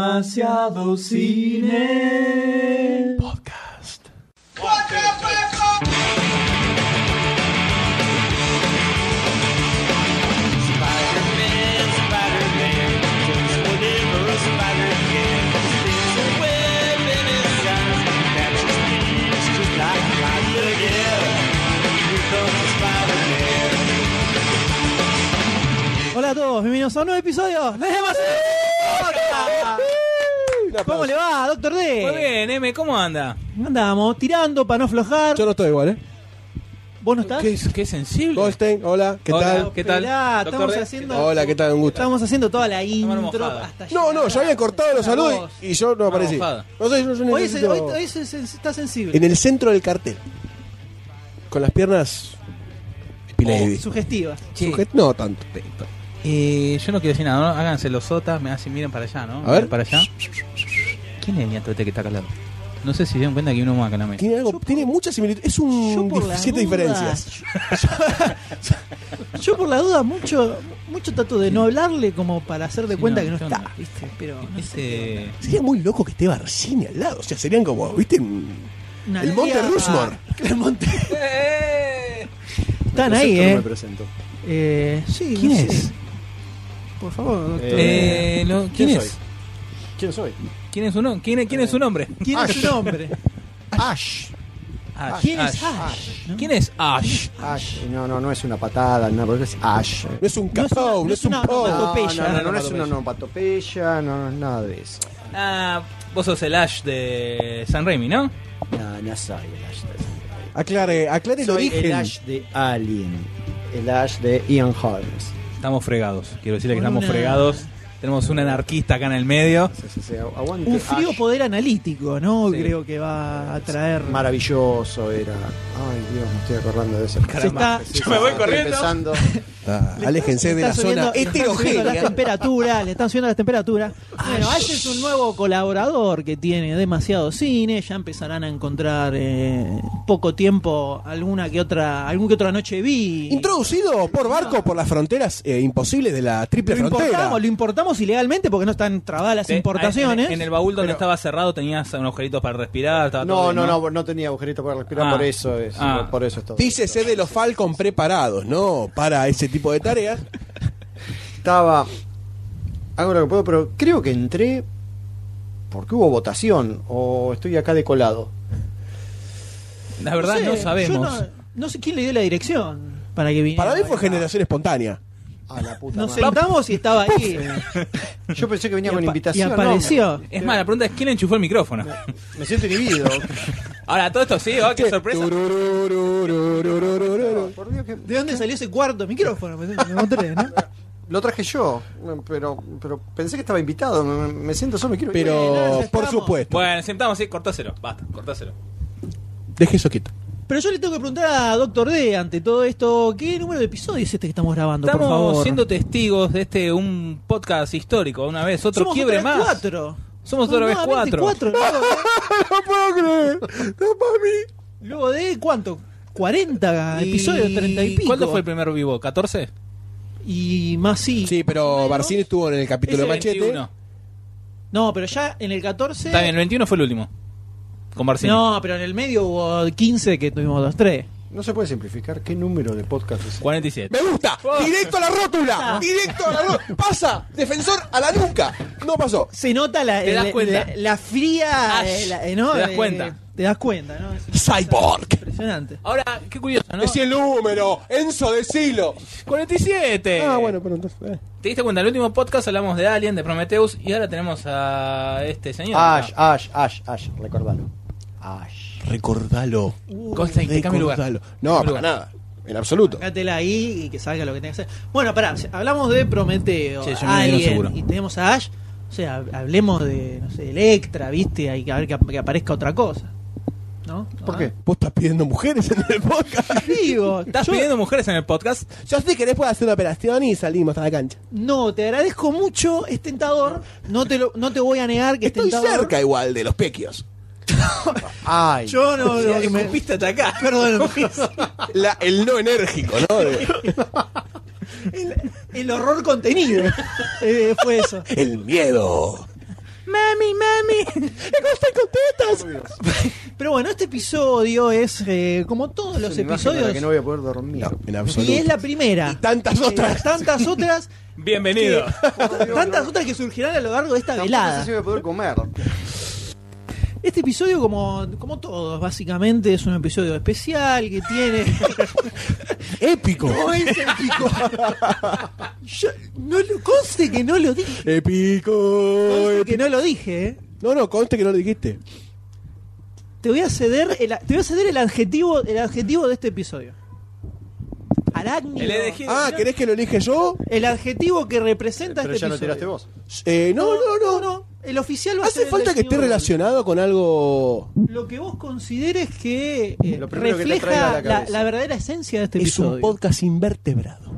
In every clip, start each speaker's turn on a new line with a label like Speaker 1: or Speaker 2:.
Speaker 1: Demasiado cine. Podcast.
Speaker 2: Spider-Man, Spider-Man, just whatever a spider can. There's a web in his eyes that just leads to life. Like, look out, here comes Spider-Man.
Speaker 3: Hola a todos, bienvenidos a un nuevo episodio de Demasiado Podcast. ¿Cómo le va, Doctor D?
Speaker 4: Muy bien, M, ¿cómo anda?
Speaker 3: Andamos tirando para no aflojar.
Speaker 5: Yo no estoy igual, ¿eh?
Speaker 3: ¿Vos no estás?
Speaker 4: Qué, qué sensible.
Speaker 5: Goldstein, hola, ¿qué
Speaker 4: Hola,
Speaker 5: tal?
Speaker 4: ¿Qué tal?
Speaker 3: Esperá,
Speaker 4: Doctor
Speaker 3: estamos
Speaker 4: D.
Speaker 3: haciendo,
Speaker 5: Hola, ¿qué tal? Un gusto.
Speaker 3: estamos haciendo toda la
Speaker 4: mano
Speaker 3: intro
Speaker 4: mojada.
Speaker 3: hasta
Speaker 5: No, no,
Speaker 3: llegar
Speaker 5: yo había cortado los
Speaker 3: a la
Speaker 5: saludos
Speaker 3: voz.
Speaker 5: y yo no aparecí.
Speaker 4: mojada.
Speaker 5: No sé, yo, yo
Speaker 3: Hoy, se-
Speaker 5: necesito-
Speaker 3: hoy- hoy se- se- se- está sensible.
Speaker 5: En el centro del cartel. Con las piernas. Pilady.
Speaker 3: Sugestiva.
Speaker 4: Che,
Speaker 5: Sujet- No tanto.
Speaker 4: eh, yo no quiero decir nada, ¿no? háganse los sotas, me hacen, miren para allá, ¿no?
Speaker 5: A ver.
Speaker 4: Para allá. ¿Quién es el miato este que está acá al lado? No sé si se dieron cuenta que hay uno más acá en la mesa.
Speaker 5: Tiene, algo, tiene muchas similitudes. Es
Speaker 3: Yo
Speaker 5: un
Speaker 4: Mm,
Speaker 3: por
Speaker 5: dif-
Speaker 3: las
Speaker 5: siete diferencias.
Speaker 3: Yo por la duda mucho mucho trato de no hablarle como para hacer de
Speaker 4: Sí,
Speaker 3: cuenta
Speaker 4: no,
Speaker 3: que no
Speaker 4: ¿qué
Speaker 3: está,
Speaker 4: onda?
Speaker 3: ¿viste? Pero no sé qué
Speaker 4: Ese...
Speaker 5: Sería muy loco que esté Barcini al lado. O sea, serían como, ¿viste?
Speaker 3: onda. Una
Speaker 5: El Monte
Speaker 3: guía-
Speaker 5: Rushmore.
Speaker 3: El Monte.
Speaker 5: Eh,
Speaker 3: Están
Speaker 6: Me
Speaker 3: ahí,
Speaker 6: presento, no
Speaker 3: eh.
Speaker 6: me presento.
Speaker 3: Eh, sí, no
Speaker 4: ¿Quién
Speaker 3: sé.
Speaker 4: es?
Speaker 3: Por favor, doctor.
Speaker 4: Eh, lo- ¿Quién,
Speaker 6: ¿Quién
Speaker 4: es?
Speaker 6: soy? ¿Quién soy?
Speaker 4: ¿Quién es su nombre? ¿Quién, es- quién es su nombre?
Speaker 3: Eh, ¿Quién es su nombre?
Speaker 6: Ash.
Speaker 4: Ash,
Speaker 3: ¿Quién es
Speaker 4: Ash.
Speaker 3: Ash? ¿no?
Speaker 4: ¿Quién es Ash?
Speaker 6: Ash. No, no, no es una patada, no, porque es Ash.
Speaker 5: No es un
Speaker 3: No es una-
Speaker 5: capao,
Speaker 3: no
Speaker 5: no
Speaker 3: es
Speaker 5: es un
Speaker 3: una-
Speaker 5: po.
Speaker 3: no.
Speaker 6: No, no,
Speaker 3: Onomatopeya.
Speaker 6: no, no, no es una onomatopeya, no, no, nada de eso.
Speaker 4: Ah, vos sos el Ash de San Raimi, ¿no?
Speaker 6: No, no soy el Ash de
Speaker 5: Aclare, aclare el
Speaker 6: Soy
Speaker 5: origen.
Speaker 6: el Ash de Alien. El Ash de Ian Holmes.
Speaker 4: Estamos fregados. Quiero decirle que
Speaker 3: Con
Speaker 4: estamos
Speaker 3: una-
Speaker 4: fregados. Tenemos un anarquista acá en el medio. Eh,
Speaker 6: Sí, sí, sí, aguante
Speaker 3: Un frío
Speaker 6: Ash.
Speaker 3: poder analítico, ¿no?
Speaker 4: Sí.
Speaker 3: Creo que va a traer.
Speaker 6: Maravilloso era. Ay, Dios, me estoy acordando de ese.
Speaker 3: Se está,
Speaker 6: Sí,
Speaker 4: Yo me voy
Speaker 6: estoy
Speaker 4: corriendo.
Speaker 6: empezando.
Speaker 5: Ah, aléjense de
Speaker 3: está
Speaker 5: la
Speaker 3: subiendo-
Speaker 5: zona
Speaker 3: le están subiendo las
Speaker 5: heterogénea.
Speaker 3: temperaturas, le están subiendo las temperaturas. Bueno, Ash es un nuevo colaborador que tiene demasiado cine. Ya empezarán a encontrar eh, poco tiempo alguna que otra, algún que otra noche vi.
Speaker 5: Introducido por barco por las fronteras eh, imposibles de la triple
Speaker 3: Lo
Speaker 5: frontera.
Speaker 3: importamos, lo importamos ilegalmente porque no están trabadas las
Speaker 4: Te-
Speaker 3: importaciones.
Speaker 4: En, en el baúl donde
Speaker 6: Pero-
Speaker 4: estaba cerrado tenías unos agujeritos para respirar. estaba todo
Speaker 6: No, no,
Speaker 4: bien,
Speaker 6: no, no tenía agujerito para respirar,
Speaker 4: Ah.
Speaker 6: por eso es.
Speaker 4: Ah.
Speaker 6: Por eso es todo.
Speaker 5: Dícese de los Falcon preparados, ¿no? Para ese tipo de tareas.
Speaker 6: estaba. Hago lo que puedo, pero creo que entré porque hubo votación o estoy acá de colado.
Speaker 4: La verdad
Speaker 3: sé,
Speaker 4: no,
Speaker 3: yo
Speaker 4: sabemos.
Speaker 3: No, no sé quién le dio la dirección para que viniera.
Speaker 5: Para mí fue generación espontánea.
Speaker 6: A la puta
Speaker 3: Nos
Speaker 6: madre.
Speaker 3: sentamos y estaba ahí.
Speaker 6: Yo pensé que venía
Speaker 3: Y
Speaker 6: con
Speaker 3: apa-
Speaker 6: invitación.
Speaker 3: y apareció.
Speaker 6: no,
Speaker 4: Es más, la pregunta es quién enchufó el micrófono.
Speaker 6: me, me siento inhibido.
Speaker 4: Ahora, todo esto sí, oh, qué sorpresa.
Speaker 5: Turururururururururu.
Speaker 6: Por Dios que-
Speaker 3: ¿De dónde salió ese cuarto micrófono? pues, Me encontré, ¿no?
Speaker 6: Lo traje yo, pero, pero pensé que estaba invitado. Me, me siento solo, quiero
Speaker 5: Pero, por supuesto,
Speaker 4: Bueno, sentamos, sí, cortáselo. Basta, cortáselo.
Speaker 5: deje eso quieto.
Speaker 3: Pero yo le tengo que preguntar a Doctor D ante todo esto, ¿qué número de episodio es este que estamos grabando, por
Speaker 4: Estamos
Speaker 3: favor?
Speaker 4: siendo testigos de este un podcast histórico, una vez, otro
Speaker 3: Somos
Speaker 4: quiebre
Speaker 3: otra vez
Speaker 4: más.
Speaker 3: Cuatro.
Speaker 4: Somos otra vez
Speaker 3: Nuevamente cuatro,
Speaker 4: cuatro.
Speaker 3: luego de-
Speaker 5: No puedo creer. No, mami.
Speaker 3: Luego de cuánto? 40
Speaker 4: Y-
Speaker 3: episodios, 30 y pico.
Speaker 4: ¿Cuándo fue el primer vivo? ¿14?
Speaker 3: Y más sí.
Speaker 5: Sí, pero Barcini estuvo en el capítulo de
Speaker 4: Ese
Speaker 5: Machete.
Speaker 4: 21.
Speaker 3: No, pero ya en el 14.
Speaker 4: Está bien, el 21 fue el último. Con Barcini.
Speaker 3: No, pero en el medio hubo 15 que tuvimos los tres.
Speaker 6: No se puede simplificar qué número de podcast es.
Speaker 4: 47.
Speaker 5: Me gusta.
Speaker 3: Oh.
Speaker 5: Directo a la
Speaker 3: Ah.
Speaker 5: rótula. Directo a la rótula. Pasa. Defensor a la nuca. No pasó.
Speaker 3: Se nota la,
Speaker 4: Te das
Speaker 3: la-
Speaker 4: cuenta.
Speaker 3: la- la fría.
Speaker 4: Ash,
Speaker 3: eh, la- eh, ¿no?
Speaker 4: te das
Speaker 3: Eh,
Speaker 4: cuenta.
Speaker 3: te das cuenta, ¿no? Es una cosa
Speaker 5: Cyborg.
Speaker 3: Impresionante.
Speaker 4: Ahora, qué curioso, ¿no?
Speaker 5: Decí el número. Enzo, decilo.
Speaker 4: 47.
Speaker 5: Ah, bueno, pero entonces. eh.
Speaker 4: ¿Te diste cuenta? En el último podcast hablamos de Alien, de Prometheus, y ahora tenemos a este señor.
Speaker 6: Ash,
Speaker 5: Ah,
Speaker 4: acá.
Speaker 6: Ash, Ash, Ash, recordalo. Ash.
Speaker 5: Recordalo.
Speaker 3: Uh,
Speaker 4: Goldstein, te cambio lugar.
Speaker 5: Recordalo. No, para
Speaker 4: Lugar.
Speaker 5: nada. En absoluto.
Speaker 3: Sácatela ahí y que salga lo que tenga que hacer. Bueno, pará, hablamos de Prometeo,
Speaker 4: Sí, yo me
Speaker 3: Alien,
Speaker 4: dieron seguro.
Speaker 3: y tenemos a Ash. O sea, hablemos de, no sé, Electra, ¿viste? Hay que ver que, que aparezca otra cosa. ¿No?
Speaker 6: ¿Por
Speaker 3: Ah.
Speaker 6: qué?
Speaker 5: Vos estás pidiendo mujeres en el podcast.
Speaker 3: Digo,
Speaker 4: ¿Estás
Speaker 3: yo-
Speaker 4: pidiendo mujeres en el podcast?
Speaker 5: Yo si querés puedo hacer una operación y salimos a la cancha.
Speaker 3: No, te agradezco mucho, es tentador. No te, lo, no te voy a negar que
Speaker 5: Estoy
Speaker 3: es tentador.
Speaker 5: cerca igual de los pequios.
Speaker 6: Ay.
Speaker 3: Yo no, no,
Speaker 4: Escupiste
Speaker 3: me-
Speaker 4: hasta acá.
Speaker 3: Perdón,
Speaker 5: La- el no enérgico, ¿no? De-
Speaker 3: el, el horror contenido eh, fue eso.
Speaker 5: El miedo.
Speaker 3: ¡Mami, mami! Pero bueno, este episodio es eh, como todos los
Speaker 6: una imagen para
Speaker 3: episodios.
Speaker 6: que no voy a poder dormir.
Speaker 7: No, en absoluto.
Speaker 3: y es la primera.
Speaker 7: Y tantas
Speaker 3: de
Speaker 7: otras.
Speaker 3: las Tantas otras.
Speaker 4: Bienvenido.
Speaker 3: tantas otras que surgirán a lo largo de esta
Speaker 6: Tampoco
Speaker 3: velada.
Speaker 6: sé si voy a poder comer.
Speaker 3: Este episodio, como, como todos, básicamente es un episodio especial que tiene.
Speaker 7: Épico.
Speaker 3: No es épico. Yo, no lo, conste que no lo dije.
Speaker 7: Épico.
Speaker 3: Conste
Speaker 7: épico.
Speaker 3: que no lo dije. eh.
Speaker 7: No, no, conste que no lo dijiste.
Speaker 3: Te voy a ceder el, te voy a ceder el adjetivo, el adjetivo de este episodio. Arácnido.
Speaker 4: El elegido.
Speaker 7: Ah, ¿querés que lo elige yo?
Speaker 3: El adjetivo que representa
Speaker 6: Pero
Speaker 3: este
Speaker 6: ya lo
Speaker 3: episodio.
Speaker 6: tiraste vos.
Speaker 7: Eh, no, no, no.
Speaker 3: El oficial va a
Speaker 7: ¿Hace
Speaker 3: ser el
Speaker 7: falta que esté
Speaker 3: elegido.
Speaker 7: relacionado con algo
Speaker 3: Lo que vos consideres que eh,
Speaker 6: Lo primero que te traiga
Speaker 3: refleja
Speaker 6: a la
Speaker 3: la,
Speaker 6: cabeza.
Speaker 3: la verdadera esencia de este
Speaker 7: es
Speaker 3: episodio.
Speaker 7: un podcast invertebrado.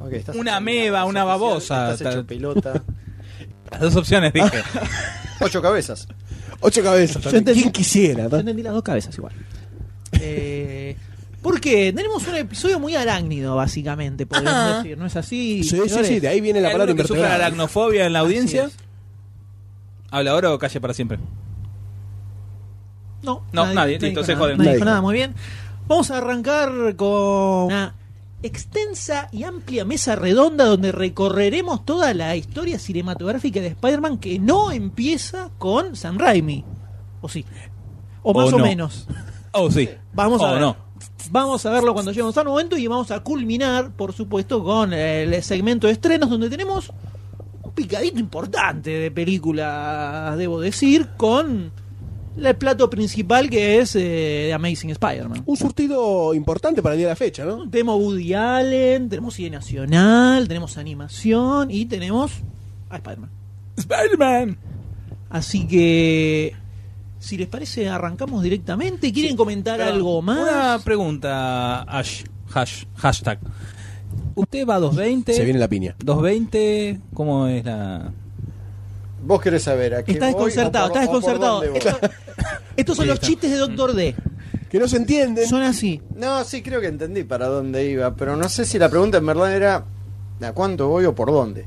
Speaker 6: Ok, estás-
Speaker 4: Una ameba, una
Speaker 6: estás hecho-
Speaker 4: babosa.
Speaker 6: Estás hecho
Speaker 4: Ta-
Speaker 6: pelota.
Speaker 4: Las dos opciones dije.
Speaker 6: Ocho cabezas.
Speaker 7: Ocho cabezas.
Speaker 3: Yo entendí.
Speaker 7: ¿Quién quisiera?
Speaker 3: Yo
Speaker 7: no?
Speaker 3: entendí las dos cabezas igual. Eh, porque tenemos un episodio muy arácnido, básicamente, podríamos decir. ¿No es así?
Speaker 7: Sí, sí,
Speaker 3: señores?
Speaker 7: sí, de ahí viene la
Speaker 4: ¿Hay
Speaker 7: palabra
Speaker 4: alguno que sufra
Speaker 7: invertebrado.
Speaker 4: aracnofobia en la audiencia?
Speaker 3: es.
Speaker 4: ¿Habla ahora o calle para siempre?
Speaker 3: No,
Speaker 4: No, nadie, listo,
Speaker 3: dijo
Speaker 4: se
Speaker 3: nada,
Speaker 4: joden.
Speaker 3: nadie
Speaker 7: Nadie.
Speaker 3: dijo nada, muy bien. Vamos a arrancar con una extensa y amplia mesa redonda donde recorreremos toda la historia cinematográfica de Spider-Man que no empieza con Sam Raimi. ¿O sí? O
Speaker 4: O
Speaker 3: más o,
Speaker 4: no.
Speaker 3: menos.
Speaker 4: Oh, sí.
Speaker 3: Vamos a
Speaker 4: Oh,
Speaker 3: ver.
Speaker 4: no.
Speaker 3: Vamos a verlo cuando lleguemos al momento y vamos a culminar, por supuesto, con el segmento de estrenos donde tenemos un picadito importante de películas, debo decir, con el plato principal que es eh, Amazing Spider-Man.
Speaker 7: Un surtido importante para el día de la fecha, ¿no?
Speaker 3: Tenemos Woody Allen, tenemos cine nacional, tenemos animación y tenemos a Spider-Man.
Speaker 4: Spider-Man.
Speaker 3: Así que, si les parece, arrancamos directamente. ¿Quieren comentar
Speaker 4: Pero,
Speaker 3: algo más?
Speaker 4: Una pregunta, Ash. Hash, hashtag. ¿Usted va a 220?
Speaker 7: Se viene la piña.
Speaker 4: 220, ¿cómo es la...?
Speaker 6: Vos querés saber a qué
Speaker 3: Está
Speaker 6: voy o
Speaker 3: desconcertado,
Speaker 6: por-
Speaker 3: está
Speaker 6: o por
Speaker 3: desconcertado.
Speaker 6: dónde voy.
Speaker 3: Esto- estos son
Speaker 4: Sí,
Speaker 3: los
Speaker 4: está.
Speaker 3: chistes de Doctor D.
Speaker 7: Que no se entienden.
Speaker 3: Son así.
Speaker 6: No, sí, creo que entendí para dónde iba, pero no sé si la pregunta en verdad era ¿a cuánto voy o por dónde?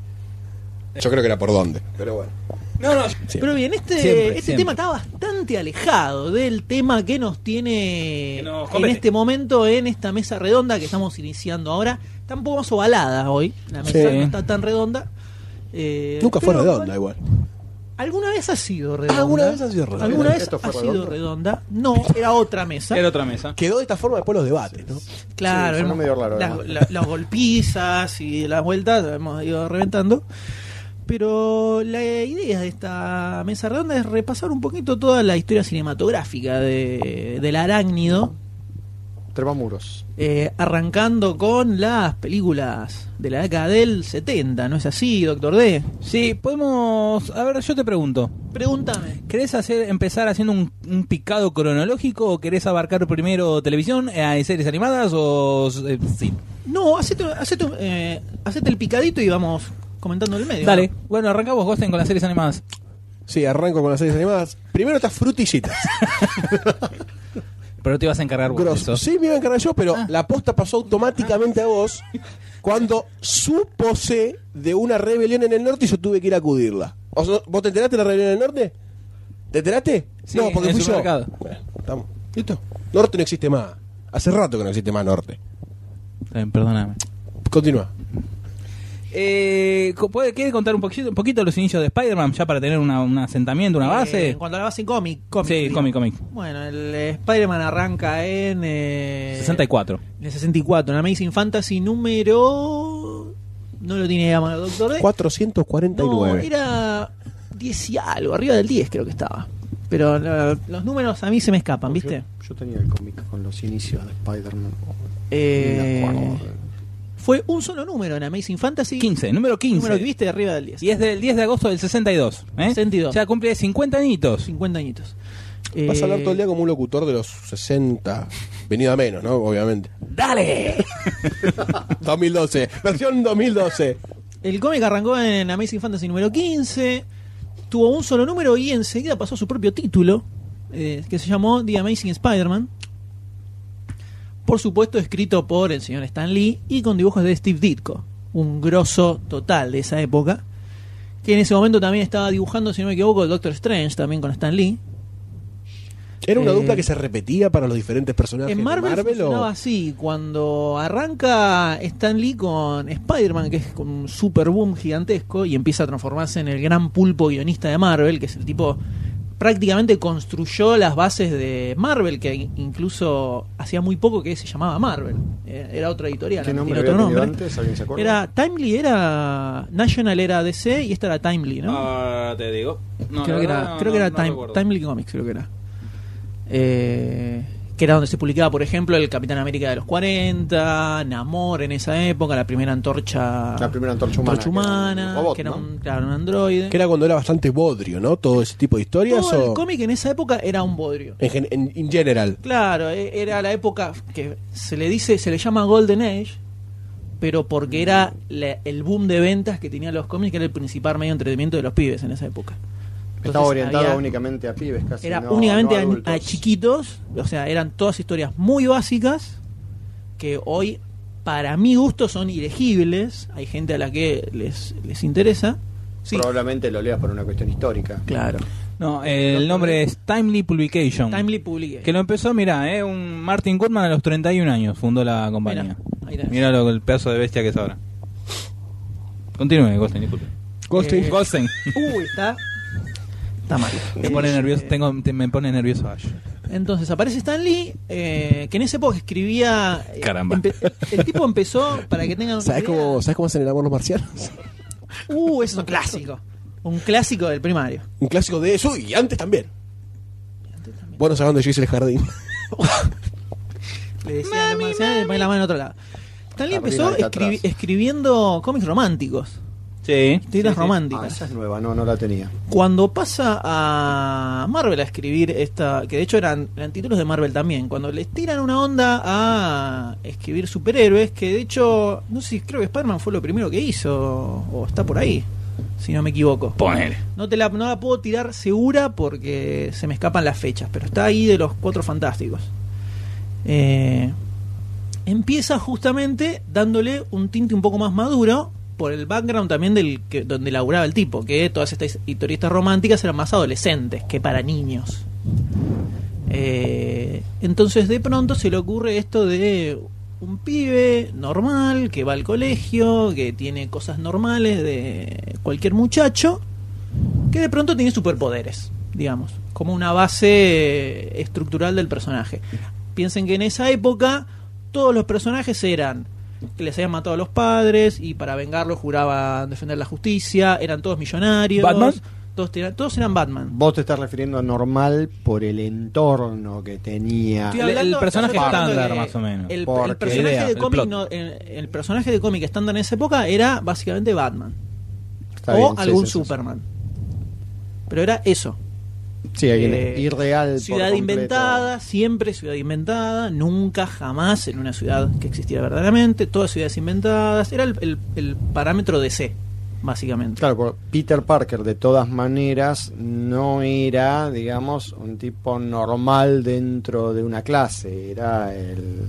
Speaker 7: Yo creo que era por dónde. Pero bueno.
Speaker 4: No, no.
Speaker 3: Pero bien, este,
Speaker 4: Siempre,
Speaker 3: este
Speaker 4: siempre.
Speaker 3: tema está bastante alejado del tema que nos tiene
Speaker 4: Que nos
Speaker 3: en
Speaker 4: compete.
Speaker 3: este momento en esta mesa redonda que estamos iniciando ahora. Está un poco más ovalada hoy. La mesa
Speaker 4: Sí.
Speaker 3: no está tan redonda. Eh,
Speaker 7: Nunca fue
Speaker 3: pero
Speaker 7: redonda igual.
Speaker 3: ¿Alguna vez ha sido redonda?
Speaker 7: Alguna vez ha sido redonda.
Speaker 3: ¿Alguna vez
Speaker 6: Esto fue
Speaker 3: ha sido
Speaker 6: redonda.
Speaker 3: redonda? No, era otra mesa.
Speaker 4: Era otra mesa.
Speaker 7: Quedó de esta forma después los debates, ¿no?
Speaker 3: Claro,
Speaker 6: Sí, fue
Speaker 3: hemos-
Speaker 6: medio raro,
Speaker 3: las,
Speaker 6: además.
Speaker 3: la- las golpizas y las vueltas hemos ido reventando. Pero la idea de esta mesa redonda es repasar un poquito toda la historia cinematográfica de, del arácnido,
Speaker 6: Trepamuros.
Speaker 3: eh, arrancando con las películas de la década del 70, ¿no es así, Doctor D?
Speaker 4: Sí, podemos... A ver, yo te pregunto.
Speaker 3: Pregúntame.
Speaker 4: ¿Querés hacer, empezar haciendo un, un picado cronológico o querés abarcar primero televisión, eh, series animadas o eh, sí?
Speaker 3: No, hacete, hacete, eh, hacete el picadito y vamos comentando en el medio. Eh,
Speaker 4: Dale, bueno, arrancamos Gosten con las series animadas.
Speaker 7: Sí, arranco con las series animadas. Primero estas frutillitas.
Speaker 4: Pero te ibas a encargar vos de
Speaker 7: Grosso.
Speaker 4: eso.
Speaker 7: Sí, me iba a encargar yo, pero
Speaker 4: Ah.
Speaker 7: la posta pasó automáticamente a vos cuando supose de una rebelión en el norte y yo tuve que ir a acudirla. O sea, ¿Vos te enteraste de la rebelión en el norte? ¿Te enteraste?
Speaker 4: Sí,
Speaker 7: no, porque
Speaker 4: en el
Speaker 7: fui yo.
Speaker 4: supermercado.
Speaker 7: Bueno, estamos. ¿Listo? Norte no existe más. Hace rato que no existe más norte.
Speaker 4: Está bien, perdóname.
Speaker 7: Continúa.
Speaker 4: Eh, co- ¿puede- ¿Quiere contar un poquito, un poquito los inicios de Spider-Man ya para tener una- un asentamiento, una
Speaker 3: Eh,
Speaker 4: base?
Speaker 3: en cuanto a la base cómic, cómic.
Speaker 4: Sí,
Speaker 3: digamos.
Speaker 4: cómic, cómic.
Speaker 3: Bueno, el eh, Spider-Man arranca en. eh,
Speaker 4: 64.
Speaker 3: En el 64, en Amazing Fantasy número. No lo tiene llamado Doctor D.
Speaker 7: 449.
Speaker 3: No, era 10 y algo, arriba del 10 creo que estaba. Pero eh, los números a mí se me escapan, ¿viste?
Speaker 6: Yo, yo tenía el cómic con los inicios de Spider-Man.
Speaker 3: Eh,
Speaker 6: Ni me acuerdo.
Speaker 3: fue un solo número en Amazing Fantasy.
Speaker 4: 15, número 15.
Speaker 3: Número que viste arriba del 10.
Speaker 4: Y es del 10 de agosto del 62. ¿eh?
Speaker 3: 62.
Speaker 4: O sea, cumple 50 añitos.
Speaker 3: 50 añitos.
Speaker 7: Vas a hablar
Speaker 3: Eh,
Speaker 7: todo el día como un locutor de los 60. Venido a menos, ¿no? Obviamente.
Speaker 4: ¡Dale!
Speaker 7: 2012. Versión 2012.
Speaker 3: El cómic arrancó en Amazing Fantasy número 15, tuvo un solo número y enseguida pasó a su propio título, eh, que se llamó The Amazing Spider-Man. Por supuesto, escrito por el señor Stan Lee y con dibujos de Steve Ditko, un grosso total de esa época, Que en ese momento también estaba dibujando, si no me equivoco, el Doctor Strange también con Stan Lee.
Speaker 7: ¿Era una
Speaker 3: Eh,
Speaker 7: dupla que se repetía para los diferentes personajes
Speaker 3: En
Speaker 7: de
Speaker 3: Marvel,
Speaker 7: o-
Speaker 3: funcionaba así. Cuando arranca Stan Lee con Spider-Man, que es con un super boom gigantesco, y empieza a transformarse en el gran pulpo guionista de Marvel, que es el tipo prácticamente construyó las bases de Marvel, que in- incluso hacía muy poco que se llamaba Marvel. Eh, Era otra editorial.
Speaker 6: ¿Qué
Speaker 3: no
Speaker 6: nombre
Speaker 3: tenía otro
Speaker 6: había tenido
Speaker 3: nombre.
Speaker 6: antes? ¿Alguien se acuerda?
Speaker 3: Era Timely, era National, era DC y esta era Timely, ¿no?
Speaker 5: Ah, te digo. No,
Speaker 3: creo
Speaker 5: la
Speaker 3: que
Speaker 5: verdad
Speaker 3: era,
Speaker 5: no-
Speaker 3: creo que
Speaker 5: no-
Speaker 3: era
Speaker 5: no
Speaker 3: Time-
Speaker 5: recuerdo.
Speaker 3: Timely Comics, creo que era. Eh, que era donde se publicaba, por ejemplo, el Capitán América de los 40, Namor en esa época, la primera antorcha,
Speaker 6: La primera antorcha humana,
Speaker 3: antorcha humana, que era un,
Speaker 6: robot,
Speaker 3: claro, un androide.
Speaker 7: Que era cuando era bastante bodrio, ¿no? Todo ese tipo de historias.
Speaker 3: Todo el
Speaker 7: o...
Speaker 3: cómic en esa época era un bodrio.
Speaker 7: en, gen- en- in general.
Speaker 3: Claro, e- era la época que se le dice, se le llama Golden Age, pero porque era la- el boom de ventas que tenían los cómics, que era el principal medio de entretenimiento de los pibes en esa época.
Speaker 6: Estaba
Speaker 3: Entonces,
Speaker 6: orientado
Speaker 3: había-
Speaker 6: únicamente a pibes, casi.
Speaker 3: era
Speaker 6: no-
Speaker 3: únicamente
Speaker 6: no
Speaker 3: a-
Speaker 6: adultos.
Speaker 3: a, chiquitos, o sea, eran todas historias muy básicas que hoy, para mi gusto, son ilegibles. Hay gente a la que les, les interesa. Sí,
Speaker 6: Probablemente lo leas por una cuestión histórica.
Speaker 3: claro.
Speaker 4: No, el nombre es Timely Publication.
Speaker 3: Timely Public.
Speaker 4: Mm. Que lo empezó, mira, eh, un Martin Goodman a los 31 años fundó la compañía.
Speaker 3: ahí tenés.
Speaker 4: Mira lo, el pedazo de bestia que es ahora. Continúe, Goldstein, disculpe.
Speaker 3: Goldstein. Eh,
Speaker 4: Goldstein.
Speaker 3: Uy, está. Está mal.
Speaker 4: Me pone
Speaker 3: Eh,
Speaker 4: nervioso,
Speaker 3: eh,
Speaker 4: tengo, te- me pone nervioso Ash.
Speaker 3: Entonces aparece Stan Lee, eh, que en esa época escribía. eh,
Speaker 4: Caramba.
Speaker 3: empe- El tipo empezó, para que tengan. una
Speaker 7: ¿Sabes
Speaker 3: idea-
Speaker 7: cómo, ¿Sabes cómo hacen el amor los marcianos?
Speaker 3: Uh, eso es un clásico. Un clásico del primario.
Speaker 7: Un clásico de eso y antes también. Bueno, sabes dónde yo hice el jardín.
Speaker 3: Le decía a los marcianos y le ponía la mano en otro lado. Stanley
Speaker 6: Carolina
Speaker 3: empezó
Speaker 6: está
Speaker 3: escribi-
Speaker 6: atrás.
Speaker 3: escribiendo cómics románticos,
Speaker 4: Sí.
Speaker 3: tiras
Speaker 6: Ah,
Speaker 3: románticas.
Speaker 6: esa es nueva, no, no la tenía.
Speaker 3: Cuando pasa a Marvel a escribir esta, que de hecho eran, eran títulos de Marvel también, cuando les tiran una onda a escribir superhéroes, que de hecho, no sé, creo que Spider-Man fue lo primero que hizo, o está por ahí, si no me equivoco.
Speaker 4: Ponele.
Speaker 3: No, te la, no la puedo tirar segura porque se me escapan las fechas, pero está ahí de los cuatro fantásticos. Eh, empieza justamente dándole un tinte un poco más maduro por el background también del que, donde laburaba el tipo, que todas estas historietas románticas eran más adolescentes que para niños. Eh, entonces de pronto se le ocurre esto de un pibe normal que va al colegio, que tiene cosas normales de cualquier muchacho, que de pronto tiene superpoderes, digamos, como una base estructural del personaje. Piensen que en esa época todos los personajes eran que les habían matado a los padres y para vengarlos juraban defender la justicia, eran todos millonarios.
Speaker 4: ¿Batman?
Speaker 3: Todos, tira- todos eran Batman.
Speaker 6: Vos te estás refiriendo a normal por el entorno que tenía.
Speaker 3: Estoy
Speaker 4: El- el personaje
Speaker 3: estoy hablando
Speaker 4: estándar,
Speaker 3: de-
Speaker 4: más o menos.
Speaker 3: El, el
Speaker 6: Porque-
Speaker 3: personaje
Speaker 4: Idea,
Speaker 3: de
Speaker 4: el
Speaker 3: cómic
Speaker 4: plot.
Speaker 3: no- el, el personaje de cómic estándar en esa época era básicamente Batman
Speaker 6: Está
Speaker 3: o
Speaker 6: bien, sí,
Speaker 3: algún
Speaker 6: sí, sí, sí.
Speaker 3: Superman. Pero era eso.
Speaker 6: Sí, alguien
Speaker 3: Eh,
Speaker 6: irreal. por
Speaker 3: Ciudad
Speaker 6: completo.
Speaker 3: inventada, siempre ciudad inventada, nunca jamás en una ciudad que existiera verdaderamente, todas ciudades inventadas, era el, el- el parámetro DC, básicamente.
Speaker 6: Claro, por- Peter Parker de todas maneras no era, digamos, un tipo normal dentro de una clase, era el,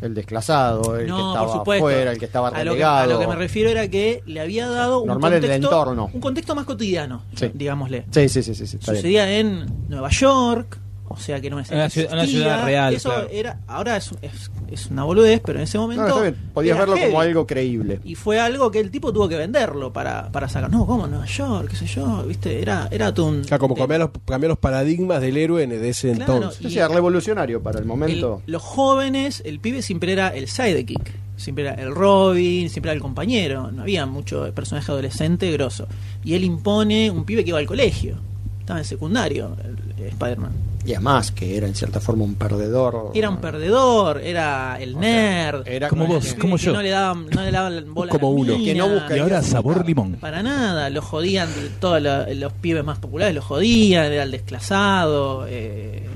Speaker 6: el desclasado, el que estaba afuera, el que estaba
Speaker 3: a, lo que,
Speaker 6: relegado.
Speaker 3: a lo que me refiero era que le había dado un
Speaker 6: Normal en el
Speaker 3: contexto,
Speaker 6: entorno.
Speaker 3: un contexto más cotidiano,
Speaker 6: Sí.
Speaker 3: digámosle.
Speaker 6: Sí, sí, sí, sí, sí, está bien.
Speaker 3: Sucedía en Nueva York, o sea que no es
Speaker 4: Una ciudad- una ciudad real,
Speaker 3: Eso
Speaker 4: claro.
Speaker 3: era, ahora es, es- es una boludez, pero en ese
Speaker 6: No,
Speaker 3: momento.
Speaker 6: está bien, Podías
Speaker 3: era
Speaker 6: verlo como
Speaker 3: heavy.
Speaker 6: algo creíble.
Speaker 3: Y fue algo que el tipo tuvo que venderlo para, para sacar. No, ¿cómo? Nueva York, qué sé yo, ¿viste? Era, era todo un.
Speaker 7: Ah, como
Speaker 3: de-
Speaker 7: cambiar los, cambiar los paradigmas del héroe en- de ese
Speaker 3: Claro,
Speaker 7: entonces.
Speaker 3: y-
Speaker 6: Sí, sí, revolucionario para el
Speaker 3: el-
Speaker 6: momento.
Speaker 3: los jóvenes, el pibe siempre era el sidekick, siempre era el Robin, siempre era el compañero. No había mucho personaje adolescente grosso. Y él impone un pibe que iba al colegio. Estaba en secundario, el- el Spider-Man.
Speaker 6: Y además que era en cierta forma un perdedor.
Speaker 3: Era un perdedor, era el nerd.
Speaker 6: Era
Speaker 4: Como
Speaker 6: con-
Speaker 4: vos,
Speaker 3: el pibe
Speaker 4: como
Speaker 3: que
Speaker 4: yo.
Speaker 3: No le daban, no le daban bola a
Speaker 7: Como
Speaker 3: las
Speaker 7: uno.
Speaker 3: minas.
Speaker 6: Que no busca-
Speaker 4: Y ahora sabor limón.
Speaker 3: Para nada, lo jodían, todos lo- los pibes más populares lo jodían, era el desclasado, eh,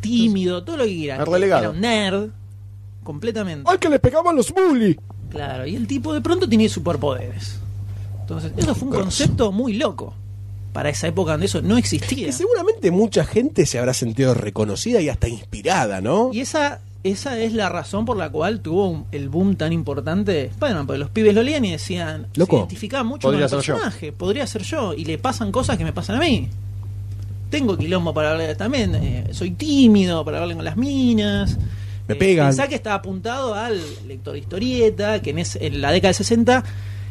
Speaker 3: tímido, todo lo que quieras.
Speaker 6: El relegado.
Speaker 3: Era un nerd, completamente.
Speaker 7: ¡Ay, que le pegaban los bully!
Speaker 3: Claro, y el tipo de pronto tiene superpoderes. Entonces, eso fue un concepto muy loco para esa época donde eso no existía.
Speaker 7: Que seguramente mucha gente se habrá sentido reconocida y hasta inspirada, ¿no?
Speaker 3: Y esa esa es la razón por la cual tuvo un- el boom tan importante de Spider-Man, porque los pibes lo leían y decían,
Speaker 7: Loco,
Speaker 3: se identificaban mucho
Speaker 6: podría
Speaker 3: con el
Speaker 6: ser yo.
Speaker 3: personaje, podría ser yo, y le pasan cosas que me pasan a mí. Tengo quilombo para hablar también, eh, soy tímido para hablar con las minas. Eh,
Speaker 7: Me pegan.
Speaker 3: Pensá que está apuntado al lector de historieta, que en, ese- en la década del 60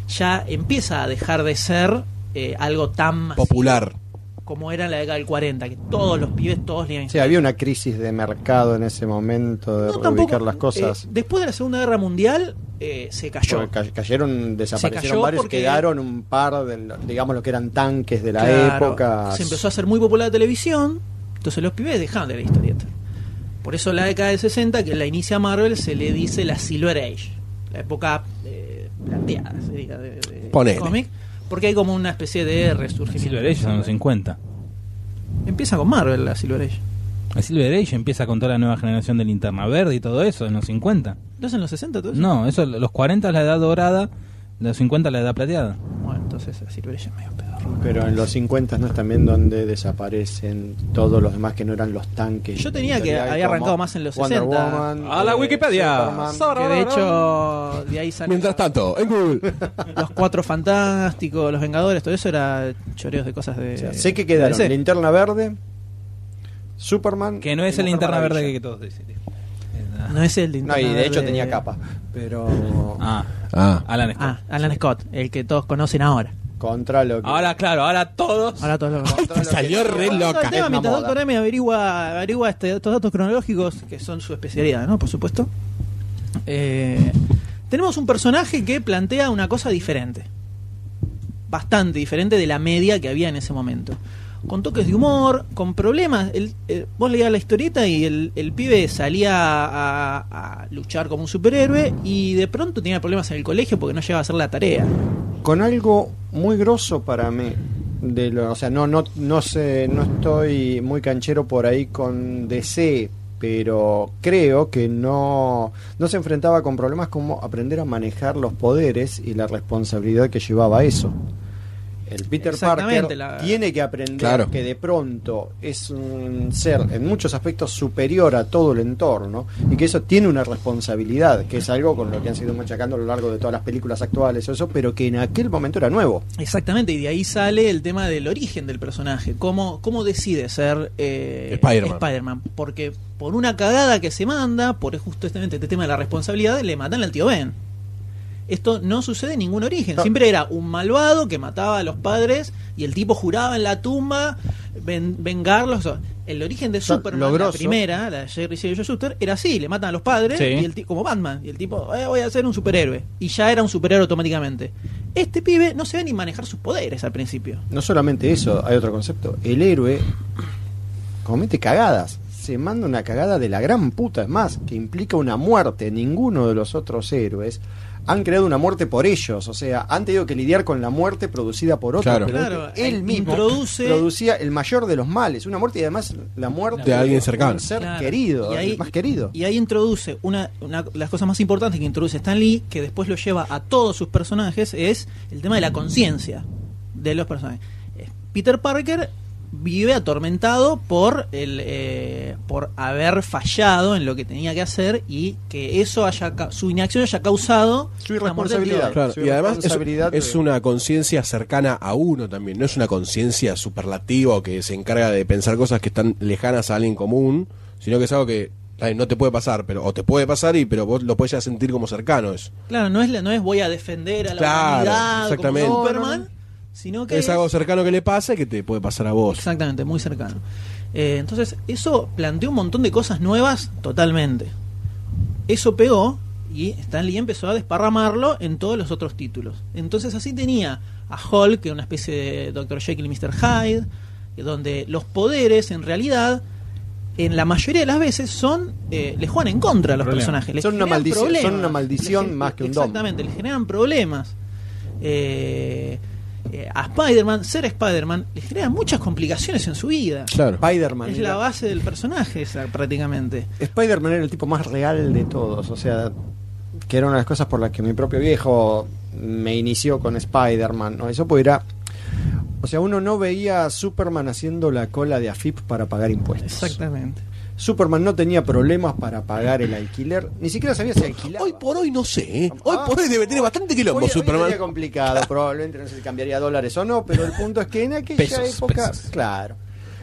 Speaker 3: ya empieza a dejar de ser eh, algo tan masivo
Speaker 7: Popular.
Speaker 3: como era en la década del 40, que todos los pibes, todos leían
Speaker 6: Sí, había una crisis de mercado en ese momento de
Speaker 3: No,
Speaker 6: reubicar
Speaker 3: tampoco,
Speaker 6: las cosas.
Speaker 3: eh, después de la Segunda Guerra Mundial eh, se cayó.
Speaker 6: Porque ca- cayeron, desaparecieron
Speaker 3: cayó
Speaker 6: varios,
Speaker 3: porque-
Speaker 6: quedaron un par de, digamos, lo que eran tanques de la
Speaker 3: Claro,
Speaker 6: época.
Speaker 3: Se empezó a hacer muy popular la televisión, entonces los pibes dejaron de leer historieta. Por eso la década del 60, que la inicia Marvel, se le dice la Silver Age, la época eh, plateada, sería, de, de
Speaker 7: Ponele.
Speaker 3: cómic, porque hay como una especie de resurgimiento.
Speaker 4: Silver Age son los 50.
Speaker 3: Empieza con Marvel la Silver Age.
Speaker 4: El Silver Age empieza con toda la nueva generación de linterna verde y todo eso en los 50.
Speaker 3: ¿No es en los 60 todo eso?
Speaker 4: No, eso los 40 es la edad dorada, los 50 la edad plateada.
Speaker 3: Bueno, entonces la Silver Age es medio peor.
Speaker 6: Pero en los 50 no es también donde desaparecen todos los demás que no eran los tanques.
Speaker 3: Yo tenía que-
Speaker 6: imperiales
Speaker 3: había
Speaker 6: como
Speaker 3: arrancado más en los
Speaker 6: Wonder
Speaker 3: 60.
Speaker 6: Woman,
Speaker 5: A la
Speaker 6: eh,
Speaker 5: Wikipedia.
Speaker 6: Superman.
Speaker 3: Que de hecho, de ahí sale
Speaker 7: Mientras tanto, en Google.
Speaker 3: los cuatro fantásticos, los Vengadores, todo eso era choreos de cosas de.
Speaker 6: O sea, sé que quedaron
Speaker 3: de DC.
Speaker 6: Linterna Verde, Superman.
Speaker 4: Que no es
Speaker 6: y
Speaker 4: el
Speaker 6: Mujer
Speaker 4: linterna
Speaker 6: Maravilla.
Speaker 4: verde que todos dicen.
Speaker 3: No es el
Speaker 6: No,
Speaker 3: Linterna
Speaker 6: y de
Speaker 3: Verde.
Speaker 6: hecho tenía capa. Pero
Speaker 4: Ah,
Speaker 7: Ah.
Speaker 4: Alan Scott.
Speaker 3: Ah, Alan Scott, el que todos conocen ahora.
Speaker 6: contra lo que.
Speaker 4: Ahora, claro, ahora todos.
Speaker 3: Ahora todos lo conocen.
Speaker 6: contra lo que-
Speaker 7: salió re loca.
Speaker 3: El tema,
Speaker 6: Es
Speaker 3: mientras
Speaker 6: una
Speaker 3: Doctor
Speaker 6: moda.
Speaker 3: M averigua, averigua este- estos datos cronológicos, que son su especialidad, ¿no? Por supuesto. Eh, tenemos un personaje que plantea una cosa diferente. Bastante diferente de la media que había en ese momento. Con toques de humor, con problemas. El- eh, vos leías la historieta y el, el pibe salía a, a luchar como un superhéroe y de pronto tenía problemas en el colegio porque no llegaba a hacer la tarea.
Speaker 6: con algo muy grosso para mí de lo, o sea no no no sé no estoy muy canchero por ahí con DC pero creo que no no se enfrentaba con problemas como aprender a manejar los poderes y la responsabilidad que llevaba eso el Peter
Speaker 3: Exactamente,
Speaker 6: Parker
Speaker 3: la-
Speaker 6: tiene que aprender
Speaker 7: Claro.
Speaker 6: que de pronto es un ser en muchos aspectos superior a todo el entorno y que eso tiene una responsabilidad, que es algo con lo que han sido machacando a lo largo de todas las películas actuales, eso, pero que en aquel momento era nuevo.
Speaker 3: Exactamente, y de ahí sale el tema del origen del personaje. ¿Cómo, cómo decide ser eh,
Speaker 7: Spider-Man.
Speaker 3: Spider-Man? Porque por una cagada que se manda, por justamente este tema de la responsabilidad, le matan al tío Ben. Esto no sucede en ningún origen.
Speaker 6: No.
Speaker 3: Siempre era un malvado que mataba a los padres y el tipo juraba en la tumba ven- vengarlos. El origen de
Speaker 6: sea,
Speaker 3: Superman,
Speaker 6: lo
Speaker 3: la
Speaker 6: grosso-
Speaker 3: primera, la de Jerry Silver Schuster, era así: le matan a los padres,
Speaker 4: Sí.
Speaker 3: y el ti- como Batman, y el tipo, "Eh, voy a ser un superhéroe. Y ya era un superhéroe automáticamente. Este pibe no sabe ni manejar sus poderes al principio.
Speaker 6: No solamente eso, hay otro concepto. El héroe comete cagadas. Se manda una cagada de la gran puta, es más, que implica una muerte. Ninguno de los otros héroes han creado una muerte por ellos. O sea, han tenido que lidiar con la muerte producida por otros.
Speaker 7: Claro.
Speaker 6: pero
Speaker 3: Claro,
Speaker 6: él mismo
Speaker 3: introduce-
Speaker 6: producía el mayor de los males. Una muerte y además la muerte
Speaker 7: De alguien cercano.
Speaker 6: Un ser
Speaker 3: Claro.
Speaker 6: querido,
Speaker 3: Y ahí-
Speaker 6: el más querido.
Speaker 3: Y ahí introduce una, una de las cosas más importantes que introduce Stan Lee, que después lo lleva a todos sus personajes, es el tema de la conciencia de los personajes. Eh, Peter Parker vive atormentado por el eh, por haber fallado en lo que tenía que hacer y que eso haya ca- su inacción haya causado
Speaker 6: Su
Speaker 3: la muerte del
Speaker 6: irresponsabilidad.
Speaker 3: tío Ben.
Speaker 7: Claro,
Speaker 6: Su
Speaker 7: y además es,
Speaker 6: responsabilidad
Speaker 7: es
Speaker 6: de-
Speaker 7: una conciencia cercana a uno también, no es una conciencia superlativa o que se encarga de pensar cosas que están lejanas a alguien común, sino que es algo que ay, no te puede pasar, pero o te puede pasar y pero vos lo puedes ya sentir como cercano eso.
Speaker 3: Claro, no es la- no es voy a defender a la
Speaker 7: Claro,
Speaker 3: humanidad
Speaker 7: exactamente.
Speaker 3: como
Speaker 6: No,
Speaker 3: Superman,
Speaker 6: no,
Speaker 3: sino que
Speaker 7: Es algo cercano que le pasa y que te puede pasar a vos.
Speaker 3: Exactamente, muy cercano. Eh, entonces, eso planteó un montón de cosas nuevas totalmente. Eso pegó y Stan Lee empezó a desparramarlo en todos los otros títulos. Entonces, así tenía a Hulk, que era una especie de Dr. Jekyll y Mr. Hyde, que donde los poderes, en realidad, en la mayoría de las veces son eh, les juegan en contra a los
Speaker 4: Problema.
Speaker 3: personajes. les
Speaker 6: Son una
Speaker 3: generan
Speaker 6: maldición- son
Speaker 3: problemas.
Speaker 6: una maldición
Speaker 3: Les-
Speaker 6: más que un don.
Speaker 3: Exactamente, les generan problemas. Eh, eh, a Spider-Man, ser Spider-Man, les genera muchas complicaciones en su vida.
Speaker 7: Claro.
Speaker 6: Spider-Man.
Speaker 3: Es
Speaker 6: era-
Speaker 3: la base del personaje esa, prácticamente.
Speaker 6: Spider-Man era el tipo más real de todos, o sea, que era una de las cosas por las que mi propio viejo me inició con Spider-Man, ¿no? Eso pues era... O sea, uno no veía a Superman haciendo la cola de AFIP para pagar impuestos.
Speaker 3: Exactamente.
Speaker 6: Superman no tenía problemas para pagar el alquiler, ni siquiera sabía si alquilaba.
Speaker 7: Hoy por hoy no sé, ¿eh? Hoy
Speaker 6: Ah.
Speaker 7: por hoy debe tener bastante quilombo
Speaker 6: Hoy- hoy
Speaker 7: Superman.
Speaker 6: sería complicado, probablemente no se le cambiaría a dólares o no, pero el punto es que en aquella
Speaker 4: Pesos,
Speaker 6: época,
Speaker 4: pesos.
Speaker 6: claro,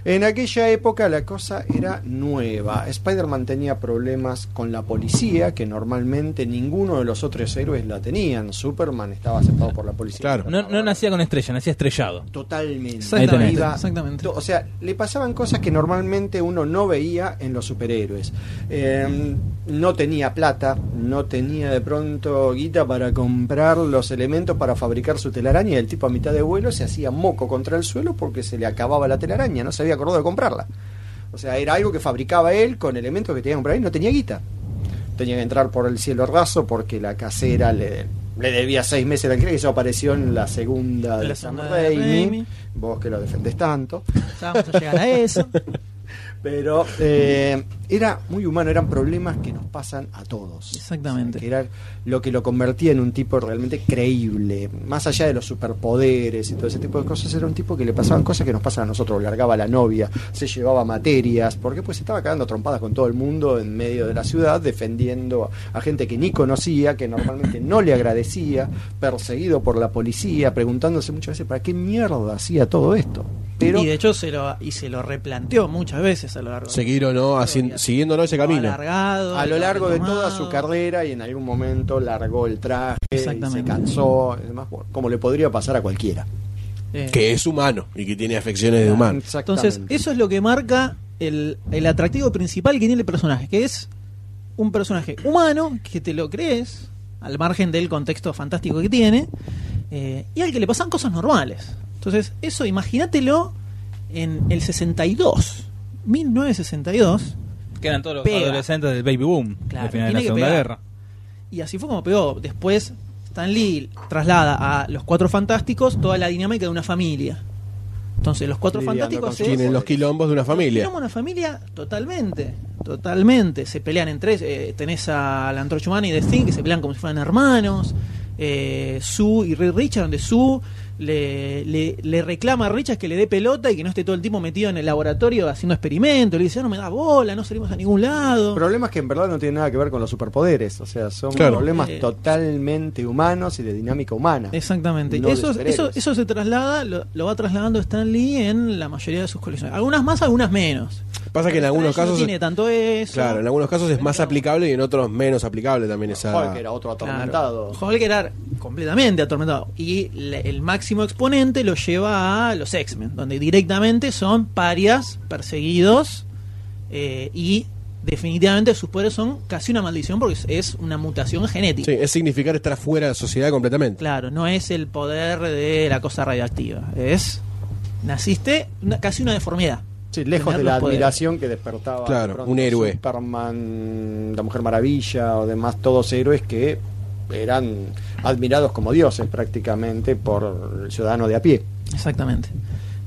Speaker 6: en aquella época la cosa era nueva. Spider-Man tenía problemas con la policía, que normalmente ninguno de los otros héroes la tenían. Superman estaba aceptado por la policía.
Speaker 7: Claro.
Speaker 4: No, no nacía con estrella, nacía estrellado.
Speaker 6: Totalmente.
Speaker 3: Exactamente,
Speaker 6: Iba-
Speaker 3: exactamente.
Speaker 6: to- O sea, le pasaban cosas que normalmente uno no veía en los superhéroes. Eh, no tenía plata, no tenía de pronto guita para comprar los elementos para fabricar su telaraña. y El tipo a mitad de vuelo se hacía moco contra el suelo porque se le acababa la telaraña, no se había acordado de comprarla. O sea, era algo que fabricaba él con elementos que tenía que comprar y no tenía guita. Tenía que entrar por el cielo raso porque la casera le, le debía seis meses de alquiler y eso apareció en la segunda de
Speaker 3: La
Speaker 6: Sam
Speaker 3: segunda de
Speaker 6: Raimi,
Speaker 3: Raimi.
Speaker 6: Vos que lo defendés tanto.
Speaker 3: Ya vamos a llegar a eso.
Speaker 6: Pero eh, era muy humano, eran problemas que nos pasan a todos.
Speaker 3: Exactamente.
Speaker 6: O sea, que era lo que lo convertía en un tipo realmente creíble. Más allá de los superpoderes y todo ese tipo de cosas, era un tipo que le pasaban cosas que nos pasan a nosotros. Largaba a la novia, se llevaba materias, porque pues estaba cagando a trompadas con todo el mundo en medio de la ciudad, defendiendo a gente que ni conocía, que normalmente no le agradecía, perseguido por la policía, preguntándose muchas veces para qué mierda hacía todo esto. Pero
Speaker 3: y de hecho se lo, y se lo replanteó muchas veces a lo largo
Speaker 7: Seguir o no, haciendo, siguiendo no ese camino.
Speaker 3: alargado,
Speaker 6: a lo largo de toda su
Speaker 3: retomado.
Speaker 6: carrera y en algún momento largó el traje y se
Speaker 3: Exactamente.
Speaker 6: cansó, y demás, bueno, como le podría pasar a cualquiera.
Speaker 3: Eh,
Speaker 7: Que es humano y que tiene afecciones de humano.
Speaker 6: Exactamente.
Speaker 3: Entonces, eso es lo que marca el, el atractivo principal que tiene el personaje, que es un personaje humano, que te lo crees, al margen del contexto fantástico que tiene, eh, y al que le pasan cosas normales. Entonces, eso imagínatelo en el 62, 1962,
Speaker 4: Que eran todos los
Speaker 3: Pega.
Speaker 4: adolescentes del baby boom.
Speaker 3: Claro,
Speaker 4: al
Speaker 3: tiene
Speaker 4: final de la
Speaker 3: que
Speaker 4: Segunda
Speaker 3: pegar.
Speaker 4: Guerra.
Speaker 3: y así fue como pegó. Después, Stan Lee traslada a los Cuatro Fantásticos toda la dinámica de una familia. Entonces, los Cuatro
Speaker 6: Lidiando
Speaker 3: Fantásticos
Speaker 6: con
Speaker 3: es-
Speaker 6: sus
Speaker 7: Tienen los quilombos de una familia.
Speaker 3: Somos una familia totalmente, totalmente. Se pelean entre eh, tenés a la antorcha humana y The Thing que se pelean como si fueran hermanos. Eh, Sue y Ray Richard, donde Sue le, le- le reclama a Richard que le dé pelota y que no esté todo el tiempo metido en el laboratorio haciendo experimentos. Le dice, "Ah, no me da bola, no salimos a ningún lado.
Speaker 6: Problemas que en verdad no tienen nada que ver con los superpoderes, o sea, son
Speaker 7: Claro.
Speaker 6: problemas
Speaker 3: Eh,
Speaker 6: totalmente humanos y de dinámica humana.
Speaker 3: Exactamente.
Speaker 6: No de
Speaker 3: eso, eso,
Speaker 6: superhéroes.
Speaker 3: eso se traslada, lo, lo va trasladando Stan Lee en la mayoría de sus colecciones. Algunas más, algunas menos.
Speaker 7: Pasa que en algunos
Speaker 3: Strange
Speaker 7: casos.
Speaker 3: No tiene tanto eso.
Speaker 7: Claro, en algunos casos es más aplicable y en otros menos aplicable también esa.
Speaker 6: Hulk era otro
Speaker 3: Claro.
Speaker 6: atormentado.
Speaker 3: Hulk era completamente atormentado. Y le- el máximo exponente lo lleva a los X-Men, donde directamente son parias, perseguidos, eh, y definitivamente sus poderes son casi una maldición porque es- es una mutación genética.
Speaker 7: Sí, es significar estar fuera de la sociedad completamente.
Speaker 3: Claro, no es el poder de la cosa radioactiva, es... Naciste una- casi una deformidad.
Speaker 6: Sí, lejos
Speaker 3: Tener
Speaker 6: de la
Speaker 3: los poderes.
Speaker 6: admiración que despertaba de
Speaker 7: Claro,
Speaker 6: pronto
Speaker 7: un héroe.
Speaker 6: Superman, la Mujer Maravilla o demás, todos héroes que eran admirados como dioses prácticamente por el ciudadano de a pie.
Speaker 3: Exactamente.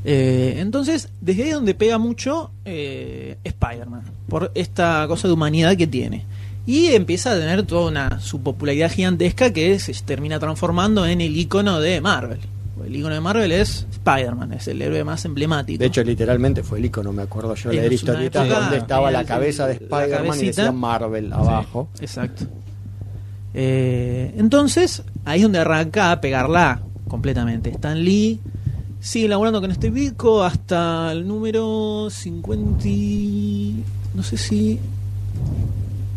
Speaker 3: Eh, entonces, desde ahí es donde pega mucho eh, Spider-Man, por esta cosa de humanidad que tiene. Y empieza a tener toda una su popularidad gigantesca que se termina transformando en el icono de Marvel. El icono de Marvel es Spider-Man, es el héroe más emblemático.
Speaker 6: De hecho, literalmente fue el icono, me acuerdo yo,
Speaker 3: En
Speaker 6: leer
Speaker 3: una
Speaker 6: historietas
Speaker 3: época,
Speaker 6: donde estaba la
Speaker 3: el-
Speaker 6: cabeza de
Speaker 3: la
Speaker 6: Spider-Man y
Speaker 3: cabecita.
Speaker 6: decía Marvel abajo.
Speaker 3: Exacto. Eh, entonces, ahí es donde arranca a pegarla completamente. Stan Lee sigue laburando con este pico hasta el número 50. y- No sé si.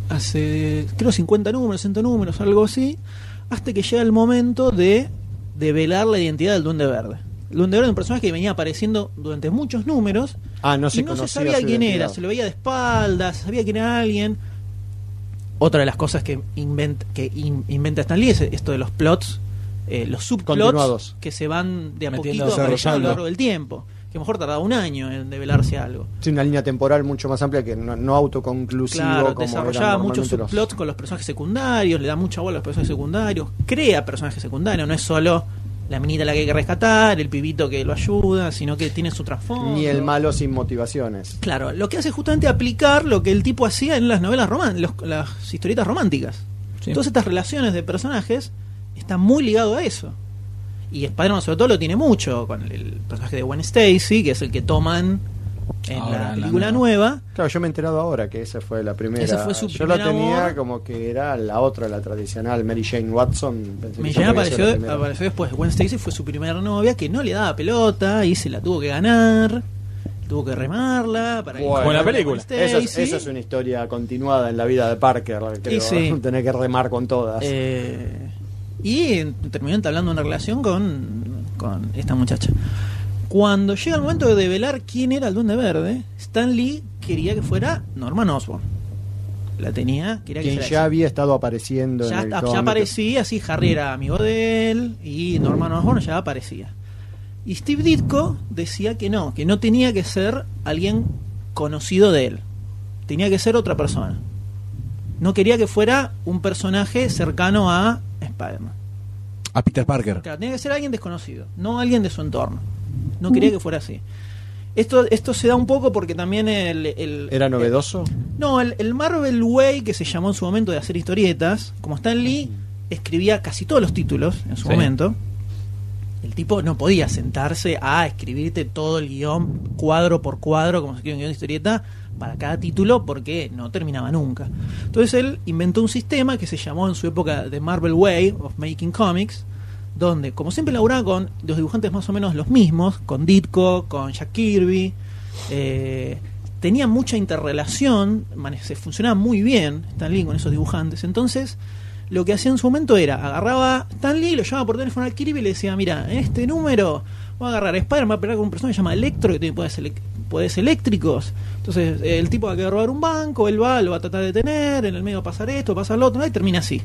Speaker 3: Hace. Creo 50 números, 60 números, algo así. Hasta que llega el momento de develar la identidad del Duende Verde. El Duende Verde es un personaje que venía apareciendo durante muchos números
Speaker 6: Ah, no
Speaker 3: no
Speaker 6: se
Speaker 3: se, y no se
Speaker 6: conocía
Speaker 3: sabía
Speaker 6: su
Speaker 3: quién
Speaker 6: identidad.
Speaker 3: era, se lo veía de espaldas, se sabía quién era alguien. Otra de las cosas que, invent- que in- inventa Stan Lee es esto de los plots, eh, los subplots
Speaker 6: Continuados.
Speaker 3: que se van de a
Speaker 4: Metiendo,
Speaker 3: poquito apareciendo a lo
Speaker 7: desarrollando.
Speaker 3: largo del tiempo. Que a lo mejor tardaba un año en develarse algo.
Speaker 6: Sí, una línea temporal mucho más amplia que no, no autoconclusivo.
Speaker 3: Claro,
Speaker 6: como eran
Speaker 3: desarrollaba muchos
Speaker 6: normalmente los-
Speaker 3: subplots con los personajes secundarios, le da mucha bola a los personajes secundarios, crea personajes secundarios, no es solo la minita a la que hay que rescatar, el pibito que lo ayuda, sino que tiene su trasfondo.
Speaker 6: Ni el malo sin motivaciones.
Speaker 3: Claro, lo que hace es justamente aplicar lo que el tipo hacía en las novelas románticas, las historietas románticas.
Speaker 4: Sí.
Speaker 3: Todas estas relaciones de personajes están muy ligado a eso. Y Spider-Man sobre todo lo tiene mucho con el, el personaje de Gwen Stacy, que es el que toman en
Speaker 4: Ahora,
Speaker 3: la
Speaker 4: la
Speaker 3: película
Speaker 4: nueva.
Speaker 3: nueva.
Speaker 6: Claro, yo me he enterado ahora que esa fue la primera.
Speaker 3: Esa fue su
Speaker 6: yo la
Speaker 3: primer
Speaker 6: tenía
Speaker 3: amor.
Speaker 6: como que era la otra, la tradicional, Mary Jane Watson. Pensé que
Speaker 3: Me
Speaker 6: siempre había
Speaker 3: apareció,
Speaker 6: sido la primera.
Speaker 3: apareció después. Gwen Stacy fue su primera novia que no le daba pelota y se la tuvo que ganar. Tuvo que remarla para que
Speaker 6: Bueno,
Speaker 3: fuera
Speaker 6: la
Speaker 4: película.
Speaker 3: Gwen
Speaker 6: Esa es,
Speaker 3: Stacy.
Speaker 6: esa es una historia continuada en la vida de Parker, creo.
Speaker 3: sí.
Speaker 6: Tener que remar con todas.
Speaker 3: Eh, y en- terminó entablando una relación con, con esta muchacha. Cuando llega el momento de develar quién era el Duende Verde, Stan Lee quería que fuera Norman Osborn. La tenía, quería que
Speaker 6: quien
Speaker 3: fuera
Speaker 6: ya
Speaker 3: esa.
Speaker 6: había estado apareciendo
Speaker 3: ya,
Speaker 6: en el
Speaker 3: ya
Speaker 6: cómic.
Speaker 3: aparecía, así Harry era amigo de él y Norman Osborn ya aparecía. Y Steve Ditko decía que no, que no tenía que ser alguien conocido de él, tenía que ser otra persona. No quería que fuera un personaje cercano a Spider-Man.
Speaker 7: A Peter Parker.
Speaker 3: Claro, tenía que ser alguien desconocido, no alguien de su entorno. No quería que fuera así. Esto, esto se da un poco porque también el... el-
Speaker 6: ¿Era
Speaker 3: el-
Speaker 6: novedoso?
Speaker 3: no, el, el Marvel Way, que se llamó en su momento de hacer historietas, como Stan Lee escribía casi todos los títulos en su
Speaker 4: Sí.
Speaker 3: momento, el tipo no podía sentarse a escribirte todo el guión cuadro por cuadro, como se escribe un guión de historieta, para cada título, porque no terminaba nunca. Entonces él inventó un sistema que se llamó en su época The Marvel Way of Making Comics, donde, como siempre, laburaba con los dibujantes más o menos los mismos, con Ditko, con Jack Kirby, eh, tenía mucha interrelación, mane- se funcionaba muy bien Stan Lee con esos dibujantes. Entonces, lo que hacía en su momento era, agarraba a Stan Lee, lo llamaba por teléfono al Kirby y le decía, mira, en este número voy a agarrar a Spider-Man, voy a pelear con un personaje que se llama Electro, que tiene poderes, elec- poderes eléctricos. Entonces, eh, el tipo va a querer robar un banco, él va, lo va a tratar de detener, en el medio va a pasar esto, pasa lo otro, y termina así.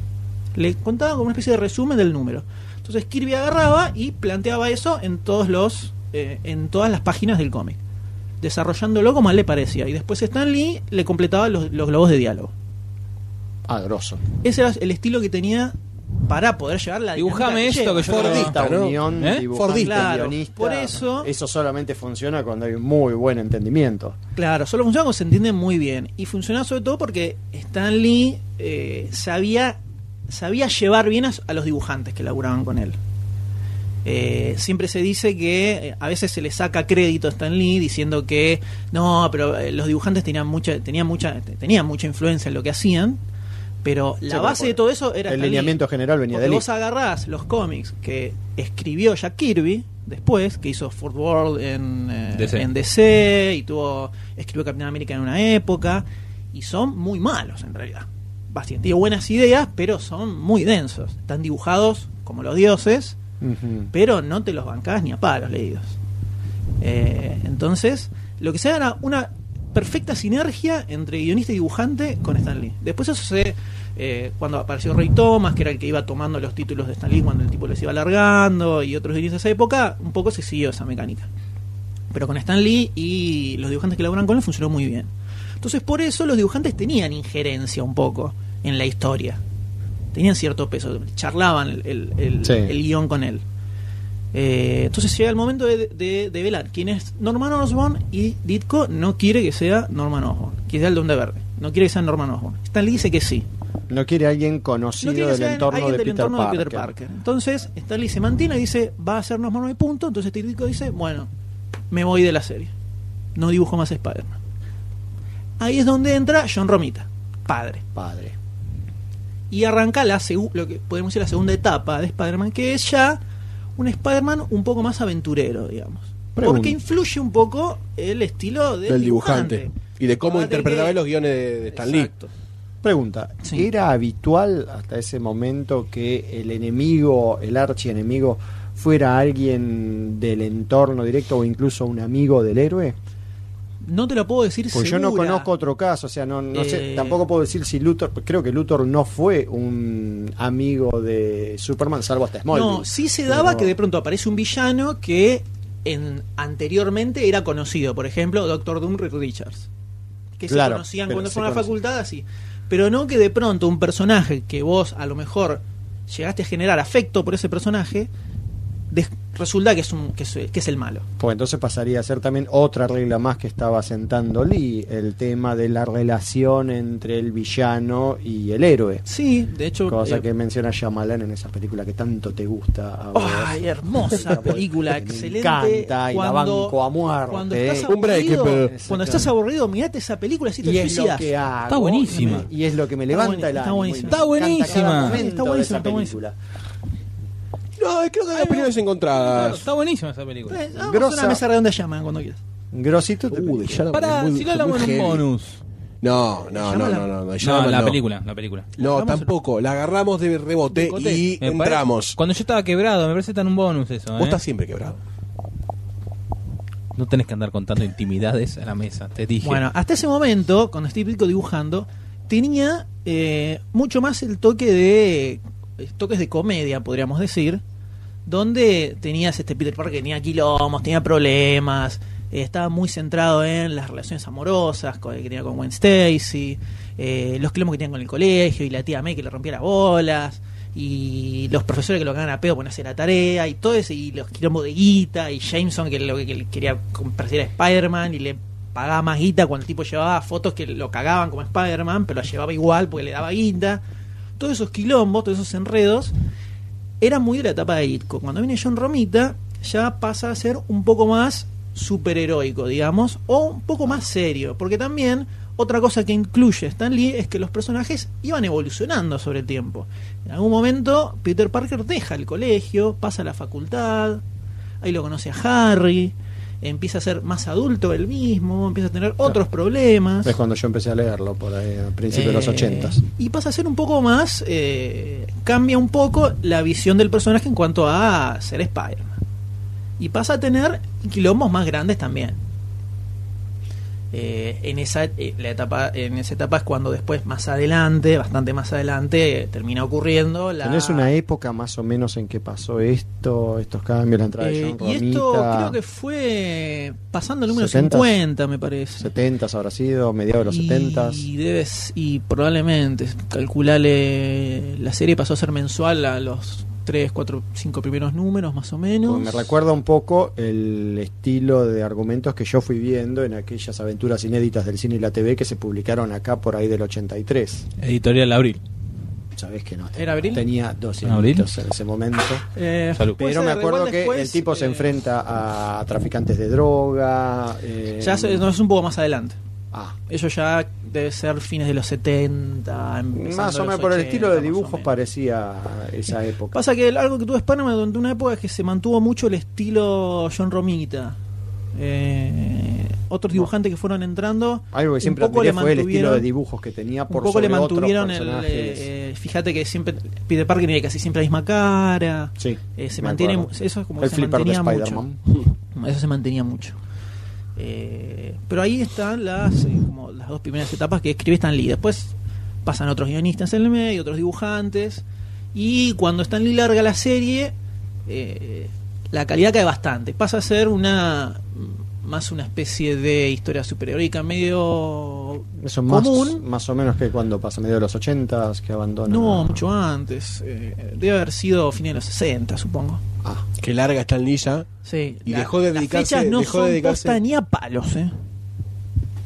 Speaker 3: Le contaba como una especie de resumen del número. Entonces Kirby agarraba y planteaba eso en todos los, eh, en todas las páginas del cómic desarrollándolo como a él le parecía. Y después Stan Lee le completaba los, los globos de diálogo.
Speaker 6: Ah, grosso.
Speaker 3: Ese era el estilo que tenía para poder llegar la
Speaker 4: Dibujame
Speaker 3: dinámica
Speaker 4: esto que
Speaker 3: lleva.
Speaker 4: yo
Speaker 7: Fordista,
Speaker 6: Esta
Speaker 7: ¿no?
Speaker 6: unión
Speaker 4: ¿Eh?
Speaker 6: dibujante,
Speaker 7: Fordista.
Speaker 3: Claro,
Speaker 6: guionista,
Speaker 3: por eso-
Speaker 6: Eso solamente funciona cuando hay un muy buen entendimiento.
Speaker 3: Claro, solo funciona cuando se entiende muy bien. Y funciona sobre todo porque Stan Lee eh, sabía, sabía llevar bien a, a los dibujantes que laburaban con él. Eh, siempre se dice que eh, a veces se le saca crédito a Stan Lee diciendo que no, pero eh, los dibujantes tenían mucha, tenían mucha, tenían mucha influencia en lo que hacían, pero la
Speaker 6: pero
Speaker 3: base de
Speaker 6: por-
Speaker 3: todo eso era
Speaker 6: el
Speaker 3: Stan Lee.
Speaker 6: lineamiento general venía
Speaker 3: Porque
Speaker 6: de Lee.
Speaker 3: vos agarrás los cómics que escribió Jack Kirby después, que hizo Fort World en, eh,
Speaker 4: DC.
Speaker 3: en DC y tuvo escribió Capitán América en una época y son muy malos en realidad. Bastante tiene buenas ideas, pero son muy densos. Están dibujados como los dioses,
Speaker 6: Ujú.
Speaker 3: pero no te los bancás ni a palos leídos. Eh, entonces, lo que se da era una perfecta sinergia entre guionista y dibujante con Stan Lee. Después eso se... eh, cuando apareció Ray Thomas, que era el que iba tomando los títulos de Stan Lee cuando el tipo les iba alargando, y otros guionistas de esa época, un poco se siguió esa mecánica. Pero con Stan Lee y los dibujantes que laburan con él funcionó muy bien. Entonces por eso los dibujantes tenían injerencia un poco en la historia. Tenían cierto peso, charlaban el, el- el-
Speaker 6: Sí.
Speaker 3: el guión con él. Eh, entonces llega el momento de, de, de velar quién es Norman Osborn y Ditko no quiere que sea Norman Osborn, que sea el Duende Verde. No quiere que sea Norman Osborn. Stan Lee dice que sí.
Speaker 6: No quiere alguien
Speaker 3: No
Speaker 6: conocido
Speaker 3: quiere que
Speaker 6: del
Speaker 3: sea
Speaker 6: entorno,
Speaker 3: alguien
Speaker 6: de,
Speaker 3: del
Speaker 6: Peter
Speaker 3: entorno de Peter
Speaker 6: Parker.
Speaker 3: Parker. Entonces Stan Lee se mantiene y dice, va a ser Norman Osborn y punto. Entonces Ditko dice, bueno, me voy de la serie. No dibujo más Spider-Man. Ahí es donde entra John Romita, padre.
Speaker 6: Padre.
Speaker 3: Y arranca la segu- lo que podemos decir la segunda etapa de Spider-Man, que es ya un Spider-Man un poco más aventurero, digamos.
Speaker 6: Pregunta.
Speaker 3: Porque influye un poco el estilo del,
Speaker 7: Del dibujante. Y de cómo
Speaker 3: Acordate
Speaker 7: interpretaba
Speaker 3: que-
Speaker 7: él los guiones de, de Stan Lee.
Speaker 3: Exacto.
Speaker 6: Pregunta,
Speaker 3: Sí.
Speaker 6: ¿era habitual hasta ese momento que el enemigo, el archienemigo, fuera alguien del entorno directo o incluso un amigo del héroe?
Speaker 3: No te lo puedo decir
Speaker 6: Pues yo no
Speaker 3: segura.
Speaker 6: conozco otro caso, o sea, no, no sé,
Speaker 3: Eh.
Speaker 6: tampoco puedo decir si Luthor, creo que Luthor no fue un amigo de Superman, salvo hasta Smallville.
Speaker 3: No, sí se daba
Speaker 6: Pero-
Speaker 3: que de pronto aparece un villano que en, anteriormente era conocido, por ejemplo, Doctor Doom Reed Richards. Que
Speaker 6: Claro,
Speaker 3: se conocían
Speaker 6: pero
Speaker 3: cuando
Speaker 6: se
Speaker 3: fueron a la
Speaker 6: conoce.
Speaker 3: facultad, así. Pero no que de pronto un personaje que vos a lo mejor llegaste a generar afecto por ese personaje, des- resulta que es, un, que es, que es el malo.
Speaker 6: Pues entonces pasaría a ser también otra regla más que estaba sentando Lee, el tema de la relación entre el villano y el héroe.
Speaker 3: Sí, de hecho...
Speaker 6: Cosa
Speaker 3: eh,
Speaker 6: que menciona Shyamalan en esa película que tanto te gusta a vos.
Speaker 3: Ay, hermosa película,
Speaker 6: Me
Speaker 3: excelente.
Speaker 6: encanta, y la
Speaker 3: Cuando-
Speaker 6: banco a muerte. eh.
Speaker 3: Cuando estás
Speaker 7: Un break,
Speaker 3: aburrido,
Speaker 7: pero-
Speaker 3: cuando estás aburirdo, mirate esa película y te
Speaker 6: y es lo
Speaker 3: suicidas.
Speaker 6: que hago.
Speaker 4: Está buenísima.
Speaker 6: Y es lo que me levanta
Speaker 3: buenísima,
Speaker 6: el
Speaker 3: está
Speaker 6: ánimo.
Speaker 3: buenísima.
Speaker 4: Está buenísima.
Speaker 3: Está
Speaker 6: Está
Speaker 3: buenísima,
Speaker 6: buenísima.
Speaker 3: está buenísima.
Speaker 7: No, creo que hay opiniones encontradas.
Speaker 4: Está buenísima esa película.
Speaker 3: Eh, Vamos a
Speaker 6: Grosa.
Speaker 3: una mesa redonda llaman cuando quieras.
Speaker 6: Grosito te
Speaker 7: Uh, de Shyamalan
Speaker 4: Para,
Speaker 7: es
Speaker 4: si
Speaker 7: muy-
Speaker 4: lo
Speaker 7: muy
Speaker 4: hablamos en
Speaker 7: heavy.
Speaker 4: un bonus.
Speaker 7: No, no, no, no, no. de
Speaker 4: No,
Speaker 7: Shyamalan
Speaker 4: la
Speaker 7: no.
Speaker 4: película, la película.
Speaker 7: No, tampoco. La agarramos de rebote y
Speaker 4: Me parece-
Speaker 7: entramos.
Speaker 4: Cuando yo estaba quebrado, me parece tan un bonus eso.
Speaker 7: Vos
Speaker 4: ¿eh?
Speaker 7: estás siempre quebrado.
Speaker 4: No tenés que andar contando intimidades a la mesa, te dije.
Speaker 3: Bueno, hasta ese momento, cuando Steve Ditko dibujando, tenía eh, mucho más el toque de. eh, toques de comedia, podríamos decir. Donde tenías este Peter Parker que tenía quilombos, tenía problemas, eh, estaba muy centrado en las relaciones amorosas co- que tenía con Gwen Stacy, eh, los quilombos que tenían con el colegio y la tía May que le rompía las bolas, y los profesores que lo ganan a pedo por no hacer la tarea, y todo eso, y los quilombos de guita, y Jameson que lo que- que le quería compartir a Spider-Man y le pagaba más guita cuando el tipo llevaba fotos que lo cagaban como Spider-Man, pero la llevaba igual porque le daba guita. Todos esos quilombos, todos esos enredos, era muy de la etapa de Ditko. Cuando viene John Romita, ya pasa a ser un poco más superheroico, digamos, o un poco más serio, porque también otra cosa que incluye Stan Lee es que los personajes iban evolucionando sobre el tiempo. En algún momento Peter Parker deja el colegio, pasa a la facultad, ahí lo conoce a Harry, empieza a ser más adulto él mismo, empieza a tener otros problemas.
Speaker 6: Es cuando yo empecé a leerlo, por ahí, a principios de los
Speaker 3: Eh,
Speaker 6: ochentas.
Speaker 3: Y pasa a ser un poco más. eh, cambia un poco la visión del personaje en cuanto a ser Spider-Man. Y pasa a tener quilombos más grandes también. Eh, en esa eh, la etapa en esa etapa es cuando después más adelante bastante más adelante eh, termina ocurriendo la Eh,
Speaker 6: ¿Tenés una época más o menos en que pasó esto, estos cambios, la entrada de
Speaker 3: Eh,
Speaker 6: John
Speaker 3: y esto
Speaker 6: Romita?
Speaker 3: creo que fue pasando el número
Speaker 6: 70s.
Speaker 3: 50 me parece
Speaker 6: 70s habrá sido, mediados de los
Speaker 3: Y
Speaker 6: 70s.
Speaker 3: debes- y probablemente, calculale, la serie pasó a ser mensual a los 3, 4, 5 primeros números más o menos.
Speaker 6: Pues Me recuerda un poco el estilo de argumentos que yo fui viendo en aquellas aventuras inéditas del cine y la TV que se publicaron acá por ahí del 83.
Speaker 4: Editorial Abril.
Speaker 6: Sabés que no.
Speaker 3: ¿Era abril?
Speaker 6: Tenía 12
Speaker 4: ¿En abril?
Speaker 6: añitos en ese momento.
Speaker 3: Eh,
Speaker 4: Salud.
Speaker 3: puede
Speaker 6: Pero
Speaker 3: ser,
Speaker 6: me acuerdo
Speaker 3: igual
Speaker 6: que
Speaker 3: después,
Speaker 6: el tipo se
Speaker 3: eh,
Speaker 6: enfrenta a traficantes de droga. eh,
Speaker 3: Ya se- no, es un poco más adelante.
Speaker 6: ah,
Speaker 3: Eso ya debe ser fines de los 70. empezando
Speaker 6: más o
Speaker 3: los
Speaker 6: menos por el
Speaker 3: 80,
Speaker 6: estilo de
Speaker 3: más o
Speaker 6: dibujos
Speaker 3: menos.
Speaker 6: parecía esa época.
Speaker 3: Pasa que el- algo que tuvo Spider-Man durante una época es que se mantuvo mucho el estilo John Romita. Eh, otros dibujantes que fueron entrando.
Speaker 6: Algo que
Speaker 3: un
Speaker 6: siempre
Speaker 3: poco le
Speaker 6: admiré fue el estilo de
Speaker 3: mantuvieron-
Speaker 6: dibujos que tenía Ah, por
Speaker 3: un poco le
Speaker 6: sobre otros
Speaker 3: mantuvieron el
Speaker 6: personajes.
Speaker 3: eh, eh, fíjate que siempre Peter Parker tiene casi siempre la misma cara
Speaker 6: Sí,
Speaker 3: eh, se
Speaker 6: me
Speaker 3: mantiene
Speaker 6: acuerdo.
Speaker 3: mu- eso es como que
Speaker 6: el
Speaker 3: se
Speaker 6: flipper de
Speaker 3: mantenía mucho.
Speaker 6: Spider-Man.
Speaker 3: eso se mantenía mucho Eh, pero ahí están las eh, como las dos primeras etapas que escribe Stan Lee después pasan otros guionistas en el medio otros dibujantes y cuando Stan Lee larga la serie eh, la calidad cae bastante pasa a ser una más una especie de historia superheroica medio
Speaker 6: Eso más,
Speaker 3: común
Speaker 6: más o menos que cuando pasa medio de los 80 que abandona.
Speaker 3: No, mucho antes. eh, debe haber sido fines de los 60, supongo.
Speaker 6: Ah,
Speaker 7: Que larga está en Lisa.
Speaker 3: Sí.
Speaker 7: Y dejó de dedicarse-
Speaker 3: Las fechas no
Speaker 7: dejó de
Speaker 3: son
Speaker 7: dedicarse-
Speaker 3: posta ni a palos, ¿eh?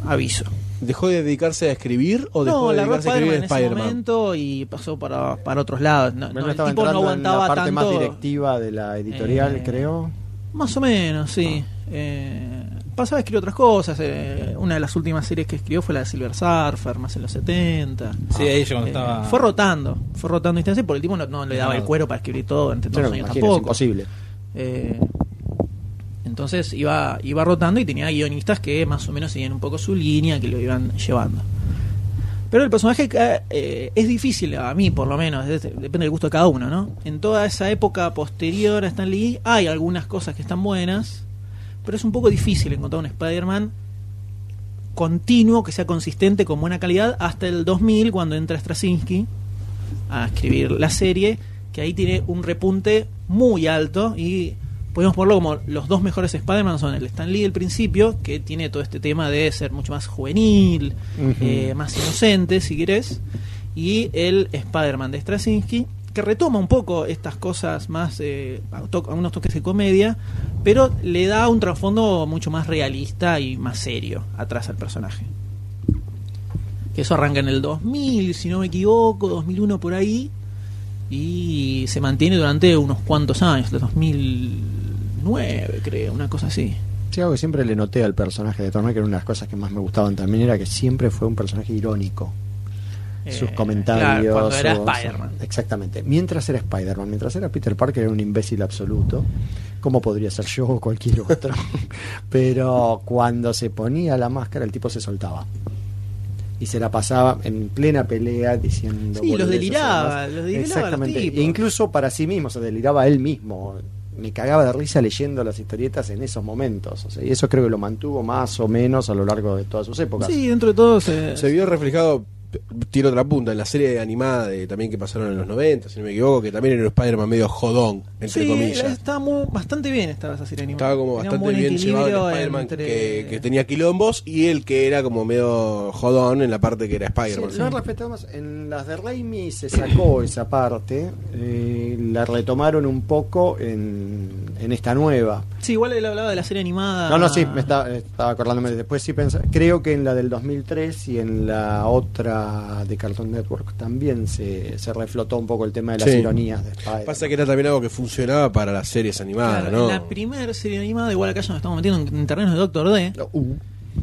Speaker 3: Aviso.
Speaker 7: ¿Dejó de dedicarse a escribir o dejó
Speaker 3: no,
Speaker 7: de
Speaker 3: la
Speaker 7: dedicarse a
Speaker 3: Spider-Man en
Speaker 7: escribir
Speaker 3: ese
Speaker 7: Spider-Man?
Speaker 3: momento y pasó para, para otros lados. No,
Speaker 6: bueno,
Speaker 3: no, el
Speaker 6: estaba
Speaker 3: tipo no
Speaker 6: entrando en la
Speaker 3: aguantaba
Speaker 6: parte
Speaker 3: tanto.
Speaker 6: más directiva de la editorial,
Speaker 3: Eh,
Speaker 6: creo.
Speaker 3: Más o menos, sí.
Speaker 6: Ah.
Speaker 3: Eh, pasaba a escribir otras cosas. eh, una de las últimas series que escribió fue la de Silver Surfer, más en los 70.
Speaker 4: Sí, ahí yo cuando
Speaker 3: Eh,
Speaker 4: estaba.
Speaker 3: Fue rotando, fue rotando instancias porque el tipo no, no le daba el
Speaker 4: No.
Speaker 3: cuero para escribir todo durante
Speaker 6: Yo
Speaker 3: todos
Speaker 6: no
Speaker 3: los
Speaker 6: me
Speaker 3: años
Speaker 6: imagino, es
Speaker 3: tampoco.
Speaker 6: imposible.
Speaker 3: Eh, entonces iba, iba rotando y tenía guionistas que más o menos seguían un poco su línea, que lo iban llevando. Pero el personaje eh, eh, es difícil, a mí por lo menos, es- depende del gusto de cada uno, ¿no? En toda esa época posterior a Stan Lee hay algunas cosas que están buenas, pero es un poco difícil encontrar un Spider-Man continuo, que sea consistente, con buena calidad, hasta el 2000, cuando entra Straczynski a escribir la serie, que ahí tiene un repunte muy alto y podemos ponerlo como los dos mejores Spider-Man son el Stan Lee del principio, que tiene todo este tema de ser mucho más juvenil,
Speaker 6: Ujú.
Speaker 3: eh, más inocente, si querés, y el Spider-Man de Straczynski, que retoma un poco estas cosas más, eh, a to- a unos toques de comedia, pero le da un trasfondo mucho más realista y más serio atrás al personaje. Que eso arranca en el 2000, si no me equivoco, 2001 por ahí, y se mantiene durante unos cuantos años, del 2009 creo, una cosa así.
Speaker 6: Sí, algo que siempre le noté al personaje de Tornado, que era una de las cosas que más me gustaban también, era que siempre fue un personaje irónico. Sus
Speaker 3: Eh,
Speaker 6: comentarios.
Speaker 3: claro, cuando era
Speaker 6: sus-
Speaker 3: Spider-Man.
Speaker 6: Exactamente. Mientras era Spider-Man, mientras era Peter Parker, era un imbécil absoluto. Como podría ser yo o cualquier otro. Pero cuando se ponía la máscara, el tipo se soltaba. Y se la pasaba en plena pelea diciendo.
Speaker 3: Sí, los
Speaker 6: boludeces,
Speaker 3: deliraba,
Speaker 6: además.
Speaker 3: los deliraba los
Speaker 6: Exactamente.
Speaker 3: tipos.
Speaker 6: E incluso para sí mismo, se deliraba él mismo. Me cagaba de risa leyendo las historietas en esos momentos. O sea, y eso creo que lo mantuvo más o menos a lo largo de todas sus épocas.
Speaker 3: Sí, dentro de todo se,
Speaker 7: Se vio reflejado, p- tiro otra punta, en la serie animada de, también que pasaron en los 90, si no me equivoco, que también era un Spider-Man medio jodón, entre
Speaker 3: sí,
Speaker 7: comillas.
Speaker 3: Estaba muy- bastante bien estaba esa serie animada.
Speaker 7: Estaba
Speaker 3: Tenía
Speaker 7: como
Speaker 3: un
Speaker 7: bastante
Speaker 3: buen
Speaker 7: bien llevado el
Speaker 3: equilibrio
Speaker 7: Spider-Man
Speaker 3: entre-
Speaker 7: que, que tenía quilombos y el que era como medio jodón en la parte que era
Speaker 6: Sí,
Speaker 7: Spider-Man.
Speaker 6: lo han respetado más. En las de Raimi se sacó esa parte, eh, la retomaron un poco en, en esta nueva.
Speaker 3: Sí, igual él hablaba de la serie animada.
Speaker 6: No, no, sí, me está- estaba acordándome. Después sí pensé, creo que en la del 2003 y en la otra de Cartoon Network también se, se reflotó un poco el tema de las
Speaker 7: Sí.
Speaker 6: ironías de Spider-Man.
Speaker 7: Pasa que era también algo que funcionaba para las series animadas,
Speaker 3: Claro,
Speaker 7: ¿no?
Speaker 3: La primera serie animada, igual acá ya nos estamos metiendo en, en terrenos de Doctor D,
Speaker 6: Uh,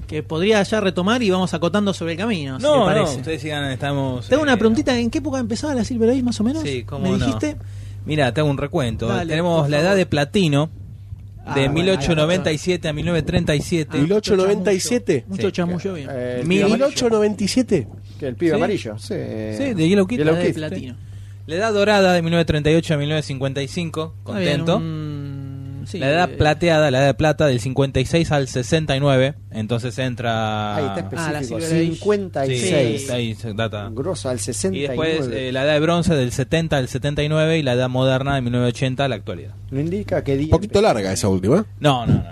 Speaker 3: que podría ya retomar y vamos acotando sobre el camino. si le
Speaker 4: No, no,
Speaker 3: parece.
Speaker 4: ustedes sigan, estamos.
Speaker 3: Te hago
Speaker 4: eh,
Speaker 3: una preguntita: ¿en qué época empezaba la Silver Age más o menos?
Speaker 4: Sí, cómo
Speaker 3: ¿Me
Speaker 4: no.
Speaker 3: dijiste?
Speaker 4: Mira, te hago un recuento. ¿eh?
Speaker 3: Dale,
Speaker 4: Tenemos
Speaker 3: por
Speaker 4: la
Speaker 3: favor.
Speaker 4: edad de platino,
Speaker 3: Ah,
Speaker 4: de
Speaker 3: bueno,
Speaker 4: 1897 a
Speaker 3: Ah,
Speaker 4: 1937.
Speaker 7: ¿Y lo- 1897?
Speaker 3: Mucho
Speaker 4: Sí,
Speaker 3: chamullo bien.
Speaker 6: eh, el
Speaker 4: Mil-
Speaker 6: pibe amarillo.
Speaker 7: 1897.
Speaker 6: Que el pibe
Speaker 4: Sí.
Speaker 6: amarillo, sí.
Speaker 4: Sí, de Yellow Kid.
Speaker 6: Yellow
Speaker 3: La de
Speaker 6: Kid,
Speaker 3: platino.
Speaker 4: La edad dorada de 1938 a 1955,
Speaker 3: Está bien,
Speaker 4: contento.
Speaker 3: un- sí,
Speaker 4: la edad
Speaker 3: eh,
Speaker 4: plateada, la edad de plata, del 56 al 69. Entonces entra.
Speaker 6: Ahí está
Speaker 3: Ah, la
Speaker 6: específico,
Speaker 3: Silver Age.
Speaker 6: 56.
Speaker 4: Sí, ahí se data.
Speaker 6: Grosa al
Speaker 4: Y
Speaker 6: 69.
Speaker 4: después eh, la edad de bronce del 70 al 79 y la edad moderna de 1980 a la actualidad.
Speaker 6: Lo indica que
Speaker 7: Un poquito larga esa última. ¿eh?
Speaker 4: No, no, no.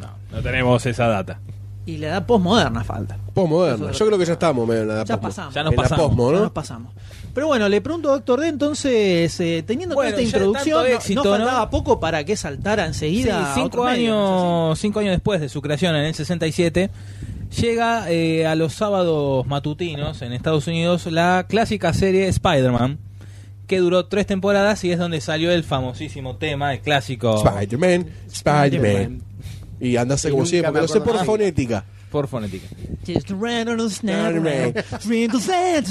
Speaker 4: No, no tenemos esa data.
Speaker 3: Y la edad postmoderna falta.
Speaker 7: Postmoderna. Yo creo que ya estamos medio en la edad
Speaker 3: Ya
Speaker 7: posmo-
Speaker 3: pasamos.
Speaker 4: Ya nos
Speaker 7: en la
Speaker 4: pasamos,
Speaker 7: posmo,
Speaker 3: Ya
Speaker 7: ¿no?
Speaker 3: nos pasamos. Pero bueno, le pregunto a Doctor D, entonces, eh, teniendo
Speaker 4: Bueno,
Speaker 3: toda
Speaker 4: ya
Speaker 3: esta
Speaker 4: de tanto
Speaker 3: introducción, no-
Speaker 4: éxito,
Speaker 3: no,
Speaker 4: ¿no?
Speaker 3: faltaba poco para que saltara enseguida.
Speaker 4: Sí,
Speaker 3: a
Speaker 4: cinco
Speaker 3: otro medio, ¿no
Speaker 4: años, cinco años después de su creación en el 67, llega eh, a los sábados matutinos en Estados Unidos la clásica serie Spider-Man, que duró tres temporadas y es donde salió el famosísimo tema, el clásico
Speaker 7: Spider-Man, Spider-Man. Y andase
Speaker 6: Y
Speaker 7: como
Speaker 6: nunca
Speaker 7: siempre,
Speaker 6: me
Speaker 7: pero sé
Speaker 6: acuerdo
Speaker 7: por
Speaker 6: nada.
Speaker 7: fonética.
Speaker 4: por fonética.
Speaker 3: es así? Just ran on a snap,
Speaker 7: Spider-Man.
Speaker 3: ran, sprinkle sand,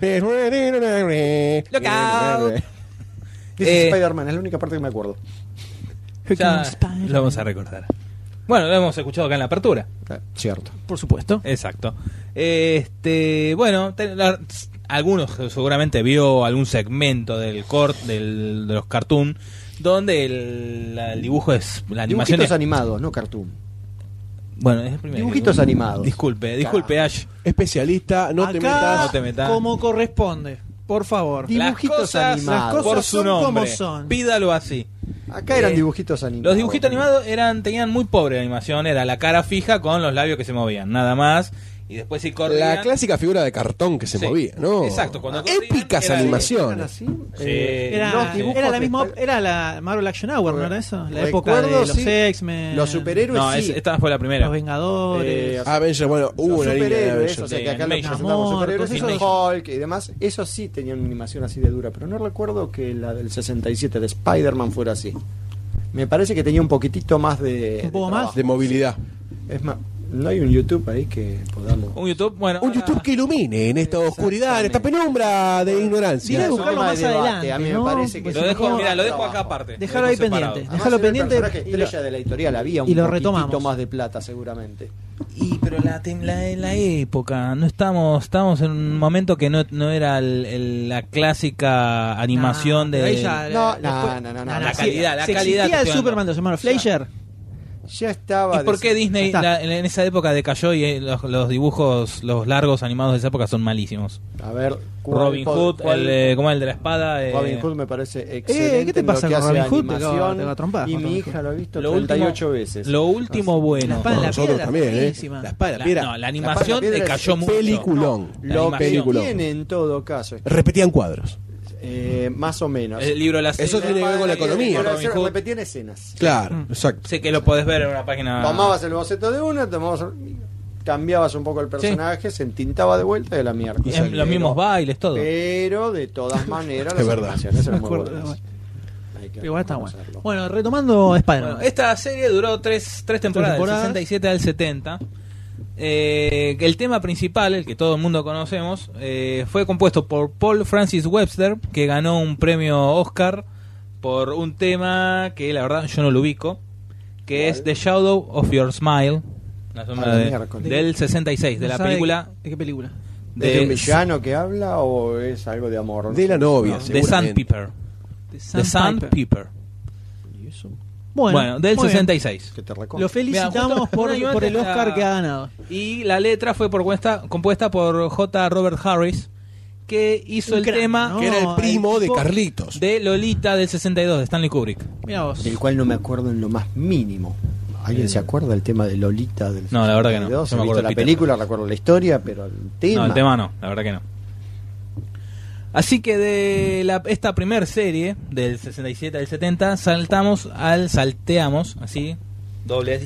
Speaker 3: Spider-Man.
Speaker 4: Lockout.
Speaker 6: Dice
Speaker 4: Eh,
Speaker 6: Spider-Man, es la única parte que me acuerdo.
Speaker 3: Here
Speaker 4: Ya
Speaker 3: comes Spider-Man.
Speaker 4: lo vamos a recordar. Bueno, lo hemos escuchado acá en la apertura.
Speaker 6: Cierto.
Speaker 3: Por supuesto.
Speaker 4: Exacto. Este, bueno, te- la- algunos seguramente vio algún segmento del cort del, de los cartoon donde el, la- el dibujo es la animación
Speaker 6: Dibujitos
Speaker 4: es,
Speaker 6: animados, no cartoon.
Speaker 4: bueno, es el primero.
Speaker 6: Dibujitos animados.
Speaker 4: Disculpe, disculpe Ash.
Speaker 7: Especialista, no
Speaker 3: Acá,
Speaker 7: te metas.
Speaker 4: No te metas.
Speaker 3: como corresponde, por favor.
Speaker 6: Di- Dibujitos
Speaker 4: las cosas,
Speaker 6: animados.
Speaker 4: las cosas
Speaker 3: Por su
Speaker 4: son como
Speaker 3: nombre.
Speaker 4: son. Pídalo así.
Speaker 6: Acá eran
Speaker 4: Eh,
Speaker 6: dibujitos animados.
Speaker 4: Los dibujitos animados eran tenían muy pobre animación, era la cara fija con los labios que se movían, nada más. Y después si corrían
Speaker 7: La clásica figura de cartón que se
Speaker 4: Sí.
Speaker 7: movía, ¿no?
Speaker 4: Exacto, cuando corrían,
Speaker 7: Épicas
Speaker 4: era-
Speaker 6: ¿Eran
Speaker 7: animaciones.
Speaker 6: así?
Speaker 4: Sí.
Speaker 6: Eh,
Speaker 4: Era-
Speaker 6: los dibujos
Speaker 3: era la
Speaker 6: de
Speaker 3: misma,
Speaker 6: Spider-
Speaker 3: era la Marvel Action Hour, ¿no era eso? La época de
Speaker 6: Recuerdo,
Speaker 3: los
Speaker 6: sí.
Speaker 3: X-Men,
Speaker 6: Los superhéroes
Speaker 4: No, es-
Speaker 6: sí.
Speaker 4: esta fue la primera.
Speaker 3: los Vengadores.
Speaker 6: Eh,
Speaker 7: Avengers, bueno, hubo
Speaker 6: los
Speaker 7: una línea de
Speaker 6: superhéroes,
Speaker 7: Avengers.
Speaker 6: o sea
Speaker 4: de
Speaker 6: que acá lo
Speaker 4: Animation.
Speaker 6: presentamos como
Speaker 3: Amor,
Speaker 6: superhéroes,
Speaker 4: Disney.
Speaker 6: esos Hulk y demás, esos sí tenían una animación así de dura, pero no recuerdo que la del 67 de Spider-Man fuera así. Me parece que tenía un poquitito más de.
Speaker 3: ¿Un poco
Speaker 6: de
Speaker 3: más?
Speaker 6: trabajo.
Speaker 7: De movilidad.
Speaker 6: Es más, no hay un YouTube ahí que podamos.
Speaker 4: Un YouTube, bueno,
Speaker 7: Un
Speaker 4: ahora-
Speaker 7: YouTube que ilumine en esta oscuridad, en esta penumbra de
Speaker 3: Mirá,
Speaker 7: ignorancia.
Speaker 6: Es un
Speaker 3: buscarlo
Speaker 6: tema de
Speaker 3: más
Speaker 6: debate,
Speaker 3: adelante,
Speaker 6: A mí
Speaker 3: ¿no?
Speaker 6: me parece que
Speaker 3: Pues
Speaker 4: lo
Speaker 6: es un
Speaker 4: dejo,
Speaker 6: tema
Speaker 4: mira,
Speaker 6: de
Speaker 4: lo dejo
Speaker 6: trabajo.
Speaker 4: acá aparte.
Speaker 3: Dejalo ahí
Speaker 4: Lo dejo separado.
Speaker 3: pendiente.
Speaker 6: Además,
Speaker 3: Dejalo
Speaker 6: era el
Speaker 3: pendiente
Speaker 6: personaje
Speaker 3: y lo-
Speaker 6: estrella de la editorial había un
Speaker 3: y lo
Speaker 6: poquitito
Speaker 3: retomamos.
Speaker 6: más de plata seguramente.
Speaker 4: Y pero la, tem- la, la época, no estamos, estamos en un momento que no, no era el- el- la clásica animación
Speaker 3: Nah,
Speaker 4: de...
Speaker 3: ahí ya-
Speaker 6: No, eh,
Speaker 3: después-
Speaker 6: no, no, no, no.
Speaker 4: la
Speaker 6: no, sí.
Speaker 4: calidad, la
Speaker 3: Si
Speaker 4: calidad te
Speaker 3: existía el
Speaker 4: estoy dando.
Speaker 3: Superman de los hermanos Fleischer.
Speaker 6: Ya estaba.
Speaker 4: ¿Y por qué
Speaker 6: des-
Speaker 4: Disney
Speaker 3: Ya está.
Speaker 4: la- en esa época decayó y eh, los, los dibujos, los largos animados de esa época son malísimos?
Speaker 6: A ver, ¿cuál
Speaker 4: Robin
Speaker 6: pod-
Speaker 4: Hood,
Speaker 6: cuál-
Speaker 4: el, eh, ¿cómo es el de la espada? Eh,
Speaker 6: Robin Hood me parece excelente.
Speaker 3: Eh, ¿qué te
Speaker 6: en lo
Speaker 3: pasa
Speaker 6: que
Speaker 3: con
Speaker 6: hace
Speaker 3: Robin Hood? Te
Speaker 6: animación,
Speaker 3: acabo- te acabo de trompar
Speaker 6: Y
Speaker 3: con
Speaker 6: mi
Speaker 3: Robin Hood. Ah,
Speaker 6: hija lo ha visto
Speaker 4: Lo
Speaker 6: 38
Speaker 4: último,
Speaker 6: veces.
Speaker 4: Lo último
Speaker 3: La
Speaker 4: bueno.
Speaker 3: espada en la
Speaker 7: Nosotros
Speaker 3: piedra.
Speaker 7: también, ¿eh?
Speaker 3: buenísima.
Speaker 7: La espada,
Speaker 4: La-
Speaker 7: mira.
Speaker 4: no, la
Speaker 6: La
Speaker 4: animación
Speaker 6: Piedra es
Speaker 4: decayó mucho.
Speaker 7: Peliculón.
Speaker 4: La
Speaker 6: Lo que
Speaker 4: animación.
Speaker 7: película.
Speaker 6: tiene en todo caso es
Speaker 7: Repetían cuadros.
Speaker 6: Eh, más o menos.
Speaker 4: El libro de la
Speaker 7: Eso
Speaker 4: selva.
Speaker 7: tiene que ver con la economía.
Speaker 6: Pero hacer-
Speaker 4: Robin Hood.
Speaker 6: Repetían escenas.
Speaker 7: Claro, exacto.
Speaker 4: Sé que lo podés ver en una página.
Speaker 6: Tomabas el boceto de una, tomabas, cambiabas un poco el personaje, se entintaba de vuelta de la mierda.
Speaker 4: Y en los mismos bailes, todo.
Speaker 6: Pero de todas maneras,
Speaker 7: Es
Speaker 6: las
Speaker 7: verdad.
Speaker 6: animaciones
Speaker 3: Me
Speaker 6: eran muy
Speaker 3: acuerdo,
Speaker 6: buenas. Hay que
Speaker 3: Pero igual está bueno.
Speaker 6: reconocerlo.
Speaker 3: Bueno, retomando Spider-Man.
Speaker 4: Bueno, este esta serie duró tres, tres temporadas,
Speaker 3: temporadas.
Speaker 4: del 67 al 70. Eh, el tema principal, el que todo el mundo conocemos, eh, fue compuesto por Paul Francis Webster, que ganó un premio Oscar por un tema que la verdad yo no lo ubico, que es The Shadow of Your Smile, la sombra
Speaker 6: Ah,
Speaker 4: de-
Speaker 6: miércoles.
Speaker 4: del 66, de
Speaker 3: No
Speaker 4: la
Speaker 3: sabe
Speaker 4: película
Speaker 3: ¿De qué película?
Speaker 6: ¿Es de un
Speaker 4: de,
Speaker 6: villano que habla o es algo de amor?
Speaker 7: De la novia,
Speaker 4: de
Speaker 7: seguramente.
Speaker 4: Sandpiper. De Sandpiper.
Speaker 6: ¿Y eso?
Speaker 4: Bueno,
Speaker 3: Bueno,
Speaker 4: del
Speaker 3: muy bien.
Speaker 4: 66.
Speaker 6: Que te
Speaker 3: Lo
Speaker 6: reconozco.
Speaker 4: Mirá,
Speaker 3: felicitamos
Speaker 4: justo un año
Speaker 3: por, por el
Speaker 4: antes
Speaker 3: Oscar
Speaker 4: la-
Speaker 3: que ha ganado.
Speaker 4: Y la letra fue por cuesta- compuesta por J. Robert Harris, que hizo
Speaker 3: Un
Speaker 4: el
Speaker 3: cráneo,
Speaker 4: tema
Speaker 3: ¿no?
Speaker 7: Que era
Speaker 3: No,
Speaker 7: el primo
Speaker 3: el
Speaker 7: de
Speaker 3: tipo-
Speaker 7: Carlitos.
Speaker 4: de Lolita del 62, de Stanley Kubrick.
Speaker 3: Mira vos.
Speaker 6: Del cual no me acuerdo en lo más mínimo. ¿Alguien se acuerda del tema de Lolita? Del
Speaker 4: Eh. No, la verdad que no.
Speaker 6: 62?
Speaker 4: Yo me
Speaker 6: He
Speaker 4: acuerdo
Speaker 6: visto
Speaker 4: de
Speaker 6: la
Speaker 4: Peter.
Speaker 6: película, recuerdo la historia, pero el tema.
Speaker 4: No, el tema no, la verdad que no. Así que de la- esta primer serie, del 67 al 70, saltamos al salteamos, así, doble,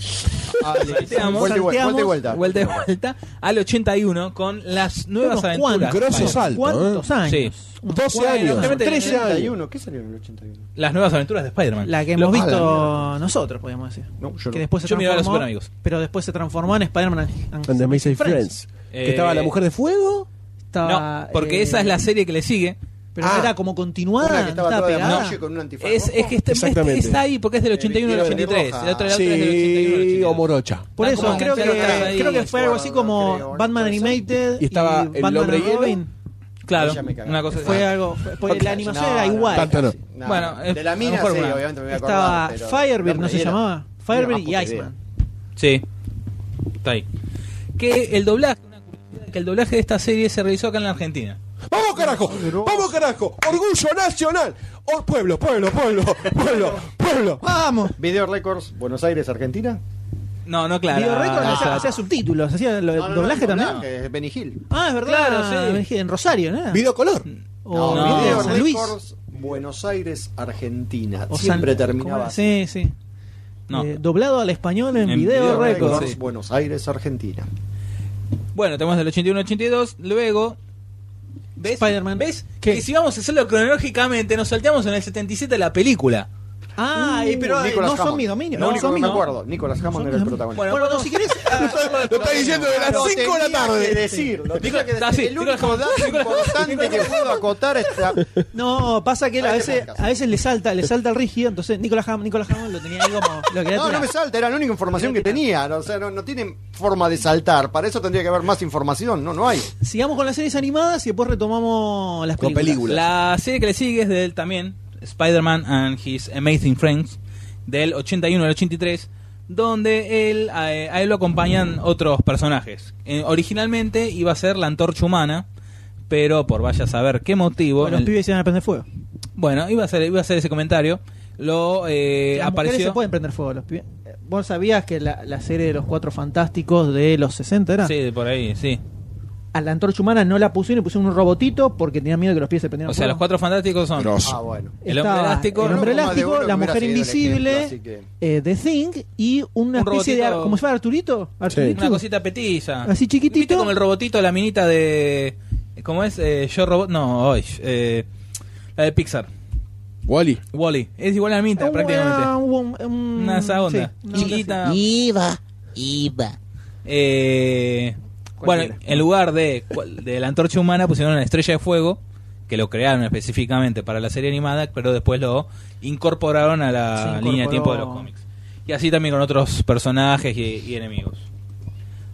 Speaker 6: Ah, le-
Speaker 4: Salteamos.
Speaker 6: vuelta y vuelta, vuelta y vuelta.
Speaker 4: vuelta de vuelta, al 81 con las nuevas
Speaker 3: Unos
Speaker 4: aventuras.
Speaker 3: cuantos,
Speaker 7: Grosso
Speaker 4: Spider-Man.
Speaker 7: salto,
Speaker 3: ¿Cuántos
Speaker 7: ¿eh?
Speaker 3: años?
Speaker 4: Sí.
Speaker 3: Unos
Speaker 7: 12
Speaker 4: Bueno,
Speaker 7: años,
Speaker 4: realmente
Speaker 7: 13 años.
Speaker 6: 81, ¿qué salió en el 81?
Speaker 4: Las nuevas aventuras de Spider-Man.
Speaker 3: La que
Speaker 4: Los
Speaker 3: hemos
Speaker 4: vi-
Speaker 3: visto nosotros, podemos decir.
Speaker 6: No, yo
Speaker 3: que
Speaker 6: no.
Speaker 3: después se
Speaker 4: Yo miraba los
Speaker 3: transformó,
Speaker 4: Superamigos.
Speaker 3: pero después se transformó en Spider-Man and-
Speaker 7: And the Amazing Friends.
Speaker 4: Eh,
Speaker 7: que estaba la mujer de fuego.
Speaker 3: Estaba,
Speaker 4: no, porque
Speaker 3: eh,
Speaker 4: esa es la serie que le sigue.
Speaker 3: Pero
Speaker 7: Ah.
Speaker 3: era como continuada,
Speaker 6: Una que
Speaker 3: estaba,
Speaker 6: estaba toda de
Speaker 3: pegada.
Speaker 6: amarillo con un antifaz.
Speaker 4: Es,
Speaker 6: rojo.
Speaker 4: es que está,
Speaker 7: Exactamente.
Speaker 4: está ahí porque es del
Speaker 6: Eh,
Speaker 4: 81 al
Speaker 6: vieron la
Speaker 4: 83.
Speaker 6: roja.
Speaker 4: La otra, la otra es del 81 al
Speaker 7: Sí,
Speaker 4: 82.
Speaker 7: o morocha.
Speaker 3: Por
Speaker 4: Ah,
Speaker 3: eso
Speaker 4: como
Speaker 3: creo que,
Speaker 4: Gonzalo está ahí.
Speaker 3: creo que fue algo así como
Speaker 6: Creo, no
Speaker 3: Batman
Speaker 6: puede ser.
Speaker 3: Animated
Speaker 7: Y estaba el
Speaker 3: Batman
Speaker 7: hombre
Speaker 3: and
Speaker 7: hielo.
Speaker 3: Robin.
Speaker 4: Claro,
Speaker 6: Ella me cagó.
Speaker 4: una cosa
Speaker 3: Fue
Speaker 4: ah,
Speaker 3: algo, fue- porque la animación
Speaker 6: No,
Speaker 3: era
Speaker 6: no,
Speaker 3: igual.
Speaker 7: Tanto no.
Speaker 6: No,
Speaker 4: Bueno,
Speaker 6: de
Speaker 4: eh,
Speaker 6: la mina,
Speaker 4: a lo mejor
Speaker 6: sí,
Speaker 4: una-
Speaker 6: obviamente me voy a
Speaker 3: Estaba
Speaker 6: acordar. pero-
Speaker 3: Firebird,
Speaker 6: No,
Speaker 3: no se
Speaker 6: era-
Speaker 3: llamaba.
Speaker 6: Mira,
Speaker 3: Firebird
Speaker 6: más
Speaker 3: y
Speaker 6: puta
Speaker 3: Iceman.
Speaker 4: Sí, está ahí. Que el doblaje, una curiosidad, que el doblaje de esta serie se realizó acá en la Argentina.
Speaker 7: ¡Vamos, carajo! ¡Vamos, carajo! ¡Orgullo nacional! ¡Oh, pueblo, pueblo, pueblo, pueblo, pueblo!
Speaker 3: Vamos.
Speaker 6: Video Records, Buenos Aires, Argentina.
Speaker 3: Eh,
Speaker 4: No, no, claro.
Speaker 3: Video Record
Speaker 4: no,
Speaker 3: hacía,
Speaker 4: claro.
Speaker 3: hacía subtítulos, hacía lo-
Speaker 6: No, no, no,
Speaker 3: doblaje
Speaker 6: no,
Speaker 3: también.
Speaker 6: doblaje, es Benny Hill.
Speaker 3: Ah, es verdad.
Speaker 4: Claro,
Speaker 3: En Rosario, ¿no? era?
Speaker 7: Videocolor.
Speaker 3: O
Speaker 4: No,
Speaker 3: Video
Speaker 6: Video
Speaker 3: Oh, San Luis.
Speaker 6: Records, Buenos Aires, Argentina.
Speaker 3: O
Speaker 6: Siempre
Speaker 3: San-
Speaker 6: terminaba.
Speaker 3: ¿cómo era? Sí, sí.
Speaker 4: No.
Speaker 3: Eh, doblado al español en,
Speaker 4: En
Speaker 3: Video
Speaker 4: Video
Speaker 3: Records.
Speaker 4: Records. sí.
Speaker 6: Buenos Aires, Argentina.
Speaker 4: Bueno, tenemos del 81 al 82. Luego. ¿Ves?
Speaker 3: Spider-Man.
Speaker 4: ¿Ves?
Speaker 3: ¿Qué?
Speaker 4: Que si vamos a hacerlo cronológicamente, nos salteamos en el 77 la película.
Speaker 3: Ah, y pero eh,
Speaker 6: Nicolas
Speaker 3: no son
Speaker 6: Mm, Hammond.
Speaker 3: mi dominio.
Speaker 6: Uh, Lo
Speaker 3: No,
Speaker 6: único
Speaker 3: son
Speaker 6: que
Speaker 3: mi
Speaker 6: me
Speaker 3: dominio.
Speaker 6: acuerdo, Nicolas Hammond era el protagonista.
Speaker 4: Bueno,
Speaker 3: Bueno, si querés. ah,
Speaker 7: Lo está diciendo de las
Speaker 6: Lo
Speaker 7: 5 de la
Speaker 6: tenía que
Speaker 7: tarde.
Speaker 6: decir, lo
Speaker 4: Nicolas-
Speaker 6: tenía que
Speaker 4: Ah,
Speaker 6: decir.
Speaker 4: sí,
Speaker 6: el único
Speaker 4: Nicolas-
Speaker 6: dato
Speaker 4: Nicolas-
Speaker 6: importante que puedo acotar es la-
Speaker 3: No, pasa que él a
Speaker 6: Para este
Speaker 3: veces,
Speaker 6: podcast.
Speaker 3: a veces le salta, le salta el rígido, entonces Nicolás Hammond, Nicolás Hammond lo tenía ahí como lo quería
Speaker 6: No, no
Speaker 3: tirar.
Speaker 6: me salta, era la única información que tenía. O sea, no, no tiene forma de saltar. Para eso tendría que haber más información. No, no hay.
Speaker 3: Sigamos con las series animadas y después retomamos las
Speaker 7: Con
Speaker 3: películas.
Speaker 7: películas.
Speaker 4: La serie que le sigue es de él también, Spider-Man and His Amazing Friends, del 81 al 83, donde él, a, a él lo acompañan otros personajes. Eh, originalmente iba a ser la antorcha humana, pero por vaya a saber qué motivo.
Speaker 3: Bueno, los
Speaker 4: el-
Speaker 3: pibes se van a prender fuego.
Speaker 4: bueno, iba a ser, iba a hacer ese comentario. Lo eh,
Speaker 3: las mujeres
Speaker 4: apareció.
Speaker 3: se pueden prender fuego los pibes. Eh, Vos sabías que la, la serie de los cuatro fantásticos de los 60 era.
Speaker 4: Sí, por ahí, sí.
Speaker 3: A la antorcha humana no la pusieron, le pusieron un robotito porque tenían miedo que los pibes se prendieran
Speaker 4: O sea, los cuatro fantásticos son
Speaker 6: Ah, bueno.
Speaker 4: el hombre elástico,
Speaker 3: el hombre
Speaker 6: Uno más de
Speaker 3: elástico,
Speaker 6: uno
Speaker 3: la
Speaker 6: que hubiera
Speaker 3: mujer
Speaker 6: sido el
Speaker 3: invisible,
Speaker 6: ejemplo, así
Speaker 3: eh, The Thing y una
Speaker 4: Un
Speaker 3: especie de.
Speaker 4: robotito-
Speaker 3: ¿Cómo se llama Arturito? Arturito.
Speaker 4: una cosita petiza.
Speaker 3: Así chiquitito.
Speaker 4: ¿Viste como el robotito, la minita de. ¿Cómo es? Eh, yo robot. No, hoy. eh, la de Pixar.
Speaker 7: Wally.
Speaker 4: Wally. Es igual a la minita,
Speaker 3: Un-
Speaker 4: prácticamente.
Speaker 3: un- un-
Speaker 4: Una de esa onda.
Speaker 3: Mm, sí, una
Speaker 4: Chiquita.
Speaker 8: Iba, iba.
Speaker 4: Eh, bueno, en lugar de, de la antorcha humana pusieron una estrella de fuego, que lo crearon específicamente para la serie animada, pero después lo incorporaron a la
Speaker 3: Se incorporó.
Speaker 4: línea de tiempo de los cómics. Y así también con otros personajes y, y enemigos.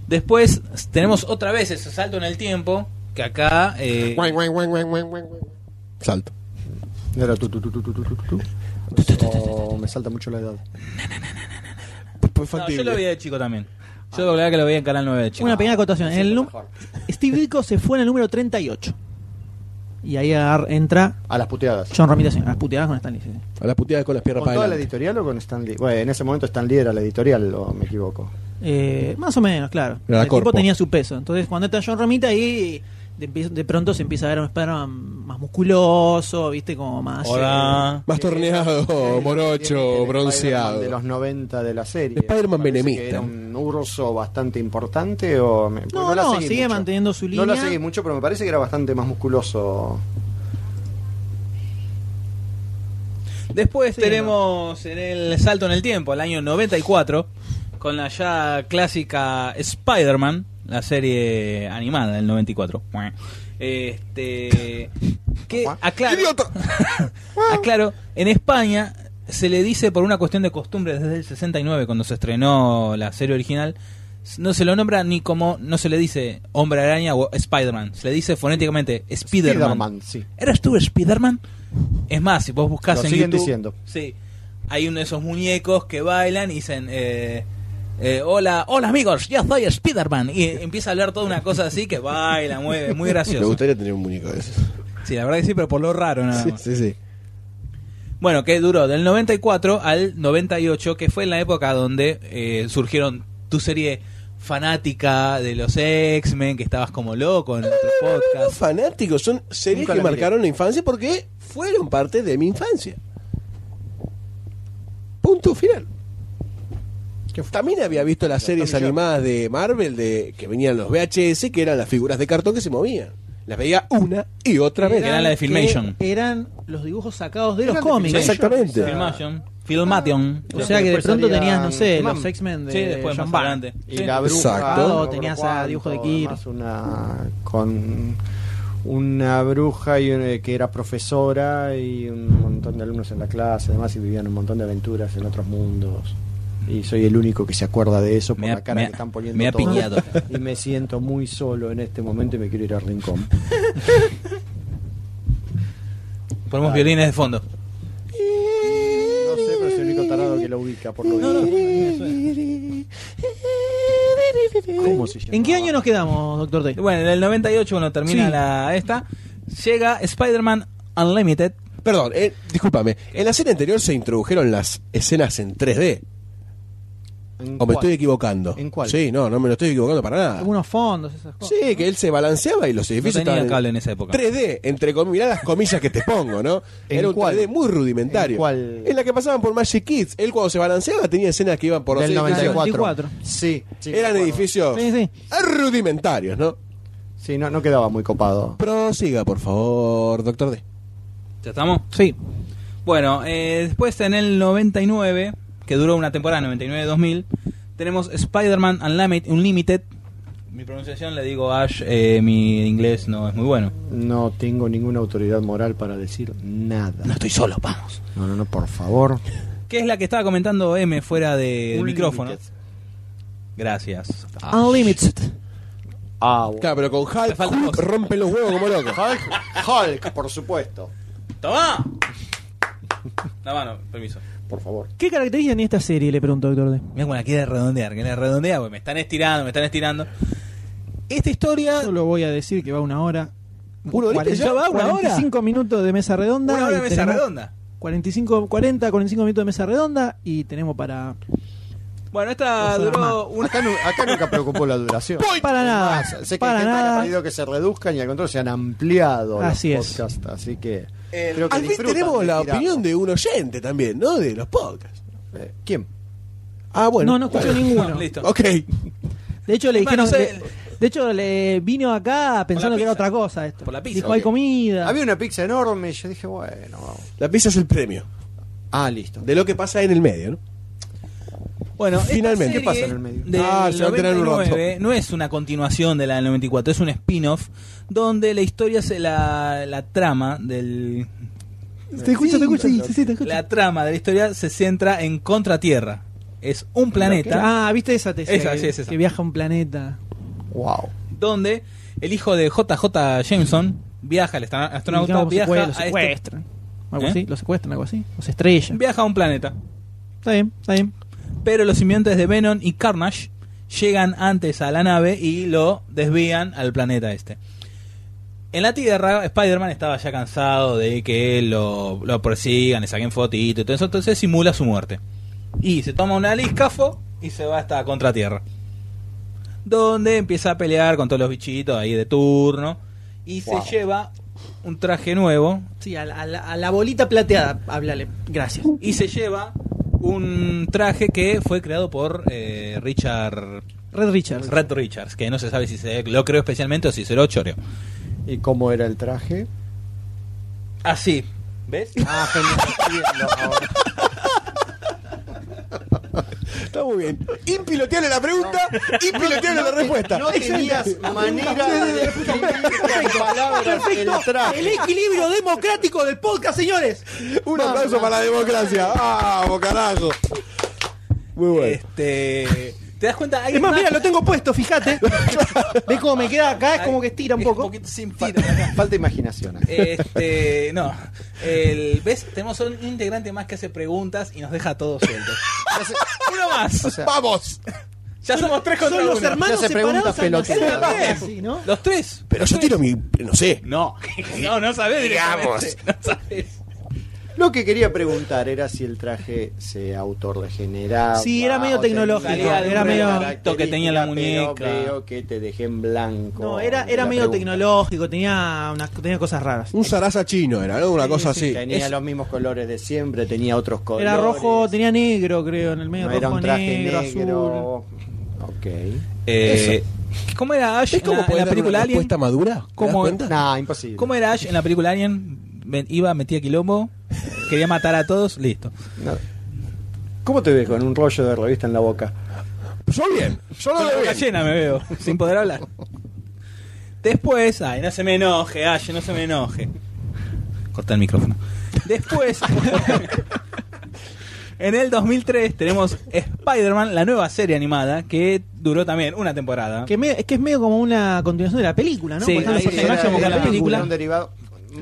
Speaker 4: Después tenemos otra vez ese salto en el tiempo, que acá... eh,
Speaker 7: Guay, guay, guay, guay, guay, guay, guay. Salto.
Speaker 6: que- Era tu, tu, tu, tu, tu, tu, tu, tu. Oh, me salta mucho la edad.
Speaker 4: no, yo lo vi de chico también. Yo la verdad que lo vi en Canal 9 de chico.
Speaker 3: Una pequeña acotación.
Speaker 6: siento
Speaker 3: El nu-
Speaker 6: mejor.
Speaker 3: Steve Ditko se fue en el número 38. Y ahí ar- entra
Speaker 6: A las puteadas.
Speaker 3: John Ramírez en las puteadas con Stanley. sí.
Speaker 7: A las puteadas con las piernas
Speaker 6: ¿Con toda
Speaker 7: para
Speaker 6: la
Speaker 7: adelante.
Speaker 6: editorial o con Stan Lee? Bueno, en ese momento Stan Lee era la editorial, o me equivoco.
Speaker 3: Eh, más o menos, claro.
Speaker 7: Era la
Speaker 3: el tipo
Speaker 7: corpo.
Speaker 3: tenía su peso. Entonces, cuando entra John Ramita, ahí de, de pronto se empieza a ver a un Spider-Man más musculoso, ¿viste? Como más. eh,
Speaker 4: Hola.
Speaker 7: Más
Speaker 6: Tiene-
Speaker 7: torneado,
Speaker 6: tiene
Speaker 7: morocho,
Speaker 6: el Spider-Man
Speaker 7: bronceado.
Speaker 6: De los 90 de la serie.
Speaker 7: Spider-Man
Speaker 6: Me parece
Speaker 7: menemista.
Speaker 6: que Era un urso bastante importante o. me- porque
Speaker 3: No,
Speaker 6: la
Speaker 3: no,
Speaker 6: seguí
Speaker 3: sigue
Speaker 6: mucho.
Speaker 3: manteniendo su
Speaker 6: No la
Speaker 3: línea.
Speaker 6: seguí mucho, pero me parece que era bastante más musculoso.
Speaker 4: Después
Speaker 3: Sí,
Speaker 4: tenemos en el salto en el tiempo, al año 94, con la ya clásica Spider-Man, la serie animada del 94. Este. Que aclaro,
Speaker 7: ¡Idiota!
Speaker 4: aclaro, en España se le dice por una cuestión de costumbre desde el 69, cuando se estrenó la serie original. No se lo nombra ni como, no se le dice Hombre Araña o Spider-Man, se le dice fonéticamente Spider-Man.
Speaker 6: Spider-Man, sí.
Speaker 4: ¿Eras tú Spider-Man? Es más, si vos buscas
Speaker 6: Lo
Speaker 4: en
Speaker 6: siguen
Speaker 4: YouTube,
Speaker 6: diciendo.
Speaker 4: Sí. Hay uno de esos muñecos que bailan y dicen, eh, eh, hola, hola amigos, yo soy Spider-Man. Y eh, empieza a hablar toda una cosa así que baila, mueve, muy
Speaker 7: Me
Speaker 4: gracioso.
Speaker 7: gustaría tener un muñeco de esos.
Speaker 4: Sí, la verdad que sí, pero por lo raro nada
Speaker 7: Sí,
Speaker 4: más.
Speaker 7: sí, sí.
Speaker 4: Bueno, que duró del 94 al 98, que fue en la época donde eh, surgieron tu serie fanática de los X-Men, que estabas como loco en otros
Speaker 7: Los
Speaker 4: podcasts.
Speaker 7: fanáticos son series
Speaker 6: Nunca
Speaker 7: que
Speaker 6: la miré.
Speaker 7: marcaron la infancia porque fueron parte de mi infancia. Punto final. También había visto las series animadas de Marvel de que venían los VHS, que eran las figuras de cartón que se movían. Las veía una y otra vez.
Speaker 4: Era la de Filmation.
Speaker 3: eh, que Eran los dibujos sacados de
Speaker 6: Eran
Speaker 3: los
Speaker 6: de
Speaker 3: cómics.
Speaker 6: Filmation.
Speaker 7: Exactamente.
Speaker 4: Filmation. Filmation.
Speaker 3: O sea que de
Speaker 6: Después
Speaker 3: pronto
Speaker 6: salían
Speaker 3: tenías, no sé,
Speaker 6: He-Man.
Speaker 3: los X-men de
Speaker 4: Sí, después
Speaker 3: John
Speaker 4: más
Speaker 3: Byrne.
Speaker 4: adelante.
Speaker 6: Y
Speaker 4: Sí.
Speaker 6: la bruja.
Speaker 7: Exacto.
Speaker 6: no me
Speaker 3: Tenías
Speaker 6: acuerdo
Speaker 3: a dibujo de
Speaker 6: cuánto,
Speaker 3: Kira.
Speaker 6: además una con una bruja y un- que era profesora y un montón de alumnos en la clase, además y vivían un montón de aventuras en otros mundos. Y soy el único que se acuerda de eso por
Speaker 4: Me ha-
Speaker 6: la cara
Speaker 4: me
Speaker 6: que
Speaker 4: ha-
Speaker 6: están poniendo
Speaker 4: me ha
Speaker 6: todos.
Speaker 4: piñado.
Speaker 6: Y me siento muy solo en este momento y me quiero ir al rincón.
Speaker 4: Ponemos violines de fondo.
Speaker 6: No sé, pero soy el único tarado que lo ubica por lo ¿Cómo se llama?
Speaker 3: ¿En qué año nos quedamos, doctor D?
Speaker 4: Bueno, en el 98, cuando termina
Speaker 3: Sí.
Speaker 4: la esta, llega Spider-Man Unlimited.
Speaker 7: Perdón, eh, discúlpame. En la serie anterior se introdujeron las escenas en 3D.
Speaker 6: ¿En
Speaker 7: ¿O me
Speaker 6: cuál?
Speaker 7: estoy equivocando?
Speaker 6: ¿En cuál?
Speaker 7: Sí, no, no me lo estoy equivocando para nada.
Speaker 3: Algunos fondos, esas cosas.
Speaker 7: Sí, que él se balanceaba y los
Speaker 4: No
Speaker 7: edificios
Speaker 4: tenía
Speaker 7: estaban
Speaker 4: cable en esa época.
Speaker 7: 3D, entre comillas, mirá las comillas que te pongo, ¿no?
Speaker 6: ¿En
Speaker 7: Era un
Speaker 6: cuál?
Speaker 7: 3D muy rudimentario.
Speaker 6: ¿En cuál?
Speaker 7: En la que pasaban por Magic Kids. Él cuando se balanceaba tenía escenas que iban por los
Speaker 6: Del
Speaker 7: edificios.
Speaker 6: 94.
Speaker 3: 94.
Speaker 6: Sí, sí,
Speaker 7: Eran
Speaker 6: me acuerdo.
Speaker 7: edificios
Speaker 3: Sí, sí.
Speaker 7: rudimentarios, ¿no?
Speaker 6: Sí, no, no quedaba muy copado.
Speaker 7: Prosiga, por favor, doctor D.
Speaker 4: ¿Ya estamos?
Speaker 3: Sí.
Speaker 4: Bueno, eh, después en el 99, que duró una temporada, 99-2000, tenemos Spider-Man Unlimi- Unlimited. Mi pronunciación le digo Ash, eh, mi inglés no es muy bueno.
Speaker 6: No tengo ninguna autoridad moral para decir nada. No,
Speaker 4: estoy solo, vamos.
Speaker 6: no, no, por favor.
Speaker 4: Que es la que estaba comentando M fuera de
Speaker 6: Un
Speaker 4: micrófono.
Speaker 6: límite.
Speaker 4: Gracias.
Speaker 3: Unlimited.
Speaker 6: Ah, bueno.
Speaker 7: Claro, pero con Hulk,
Speaker 4: falta
Speaker 7: Hulk
Speaker 4: voz.
Speaker 7: rompe los huevos como loco.
Speaker 6: Hulk, Hulk, por supuesto.
Speaker 4: ¡Toma! La mano, permiso.
Speaker 6: Por favor.
Speaker 3: ¿Qué características tiene esta serie? Le pregunto, doctor D.
Speaker 4: Mira cómo la quiere redondear, que la redondea, porque me están estirando, me están estirando. Esta historia.
Speaker 3: Solo voy a decir que va una hora.
Speaker 7: ¿Una horita
Speaker 3: Cuarenta-
Speaker 4: ya va, una hora?
Speaker 3: 45 minutos de mesa redonda.
Speaker 4: Una hora
Speaker 3: y
Speaker 4: de mesa
Speaker 3: tenemos
Speaker 4: redonda.
Speaker 3: 45, 40, 45 minutos de mesa redonda y tenemos para...
Speaker 4: Bueno, esta
Speaker 3: Dos horas
Speaker 4: duró una.
Speaker 6: Acá, nu- acá nunca preocupó la duración.
Speaker 3: Para nada.
Speaker 6: Además, sé que hay
Speaker 3: para
Speaker 6: gente que ha
Speaker 3: nada.
Speaker 6: pedido que se reduzcan y al contrario se han ampliado
Speaker 3: Así
Speaker 6: los
Speaker 3: es.
Speaker 6: podcasts. Así que.
Speaker 7: Eh,
Speaker 6: creo que
Speaker 7: Al fin
Speaker 6: disfrutan
Speaker 7: tenemos
Speaker 6: de
Speaker 7: la
Speaker 6: tirarlo.
Speaker 7: opinión de un oyente también, ¿no? De los podcasts.
Speaker 6: Eh, ¿Quién?
Speaker 7: Ah, bueno.
Speaker 3: No, no escucho ninguno.
Speaker 4: No, listo.
Speaker 7: Ok.
Speaker 3: De hecho, le
Speaker 4: Bueno,
Speaker 3: dijeron.
Speaker 4: sé-
Speaker 3: le- de hecho, le vino acá pensando que era
Speaker 4: pizza.
Speaker 3: otra cosa esto.
Speaker 4: Por la pizza,
Speaker 3: Dijo,
Speaker 4: ok.
Speaker 3: hay comida.
Speaker 6: Había una pizza enorme y yo dije, bueno, vamos.
Speaker 7: La pizza es el premio.
Speaker 6: Ah, listo.
Speaker 7: De lo que pasa en el medio, ¿no?
Speaker 4: Bueno, esta
Speaker 7: Finalmente,
Speaker 4: serie
Speaker 7: ¿qué pasa
Speaker 6: en el medio?
Speaker 4: del
Speaker 7: Ah, se va a enterar en un
Speaker 4: 99 no es una continuación de la del 94, es un spin-off donde la historia se la, la trama del
Speaker 3: Te escucho, te escucho. Sí, sí, sí, te escucho.
Speaker 4: la trama de la historia se centra en Contratierra. Es un planeta
Speaker 3: Ah, viste esa tesis.
Speaker 4: Esa,
Speaker 3: que,
Speaker 4: sí, es esa.
Speaker 3: que viaja a un planeta.
Speaker 6: Wow.
Speaker 4: donde el hijo de JJ Jameson viaja al astro-
Speaker 3: Y
Speaker 4: astronauta
Speaker 3: digamos,
Speaker 4: viaja
Speaker 3: fue, lo
Speaker 4: a este-
Speaker 3: secuestran. Algo
Speaker 4: ¿Eh?
Speaker 3: así, lo secuestran, algo así. Los estrellan.
Speaker 4: viaja a un planeta.
Speaker 3: Está bien, está bien.
Speaker 4: pero los simbiontes de Venom y Carnage llegan antes a la nave y lo desvían al planeta este. En la Tierra, Spider-Man estaba ya cansado de que lo, lo persigan, le saquen fotito y todo eso, entonces simula su muerte. Y se toma un aliscafo y se va hasta Contratierra. Donde empieza a pelear con todos los bichitos ahí de turno. y se lleva un traje nuevo
Speaker 3: Sí, a la, a la- a la bolita plateada, háblale. Gracias.
Speaker 4: y se lleva un traje que fue creado por eh, Richard
Speaker 3: Red Richards.
Speaker 4: Red Richards, que no se sabe si se lo creó especialmente o si se lo choreó.
Speaker 6: ¿Y cómo era el traje?
Speaker 4: Así, ¿ves?
Speaker 6: Ah,
Speaker 7: Está muy bien. Impiloteale la pregunta, impiloteale la respuesta.
Speaker 6: No tenías manera de definir
Speaker 3: Perfecto.
Speaker 6: con palabras el
Speaker 3: Perfecto. El
Speaker 6: traje.
Speaker 3: equilibrio democrático del podcast, señores.
Speaker 7: Un aplauso para la democracia. ¡Vamos, carajo! Muy bueno.
Speaker 4: Este, ¿Te das cuenta? Hay
Speaker 3: Es más,
Speaker 4: una-
Speaker 3: mira, lo tengo puesto, fíjate. ¿Ves cómo me queda acá? Es como que estira un
Speaker 4: es
Speaker 3: poco.
Speaker 4: poquito sin tira acá.
Speaker 6: Falta imaginación.
Speaker 7: Eh,
Speaker 4: Este, no. El, ¿Ves? Tenemos un integrante más que hace preguntas y nos deja todos sueltos. Uno más.
Speaker 6: O sea,
Speaker 7: ¡Vamos!
Speaker 4: ya somos tres contra
Speaker 3: Son los
Speaker 4: uno.
Speaker 3: hermanos
Speaker 6: Ya se pregunta
Speaker 3: separados al nacer
Speaker 6: pelotudo.
Speaker 3: también,
Speaker 4: Bien.
Speaker 3: sí, ¿no?
Speaker 4: Los tres.
Speaker 7: Pero yo tiro mi. No sé.
Speaker 4: No. No, no sabés
Speaker 7: Digamos.
Speaker 4: directamente. No sabés.
Speaker 6: Lo que quería preguntar era si el traje se autorregeneraba.
Speaker 3: Sí, era medio
Speaker 6: o tenía
Speaker 3: tecnológico,
Speaker 6: alguna
Speaker 4: era medio
Speaker 6: característica,
Speaker 4: que tenía la
Speaker 6: pero
Speaker 4: muñeca.
Speaker 6: Veo que te dejé en blanco.
Speaker 3: No, era, era
Speaker 6: La
Speaker 3: medio
Speaker 6: pregunta.
Speaker 3: tecnológico, tenía, unas, tenía cosas raras.
Speaker 7: Un zaraza chino era, ¿no? Una cosa así.
Speaker 6: Tenía
Speaker 7: Es-
Speaker 6: los mismos colores de siempre, tenía otros colores.
Speaker 3: Era rojo, tenía negro, creo, en el medio.
Speaker 6: no
Speaker 3: rojo,
Speaker 6: era un traje
Speaker 3: negro,
Speaker 6: negro.
Speaker 3: azul.
Speaker 6: Ok.
Speaker 4: Eh, ¿Cómo era Ash en
Speaker 7: ¿Ves
Speaker 4: la,
Speaker 7: cómo
Speaker 4: en
Speaker 7: podés
Speaker 4: la
Speaker 7: dar
Speaker 4: película
Speaker 7: una
Speaker 4: Alien?
Speaker 7: respuesta madura? ¿Te
Speaker 4: ¿Cómo-
Speaker 7: das cuenta?
Speaker 6: Nah, Ah, imposible.
Speaker 4: ¿Cómo era Ash en la película Alien? Ven- iba, metía quilombo, quería matar a todos, listo.
Speaker 6: No. ¿Cómo te ves con un rollo de revista en la boca?
Speaker 7: Yo bien. Yo no
Speaker 4: Con la
Speaker 7: lo
Speaker 4: boca
Speaker 7: bien.
Speaker 4: llena me veo, sin poder hablar. Después, ay, no se me enoje, Ash, no se me enoje. Corta el micrófono. Después, en el 2003 tenemos Spider-Man, la nueva serie animada, que duró también una temporada.
Speaker 3: Que medio- es que es medio como una continuación de la película, ¿no?
Speaker 4: Sí,
Speaker 3: Porque están los
Speaker 4: ahí se
Speaker 3: personajes
Speaker 4: engancha
Speaker 3: como
Speaker 4: con
Speaker 3: que la
Speaker 4: la
Speaker 3: película.
Speaker 6: Un derivado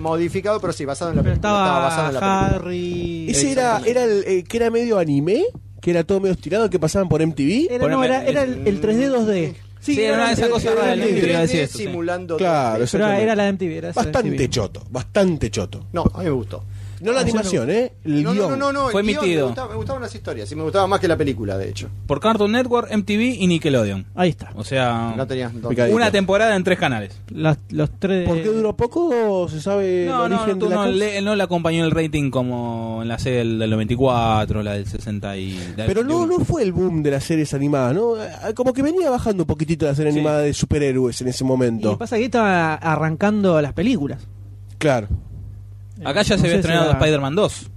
Speaker 6: modificado, pero sí, basado en la
Speaker 3: Pero
Speaker 6: película. Estaba
Speaker 3: estaba
Speaker 6: basado en la película.
Speaker 3: Harry.
Speaker 7: Ese era, era el eh, que era medio anime, que era todo medio estirado, que pasaban por MTV.
Speaker 3: Era, Eh, no, era, era el, el 3D 2D.
Speaker 4: Sí, era una de esas
Speaker 3: el-
Speaker 4: cosas
Speaker 3: era
Speaker 4: raras,
Speaker 3: el
Speaker 4: ¿no? te iba a decir
Speaker 6: 3D
Speaker 4: eso, sí.
Speaker 6: simulando.
Speaker 7: Claro,
Speaker 6: 3D.
Speaker 7: eso
Speaker 3: Pero era, era la de MTV. Era esa de
Speaker 7: Bastante
Speaker 3: MTV.
Speaker 7: choto, bastante choto.
Speaker 6: No, a mí me gustó.
Speaker 7: No la animación, ¿eh? El
Speaker 6: no,
Speaker 7: guión.
Speaker 6: no, no, no, el
Speaker 4: Fue
Speaker 6: guión,
Speaker 4: emitido.
Speaker 6: Me, gustaba- me gustaban las historias y me gustaba más que la película, de hecho.
Speaker 4: Por Cartoon Network, MTV y Nickelodeon.
Speaker 3: Ahí está.
Speaker 4: O sea,
Speaker 6: No eh, tenías dónde.
Speaker 7: Picadito.
Speaker 4: Ah. una temporada en tres canales.
Speaker 3: Las- los 3D.
Speaker 7: ¿Por qué duró poco? ¿Se sabe
Speaker 4: No,
Speaker 7: el
Speaker 4: no,
Speaker 7: origen
Speaker 4: tú
Speaker 7: de la
Speaker 4: no,
Speaker 7: cosa?
Speaker 4: le, no le acompañó el rating como en la serie del, del 94, la del 60 y... la-
Speaker 7: Pero
Speaker 4: de
Speaker 7: no,
Speaker 4: un-
Speaker 7: no fue el boom de las series animadas, ¿no? Ah, Como que venía bajando un poquitito la serie
Speaker 4: Sí.
Speaker 7: animada de superhéroes en ese
Speaker 3: Y
Speaker 7: momento.
Speaker 3: pasa que estaba arrancando las películas.
Speaker 7: Claro.
Speaker 4: Acá
Speaker 3: No
Speaker 4: ya se
Speaker 3: sé
Speaker 4: había
Speaker 3: si
Speaker 4: estrenado
Speaker 3: era-
Speaker 4: Spider-Man 2.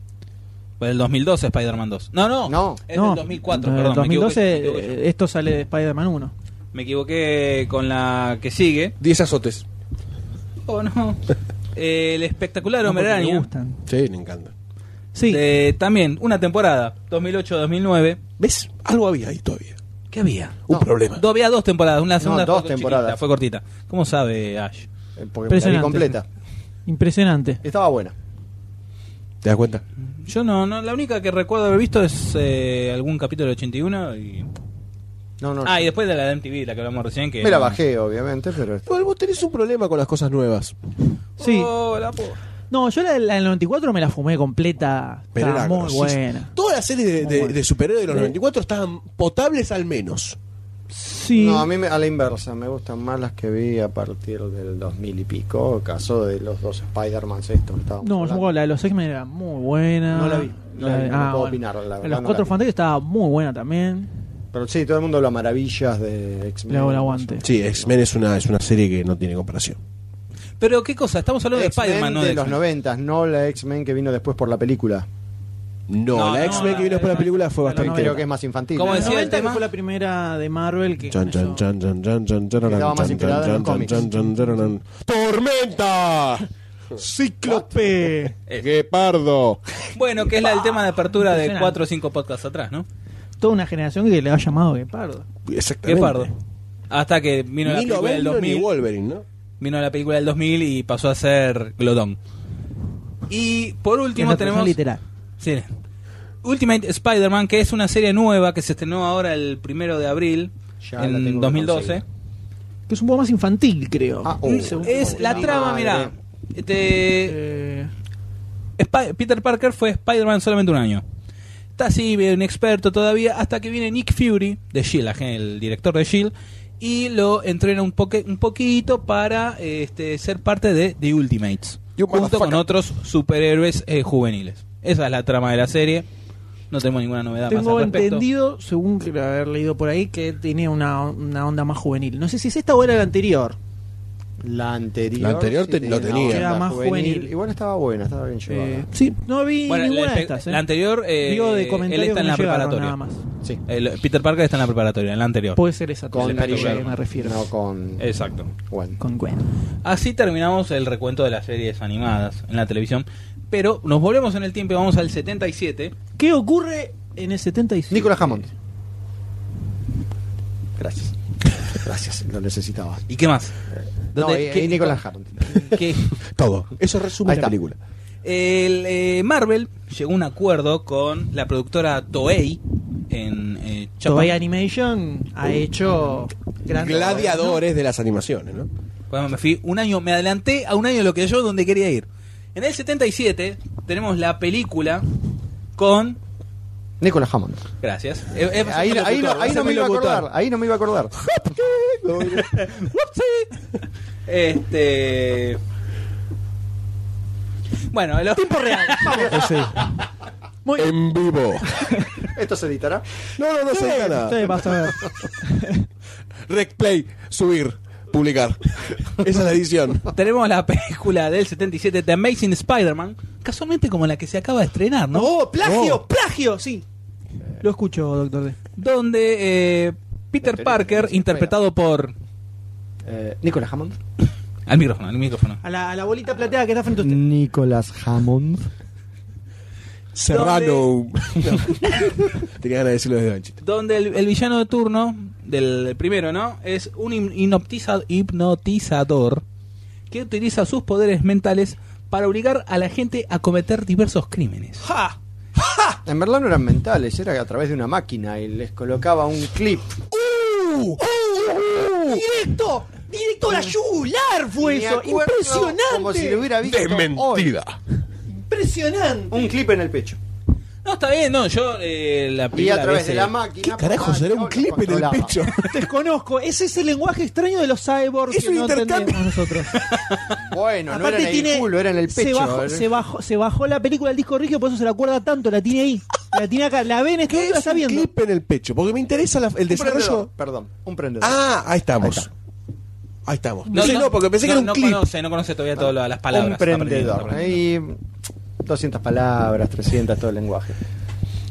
Speaker 4: Fue el 2012 Spider-Man 2. No, no,
Speaker 6: No.
Speaker 4: es
Speaker 3: No, eh,
Speaker 4: del 2004,
Speaker 3: en el
Speaker 4: perdón.
Speaker 3: 2012
Speaker 4: me, equivoqué, me, equivoqué yo.
Speaker 3: eh, esto sale de Spider-Man 1.
Speaker 4: Me equivoqué con la que sigue.
Speaker 7: 10 azotes.
Speaker 4: Oh, no. El espectacular
Speaker 3: No, porque
Speaker 4: Hombre
Speaker 3: me
Speaker 4: Araña.
Speaker 3: gustan.
Speaker 7: Sí, me encanta.
Speaker 3: Sí.
Speaker 4: de- también, una temporada, 2008-2009.
Speaker 7: ¿Ves? Algo había ahí todavía.
Speaker 4: ¿Qué había?
Speaker 7: Un
Speaker 6: No.
Speaker 7: problema.
Speaker 4: Do- había dos temporadas, una segunda
Speaker 6: dos
Speaker 4: fue chiquita,
Speaker 6: temporadas.
Speaker 4: fue cortita. ¿Cómo sabe Ash?
Speaker 6: Eh, Porque la vi
Speaker 3: Impresionante.
Speaker 6: completa.
Speaker 3: Impresionante.
Speaker 6: Estaba buena.
Speaker 7: ¿Te das cuenta?
Speaker 4: Yo no, no, la única que recuerdo haber visto es eh, algún capítulo del 81 y...
Speaker 6: No, no.
Speaker 4: Ah, y después de la de MTV, la que hablamos recién, que... Pues
Speaker 6: me la bajé, obviamente, pero.
Speaker 7: Bueno, vos tenés un problema con las cosas nuevas.
Speaker 3: Sí.
Speaker 4: Oh, la po-
Speaker 3: No, yo la, la del 94 me la fumé completa.
Speaker 7: Pero
Speaker 3: Estaba
Speaker 7: era
Speaker 3: muy
Speaker 7: grosísimo.
Speaker 3: buena.
Speaker 7: Todas las series de,
Speaker 3: Muy
Speaker 7: de-
Speaker 3: buena.
Speaker 7: de superhéroes de los 94 estaban potables al menos.
Speaker 3: Sí.
Speaker 6: No, a mí me- a la inversa, me gustan más las que vi a partir del 2000 y pico, caso de los dos Spider-Man estos. que
Speaker 3: No, yo
Speaker 6: estábamos
Speaker 3: me
Speaker 6: hablando.
Speaker 3: acuerdo, la de los X-Men era muy buena. ah,
Speaker 6: No la vi, no la vi, no puedo opinar, la verdad
Speaker 3: los
Speaker 6: no la
Speaker 3: Cuatro
Speaker 6: vi.
Speaker 3: Fantásticos estaba muy buena también.
Speaker 6: Pero sí, todo el mundo habla maravillas de X-Men.
Speaker 3: Le hago el aguante.
Speaker 7: Sí, X-Men es una, es una serie que no tiene comparación.
Speaker 4: Pero qué cosa, estamos hablando de Spider-Man,
Speaker 6: X-Men
Speaker 4: ¿no?
Speaker 6: de
Speaker 4: de
Speaker 6: los
Speaker 4: X-Men.
Speaker 6: 90, no la X-Men que vino después por la película.
Speaker 7: No,
Speaker 4: No,
Speaker 7: la
Speaker 4: no,
Speaker 7: X-Men
Speaker 4: la-
Speaker 7: que vino después de la película fue
Speaker 3: la
Speaker 7: bastante.
Speaker 3: novela
Speaker 6: Creo que es más infantil.
Speaker 4: ¿Cómo
Speaker 6: ¿no?
Speaker 4: decía? el
Speaker 3: 90 que
Speaker 4: tema?
Speaker 3: fue la primera de Marvel que
Speaker 7: Chan, chan,
Speaker 3: empezó.
Speaker 7: chan, chan, chan, chan, chan,
Speaker 6: Estaba más
Speaker 7: chan,
Speaker 6: inspirada en los
Speaker 7: chan,
Speaker 6: cómics.
Speaker 7: chan, chan, chan, chan. ¡Tormenta! ¡Cíclope! ¡Guepardo!
Speaker 4: Bueno, que es la del tema de apertura de
Speaker 3: Impresionante.
Speaker 4: 4 o 5 podcasts atrás, ¿no?
Speaker 3: Toda una generación que le ha llamado Guepardo.
Speaker 7: Exactamente.
Speaker 4: Guepardo. Hasta que vino la
Speaker 7: Ni lo
Speaker 4: película del 2000.
Speaker 7: ni Wolverine, ¿no?
Speaker 4: Vino la película del 2000 y pasó a ser Glodón. Y por
Speaker 3: Que es
Speaker 4: último
Speaker 3: la
Speaker 4: tenemos...
Speaker 3: traducción literal.
Speaker 4: Sí. Ultimate Spider-Man, que es una serie nueva que se estrenó ahora el primero de abril,
Speaker 6: Ya la tengo
Speaker 4: en
Speaker 6: que
Speaker 4: 2012.
Speaker 6: conseguir.
Speaker 3: Que es un poco más infantil, creo.
Speaker 6: Ah, oh.
Speaker 3: Según-
Speaker 4: Es la
Speaker 6: Madre.
Speaker 4: trama, mira. Este,
Speaker 3: Eh,
Speaker 4: Spi- Peter Parker fue Spider-Man solamente un año. Está así, bien experto todavía, hasta que viene Nick Fury de Shield, el director de Shield, y lo entrena un, poque- un poquito para este, ser parte de The Ultimates,
Speaker 7: You
Speaker 4: junto con
Speaker 7: motherfucker.
Speaker 4: otros superhéroes eh, juveniles. Esa es la trama de la serie. No tenemos ninguna novedad más
Speaker 3: Tengo
Speaker 4: al respecto.
Speaker 3: entendido, según creo haber leído por ahí, que tenía una, una onda más juvenil. No sé si es esta o era la anterior.
Speaker 6: La anterior.
Speaker 7: La anterior te- lo
Speaker 6: una
Speaker 7: tenía.
Speaker 6: onda
Speaker 3: Era más juvenil.
Speaker 6: Igual estaba buena, estaba bien llevada.
Speaker 3: Eh, sí, no vi
Speaker 4: Bueno, la,
Speaker 3: ninguna de
Speaker 4: espe-
Speaker 3: estas. ¿eh?
Speaker 4: la anterior, eh,
Speaker 3: Digo de
Speaker 4: él
Speaker 3: comentarios
Speaker 4: está
Speaker 3: que
Speaker 4: en la
Speaker 3: me llegaron,
Speaker 4: preparatoria.
Speaker 3: nada más.
Speaker 6: sí.
Speaker 4: El- Peter Parker está en la preparatoria, en la anterior.
Speaker 3: Puede ser esa
Speaker 6: Con
Speaker 3: con la que
Speaker 4: Darío.
Speaker 3: me refiero.
Speaker 6: No con.
Speaker 7: Eh,
Speaker 4: Exacto.
Speaker 6: Gwen.
Speaker 3: Con Gwen.
Speaker 4: Así terminamos el recuento de las series animadas en la televisión. Pero nos volvemos en el tiempo y vamos al 77.
Speaker 3: ¿Qué ocurre en el 75?
Speaker 6: Nicolás Hammond. Gracias. Gracias, lo necesitaba.
Speaker 4: ¿Y qué más?
Speaker 6: No,
Speaker 4: ¿Dónde-
Speaker 6: eh,
Speaker 4: qué-
Speaker 6: eh, Nicolás Hammond.
Speaker 4: qué-
Speaker 7: Todo. Eso resume
Speaker 6: Ahí
Speaker 7: la
Speaker 6: está.
Speaker 7: película.
Speaker 4: El, eh, Marvel llegó a un acuerdo con la productora Toei en eh, Japón.
Speaker 3: Toei Animation ha hecho grandes
Speaker 7: Gladiadores de las animaciones, ¿no?
Speaker 4: Bueno, me fui un año, me adelanté a un año de lo que yo donde quería ir. En el 77 tenemos la película con
Speaker 6: Nicolás Hammond.
Speaker 4: gracias. Eh, eh,
Speaker 6: Ahí,
Speaker 4: locutor,
Speaker 6: ahí no,
Speaker 4: va a
Speaker 6: ahí
Speaker 4: ser
Speaker 6: no me
Speaker 4: mi
Speaker 6: iba a
Speaker 4: locutor.
Speaker 6: acordar. Ahí no me iba a acordar.
Speaker 4: Este Bueno, lo-
Speaker 7: En vivo.
Speaker 6: Esto se editará.
Speaker 7: No, no, no se diga
Speaker 3: Sí,
Speaker 7: nada.
Speaker 3: vas a ver.
Speaker 7: Rec play, subir, publicar. Esa es la edición.
Speaker 4: tenemos la película del 77 The Amazing Spider-Man, casualmente como la que se acaba de estrenar, ¿no?
Speaker 3: ¡No! Oh, ¡Plagio!
Speaker 7: No.
Speaker 3: ¡Plagio! Sí. Lo escucho, doctor D.
Speaker 4: Donde eh, Peter Parker interpretado por
Speaker 6: Eh, Nicolás Hammond.
Speaker 4: al micrófono, al micrófono.
Speaker 3: A la, a la bolita plateada que está frente a usted.
Speaker 6: Nicolás Hammond.
Speaker 7: Serrano. Tenía ganas de decirlo desde Banchito.
Speaker 4: Donde el, el villano de turno, del primero, ¿no? Es un him- hipnotiza- hipnotizador que utiliza sus poderes mentales para obligar a la gente a cometer diversos crímenes.
Speaker 3: ¡Ja!
Speaker 6: En verdad no eran mentales, era a través de una máquina y les colocaba un clip.
Speaker 3: Uh. ¡Directo! ¡Directo a la yugular fue
Speaker 6: Me
Speaker 3: eso!
Speaker 6: acuerdo
Speaker 3: ¡Impresionante!
Speaker 6: Como si lo hubiera visto hoy.
Speaker 7: Desmentida.
Speaker 3: ¡Impresionante!
Speaker 6: Un clip en el pecho.
Speaker 4: No, está bien, no, yo eh, la
Speaker 6: Y
Speaker 4: primera
Speaker 6: a través
Speaker 4: vez,
Speaker 6: de
Speaker 4: eh,
Speaker 6: la máquina.
Speaker 7: ¿Qué carajo será un clip en el pecho?
Speaker 3: Desconozco. Ese es el lenguaje extraño de los cyborgs
Speaker 7: Es
Speaker 3: que
Speaker 7: un
Speaker 3: no
Speaker 7: intercambio.
Speaker 3: entendemos nosotros.
Speaker 6: Bueno, no era en el culo, era en el pecho. ¿eh?
Speaker 3: Se bajó,
Speaker 6: era-
Speaker 3: se, bajó, se bajó la película del disco rígido, por eso se la acuerda tanto. La tiene ahí. La tiene acá. La ven,
Speaker 7: ¿Qué
Speaker 3: la
Speaker 7: es
Speaker 3: está
Speaker 7: un
Speaker 3: viendo.
Speaker 7: clip en el pecho? Porque me interesa la- el
Speaker 6: Un prendedor,
Speaker 7: desarrollo.
Speaker 6: perdón, un prendedor.
Speaker 7: Ah, ahí estamos.
Speaker 6: Ahí
Speaker 7: Ahí,
Speaker 6: está.
Speaker 7: estamos. No, sí, no, porque pensé que era un
Speaker 4: no
Speaker 7: clip.
Speaker 4: Conoce, no conoce todavía todas las palabras.
Speaker 6: un
Speaker 4: está aprendiendo, está
Speaker 6: prendedor. ¿eh?
Speaker 4: aprendiendo.
Speaker 6: Ahí 200 palabras, 300, todo el lenguaje.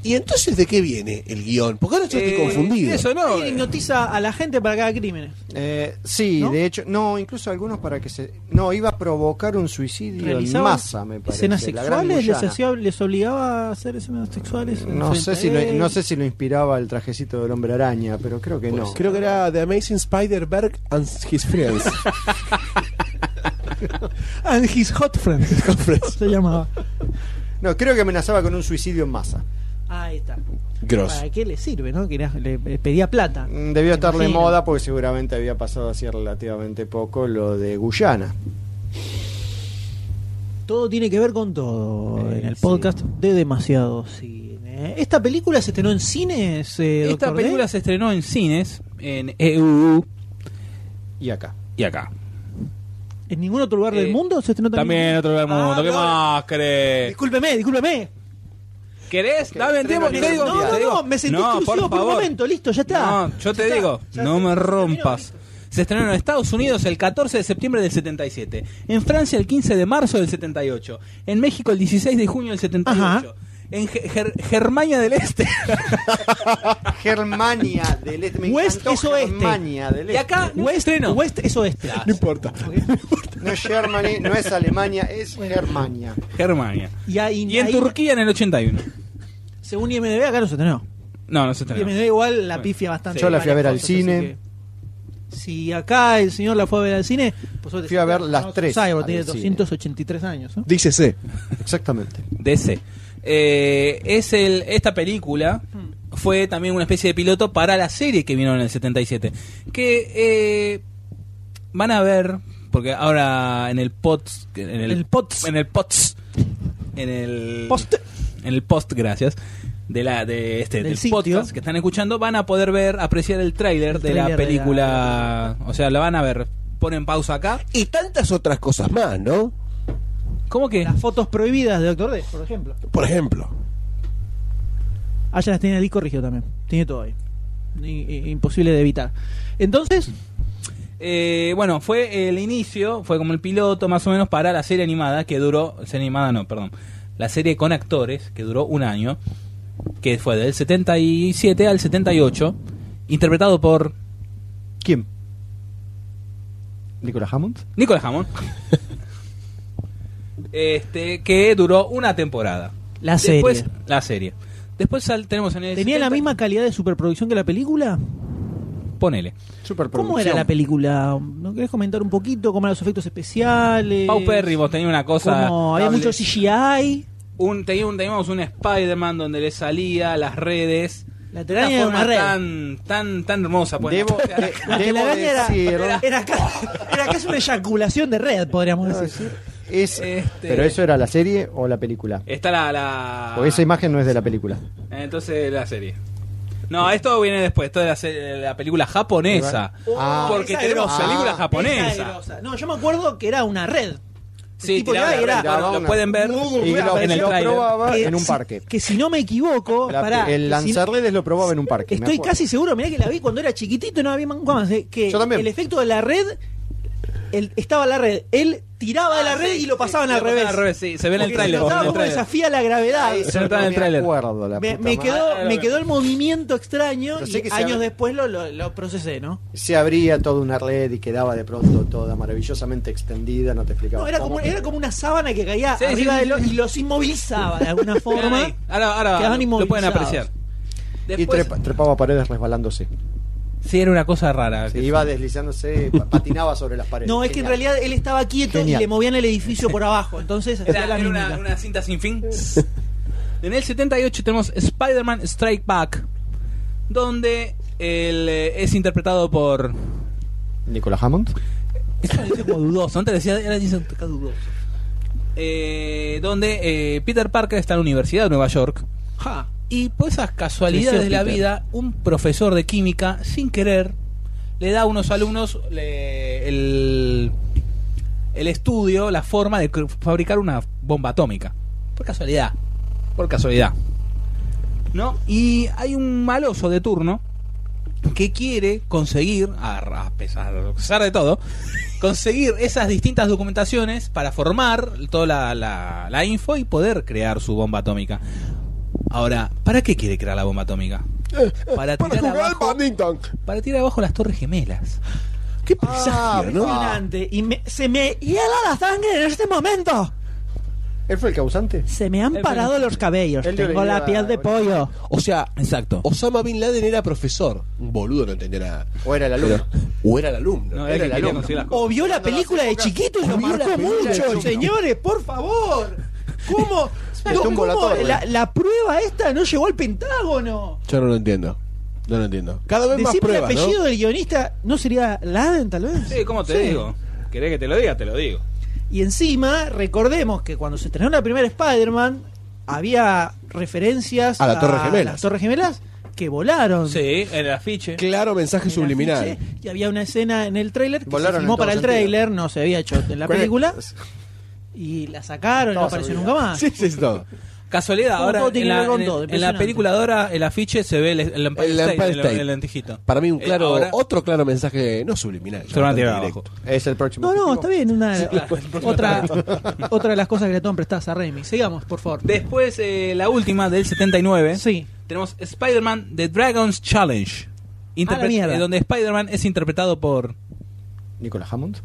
Speaker 7: ¿Y entonces de qué viene el guión? Porque ahora yo
Speaker 4: Eh,
Speaker 7: estoy confundido.
Speaker 4: Eso no.
Speaker 3: Él hipnotiza a la gente para cada crimen.
Speaker 6: Eh, sí,
Speaker 3: ¿No?
Speaker 6: de hecho, no, incluso algunos para que se. No, iba a provocar un suicidio
Speaker 3: Realizaban
Speaker 6: en masa, me parece.
Speaker 3: escenas
Speaker 6: la gran
Speaker 3: sexuales, les,
Speaker 6: Guyana.
Speaker 3: hacía- les obligaba a hacer escenas sexuales. en
Speaker 6: No
Speaker 3: frente
Speaker 6: sé, si
Speaker 3: a
Speaker 6: lo,
Speaker 3: él.
Speaker 6: no sé si lo inspiraba el trajecito del hombre araña, pero creo que
Speaker 4: Pues
Speaker 6: no.
Speaker 7: Creo que era The Amazing Spider-Berg and His Friends.
Speaker 3: And his hot friend. Se llamaba.
Speaker 6: No, creo que amenazaba con un suicidio en masa.
Speaker 3: Ahí está.
Speaker 7: Gross.
Speaker 3: ¿Para qué le sirve, no? Que era- le, le pedía plata.
Speaker 6: Mm, Debió
Speaker 3: Me
Speaker 6: estar de
Speaker 3: imagino.
Speaker 6: moda porque seguramente había pasado así relativamente poco lo de Guyana.
Speaker 3: Todo tiene que ver con todo
Speaker 6: Eh,
Speaker 3: en el
Speaker 6: sí.
Speaker 3: podcast de Demasiado Cine. ¿Esta película se estrenó en cines, eh,
Speaker 4: Esta
Speaker 3: Dr. D?
Speaker 4: película se estrenó en cines, en EU
Speaker 6: Y acá.
Speaker 4: y acá.
Speaker 3: ¿En ningún otro lugar del
Speaker 4: Eh,
Speaker 3: mundo se estrenó también?
Speaker 4: También en otro lugar del
Speaker 3: Ah,
Speaker 4: mundo. ¿Qué
Speaker 3: claro.
Speaker 4: más crees?
Speaker 3: Discúlpeme, discúlpeme.
Speaker 4: ¿Querés? Dame el tiempo.
Speaker 6: estreno
Speaker 4: Te digo,
Speaker 3: No, no,
Speaker 4: te digo.
Speaker 3: no, me sentí
Speaker 4: No,
Speaker 3: exclusivo por, un
Speaker 4: favor.
Speaker 3: momento, listo, ya está.
Speaker 4: No, yo
Speaker 3: Ya
Speaker 4: te
Speaker 3: está,
Speaker 4: digo,
Speaker 3: ya
Speaker 4: no
Speaker 3: está, se terminó,
Speaker 4: me rompas.
Speaker 3: listo.
Speaker 4: Se estrenaron en Estados Unidos el 14 de septiembre del 77, en Francia el 15 de marzo del 78, en México el 16 de junio del 78,
Speaker 3: Ajá.
Speaker 4: en Ge- Ger- Germania del Este.
Speaker 6: Germania del Este. Me
Speaker 3: West
Speaker 6: encantó
Speaker 3: es oeste.
Speaker 6: Germania del
Speaker 4: y
Speaker 6: Este.
Speaker 4: acá no
Speaker 3: West,
Speaker 4: estreno.
Speaker 3: West este, es oeste.
Speaker 7: No importa.
Speaker 6: No es Germany, no es Alemania, es Germania.
Speaker 4: Germania.
Speaker 3: Y, ahí,
Speaker 4: Y en
Speaker 3: ahí-
Speaker 4: Turquía en el 81.
Speaker 3: Según IMDB, acá no se estrenó.
Speaker 4: No, no se estrenó.
Speaker 3: IMDB igual la
Speaker 4: Bueno,
Speaker 3: pifia bastante.
Speaker 4: sí. Yo
Speaker 6: la fui a ver al
Speaker 3: Varias cosas, así
Speaker 6: cine.
Speaker 3: que Si acá el señor la fue a ver al cine, pues
Speaker 6: Fui a ver las tres
Speaker 3: Cyborg
Speaker 6: al
Speaker 3: tiene
Speaker 6: cine.
Speaker 3: 283 años. ¿no?
Speaker 7: Dícese.
Speaker 6: Exactamente.
Speaker 4: DC. Eh, es el, esta película
Speaker 3: Hmm.
Speaker 4: fue también una especie de piloto para la serie que vino en el 77. Que eh, van a ver, porque ahora en el POTS. En el,
Speaker 3: El POTS.
Speaker 4: En el POTS. En el
Speaker 3: Post.
Speaker 4: En el post, gracias. de la de este
Speaker 3: Del
Speaker 4: del
Speaker 3: sitio.
Speaker 4: podcast que están escuchando van a poder ver apreciar el tráiler
Speaker 3: El
Speaker 4: de la
Speaker 3: tráiler de la-
Speaker 4: película, o sea, la van a ver. Ponen pausa acá.
Speaker 7: Y tantas otras cosas más, ¿no?
Speaker 4: ¿Cómo que?
Speaker 3: Las fotos prohibidas de Doctor D, por ejemplo.
Speaker 7: Por ejemplo.
Speaker 3: Allá Ah, las tiene el disco rígido también. Tiene todo ahí. I- i- imposible de evitar. Entonces,
Speaker 4: Eh, bueno, fue el inicio, fue como el piloto más o menos para la serie animada que duró, serie animada no, perdón, la serie con actores que duró un año, que fue del 77 al 78, interpretado por
Speaker 6: ¿Quién? ¿Nicolas Hammond?
Speaker 4: Nicolás Hammond, este, que duró una temporada.
Speaker 3: la
Speaker 4: Después,
Speaker 3: serie.
Speaker 4: La serie. Después sal- tenemos en el
Speaker 3: ¿Tenía la
Speaker 4: 70,
Speaker 3: misma calidad de superproducción que la película?
Speaker 4: Ponele.
Speaker 3: ¿Cómo era la película? ¿No querés comentar un poquito? ¿Cómo eran los efectos especiales?
Speaker 4: Pau Perrimos tenía una cosa...
Speaker 3: ¿Cómo? Eh, ¿Había
Speaker 4: cable.
Speaker 3: mucho CGI?
Speaker 4: un, tenía un- teníamos un Spider-Man donde le salía a las redes.
Speaker 3: La
Speaker 4: De una
Speaker 3: telaraña era una
Speaker 4: forma
Speaker 3: red.
Speaker 4: tan, tan, tan hermosa. pues,
Speaker 6: Debo,
Speaker 4: ¿no? O sea,
Speaker 6: de-
Speaker 3: La
Speaker 6: debo
Speaker 3: telaraña era,
Speaker 6: decir-
Speaker 3: era, era casi, era casi una eyaculación de red, podríamos
Speaker 4: Ah,
Speaker 6: debo
Speaker 3: decir.
Speaker 6: decir, es-
Speaker 4: Este-
Speaker 6: ¿Pero eso era la serie o la película?
Speaker 4: Está la... la-
Speaker 6: Porque esa imagen no es de la película.
Speaker 4: Entonces la serie. No, esto viene después, esto de la, serie- de la película japonesa.
Speaker 6: Ah.
Speaker 4: porque
Speaker 3: Esa
Speaker 4: tenemos
Speaker 3: grosa.
Speaker 4: película
Speaker 6: Ah.
Speaker 4: japonesa.
Speaker 3: Esa grosa. No, yo me acuerdo que era una red. El
Speaker 4: Sí,
Speaker 3: tipo
Speaker 4: tiraba
Speaker 3: que
Speaker 4: la
Speaker 3: era-
Speaker 4: red, lo-
Speaker 6: tiraba
Speaker 4: lo
Speaker 6: una-
Speaker 4: pueden ver
Speaker 6: Y lo,
Speaker 4: en el
Speaker 6: lo
Speaker 4: trailer.
Speaker 6: probaba
Speaker 3: que
Speaker 6: en un
Speaker 3: si-
Speaker 6: parque.
Speaker 3: que si no me equivoco,
Speaker 6: La-
Speaker 3: pará, que si-
Speaker 6: el lanzarredes lo probaba en un parque. me
Speaker 3: Estoy
Speaker 6: acuerdo.
Speaker 3: casi seguro, mirá que la vi cuando era chiquitito y no había manco más. eh, que
Speaker 6: Yo también.
Speaker 3: el efecto de la red, el, estaba la red, él tiraba de la red y lo pasaban al, revés.
Speaker 4: Ah, sí, se ve en el
Speaker 3: Porque se
Speaker 4: tráiler. en
Speaker 3: notaba
Speaker 4: el
Speaker 3: cómo
Speaker 4: tráiler.
Speaker 3: desafía la gravedad.
Speaker 4: Eso no estaba en el
Speaker 6: me
Speaker 4: tráiler.
Speaker 6: acuerdo, la
Speaker 3: Me,
Speaker 6: puta
Speaker 3: me
Speaker 6: madre.
Speaker 4: madre.
Speaker 3: quedó, me quedó el movimiento extraño
Speaker 6: Pero sé
Speaker 3: y
Speaker 6: que se
Speaker 3: años
Speaker 6: abre-
Speaker 3: después lo, lo, lo procesé, ¿no?
Speaker 6: Se abría toda una red y quedaba de pronto toda maravillosamente extendida, no te explicaba.
Speaker 3: No, era
Speaker 6: cómo,
Speaker 3: como,
Speaker 6: pero-
Speaker 3: era como una sábana que caía
Speaker 4: Sí, sí,
Speaker 3: arriba
Speaker 4: sí,
Speaker 3: de los
Speaker 4: sí.
Speaker 3: y los inmovilizaba de alguna forma.
Speaker 4: Ahí, Ahora, ahora
Speaker 3: Quedaban
Speaker 4: lo pueden
Speaker 3: inmovilizados.
Speaker 4: apreciar.
Speaker 6: Y
Speaker 4: Después,
Speaker 6: trepa- trepaba paredes resbalándose.
Speaker 4: sí, era una cosa rara.
Speaker 6: Se
Speaker 4: que-
Speaker 6: iba deslizándose, pa- patinaba sobre las paredes.
Speaker 3: No, es que en
Speaker 6: Genial.
Speaker 3: realidad él estaba quieto
Speaker 6: Genial.
Speaker 3: y le movían el edificio por abajo. Entonces, hacía
Speaker 4: Era,
Speaker 3: la
Speaker 4: era una,
Speaker 3: mímica.
Speaker 4: una cinta sin fin. En el 78 tenemos Spider-Man Strike Back, donde él eh, es interpretado por.
Speaker 6: Nicolas Hammond.
Speaker 4: Eso es como dudoso. Antes decía, era dicen que era dudoso. Eh, donde eh, Peter Parker está en la Universidad de Nueva York.
Speaker 3: Ja.
Speaker 4: Y por esas casualidades
Speaker 3: Creció
Speaker 4: de la
Speaker 3: Peter.
Speaker 4: vida, un profesor de química, sin querer, le da a unos alumnos le- el, el estudio, la forma de cr- fabricar una bomba atómica. Por casualidad. Por casualidad. ¿No? Y hay un maloso de turno que quiere conseguir, a, a pesar, a pesar de todo, conseguir esas distintas documentaciones para formar toda la, la- la info y poder crear su bomba atómica. Ahora, ¿para qué quiere crear la bomba atómica? Para tirar abajo, para tirar abajo las torres gemelas.
Speaker 7: Qué presagio, ¿no?
Speaker 3: Impresionante. Ah, Y me- se me hiela la sangre en este momento.
Speaker 6: ¿Él fue el causante?
Speaker 3: Se me han
Speaker 4: Eh,
Speaker 3: parado
Speaker 4: bueno.
Speaker 3: los cabellos.
Speaker 6: Él le
Speaker 3: Tengo la
Speaker 6: olvidaba,
Speaker 3: piel de pollo.
Speaker 7: O sea,
Speaker 4: Exacto.
Speaker 7: Osama Bin Laden era profesor. Un boludo no entendía nada.
Speaker 6: ¿O era el alumno?
Speaker 7: O era el alumno.
Speaker 4: No, era que
Speaker 7: era el
Speaker 4: quería
Speaker 7: alumno.
Speaker 4: conseguir las cosas.
Speaker 3: O vio la
Speaker 6: Cuando
Speaker 3: película
Speaker 6: las
Speaker 3: de
Speaker 6: épocas-
Speaker 3: chiquito y lo
Speaker 7: vio la
Speaker 3: marcó
Speaker 7: película de
Speaker 3: mucho.
Speaker 7: chiquito.
Speaker 3: Señores, por favor. ¿Cómo?
Speaker 6: Le tumbo la
Speaker 3: cómo
Speaker 6: torre.
Speaker 7: eh.
Speaker 3: la, la prueba esta no llegó al Pentágono?
Speaker 7: Yo no lo entiendo. No lo entiendo. Cada vez más
Speaker 3: Decime
Speaker 7: pruebas,
Speaker 3: el
Speaker 7: ¿no?
Speaker 3: apellido del guionista. ¿No sería Laden, tal vez?
Speaker 4: Sí, ¿cómo te digo? ¿Querés que te lo diga? Te lo digo.
Speaker 3: Y encima, recordemos que cuando se estrenó la primera Spider-Man, había referencias
Speaker 7: A la Torre Gemelas.
Speaker 3: las Torres Gemelas que volaron.
Speaker 4: Sí, en el afiche.
Speaker 7: Claro mensaje
Speaker 3: En el
Speaker 7: subliminal.
Speaker 3: afiche, Y había una escena en el tráiler que se
Speaker 6: Volaron
Speaker 3: filmó
Speaker 6: en todo
Speaker 3: para el
Speaker 6: sentido.
Speaker 3: tráiler, no se había hecho en la
Speaker 6: ¿Cuál es?
Speaker 3: película. Y la sacaron, y no
Speaker 6: Todo
Speaker 3: apareció
Speaker 6: se
Speaker 3: nunca más.
Speaker 7: Sí, sí, sí, todo.
Speaker 4: Casualidad,
Speaker 3: Todo,
Speaker 4: ahora
Speaker 3: todo
Speaker 4: en
Speaker 3: tiene que
Speaker 4: la,
Speaker 3: ver con
Speaker 4: en-
Speaker 3: todo,
Speaker 4: en la
Speaker 3: impresionante.
Speaker 4: película de ahora el afiche se ve el, el Empire
Speaker 7: El
Speaker 4: State,
Speaker 7: Empire
Speaker 4: el-
Speaker 7: State.
Speaker 4: El, lentijito.
Speaker 7: Para mí un
Speaker 4: Eh,
Speaker 7: claro,
Speaker 4: ahora-
Speaker 7: otro claro mensaje, no subliminal.
Speaker 4: se lo van a tirar
Speaker 7: bastante
Speaker 4: abajo.
Speaker 6: Es el próximo.
Speaker 3: No, no,
Speaker 6: objetivo.
Speaker 3: está bien. Una,
Speaker 4: claro, el próximo
Speaker 3: otra, otra de las cosas que le toman prestadas a Raimi. Sigamos, por favor.
Speaker 4: Después, eh, la última del 79.
Speaker 3: Sí.
Speaker 4: Tenemos Spider-Man The Dragon's Challenge.
Speaker 3: A la mierda.
Speaker 4: eh, donde Spider-Man es interpretado por.
Speaker 6: Nicolas Hammond.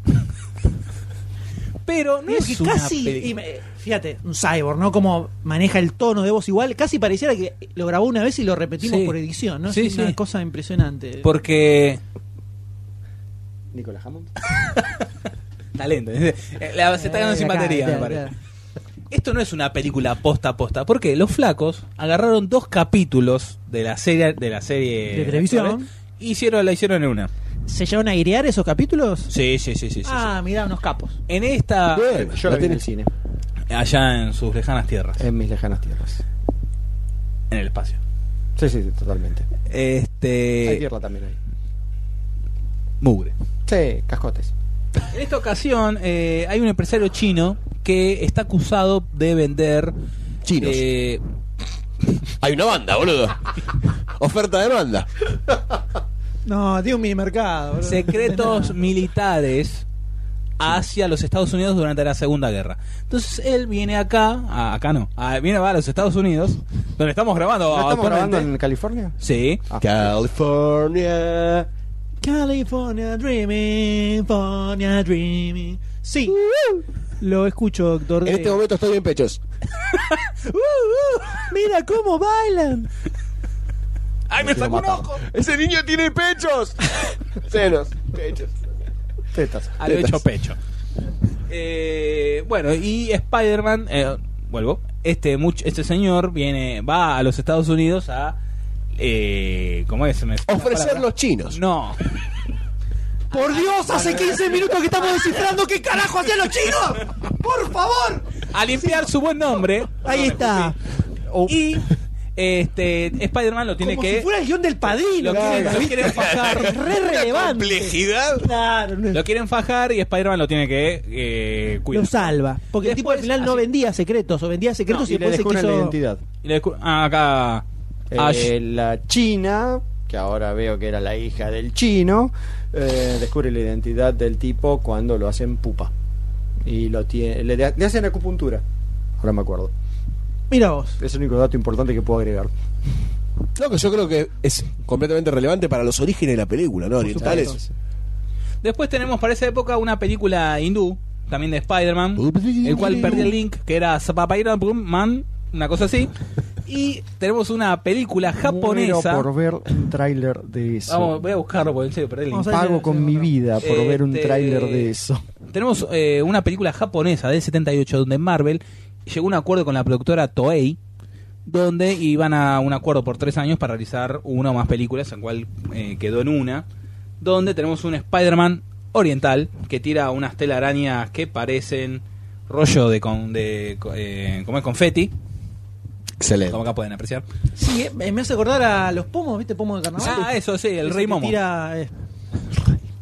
Speaker 4: Pero no
Speaker 3: Digo
Speaker 4: es
Speaker 3: que
Speaker 4: una
Speaker 3: casi,
Speaker 4: peli-
Speaker 3: y me- fíjate, un cyborg, ¿no? Como maneja el tono de voz igual, casi pareciera que lo grabó una vez y lo repetimos
Speaker 4: Sí.
Speaker 3: por edición, ¿no?
Speaker 4: Sí,
Speaker 3: es una
Speaker 4: sí.
Speaker 3: cosa impresionante.
Speaker 4: Porque.
Speaker 6: Nicolas Hammond.
Speaker 4: Talento. eh, la- se está quedando
Speaker 3: Eh,
Speaker 4: sin
Speaker 3: acá,
Speaker 4: batería, me
Speaker 3: acá,
Speaker 4: parece.
Speaker 3: acá.
Speaker 4: Esto no es una película posta a posta, porque los flacos agarraron dos capítulos de la serie de la serie
Speaker 3: De televisión.
Speaker 4: actual, hicieron la hicieron en una.
Speaker 3: ¿Se llevan a airear esos capítulos?
Speaker 4: Sí, sí, sí, sí, sí, sí.
Speaker 3: ah, mirá, unos capos.
Speaker 4: En esta
Speaker 7: Bien,
Speaker 6: Ah, Yo la vi
Speaker 7: la
Speaker 6: en
Speaker 7: tiene-
Speaker 6: el cine. Eh.
Speaker 4: allá en sus lejanas tierras.
Speaker 6: En mis lejanas tierras.
Speaker 4: en el espacio.
Speaker 6: Sí, sí, sí, totalmente. Hay
Speaker 4: Este,
Speaker 6: tierra también ahí.
Speaker 4: mugre.
Speaker 6: Sí, cascotes.
Speaker 4: En esta ocasión eh, hay un empresario chino que está acusado de vender
Speaker 7: Chinos.
Speaker 4: eh,
Speaker 7: Hay una banda, boludo. Oferta de banda.
Speaker 3: No, tiene un mini mercado. boludo.
Speaker 4: secretos militares hacia los Estados Unidos durante la Segunda Guerra. Entonces él viene acá, a- acá no, a- viene va a los Estados Unidos, donde estamos grabando.
Speaker 6: ¿No estamos
Speaker 4: actualmente.
Speaker 6: grabando en California?
Speaker 4: Sí.
Speaker 6: Ah.
Speaker 7: California.
Speaker 3: California Dreaming, California Dreaming. Sí, lo escucho, doctor. Eh,
Speaker 7: En
Speaker 3: D.
Speaker 7: este momento estoy en pechos.
Speaker 3: Uh, uh, mira cómo bailan.
Speaker 4: ¡Ay, me sacó un
Speaker 6: matar.
Speaker 4: ojo!
Speaker 7: Ese niño tiene pechos. Senos, pechos.
Speaker 6: Tetas.
Speaker 4: A lo hecho pecho. Eh, bueno, y Spider-Man, eh, vuelvo, este, much- este señor viene, va a los Estados Unidos a... Eh, ¿Cómo es? Se me-
Speaker 7: Ofrecer los chinos.
Speaker 4: No.
Speaker 3: Por Dios, hace 15 minutos que estamos descifrando qué carajo hacían los chinos. Por favor.
Speaker 4: A limpiar su buen nombre.
Speaker 3: Ahí está. Oh.
Speaker 4: Y este Spider-Man lo tiene
Speaker 3: Como
Speaker 4: que
Speaker 3: si fuera el guión del padrino.
Speaker 4: lo quieren-
Speaker 3: claro,
Speaker 4: lo
Speaker 3: ¿viste?
Speaker 4: quieren fajar.
Speaker 3: Es re relevante.
Speaker 7: Complejidad.
Speaker 3: Claro, no-
Speaker 4: lo quieren fajar y Spider-Man lo tiene que eh, cuidar.
Speaker 3: lo salva. Porque el tipo al
Speaker 4: Después,
Speaker 3: final no
Speaker 4: así-
Speaker 3: vendía secretos, o vendía secretos
Speaker 6: y
Speaker 3: y,
Speaker 6: le
Speaker 3: después se
Speaker 6: descubren
Speaker 3: quiso.
Speaker 6: la identidad.
Speaker 4: Y le descu- ah, acá Ash.
Speaker 6: Eh, la China, que ahora veo que era la hija del chino, eh, descubre la identidad del tipo cuando lo hacen pupa. Y lo tiene, le, le hacen acupuntura. Ahora me acuerdo.
Speaker 3: Mira vos.
Speaker 6: Es el único dato importante que puedo agregar.
Speaker 7: No, que yo creo que es completamente relevante para los orígenes de la película, ¿no? Orientales.
Speaker 4: Después tenemos para esa época una película hindú, también de Spider-Man, el cual perdí el link, que era Spider-Man, una cosa así. Y tenemos una película japonesa.
Speaker 6: Muero por ver un tráiler de eso.
Speaker 4: Vamos, voy a buscarlo porque en serio perdí el link.
Speaker 3: Vamos a ver si-
Speaker 6: Pago
Speaker 3: si
Speaker 6: con
Speaker 3: lo
Speaker 6: mi
Speaker 3: encontramos.
Speaker 6: vida por ver un
Speaker 4: Este-
Speaker 6: tráiler de eso.
Speaker 4: Tenemos eh, una película japonesa del 78 donde Marvel llegó a un acuerdo con la productora Toei donde iban a un acuerdo por tres años para realizar una o más películas, en cual eh, quedó en una, donde tenemos un Spider-Man oriental que tira unas telarañas que parecen rollo de, con, de eh, como es confeti,
Speaker 7: Excelente.
Speaker 4: como acá pueden apreciar.
Speaker 3: Sí, eh, me hace acordar a los pomos, ¿viste? Pomos de carnaval.
Speaker 4: Ah, eso sí, el
Speaker 3: Ese
Speaker 4: Rey
Speaker 3: que
Speaker 4: Momo.
Speaker 3: tira, eh,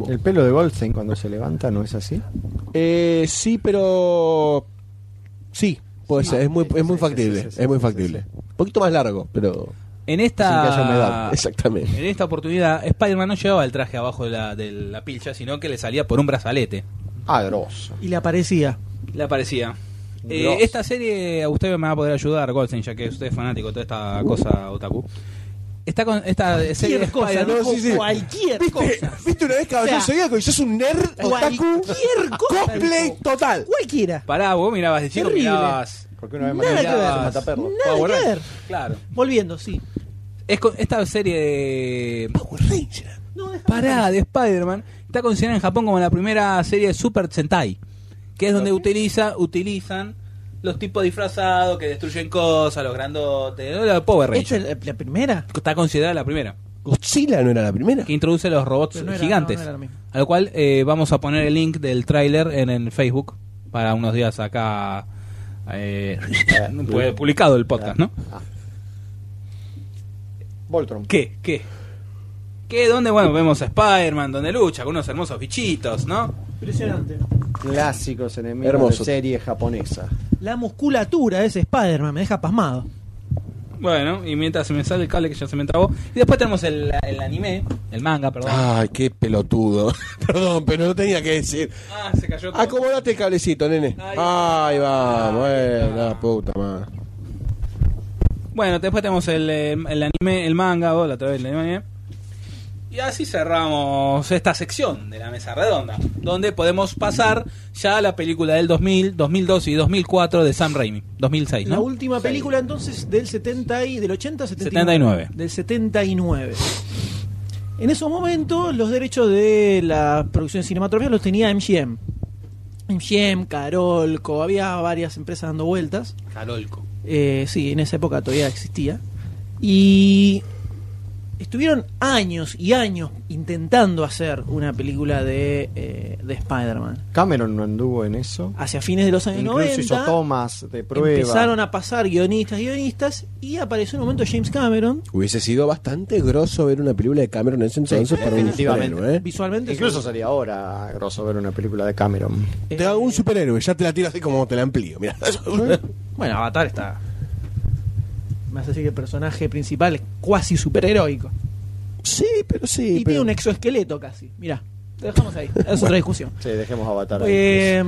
Speaker 6: El pelo de Goldstein cuando se levanta, ¿no es así?
Speaker 7: Eh, sí, pero. Sí, puede
Speaker 6: Sí.
Speaker 7: ser. Es muy, es muy
Speaker 6: Sí, sí,
Speaker 7: factible.
Speaker 6: sí, sí, sí,
Speaker 7: es muy
Speaker 6: sí,
Speaker 7: factible.
Speaker 6: sí,
Speaker 7: Un poquito más largo, pero.
Speaker 4: En
Speaker 6: Sin que haya
Speaker 4: esta
Speaker 6: humedad.
Speaker 7: Exactamente.
Speaker 4: en esta oportunidad Spider-Man no llevaba el traje abajo de la, de la pilcha, sino que le salía por un brazalete.
Speaker 6: Ah, grosso.
Speaker 3: y le aparecía.
Speaker 4: La parecía. Eh,
Speaker 6: Gross.
Speaker 4: esta serie a usted me va a poder ayudar, Goldstein, ya que usted es fanático de toda esta
Speaker 6: Uh.
Speaker 4: cosa otaku. Está con esta serie de
Speaker 3: Cualquier cosa,
Speaker 4: Spider-Man-
Speaker 7: no,
Speaker 3: loco,
Speaker 7: sí, sí.
Speaker 3: cualquier cosa.
Speaker 7: ¿Viste una vez que
Speaker 3: O sea,
Speaker 7: yo soy algo y sos un nerd otaku?
Speaker 3: Cualquier cosa.
Speaker 7: Cosplay
Speaker 3: loco.
Speaker 7: total.
Speaker 3: Cualquiera.
Speaker 4: Pará, vos mirabas de chico,
Speaker 3: Terrible.
Speaker 4: mirabas.
Speaker 6: Porque una vez
Speaker 3: Nada
Speaker 6: maté-
Speaker 3: que ver.
Speaker 6: mataperro.
Speaker 3: Nada
Speaker 4: Power
Speaker 3: que
Speaker 4: Rangers.
Speaker 3: ver.
Speaker 4: Claro.
Speaker 3: Volviendo, sí.
Speaker 4: Es con- esta serie de.
Speaker 7: Power Ranger.
Speaker 3: No, déjame
Speaker 4: Pará, de Spider-Man. Está considerada en Japón como la primera serie de Super Sentai. Que es donde utiliza, utilizan los tipos disfrazados que destruyen cosas, los grandotes. ¿no? La Power Rangers.
Speaker 3: ¿Esta es la, la primera?
Speaker 4: Está considerada la primera.
Speaker 7: Godzilla no era la primera.
Speaker 4: que introduce los robots
Speaker 3: Pero no era- no,
Speaker 4: gigantes.
Speaker 3: no era lo mismo.
Speaker 4: a lo cual eh, vamos a poner el link del tráiler en el Facebook para unos días acá eh, fue publicado el podcast, ¿no?
Speaker 6: Voltron.
Speaker 4: ¿Qué? ¿Qué? ¿Qué? Donde, bueno, vemos a Spider-Man, donde lucha con unos hermosos bichitos, ¿no?
Speaker 3: Impresionante.
Speaker 6: Clásicos enemigos
Speaker 7: Hermoso.
Speaker 6: de serie japonesa.
Speaker 3: La musculatura de ese Spider-Man me deja pasmado.
Speaker 4: Bueno, y mientras se me sale el cable que ya se me trabó. Y después tenemos el, el anime, el manga, perdón. Ah,
Speaker 7: Ay, qué pelotudo. Perdón, pero no tenía que decir.
Speaker 4: Ah, se cayó todo.
Speaker 7: Acomodate el cablecito, nene.
Speaker 4: Ahí
Speaker 7: Ahí va, bueno,
Speaker 4: está.
Speaker 7: la puta madre.
Speaker 4: Bueno, después tenemos el, eh, el anime, el manga, o la otra vez el anime. Y así cerramos esta sección de la mesa redonda, donde podemos pasar ya a la película del 2000, 2002 y 2004 de Sam Raimi, 2006,
Speaker 3: La
Speaker 4: ¿no?
Speaker 3: última película entonces del 70 y del 80
Speaker 4: 79.
Speaker 3: Del 79. En esos momentos los derechos de la producción cinematográfica los tenía MGM. MGM, Carolco, había varias empresas dando vueltas.
Speaker 4: Carolco.
Speaker 3: Eh, sí, en esa época todavía existía. Y estuvieron años y años intentando hacer una película de, eh, de Spider-Man.
Speaker 6: Cameron no anduvo en eso.
Speaker 3: Hacia fines de los años
Speaker 6: Incluso
Speaker 3: 90
Speaker 6: hizo tomas de prueba.
Speaker 3: empezaron a pasar guionistas, guionistas y apareció en un momento James Cameron.
Speaker 7: Hubiese sido bastante grosso ver una película de Cameron en ese entonces para un
Speaker 6: definitivamente.
Speaker 7: superhéroe. ¿eh?
Speaker 3: Visualmente
Speaker 6: Incluso sería ahora grosso ver una película de Cameron.
Speaker 3: eh,
Speaker 7: Te hago un superhéroe, ya te la tiro así como te la amplío. Mira,
Speaker 3: Bueno, Avatar está. Me hace decir que el personaje principal es cuasi superheroico.
Speaker 7: sí, pero sí.
Speaker 3: Y
Speaker 7: pero-
Speaker 3: tiene un exoesqueleto casi. Mirá, te dejamos ahí. Es otra discusión.
Speaker 6: Sí, dejemos Avatar. ahí.
Speaker 3: Eh,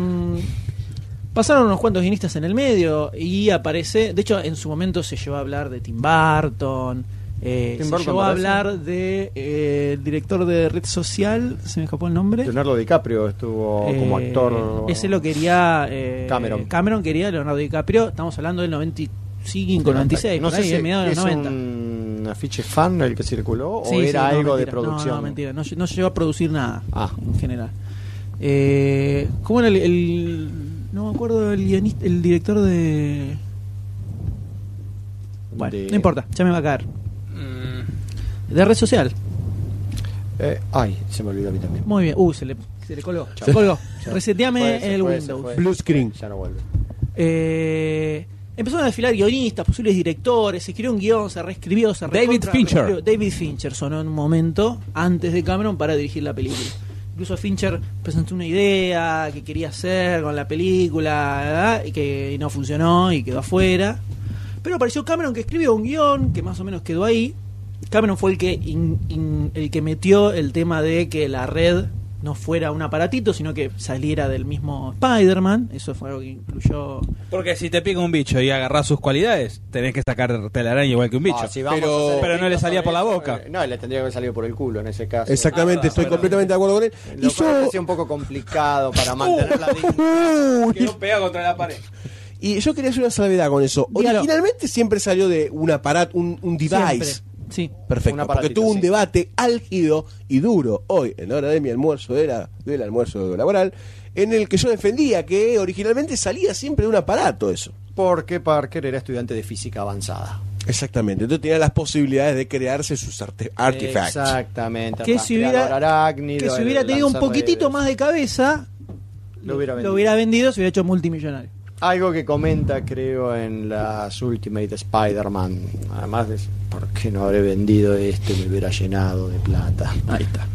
Speaker 3: pasaron unos cuantos guionistas en el medio y aparece. De hecho, en su momento se llevó a hablar de Tim Burton. eh,
Speaker 6: Tim
Speaker 3: se
Speaker 6: Burton
Speaker 3: llevó a
Speaker 6: aparece.
Speaker 3: hablar de eh, el director de red social. Se me escapó el nombre.
Speaker 6: Leonardo DiCaprio estuvo como
Speaker 3: Eh,
Speaker 6: actor.
Speaker 3: Ese lo quería. eh,
Speaker 6: Cameron.
Speaker 3: quería Leonardo DiCaprio. Estamos hablando del 95, 96.
Speaker 6: No
Speaker 3: por
Speaker 6: sé
Speaker 3: ahí,
Speaker 6: si
Speaker 3: en mediados de
Speaker 6: es
Speaker 3: los 90.
Speaker 6: un afiche fan el que circuló
Speaker 3: Sí,
Speaker 6: o
Speaker 3: sí,
Speaker 6: era
Speaker 3: no,
Speaker 6: algo de
Speaker 3: mentira.
Speaker 6: producción.
Speaker 3: No, no, mentira. No, lle- no llegó a producir nada
Speaker 6: Ah.
Speaker 3: en general. Eh, ¿Cómo era el, el- No me acuerdo el guionista, el director de. Bueno,
Speaker 6: De-
Speaker 3: no importa, ya me va a caer. De red social.
Speaker 6: Eh, ay, se me olvidó a mí también.
Speaker 3: Muy bien. Uh, se le, se le colgó.
Speaker 6: Chao.
Speaker 3: Se colgó.
Speaker 6: Chao.
Speaker 3: Reseteame
Speaker 6: Se fue, se
Speaker 3: el
Speaker 6: fue, se
Speaker 3: Windows.
Speaker 6: fue.
Speaker 7: Blue screen.
Speaker 6: Ya no vuelve.
Speaker 3: Eh, empezaron a desfilar guionistas, posibles directores, se escribió un guión, se reescribió, se
Speaker 4: David
Speaker 3: recontra-
Speaker 4: Fincher.
Speaker 3: reescribió. David Fincher sonó en un momento antes de Cameron para dirigir la película. Incluso Fincher presentó una idea que quería hacer con la película ¿verdad? y que no funcionó y quedó afuera. Pero apareció Cameron que escribió un guión que más o menos quedó ahí. Cameron fue el que in- in- el que metió el tema de que la red no fuera un aparatito, sino que saliera del mismo Spider-Man. Eso fue algo que incluyó
Speaker 4: Porque si te pica un bicho y agarras sus cualidades, tenés que sacar telaraña igual que un bicho.
Speaker 6: Ah, si vamos
Speaker 7: Pero-
Speaker 6: a hacer
Speaker 4: pero no le
Speaker 6: críticas
Speaker 4: salía
Speaker 6: sobre
Speaker 4: por la
Speaker 6: eso,
Speaker 4: boca.
Speaker 6: eh, No, le tendría que haber salido por el culo en ese caso.
Speaker 7: Exactamente,
Speaker 4: Ah,
Speaker 7: estoy
Speaker 4: verdad,
Speaker 7: completamente de acuerdo con él. Oh,
Speaker 6: Lo
Speaker 7: Hizo.
Speaker 6: cual me parecía un poco complicado para mantener la dignidad.
Speaker 7: Uh,
Speaker 4: pegado contra la pared.
Speaker 7: y yo quería hacer una salvedad con eso.
Speaker 3: Dígalo.
Speaker 7: Originalmente siempre salió de un aparato, un, un device.
Speaker 3: Siempre. Sí.
Speaker 6: Un
Speaker 7: Perfecto, porque
Speaker 6: aparatito,
Speaker 7: tuvo un
Speaker 6: sí.
Speaker 7: debate álgido y duro hoy, en la hora de mi almuerzo, de la- del almuerzo laboral, en el que yo defendía que originalmente salía siempre de un aparato eso.
Speaker 6: Porque Parker era estudiante de física avanzada.
Speaker 7: Exactamente, entonces tenía las posibilidades de crearse sus arte- artifacts.
Speaker 6: Exactamente.
Speaker 3: Que si hubiera,
Speaker 6: rastreador arácnido,
Speaker 3: que si
Speaker 6: el
Speaker 3: hubiera tenido un
Speaker 6: lanzarredes.
Speaker 3: poquitito más de cabeza,
Speaker 6: Lo hubiera vendido.
Speaker 3: vendido, se hubiera hecho multimillonario.
Speaker 6: Algo que comenta, creo, en las Ultimate Spider-Man. Además de, ¿por qué no habré vendido este? Me hubiera llenado de plata.
Speaker 3: Ahí está.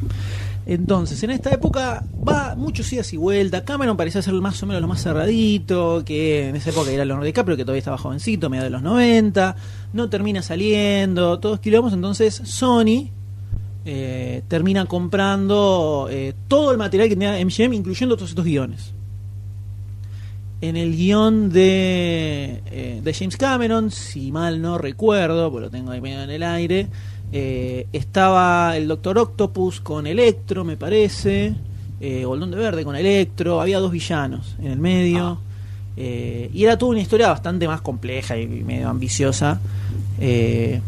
Speaker 3: Entonces, en esta época va muchos idas y vueltas. Cameron parecía ser más o menos lo más cerradito, que en esa época era Leonardo DiCaprio, que todavía estaba jovencito, medio de los 90. No termina saliendo, todos quilomos. Entonces, Sony eh, termina comprando eh, todo el material que tenía MGM, incluyendo todos estos guiones. En el guión de, eh, de James Cameron, si mal no recuerdo, porque lo tengo ahí medio en el aire, eh, estaba el Doctor Octopus con Electro, me parece, eh, o el Duende Verde con Electro, había dos villanos en el medio, eh, y era toda una historia bastante más compleja y medio ambiciosa. eh,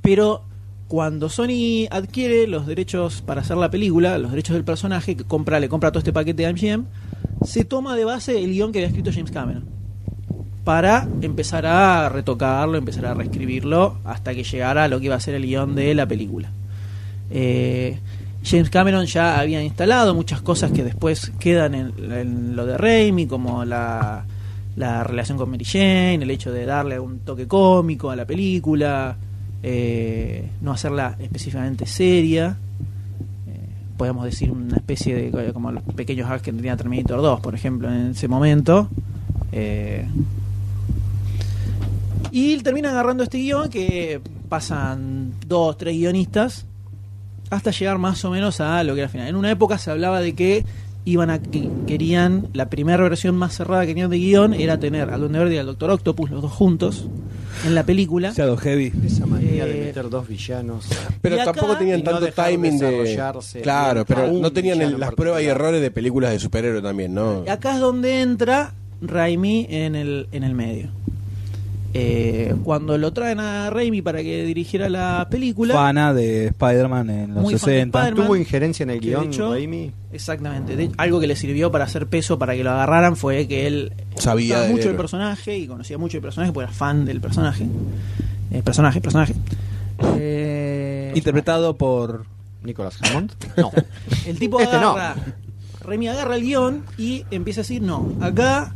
Speaker 3: pero cuando Sony adquiere los derechos para hacer la película, los derechos del personaje, que compra, le compra todo este paquete de MGM, se toma de base el guión que había escrito James Cameron. Para empezar a retocarlo, empezar a reescribirlo, hasta que llegara a lo que iba a ser el guión de la película. Eh, James Cameron ya había instalado muchas cosas que después quedan en, en lo de Raimi, como la, la relación con Mary Jane, el hecho de darle un toque cómico a la película, eh, no hacerla específicamente seria. Eh, Podemos decir una especie de co- como los pequeños hacks que tenía Terminator 2, por ejemplo, en ese momento. Eh, y termina agarrando este guión que pasan dos, tres guionistas hasta llegar más o menos a lo que era final. En una época se hablaba de que iban a que querían la primera versión más cerrada que tenían de guión era tener al Duende Verde y al Doctor Octopus los dos juntos en la película.
Speaker 4: Shadow Heavy.
Speaker 6: Esa manía de
Speaker 3: Eh,
Speaker 6: meter dos villanos.
Speaker 7: Pero
Speaker 3: Y acá-
Speaker 7: tampoco tenían
Speaker 6: Y no
Speaker 7: tanto
Speaker 6: dejar
Speaker 7: timing de...
Speaker 6: desarrollarse
Speaker 7: Claro,
Speaker 6: bien a
Speaker 7: pero
Speaker 6: un
Speaker 7: no tenían el-
Speaker 6: villano en
Speaker 7: las pruebas y
Speaker 6: particular.
Speaker 7: errores de películas de superhéroe también, ¿no?
Speaker 3: Y acá es donde entra Raimi en el, en el medio. Eh, cuando lo traen a Raimi para que dirigiera la película,
Speaker 4: Fana de Spider-Man en los
Speaker 3: Muy fan de
Speaker 4: 60.
Speaker 3: Spider-Man.
Speaker 6: ¿Tuvo injerencia en el
Speaker 3: Que
Speaker 6: guión,
Speaker 3: de hecho-
Speaker 6: Raimi?
Speaker 3: exactamente, de- algo que le sirvió para hacer peso para que lo agarraran fue que él
Speaker 7: Sabía
Speaker 3: gustaba
Speaker 7: de-
Speaker 3: mucho el personaje y conocía mucho el personaje porque era fan del personaje. Eh, personaje, personaje. Eh,
Speaker 4: interpretado por
Speaker 6: Nicolás Hammond. No.
Speaker 3: El tipo
Speaker 6: Este no.
Speaker 3: agarra, Remy agarra el guión y empieza a decir, no, acá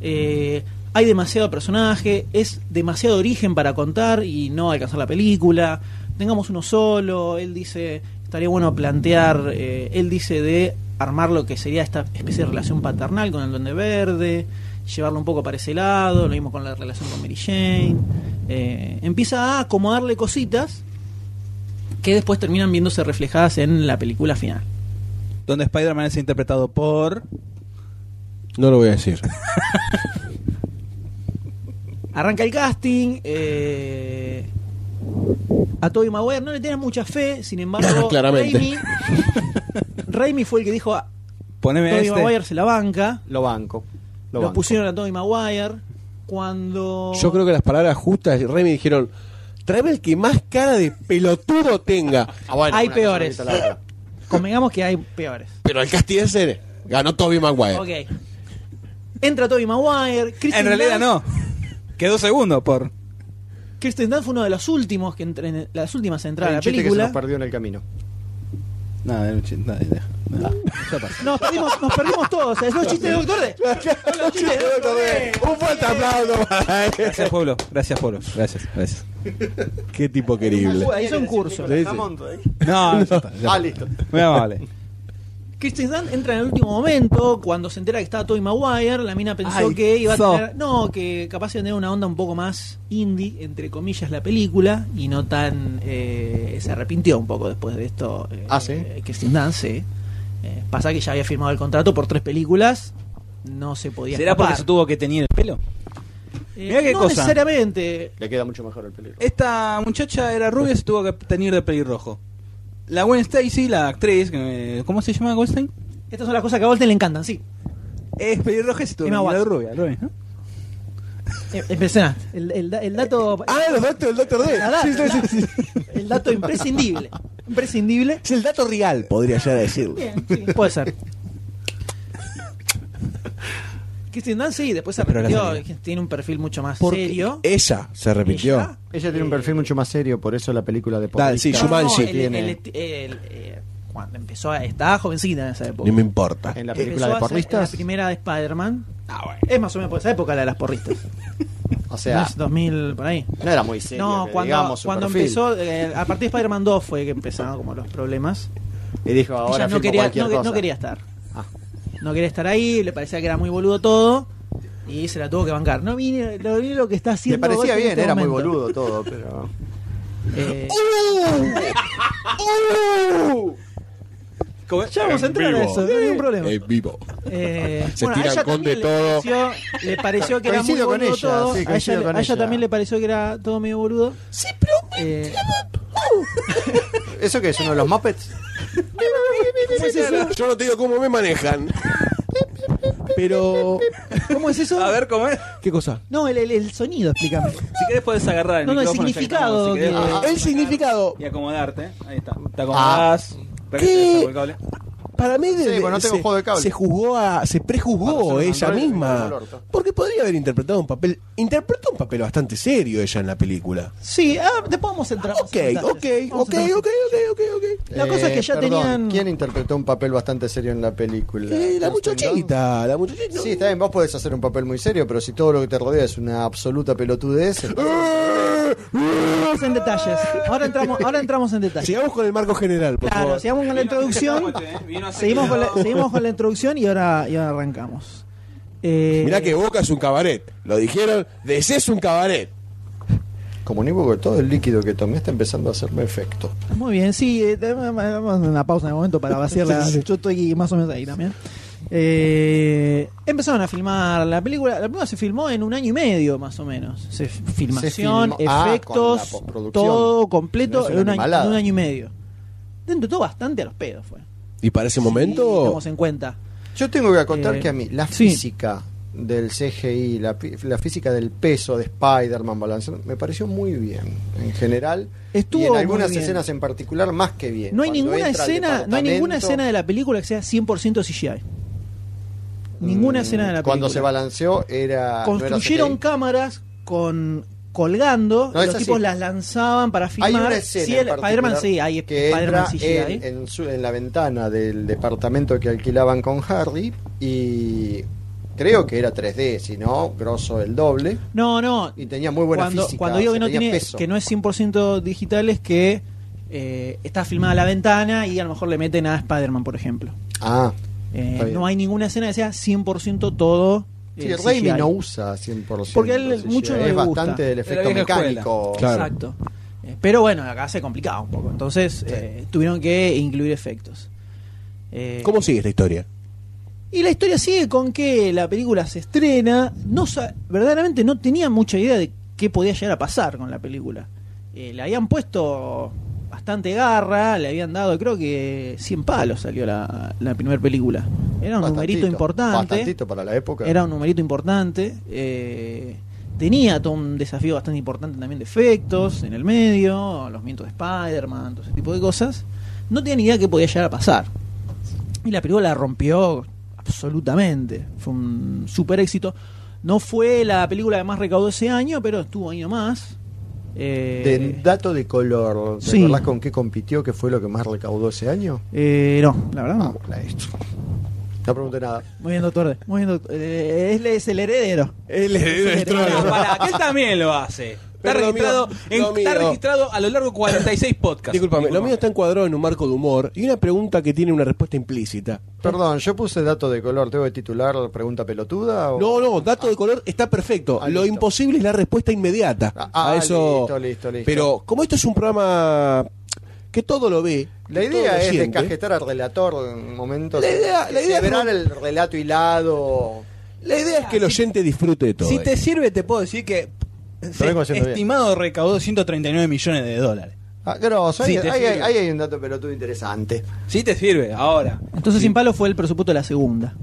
Speaker 3: eh, hay demasiado personaje, es demasiado origen para contar y no alcanzar la película, tengamos uno solo, él dice, estaría bueno plantear, eh, él dice de armar lo que sería esta especie de relación paternal con el Duende Verde, llevarlo un poco para ese lado, lo mismo con la relación con Mary Jane, eh, empieza a acomodarle cositas que después terminan viéndose reflejadas en la película final.
Speaker 4: donde Spider-Man es interpretado por
Speaker 7: No lo voy a decir.
Speaker 3: Arranca el casting. eh, a Tobey Maguire no le tenían mucha fe, sin embargo,
Speaker 6: Ah,
Speaker 7: Claramente.
Speaker 3: Raimi, Raimi fue el que dijo a
Speaker 4: poneme a
Speaker 3: Tobey
Speaker 4: este.
Speaker 3: Maguire se la banca.
Speaker 6: Lo banco.
Speaker 3: Lo,
Speaker 6: Lo, banco.
Speaker 3: pusieron a Tobey Maguire. Cuando.
Speaker 7: Yo creo que las palabras justas, Remy dijeron, tráeme el que más cara de pelotudo tenga.
Speaker 6: Ah, bueno,
Speaker 3: Hay
Speaker 6: una
Speaker 3: peores.
Speaker 6: cosa ahorita la otra.
Speaker 3: Convengamos que hay peores.
Speaker 7: Pero el casting ese ganó Toby
Speaker 6: Eh.
Speaker 7: Maguire.
Speaker 3: Ok. Entra Tobey Maguire. Kristen
Speaker 4: En realidad
Speaker 3: Dunst-
Speaker 4: no. Quedó segundo por
Speaker 3: Kristen Dunst fue uno de los últimos que entren- en las últimas a entrar a
Speaker 6: Hay
Speaker 3: la
Speaker 6: un chiste que se
Speaker 3: película.
Speaker 6: nos perdió en el camino.
Speaker 5: No, era un chiste, no, deja, no. Ya pasa.
Speaker 3: Nos perdimos, nos perdimos todos. Es los chistes de Doctor D. Son los chistes de Dr. D.
Speaker 7: Un fuerte aplauso para él.
Speaker 4: Gracias pueblo, gracias pueblo, gracias, gracias.
Speaker 7: Qué tipo querible.
Speaker 3: Hizo un curso.
Speaker 7: Sí, sí.
Speaker 4: No, ya está, ya
Speaker 6: Ah,
Speaker 4: está.
Speaker 6: listo.
Speaker 4: Muy amable.
Speaker 3: Kristen Dunst entra en el último momento, cuando se entera que estaba Tobey Maguire, la mina pensó
Speaker 4: Ay,
Speaker 3: que iba a
Speaker 4: so.
Speaker 3: tener, no, que capaz iba a tener una onda un poco más indie, entre comillas, la película, y no tan, eh, se arrepintió un poco después de esto. eh,
Speaker 6: Ah, ¿sí?
Speaker 3: eh, Kirsten Dunst, sí. Eh, pasa que ya había firmado el contrato por tres películas, no se podía
Speaker 4: ¿Será
Speaker 3: escapar.
Speaker 4: porque se tuvo que teñir el pelo?
Speaker 3: Eh,
Speaker 4: Mirá qué
Speaker 3: no
Speaker 4: cosa.
Speaker 3: necesariamente.
Speaker 6: Le queda mucho mejor el peligro.
Speaker 4: Esta muchacha era rubia y se tuvo que teñir de pelirrojo. La Gwen Stacy, la actriz, eh, ¿cómo se llama Goldstein?
Speaker 3: Estas son las cosas que a Volten le encantan, sí.
Speaker 4: Es pelirroja y se tuvo que
Speaker 3: Emma
Speaker 4: teñir de
Speaker 3: Watson.
Speaker 4: rubia, rubia, ¿no?
Speaker 3: Eh, Impresionante. El, el da- el dato...
Speaker 7: Ah, los datos del Doctor D.
Speaker 3: la da-
Speaker 7: Sí, sí, sí, sí.
Speaker 3: El dato imprescindible. Imprescindible.
Speaker 7: Es el dato real, podría ya decirlo.
Speaker 3: Bien, sí, puede ser. Kirsten Dunst sí, después se
Speaker 4: Pero la
Speaker 3: arrepintió,
Speaker 4: salida.
Speaker 3: que tiene un perfil mucho más
Speaker 7: Porque
Speaker 3: serio.
Speaker 7: Ella se repitió.
Speaker 3: Ella.
Speaker 6: Ella tiene un perfil mucho más serio, por eso la película de
Speaker 7: Dale, sí,
Speaker 6: porrista
Speaker 7: Jumanji.
Speaker 3: el- el- el- el- eh, cuando empezó, a- estaba jovencita en esa época.
Speaker 7: Ni me importa.
Speaker 6: En la
Speaker 3: Empezó
Speaker 6: película
Speaker 3: a
Speaker 6: de
Speaker 3: hacer La
Speaker 6: porristas. Ah,
Speaker 3: primera de Spider-Man. Es más o menos por esa época la de las porristas.
Speaker 6: O sea,
Speaker 3: No es 2000, por ahí.
Speaker 6: no era muy serio.
Speaker 3: No,
Speaker 6: que
Speaker 3: cuando,
Speaker 6: digamos, su
Speaker 3: cuando
Speaker 6: perfil.
Speaker 3: empezó, eh, a partir de Spider-Man 2 fue que empezaron como los problemas.
Speaker 6: Y dijo, ahora
Speaker 3: Ella no
Speaker 6: firmo
Speaker 3: quería,
Speaker 6: cualquier
Speaker 3: no, que- no
Speaker 6: cosa.
Speaker 3: quería estar.
Speaker 6: Ah.
Speaker 3: No quería estar ahí, le parecía que era muy boludo todo. Y se la tuvo que bancar. No, mire, lo, mire lo que está
Speaker 6: Le
Speaker 3: haciendo.
Speaker 6: parecía
Speaker 3: Gotti en
Speaker 6: bien,
Speaker 3: este
Speaker 6: era muy
Speaker 3: momento.
Speaker 6: boludo todo, pero...
Speaker 3: Eh,
Speaker 4: ¿Cómo-
Speaker 3: ya vamos a entrar a eso, no hay ningún problema.
Speaker 7: En vivo.
Speaker 3: Eh,
Speaker 7: Se
Speaker 3: bueno, a
Speaker 7: tiran
Speaker 3: ella
Speaker 7: con
Speaker 3: también
Speaker 7: de
Speaker 3: le
Speaker 7: todo.
Speaker 3: Pareció, le pareció que era muy
Speaker 6: Coincido con
Speaker 3: boludo
Speaker 6: ella,
Speaker 3: todo.
Speaker 6: sí,
Speaker 3: a
Speaker 6: coincido
Speaker 3: ella,
Speaker 6: con
Speaker 3: a ella
Speaker 6: ella.
Speaker 3: también le pareció que era todo medio boludo. Eh, Sí, pero.
Speaker 6: ¿Eso qué es uno de los Muppets?
Speaker 3: ¿cómo, es eso?
Speaker 7: Yo no te digo cómo me manejan. Pero.
Speaker 3: ¿Cómo es eso?
Speaker 4: A ver cómo es.
Speaker 7: ¿Qué cosa?
Speaker 3: No, el, el- el sonido, explícame.
Speaker 4: Si querés podés agarrar el
Speaker 3: No, no, el
Speaker 4: micrófono, ya que
Speaker 3: significado
Speaker 4: estamos, si querés,
Speaker 3: que-
Speaker 4: podés
Speaker 7: el significado.
Speaker 4: Y acomodarte. Ahí está. Te acomodás. Para que
Speaker 7: Ah. ¿Qué?
Speaker 4: te desahogue el cable.
Speaker 7: Para mí desde-
Speaker 6: bueno, no tengo
Speaker 7: se,
Speaker 6: juego de cable.
Speaker 7: se juzgó a, se prejuzgó
Speaker 6: Para hacer
Speaker 7: ella
Speaker 6: un androide,
Speaker 7: misma.
Speaker 6: me cago en el orto.
Speaker 7: Porque podría haber interpretado un papel, interpretó un papel bastante serio ella en la película.
Speaker 3: Sí, ah, después vamos a entrar. vamos
Speaker 7: Ok,
Speaker 3: a entrar.
Speaker 7: ok,
Speaker 3: Vamos
Speaker 7: ok,
Speaker 3: a entrar.
Speaker 7: ok, ok, ok, ok. Eh,
Speaker 3: La cosa es que ya tenían-
Speaker 6: eh, ¿Quién interpretó un papel bastante serio en la película?
Speaker 7: Eh, la
Speaker 6: ¿Kirsten Dunst?
Speaker 7: muchachita, la muchachita.
Speaker 6: Sí, está bien, vos podés hacer un papel muy serio, pero si todo lo que te rodea es una absoluta pelotudez...
Speaker 7: Eh,
Speaker 3: Entramos en detalles. Ahora entramos, ahora entramos en detalles.
Speaker 7: Sigamos con el marco general, por
Speaker 3: Claro,
Speaker 7: favor.
Speaker 3: sigamos con la introducción. Seguimos con la, seguimos con la introducción y ahora, y ahora arrancamos. Eh,
Speaker 7: Mirá que Boca es un cabaret. Lo dijeron, DC es un cabaret.
Speaker 6: Comunico que todo el líquido que tomé está empezando a hacerme efecto.
Speaker 3: Muy bien, sí, eh, vamos a hacer una pausa de momento para vaciarla. Yo estoy más o menos ahí también. Eh, empezaron a filmar la película. La película se filmó en un año y medio, más o menos. Se, f- filmación,
Speaker 6: filmó- ah,
Speaker 3: efectos,
Speaker 6: con la postproducción.
Speaker 3: todo completo
Speaker 6: No es
Speaker 3: en
Speaker 6: una
Speaker 3: un, año,
Speaker 6: animalada.
Speaker 3: en un año y medio. Dentro de todo, bastante a los pedos fue.
Speaker 7: Y para ese
Speaker 3: Sí,
Speaker 7: momento.
Speaker 3: Estamos en cuenta.
Speaker 6: Yo tengo que contar
Speaker 3: Eh,
Speaker 6: que a mí la
Speaker 3: sí.
Speaker 6: física del CGI, la, pi- la física del peso de Spider-Man balanceando, me pareció muy bien en general.
Speaker 3: Estuvo
Speaker 6: y en
Speaker 3: muy
Speaker 6: algunas
Speaker 3: bien.
Speaker 6: escenas en particular más que bien.
Speaker 3: No hay
Speaker 6: Cuando
Speaker 3: ninguna
Speaker 6: entra al
Speaker 3: escena, no hay ninguna escena de la película que sea 100% CGI. Ninguna
Speaker 6: Mm,
Speaker 3: escena de la película.
Speaker 6: Cuando se balanceó era. no era
Speaker 3: Construyeron
Speaker 6: CGI.
Speaker 3: cámaras con colgando,
Speaker 6: No, es
Speaker 3: los
Speaker 6: así.
Speaker 3: tipos las lanzaban para filmar.
Speaker 6: Hay una escena
Speaker 3: Sí,
Speaker 6: en
Speaker 3: el- Spider-Man
Speaker 6: particular
Speaker 3: sí, hay
Speaker 6: que
Speaker 3: Spider-Man
Speaker 6: entra
Speaker 3: CGI.
Speaker 6: él en, su- en la ventana del departamento que alquilaban con Harry y creo que era 3D, si no, grosso el doble
Speaker 3: No, no.
Speaker 6: y tenía muy buena
Speaker 3: cuando,
Speaker 6: física.
Speaker 3: cuando digo
Speaker 6: o
Speaker 3: que
Speaker 6: sea,
Speaker 3: no,
Speaker 6: tenía
Speaker 3: tiene,
Speaker 6: peso.
Speaker 3: que no es 100% digital es que eh, está filmada la ventana y a lo mejor le meten a Spider-Man, por ejemplo.
Speaker 6: Ah,
Speaker 3: Eh,
Speaker 6: Está bien.
Speaker 3: no hay ninguna escena que sea 100% todo.
Speaker 6: sí,
Speaker 3: eh,
Speaker 6: Raimi
Speaker 3: CGI.
Speaker 6: no usa 100%.
Speaker 3: Porque a él
Speaker 6: sí,
Speaker 3: mucho
Speaker 6: sí,
Speaker 3: no
Speaker 6: es
Speaker 3: le gusta.
Speaker 6: bastante del
Speaker 4: la
Speaker 6: efecto
Speaker 4: vieja escuela.
Speaker 6: mecánico.
Speaker 7: Claro.
Speaker 3: Exacto. Eh, Pero bueno, acá se complicaba un poco. Entonces eh, tuvieron que incluir efectos. Eh,
Speaker 7: ¿Cómo sigue esta historia?
Speaker 3: Y la historia sigue con que la película se estrena. No sa- verdaderamente no tenía mucha idea de qué podía llegar a pasar con la película. Eh, le habían puesto bastante garra, le habían dado, creo que 100 palos salió la, la primera película. Era un numerito
Speaker 6: Bastantito,
Speaker 3: importante.
Speaker 6: Bastantito para la época.
Speaker 3: Era un numerito importante. eh, tenía todo un desafío bastante importante también de efectos en el medio, los mientos de Spider-Man, todo ese tipo de cosas. No tenía ni idea qué podía llegar a pasar. Y la película la rompió absolutamente. Fue un super éxito. No fue la película que más recaudó ese año, pero estuvo ahí nomás. Eh,
Speaker 6: De dato de color, ¿te
Speaker 3: Sí.
Speaker 6: acordás con qué compitió? ¿Qué fue lo que más recaudó ese año?
Speaker 3: eh, no, la verdad no.
Speaker 6: No, la he hecho. No pregunté nada.
Speaker 3: Muy bien, doctor. D, Muy bien, doctor. Eh, él es el heredero.
Speaker 7: Eh, El heredero del trono.
Speaker 4: No, pará, que él también lo hace. Está,
Speaker 7: Pero lo
Speaker 4: registrado,
Speaker 7: mío-
Speaker 4: en-
Speaker 7: lo
Speaker 4: está
Speaker 7: mío.
Speaker 4: registrado a lo largo de 46 podcasts.
Speaker 7: Disculpame, lo mío está encuadrado en un marco de humor y una pregunta que tiene una respuesta implícita.
Speaker 6: Perdón, yo puse dato de color. ¿Tengo que titular pregunta pelotuda? o-
Speaker 7: No, no, dato de color está perfecto.
Speaker 6: Ah,
Speaker 7: Lo
Speaker 6: listo.
Speaker 7: imposible es la respuesta inmediata.
Speaker 6: Ah, ah,
Speaker 7: a eso.
Speaker 6: listo, listo, listo.
Speaker 7: Pero como esto es un programa que todo lo ve,
Speaker 6: La
Speaker 7: que todo lo
Speaker 6: idea es
Speaker 7: siente,
Speaker 6: descajetar al relator en momentos.
Speaker 7: La idea- la idea es
Speaker 6: Quebrar
Speaker 7: no-
Speaker 6: el relato hilado.
Speaker 7: La idea es que el oyente disfrute de todo.
Speaker 4: Si
Speaker 7: esto.
Speaker 4: te sirve, te puedo decir que se-
Speaker 6: vengo haciendo bien.
Speaker 4: estimado recaudó 139 millones de dólares.
Speaker 6: Ah, grosso, ahí,
Speaker 4: Sí, te
Speaker 6: ahí-
Speaker 4: sirve.
Speaker 6: ahí hay un dato pelotudo interesante.
Speaker 4: Sí te sirve, ahora.
Speaker 3: Entonces, Sin Palo fue el presupuesto de la segunda.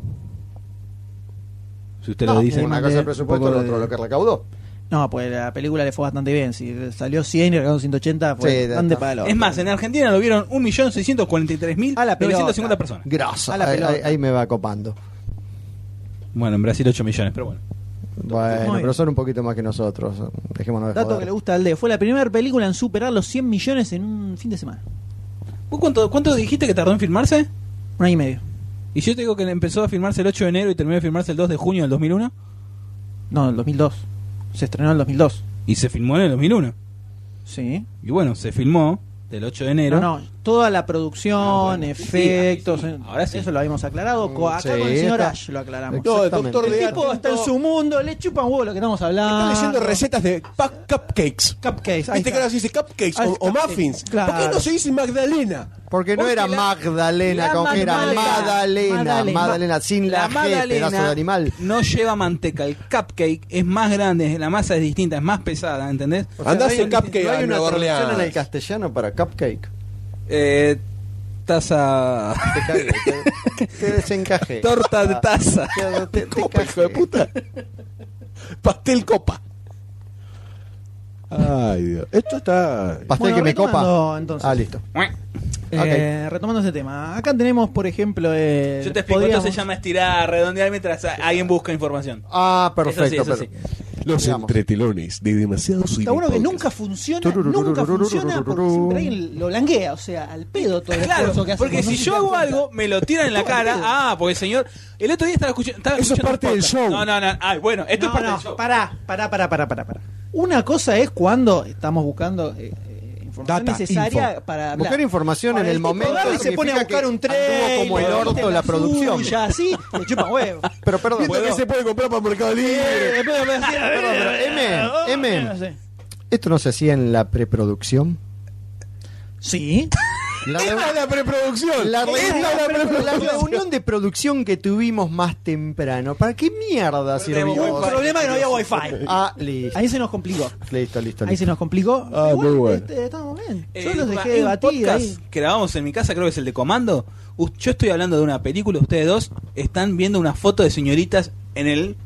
Speaker 5: Si usted
Speaker 6: No,
Speaker 5: lo dice.
Speaker 6: una cosa el presupuesto,
Speaker 5: un
Speaker 6: lo
Speaker 5: poco
Speaker 6: otro
Speaker 5: de-
Speaker 6: lo que recaudó.
Speaker 3: No, pues la película le fue bastante bien. Si salió 100 y regaló 180,
Speaker 6: Sí,
Speaker 3: fue
Speaker 6: da-
Speaker 3: bastante
Speaker 6: da-
Speaker 3: para el orto.
Speaker 4: Es más, en Argentina lo vieron 1.643.950
Speaker 3: A la pelota.
Speaker 4: personas.
Speaker 6: Grosso,
Speaker 3: A la
Speaker 6: ahí,
Speaker 3: pelota.
Speaker 6: ahí- ahí me va copando.
Speaker 4: Bueno, en Brasil 8 millones, pero bueno.
Speaker 6: Bueno,
Speaker 3: Muy
Speaker 6: pero son un poquito más que nosotros. Dejémonos de
Speaker 3: Dato
Speaker 6: joder.
Speaker 3: que le gusta al D. Fue la primera película en superar los 100 millones en un fin de semana.
Speaker 4: ¿Vos cuánto, cuánto dijiste que tardó en filmarse?
Speaker 3: Un año y medio.
Speaker 4: Y yo te digo que empezó a filmarse el 8 de enero y terminó de filmarse el 2 de junio del 2001.
Speaker 3: No, en el 2002. Se estrenó en el 2002.
Speaker 4: Y se filmó en el 2001.
Speaker 3: Sí.
Speaker 4: Y bueno, se filmó del 8 de enero.
Speaker 3: Pero Ah, no, toda la producción, efectos. eh,
Speaker 4: sí, sí. Ahora sí.
Speaker 3: Eso lo habíamos
Speaker 7: Mm,
Speaker 3: aclarado. Co- Acá
Speaker 6: Sí,
Speaker 3: con el señor
Speaker 6: está-
Speaker 3: Ash lo aclaramos.
Speaker 7: No, el doctor
Speaker 6: Exactamente.
Speaker 3: El
Speaker 7: de
Speaker 3: tipo está en su mundo, le chupan huevo lo que estamos hablando.
Speaker 7: Está leyendo recetas de pa- cupcakes.
Speaker 3: Cupcakes. ahí
Speaker 7: Viste que
Speaker 3: está.
Speaker 7: ahora se dice cupcakes
Speaker 3: Ah,
Speaker 7: o, o
Speaker 3: cupcakes,
Speaker 7: muffins.
Speaker 3: claro.
Speaker 7: ¿Por qué no se dice Magdalena?
Speaker 6: Porque no
Speaker 3: Porque
Speaker 6: era
Speaker 3: la-
Speaker 6: Magdalena,
Speaker 3: la
Speaker 6: con G, era
Speaker 3: Magdalena.
Speaker 6: Magdalena, Magdalena,
Speaker 3: Magdalena.
Speaker 6: sin la,
Speaker 4: La
Speaker 6: G,
Speaker 4: magdalena
Speaker 6: pedazo de animal.
Speaker 4: no lleva manteca, el cupcake es más grande, la masa es distinta, es más pesada, ¿entendés?
Speaker 6: O
Speaker 7: Andá a
Speaker 6: no hay-
Speaker 7: hacer cupcake
Speaker 6: no hay
Speaker 7: a
Speaker 6: una
Speaker 7: Nueva
Speaker 6: traducción
Speaker 7: Orleans.
Speaker 6: en el castellano para cupcake.
Speaker 4: Eh, taza...
Speaker 6: Te cagué, te, te desencaje.
Speaker 4: torta de taza.
Speaker 6: Te, te
Speaker 7: Copa, hijo de
Speaker 6: cagué.
Speaker 7: puta. Pastel copa. Ay, Dios. Esto está.
Speaker 6: Pastel
Speaker 3: Bueno,
Speaker 6: que me
Speaker 3: retomando,
Speaker 6: copa.
Speaker 3: entonces.
Speaker 6: Ah, listo.
Speaker 3: Eh, Retomando ese tema. Acá tenemos, por ejemplo. eh,
Speaker 4: Yo te explico,
Speaker 3: podríamos-
Speaker 4: esto se llama estirar, redondear mientras alguien busca información.
Speaker 6: Ah, perfecto.
Speaker 4: Eso sí, eso
Speaker 6: pero-
Speaker 4: sí.
Speaker 7: Los
Speaker 6: Digamos.
Speaker 7: entretelones de demasiados
Speaker 3: Está bueno que
Speaker 7: Podcast.
Speaker 3: nunca funciona,
Speaker 6: Tururururururu.
Speaker 3: nunca funciona porque siempre alguien lo languea, o sea, al pedo todo el
Speaker 4: Claro,
Speaker 3: esfuerzo que hace.
Speaker 4: porque
Speaker 3: No
Speaker 4: si
Speaker 3: se
Speaker 4: yo
Speaker 3: dan
Speaker 4: hago
Speaker 3: cuenta.
Speaker 4: algo, me lo tiran en la cara. Ah, porque el señor. El otro día estaba escuchando. estaba
Speaker 7: Eso es
Speaker 4: escuchando
Speaker 7: parte del
Speaker 4: podcast.
Speaker 7: show.
Speaker 4: No, no, no. Ay, bueno, esto
Speaker 3: no,
Speaker 4: es parte
Speaker 3: no,
Speaker 4: del show.
Speaker 3: pará, pará, pará, pará, pará, pará. Una cosa es cuando estamos buscando eh, eh, información
Speaker 7: Data,
Speaker 3: necesaria
Speaker 7: info.
Speaker 3: para hablar.
Speaker 6: Buscar información
Speaker 3: Ahora,
Speaker 6: en el
Speaker 3: tipo
Speaker 6: momento.
Speaker 3: agarra y se pone a
Speaker 6: significa
Speaker 3: buscar
Speaker 6: que
Speaker 3: un
Speaker 6: anduvo
Speaker 3: tren.
Speaker 6: como el orto la producción.
Speaker 3: Ya así, le chupa huevo.
Speaker 6: Pero perdón,
Speaker 7: Esto que se puede comprar para Mercado Libre.
Speaker 3: Eh, después me voy a decir,
Speaker 6: Perdón, pero, M,
Speaker 3: oh,
Speaker 6: M.
Speaker 3: no sé.
Speaker 6: ¿esto no se hacía en la preproducción?
Speaker 3: Sí.
Speaker 6: La de-
Speaker 7: Esta es la preproducción.
Speaker 6: La,
Speaker 7: Esta es la
Speaker 6: reunión, la
Speaker 7: preproducción.
Speaker 6: reunión de producción que tuvimos más temprano. ¿Para qué mierda sirvió?
Speaker 3: El problema es que no había wifi.
Speaker 6: Ah, listo.
Speaker 3: Ahí se nos complicó.
Speaker 6: Listo, listo,
Speaker 3: Ahí
Speaker 6: listo.
Speaker 3: se nos complicó.
Speaker 7: Ah,
Speaker 3: Igual,
Speaker 7: muy bueno.
Speaker 3: este, estábamos bien. Yo
Speaker 4: Eh,
Speaker 3: los
Speaker 4: disculpa,
Speaker 3: dejé
Speaker 4: hay un
Speaker 3: debatir
Speaker 4: podcast
Speaker 3: ahí.
Speaker 4: que grabamos en mi casa, creo que es el de Comando. Us- Yo estoy hablando de una película, ustedes dos están viendo una foto de señoritas en el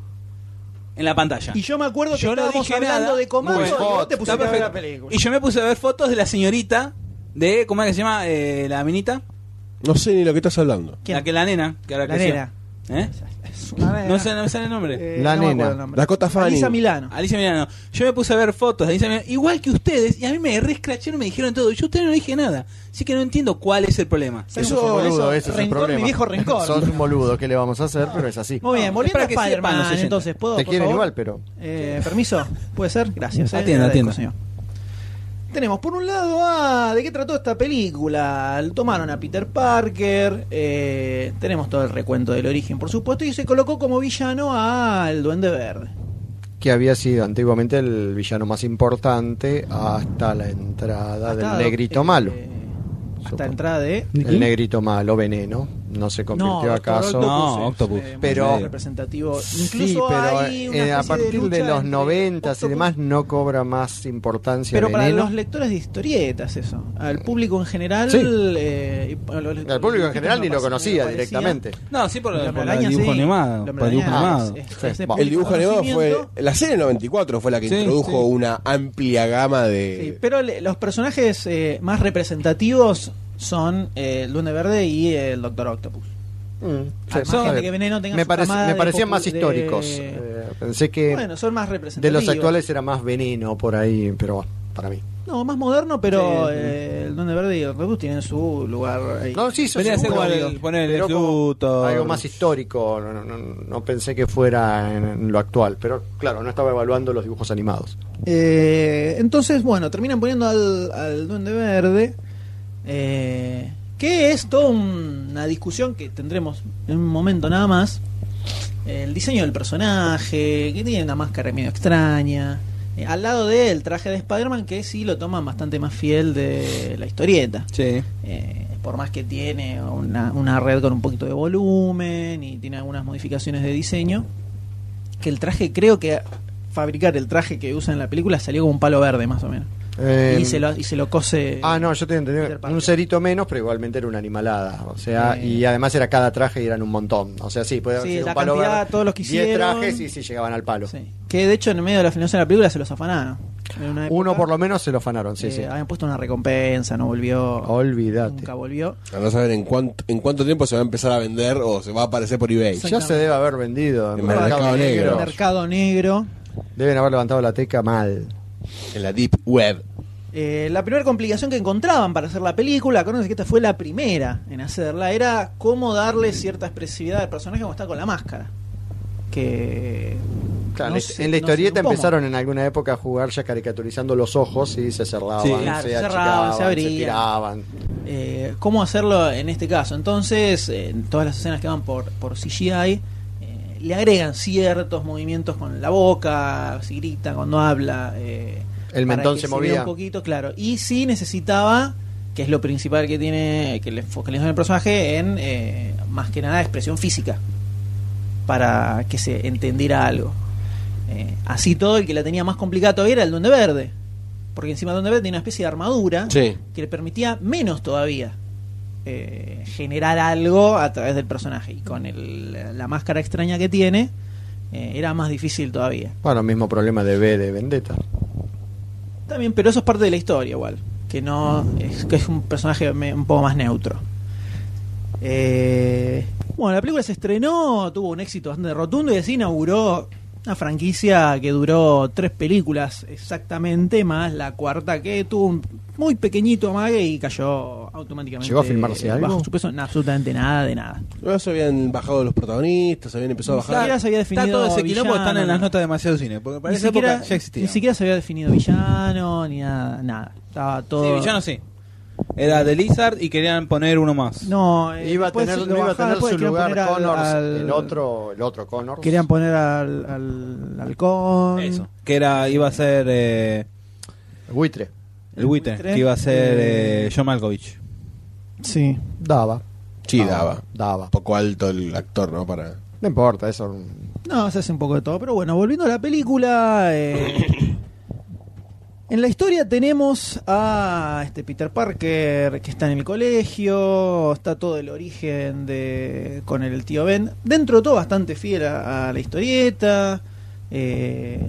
Speaker 4: en la pantalla.
Speaker 3: Y yo me acuerdo que
Speaker 4: Yo no
Speaker 3: estábamos
Speaker 4: dije
Speaker 3: hablando
Speaker 4: nada.
Speaker 3: de comando
Speaker 4: Muy
Speaker 3: y vos
Speaker 6: hot.
Speaker 3: te pusiste
Speaker 4: Está
Speaker 3: a ver la
Speaker 4: perfecto.
Speaker 3: película.
Speaker 4: Y yo me puse a ver fotos de la señorita de cómo es que se llama Eh, la minita,
Speaker 7: No sé ni lo que estás hablando.
Speaker 3: ¿Quién?
Speaker 4: la que la nena, que ahora
Speaker 3: La
Speaker 4: creció.
Speaker 3: nena. Eh,
Speaker 4: ¿Eh? No sé, no me sale el nombre.
Speaker 6: La nena.
Speaker 7: Dakota Fanning.
Speaker 3: Alisa Milano.
Speaker 4: Alicia Milano. Yo me puse a ver fotos de Alicia Milano, igual que ustedes, y a mí me rescracharon, me dijeron todo. Yo a ustedes no dije nada. Así que no entiendo cuál es el problema.
Speaker 6: Sos un boludo, ese es el
Speaker 3: rencor,
Speaker 6: problema.
Speaker 3: mi viejo rencor.
Speaker 6: Sos un boludo, ¿qué le vamos a hacer? Pero es así.
Speaker 3: Muy bien, volviendo
Speaker 4: para
Speaker 3: a
Speaker 4: que sepan los
Speaker 3: Spider-Man,
Speaker 4: oyentes.
Speaker 3: entonces, ¿puedo,
Speaker 6: Te
Speaker 3: por
Speaker 6: quieren
Speaker 3: favor?
Speaker 6: igual, pero.
Speaker 3: Eh, ¿Permiso? ¿Puede ser? Gracias. eh,
Speaker 4: Atienda,
Speaker 3: le agradezco,
Speaker 4: atienda.
Speaker 3: señor. Tenemos por un lado a... ¿De qué trató esta película? Tomaron a Peter Parker, eh, tenemos todo el recuento del origen, por supuesto, y se colocó como villano al Duende Verde.
Speaker 6: Que había sido antiguamente el villano más importante hasta la entrada
Speaker 3: Hasta-
Speaker 6: del negrito
Speaker 3: eh,
Speaker 6: malo.
Speaker 3: Hasta
Speaker 6: Supongo.
Speaker 3: la entrada de...
Speaker 6: El negrito malo, veneno. No se convirtió
Speaker 3: Doctor
Speaker 6: acaso.
Speaker 3: Octopus
Speaker 4: No,
Speaker 3: es,
Speaker 4: Octopus.
Speaker 3: eh,
Speaker 6: Pero-
Speaker 3: muy representativo. Incluso
Speaker 6: sí, pero
Speaker 3: hay una
Speaker 6: eh, a
Speaker 3: especie
Speaker 6: partir de,
Speaker 3: lucha
Speaker 6: los
Speaker 3: entre
Speaker 6: 90 y
Speaker 3: Octopus-
Speaker 6: demás no cobra más importancia
Speaker 3: Pero para
Speaker 6: veneno.
Speaker 3: los lectores de historietas, eso. Al público en general.
Speaker 6: Sí.
Speaker 3: eh, y para los lectores
Speaker 6: Al público
Speaker 3: de
Speaker 6: en general
Speaker 3: historietas
Speaker 6: ni
Speaker 3: no
Speaker 6: lo
Speaker 3: pasa- no
Speaker 6: conocía
Speaker 3: aparecía.
Speaker 6: directamente.
Speaker 4: No, sí, por,
Speaker 3: El
Speaker 4: por
Speaker 3: hombre
Speaker 4: el
Speaker 3: araña,
Speaker 4: dibujo
Speaker 3: sí.
Speaker 4: animado.
Speaker 3: El hombre
Speaker 4: Por el dibujo
Speaker 3: araña
Speaker 4: animado.
Speaker 3: es- es-
Speaker 6: Sí,
Speaker 3: es de
Speaker 6: bueno.
Speaker 7: El dibujo animado fue.
Speaker 3: conocimiento.
Speaker 7: La serie del 94 fue la que
Speaker 4: Sí,
Speaker 7: introdujo
Speaker 4: sí.
Speaker 7: una amplia gama
Speaker 3: Sí,
Speaker 7: de.
Speaker 3: pero le- los personajes eh, más representativos son eh, el Duende Verde y el Doctor Octopus.
Speaker 6: Mm, sí,
Speaker 3: Al
Speaker 6: está
Speaker 3: margen de
Speaker 6: bien.
Speaker 3: que Veneno tenga
Speaker 6: me,
Speaker 3: su
Speaker 6: parece-
Speaker 3: camada
Speaker 6: me
Speaker 3: de
Speaker 6: parecían
Speaker 3: popu-
Speaker 6: más
Speaker 3: de-
Speaker 6: históricos. Eh, pensé que
Speaker 3: Bueno, son más
Speaker 6: de
Speaker 3: representativos.
Speaker 6: los actuales era más veneno por ahí, pero bueno, para mí.
Speaker 3: No, más moderno, pero
Speaker 4: Sí.
Speaker 3: eh, el Duende Verde y el Octopus tienen su lugar ahí.
Speaker 6: No, sí, eso
Speaker 4: Venía a ser
Speaker 6: seguro,
Speaker 4: como el-
Speaker 6: digo.
Speaker 4: poner el
Speaker 6: Pero como
Speaker 4: Luthor.
Speaker 6: Algo más histórico. No, no, no, no pensé que fuera en, en lo actual. Pero claro, no estaba evaluando los dibujos animados.
Speaker 3: Eh, entonces, bueno, terminan poniendo al, al Duende Verde. eh, que es toda un- una discusión que tendremos en un momento nada más. El diseño del personaje, que tiene una máscara medio extraña. eh, al lado del traje de Spider-Man, que sí lo toman bastante más fiel de la historieta.
Speaker 4: Sí.
Speaker 3: Eh, por más que tiene una, una red con un poquito de volumen y tiene algunas modificaciones de diseño, que el traje creo que fabricar el traje que usa en la película salió como un palo verde más o menos.
Speaker 6: Eh,
Speaker 3: y, se lo, y se lo cose...
Speaker 6: Ah, no, yo tenía entendido
Speaker 3: Peter Parker.
Speaker 6: un cerito menos, pero igualmente era una animalada. O sea,
Speaker 3: Eh.
Speaker 6: y además era cada traje y eran un montón. O sea, sí, puede haber
Speaker 3: Sí,
Speaker 6: sido
Speaker 3: la
Speaker 6: un palo
Speaker 3: cantidad,
Speaker 6: verde,
Speaker 3: todos los que
Speaker 6: 10
Speaker 3: hicieron.
Speaker 6: trajes y sí llegaban al palo.
Speaker 3: Sí. Que de hecho en medio de la financiación de la película se los afanaron. En una época,
Speaker 6: Uno por lo menos se lo fanaron, sí,
Speaker 3: eh,
Speaker 6: sí.
Speaker 3: Habían puesto una recompensa, no volvió.
Speaker 6: Olvídate.
Speaker 3: Nunca volvió.
Speaker 7: A no saber en cuánto, en cuánto tiempo se va a empezar a vender o se va a aparecer por eBay.
Speaker 3: Sí.
Speaker 6: Ya se debe haber vendido
Speaker 7: En Mercado Negro.
Speaker 3: Mercado Negro.
Speaker 6: Deben haber levantado la teca mal.
Speaker 7: En la Deep Web.
Speaker 3: Eh, la primera complicación que encontraban para hacer la película, acuérdense que esta fue la primera en hacerla, era cómo darle cierta expresividad al personaje como está con la máscara. Que.
Speaker 6: Claro,
Speaker 3: no
Speaker 6: en-
Speaker 3: sé,
Speaker 6: en
Speaker 3: no sé,
Speaker 6: la historieta
Speaker 3: un pomo.
Speaker 6: empezaron en alguna época a jugar ya caricaturizando los ojos y se cerraban,
Speaker 4: Sí.
Speaker 3: Claro,
Speaker 6: se
Speaker 3: se cerraban,
Speaker 6: achicaban,
Speaker 3: se
Speaker 6: se,
Speaker 3: abrían.
Speaker 6: tiraban.
Speaker 3: Eh, ¿Cómo hacerlo en este caso? Entonces, eh, en todas las escenas que van por, por CGI, eh, le agregan ciertos movimientos con la boca, si grita cuando habla. eh,
Speaker 6: El
Speaker 3: para
Speaker 6: mentón
Speaker 3: que
Speaker 6: se
Speaker 3: vea
Speaker 6: movía.
Speaker 3: un poquito, claro. Y sí necesitaba, que es lo principal que tiene, que le focalizó en el personaje, en eh, más que nada expresión física, para que se entendiera algo. Eh, así todo, el que la tenía más complicada todavía era el Duende Verde, porque encima del Duende Verde tenía una especie de armadura
Speaker 7: Sí.
Speaker 3: que le permitía menos todavía eh, generar algo a través del personaje. Y con el- la máscara extraña que tiene, eh, era más difícil todavía.
Speaker 6: Bueno, mismo problema de B de Vendetta.
Speaker 3: También, pero eso es parte de la historia igual. Que no es, que es un personaje me- un poco más neutro. Eh, bueno, la película se estrenó, tuvo un éxito bastante rotundo y así inauguró una franquicia que duró tres películas exactamente, más la cuarta que tuvo un muy pequeñito amague y cayó automáticamente.
Speaker 6: ¿Llegó a filmarse
Speaker 3: eh,
Speaker 6: algo?
Speaker 3: Bajo su peso, no, absolutamente nada de nada.
Speaker 7: Luego se habían bajado los protagonistas, se habían empezado a
Speaker 3: Ni
Speaker 7: bajar.
Speaker 3: siquiera se había definido
Speaker 4: Está todo ese quilombo,
Speaker 3: villano,
Speaker 4: están en las
Speaker 3: nada.
Speaker 4: notas de demasiado cine. Porque para
Speaker 3: Ni
Speaker 4: esa
Speaker 3: siquiera,
Speaker 4: época ya existía.
Speaker 3: ni siquiera se había definido villano ni nada, nada. Estaba todo.
Speaker 4: Sí, villano sí. Era de Lizard y querían poner uno más.
Speaker 3: No, eh,
Speaker 6: Iba a
Speaker 3: después lo
Speaker 6: tener, iba a
Speaker 3: bajaron,
Speaker 6: tener
Speaker 3: después
Speaker 6: su
Speaker 3: querían
Speaker 6: lugar
Speaker 3: poner al-
Speaker 6: Connors,
Speaker 3: al-
Speaker 6: el otro, el otro Connors.
Speaker 3: Querían poner al, al halcón.
Speaker 4: Eso. Que era, iba a ser eh,
Speaker 6: Buitre.
Speaker 4: el buitre,
Speaker 3: buitre,
Speaker 4: que iba a ser
Speaker 3: eh,
Speaker 4: eh, John Malkovich.
Speaker 3: Sí.
Speaker 6: Daba.
Speaker 7: Sí, daba.
Speaker 6: Daba.
Speaker 7: Poco alto el actor, ¿no? Para.
Speaker 6: No importa, eso.
Speaker 3: No, se hace un poco de todo. Pero bueno, volviendo a la película. eh, en la historia tenemos a este Peter Parker que está en el colegio. Está todo el origen de con el tío Ben. Dentro de todo, bastante fiel a, a la historieta. eh,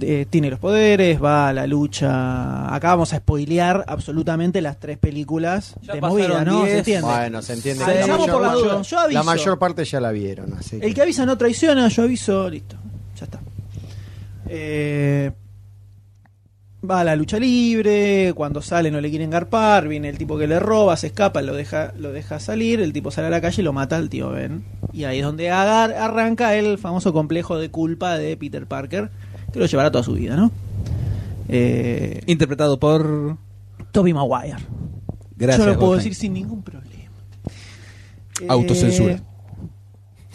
Speaker 3: eh, tiene los poderes, va a la lucha. Acá vamos a spoilear absolutamente las tres películas
Speaker 4: Ya
Speaker 3: de
Speaker 4: pasaron
Speaker 3: movida, ¿no? ¿Se
Speaker 4: diez.
Speaker 3: entiende?
Speaker 6: Bueno, se entiende.
Speaker 4: Avisamos
Speaker 6: La mayor-
Speaker 4: por las
Speaker 3: dudas, yo aviso.
Speaker 6: La mayor parte ya la vieron, así que-
Speaker 3: El que avisa no traiciona, yo aviso, listo, ya está. Eh, va a la lucha libre, cuando sale no le quieren garpar, viene el tipo que le roba, se escapa, lo deja, lo deja salir, el tipo sale a la calle y lo mata al tío Ben. Y ahí es donde agar- arranca el famoso complejo de culpa de Peter Parker, que lo llevará toda su vida, ¿no? Eh,
Speaker 4: Interpretado por.
Speaker 3: Toby Maguire.
Speaker 4: Gracias.
Speaker 3: Yo lo puedo
Speaker 4: Wolfgang.
Speaker 3: decir sin ningún problema. Eh,
Speaker 7: Autocensura.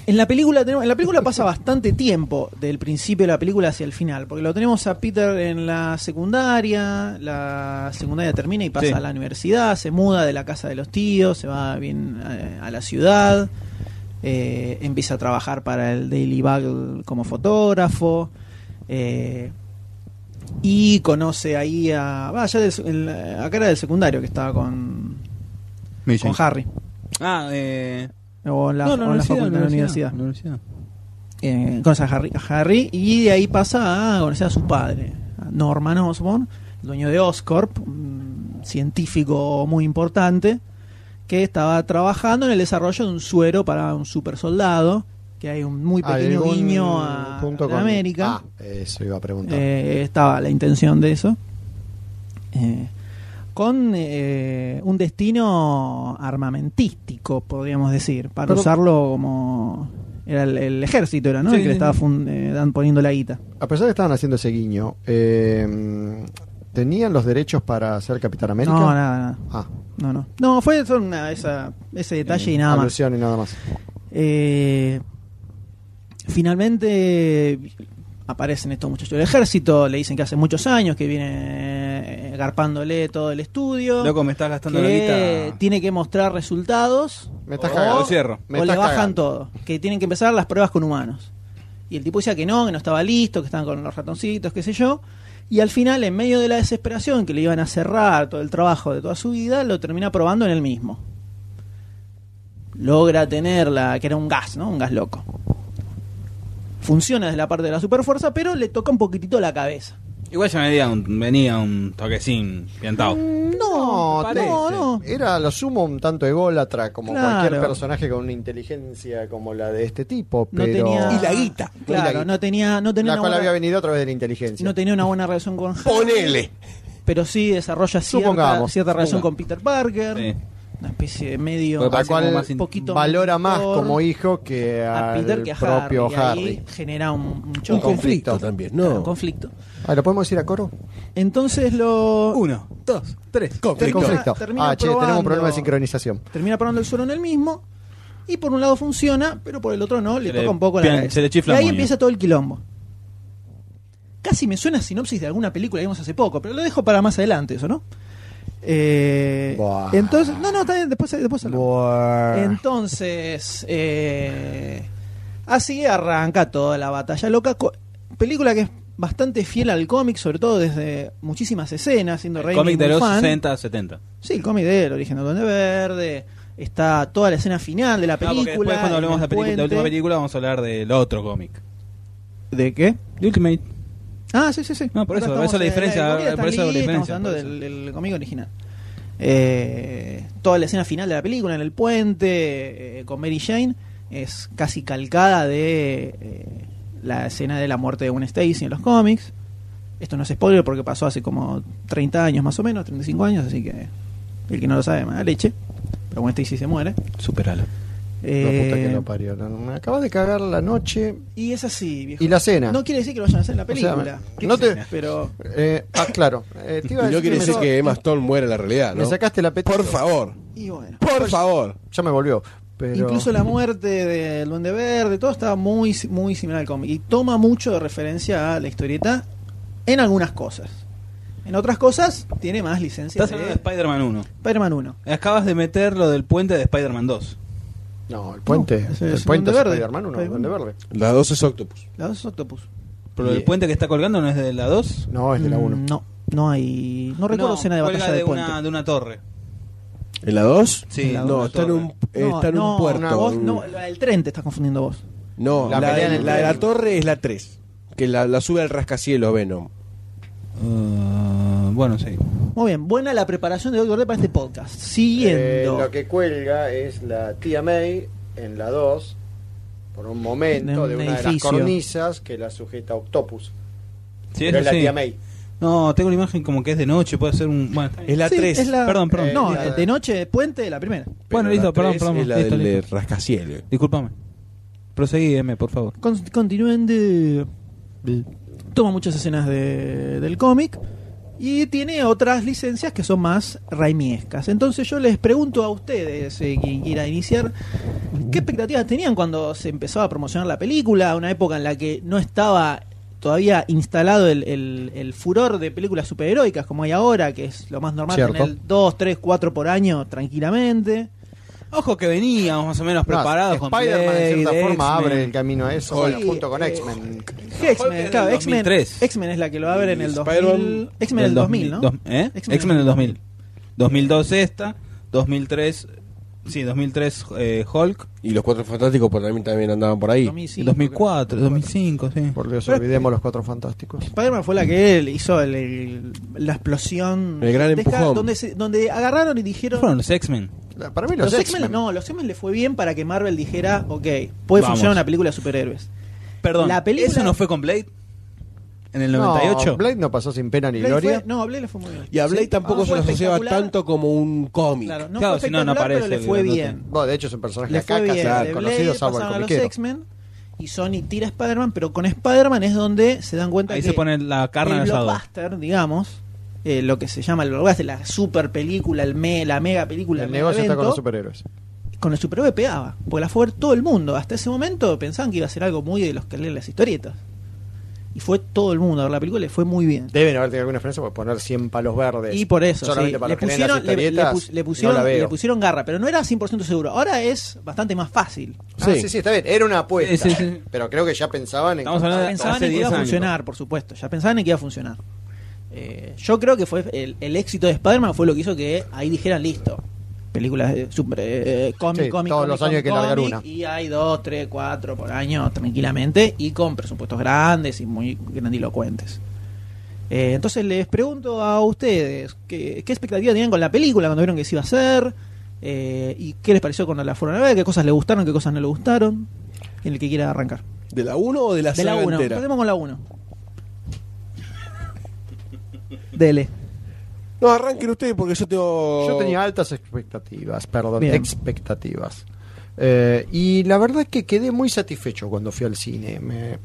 Speaker 3: en la película tenemos- en la película pasa bastante tiempo del principio de la película hacia el final, porque lo tenemos a Peter en la secundaria, la secundaria termina y pasa
Speaker 4: Sí.
Speaker 3: a la universidad, se muda de la casa de los tíos, se va bien eh, a la ciudad, eh, empieza a trabajar para el Daily Bugle como fotógrafo. eh, y conoce ahí a. Va, ya del se- el- acá era del secundario que estaba con, con Harry.
Speaker 4: Ah, eh.
Speaker 3: O en la,
Speaker 5: No,
Speaker 3: o en la facultad, en la universidad.
Speaker 5: universidad.
Speaker 3: Eh, conoce a Harry, a Harry y de ahí pasa a conocer a su padre, a Norman Osborn, dueño de Oscorp, un científico muy importante, que estaba trabajando en el desarrollo de un suero para un super soldado, que hay un muy pequeño
Speaker 6: ¿Algún
Speaker 3: guiño a
Speaker 6: punto con-
Speaker 3: América.
Speaker 6: Ah, eso iba a preguntar.
Speaker 3: Eh, estaba la intención de eso. Eh, con eh, un destino armamentístico, podríamos decir, para
Speaker 6: Pero-
Speaker 3: usarlo como... Era el, el ejército, era, ¿no?
Speaker 4: Sí,
Speaker 3: el que le
Speaker 4: sí,
Speaker 3: estaba
Speaker 4: sí.
Speaker 3: fun- eh, dan- poniendo la guita.
Speaker 6: A pesar de que estaban haciendo ese guiño, eh, ¿tenían los derechos para ser Capitán América?
Speaker 3: No, nada, nada.
Speaker 6: Ah,
Speaker 3: No, no. No, fue solo una- esa, ese
Speaker 4: Eh,
Speaker 3: detalle y nada más.
Speaker 6: alusión y nada más.
Speaker 3: Eh, finalmente aparecen estos muchachos del ejército, le dicen que hace muchos años que viene eh, garpándole todo el estudio.
Speaker 4: Loco, me estás gastando la
Speaker 3: que
Speaker 4: guita.
Speaker 3: tiene que mostrar resultados
Speaker 6: Me estás
Speaker 3: O-
Speaker 6: cagando.
Speaker 4: Lo cierro.
Speaker 6: Me
Speaker 3: Oh. o le
Speaker 6: estás
Speaker 3: bajan
Speaker 6: cagando.
Speaker 3: todo, que tienen que empezar las pruebas con humanos. Y el tipo decía que no, que no estaba listo, que estaban con los ratoncitos, qué sé yo. Y al final, en medio de la desesperación que le iban a cerrar todo el trabajo de toda su vida, lo termina probando en el mismo. Logra tener la que era un gas, ¿no? Un gas loco. Funciona desde la parte de la superfuerza, pero le toca un poquitito la cabeza.
Speaker 4: Igual ya me venía un, venía un toquecín piantado.
Speaker 3: Mm.
Speaker 6: No,
Speaker 4: parece.
Speaker 6: no, no. Era a lo sumo un tanto ególatra, como
Speaker 3: Claro.
Speaker 6: cualquier personaje con una inteligencia como la de este tipo.
Speaker 3: No
Speaker 6: Pero...
Speaker 3: tenía
Speaker 7: Y la guita.
Speaker 3: Claro,
Speaker 6: Y la guita.
Speaker 3: no tenía no tenía
Speaker 6: la
Speaker 3: una
Speaker 6: cual
Speaker 3: buena-
Speaker 6: había venido a través de la inteligencia.
Speaker 3: no tenía una buena relación con Harry.
Speaker 7: Ponele.
Speaker 3: pero sí desarrolla cierta,
Speaker 6: Supongamos,
Speaker 3: cierta relación
Speaker 6: supongamos.
Speaker 3: con Peter Parker,
Speaker 4: Sí.
Speaker 3: una especie de medio
Speaker 4: Porque
Speaker 6: la
Speaker 4: parece
Speaker 6: cual
Speaker 4: como más in-
Speaker 3: poquito
Speaker 6: Valora más
Speaker 3: mentor
Speaker 6: como hijo que
Speaker 3: a
Speaker 6: al
Speaker 3: Peter que a
Speaker 6: propio
Speaker 3: Harry, y
Speaker 6: Harry.
Speaker 3: ahí genera un, un choque,
Speaker 7: Un conflicto también,
Speaker 3: Claro,
Speaker 7: ¿no?
Speaker 3: un conflicto.
Speaker 6: Ah, ¿Lo podemos decir a coro?
Speaker 3: Entonces lo
Speaker 4: Uno, dos, tres.
Speaker 6: Ten
Speaker 7: Conflicto.
Speaker 6: conflicto.
Speaker 3: Termina
Speaker 6: Ah, che, tenemos
Speaker 3: probando.
Speaker 6: un problema de sincronización.
Speaker 3: termina parando el suelo en el mismo y por un lado funciona, pero por el otro no, le
Speaker 4: Se
Speaker 3: toca
Speaker 4: le
Speaker 3: un poco la
Speaker 4: pian-
Speaker 3: cabeza.
Speaker 4: se le chifla
Speaker 3: y ahí
Speaker 4: moño.
Speaker 3: empieza todo el quilombo. Casi me suena a sinopsis de alguna película que vimos hace poco, pero lo dejo para más adelante eso, ¿no? Eh,
Speaker 6: Buah.
Speaker 3: entonces, no, no, está bien, después, después hablamos.
Speaker 6: Buah.
Speaker 3: Entonces, eh, así arranca toda la batalla loca. co- película que es bastante fiel al cómic, sobre todo desde muchísimas escenas, siendo
Speaker 4: El
Speaker 3: Raimi
Speaker 4: cómic de
Speaker 3: muy
Speaker 4: los
Speaker 3: fan.
Speaker 4: 60, 70.
Speaker 3: Sí, el cómic del origen del Duende Verde. Está toda la escena final de la
Speaker 4: No, Ah, porque
Speaker 3: película.
Speaker 4: después cuando hablemos
Speaker 3: en
Speaker 4: de
Speaker 3: el
Speaker 4: la, película- de la última
Speaker 3: puente.
Speaker 4: película vamos a hablar del otro cómic.
Speaker 3: ¿De qué?
Speaker 4: The Ultimate.
Speaker 3: Ah, sí, sí, sí.
Speaker 4: No, por
Speaker 3: Ahora
Speaker 4: eso, por eso
Speaker 3: estamos
Speaker 4: la
Speaker 3: en
Speaker 4: diferencia,
Speaker 3: alegoría,
Speaker 4: por
Speaker 3: están
Speaker 4: eso la
Speaker 3: listos,
Speaker 4: diferencia,
Speaker 3: Estamos
Speaker 4: por
Speaker 3: hablando del, del cómic original. Eh, toda la escena final de la película en el puente eh, con Mary Jane es casi calcada de eh, la escena de la muerte de Gwen Stacy en los cómics. Esto no es spoiler porque pasó hace como 30 años más o menos, 35 años, así que el que no lo sabe, mala leche. Pero Gwen Stacy se muere.
Speaker 4: Superalo.
Speaker 6: La puta que
Speaker 3: Eh,
Speaker 6: lo parió. No, no, Me acabas de cagar la noche
Speaker 3: y es así, viejo.
Speaker 6: y la cena.
Speaker 3: No quiere decir que lo vayan a hacer en la
Speaker 6: O sea,
Speaker 3: película.
Speaker 6: me- no te-
Speaker 3: Pero
Speaker 6: Eh, ah, claro. Eh, te iba a
Speaker 7: Y no
Speaker 6: decir
Speaker 7: quiere
Speaker 6: me
Speaker 7: decir
Speaker 6: sa-
Speaker 7: que Emma Stone muera en la realidad,
Speaker 6: Me
Speaker 7: ¿no?
Speaker 6: sacaste la peta.
Speaker 7: Por favor.
Speaker 3: y bueno.
Speaker 7: Por favor.
Speaker 6: Ya me volvió. Pero...
Speaker 3: Incluso la muerte del Duende Verde, todo está muy, muy similar al cómic. Y toma mucho de referencia a la historieta en algunas cosas. En otras cosas, tiene más licencia
Speaker 4: Estás hablando de
Speaker 3: de
Speaker 4: Spider-Man 1.
Speaker 3: Spider-Man 1.
Speaker 4: Acabas de meter lo del puente de Spider-Man 2.
Speaker 6: No, el puente.
Speaker 3: No, ese
Speaker 6: el
Speaker 3: es un
Speaker 6: puente
Speaker 3: duende verde.
Speaker 6: hermano, no,
Speaker 3: Ahí va.
Speaker 6: duende verde.
Speaker 7: Las dos es Octopus.
Speaker 3: La dos es Octopus.
Speaker 4: Pero el
Speaker 6: Bien.
Speaker 4: puente que está colgando no es de la 2.
Speaker 6: No, es de la
Speaker 3: Mm,
Speaker 6: 1.
Speaker 3: No, no hay. No recuerdo escena de
Speaker 4: cuelga
Speaker 3: batalla de,
Speaker 4: de
Speaker 3: puente.
Speaker 4: una, de una torre.
Speaker 7: ¿En la 2?
Speaker 4: Sí, en la
Speaker 7: no,
Speaker 4: dos,
Speaker 7: está en
Speaker 4: torre.
Speaker 7: un, eh, está en un puerto.
Speaker 3: vos
Speaker 7: un-
Speaker 3: no, la del tren te estás confundiendo vos.
Speaker 7: no,
Speaker 6: La
Speaker 7: la,
Speaker 6: pelea
Speaker 7: de-
Speaker 6: en el
Speaker 7: la de la
Speaker 6: tren.
Speaker 7: torre es la 3. que la, la sube al rascacielos Venom.
Speaker 4: Uh,
Speaker 5: Ah, bueno, sí.
Speaker 3: Muy bien, buena la preparación de Doctor D para este podcast.
Speaker 6: Eh,
Speaker 3: Siguiendo.
Speaker 6: lo que cuelga es la tía May en la 2, por un momento,
Speaker 3: De
Speaker 6: de,
Speaker 3: un
Speaker 6: una de las
Speaker 3: edificio.
Speaker 6: cornisas que la sujeta Octopus.
Speaker 5: Sí,
Speaker 6: Pero
Speaker 5: eso
Speaker 6: es la
Speaker 5: sí.
Speaker 6: tía May.
Speaker 5: No, tengo la imagen como que es de noche, puede ser un... Bueno, está bien.
Speaker 7: Es la
Speaker 3: Sí,
Speaker 7: 3.
Speaker 3: es la-
Speaker 5: Perdón, perdón.
Speaker 6: Eh,
Speaker 3: no,
Speaker 6: la-
Speaker 3: de noche, puente, la primera.
Speaker 5: bueno, listo, perdón, perdón,
Speaker 7: Es la
Speaker 5: listo,
Speaker 7: del
Speaker 5: listo.
Speaker 7: rascacielos.
Speaker 5: Disculpame. Proseguí, M, por favor.
Speaker 3: Con- continúen de. Toma muchas escenas de- del cómic y tiene otras licencias que son más raimiescas. Entonces yo les pregunto a ustedes, eh, quien quiera iniciar, ¿qué expectativas tenían cuando se empezó a promocionar la película? Una época en la que no estaba todavía instalado el, el- el furor de películas superheroicas como hay ahora, que es lo más normal
Speaker 6: Cierto.
Speaker 3: tener 2, 3, 4 por año tranquilamente.
Speaker 5: Ojo que veníamos más o menos preparados
Speaker 6: No,
Speaker 5: con
Speaker 6: Spider-Man, en
Speaker 5: Blade,
Speaker 6: cierta forma,
Speaker 5: X-Men.
Speaker 6: abre el camino a eso,
Speaker 3: Sí,
Speaker 6: bueno, junto con
Speaker 3: eh,
Speaker 6: X-Men.
Speaker 3: X-Men, claro,
Speaker 5: del
Speaker 3: X-Men
Speaker 5: 2003.
Speaker 3: X-Men es la que lo abre en el
Speaker 7: Spider-Man
Speaker 3: 2000. X-Men en el 2000, ¿no?
Speaker 5: dos- ¿eh?
Speaker 3: X-Men
Speaker 5: X-Men en el 2000. 2002 esta, 2003... Sí, 2003 eh, Hulk,
Speaker 7: Y los cuatro fantásticos por también, también andaban por ahí.
Speaker 3: 2005,
Speaker 5: 2004, 2005, sí.
Speaker 6: Por Dios,
Speaker 3: Pero-
Speaker 6: olvidemos los cuatro fantásticos.
Speaker 3: Spider-Man fue la que él hizo el- el- la explosión.
Speaker 7: El gran
Speaker 3: gigantesca,
Speaker 7: empujón.
Speaker 3: Donde, se- donde agarraron y dijeron.
Speaker 5: Fueron los X-Men.
Speaker 6: La- Para mí
Speaker 3: los
Speaker 6: los,
Speaker 3: X-Men no, los X-Men le fue bien para que Marvel dijera, ok, puede
Speaker 5: Vamos.
Speaker 3: funcionar una película de superhéroes.
Speaker 5: Perdón,
Speaker 3: La película-
Speaker 5: ¿eso no fue con Blade? ¿En el
Speaker 6: No,
Speaker 5: 98?
Speaker 6: Blade no pasó sin pena ni
Speaker 3: Blade
Speaker 6: gloria.
Speaker 3: fue- no, Blade le fue muy bien.
Speaker 7: Y a Blade
Speaker 3: Sí.
Speaker 7: tampoco
Speaker 3: Ah,
Speaker 7: se lo
Speaker 3: fue
Speaker 7: asociaba
Speaker 3: espectacular.
Speaker 7: tanto como un cómic.
Speaker 3: Claro, no
Speaker 5: Claro,
Speaker 3: fue
Speaker 5: si no, no
Speaker 3: espectacular, pero
Speaker 5: aparece
Speaker 3: le fue
Speaker 5: el grandote.
Speaker 3: bien.
Speaker 6: Bueno, de hecho es un personaje
Speaker 3: le
Speaker 6: acá
Speaker 3: fue bien.
Speaker 7: claro,
Speaker 6: casi
Speaker 3: de
Speaker 6: conocido,
Speaker 3: Blade,
Speaker 6: salvo el
Speaker 3: pasaron a los
Speaker 6: comiquero.
Speaker 3: X-Men y Sony tira Spider-Man, pero con Spider-Man es donde se dan cuenta
Speaker 5: Ahí
Speaker 3: que
Speaker 5: se pone la carne
Speaker 3: el
Speaker 5: al asado.
Speaker 3: blockbuster, digamos, eh, lo que se llama el blockbuster, la super película, el me, la mega película,
Speaker 6: El
Speaker 3: mega
Speaker 6: negocio está con los
Speaker 3: evento,
Speaker 6: superhéroes.
Speaker 3: con el superhéroe pegaba, porque la fue a ver todo el mundo. Hasta ese momento pensaban que iba a ser algo muy de los que leen las historietas. Y fue todo el mundo a ver la película, le fue muy bien.
Speaker 6: Deben haber tenido alguna diferencia por poner 100 palos verdes.
Speaker 3: Y por eso,
Speaker 6: Pues, Solamente
Speaker 3: sí,
Speaker 6: para
Speaker 3: le,
Speaker 6: los que leen las
Speaker 3: pusieron, le, le
Speaker 6: historietas,
Speaker 3: pus- le
Speaker 6: no
Speaker 3: pusieron,
Speaker 6: la veo.
Speaker 3: le pusieron garra, pero no era 100% seguro. Ahora es bastante más fácil.
Speaker 6: Ah, sí. sí, está bien. Era una apuesta.
Speaker 5: Sí, sí, sí.
Speaker 6: Pero creo que ya pensaban en.
Speaker 5: Estamos hablando de-
Speaker 3: pensaban
Speaker 5: hace
Speaker 3: en que iba
Speaker 5: 10
Speaker 3: a
Speaker 5: años.
Speaker 3: funcionar, por supuesto. Ya pensaban en que iba a funcionar. Eh, yo creo que fue el, el éxito de Spider-Man fue lo que hizo que ahí dijeran listo. Películas de super eh, cómic,
Speaker 6: Sí,
Speaker 3: cómic,
Speaker 6: todos
Speaker 3: cómic,
Speaker 6: los años hay que
Speaker 3: cómic,
Speaker 6: largar
Speaker 3: cómic,
Speaker 6: una.
Speaker 3: Y hay dos, tres, cuatro por año tranquilamente y con presupuestos grandes y muy grandilocuentes. Eh, entonces les pregunto a ustedes, ¿qué, ¿qué expectativa tenían con la película cuando vieron que se iba a hacer? Eh, ¿Y qué les pareció cuando la fueron a ver? ¿Qué cosas les gustaron? ¿Qué cosas no les gustaron? En el que quiera arrancar.
Speaker 7: ¿De la 1 o de la
Speaker 3: De la
Speaker 7: saga
Speaker 3: 1,
Speaker 7: entera?
Speaker 3: empecemos con la 1. Dele.
Speaker 7: No, arranquen ustedes porque yo tengo.
Speaker 6: Yo tenía altas expectativas, perdón,
Speaker 3: Bien.
Speaker 6: expectativas. Eh, y la verdad es que quedé muy satisfecho cuando fui al cine. Me-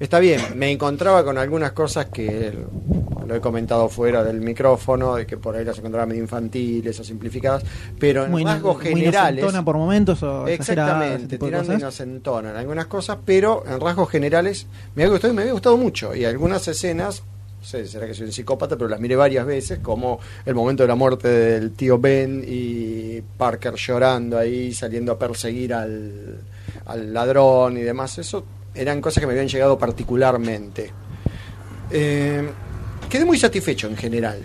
Speaker 6: está bien, me encontraba con algunas cosas que lo he comentado fuera del micrófono, de que por ahí las encontraba medio infantiles o simplificadas, pero en rasgos
Speaker 3: muy
Speaker 6: generales.
Speaker 3: inocentona por momentos o exagerada, ese
Speaker 6: Exactamente,
Speaker 3: tipo de
Speaker 6: tirando
Speaker 3: cosas.
Speaker 6: inocentona en algunas cosas, pero en rasgos generales me había gustado y me había gustado mucho. Y algunas escenas, no sé, será que soy un psicópata, pero las miré varias veces, como el momento de la muerte del tío Ben y Parker llorando ahí, saliendo a perseguir al, al ladrón y demás. Eso eran cosas que me habían llegado particularmente. Eh, quedé muy satisfecho en general.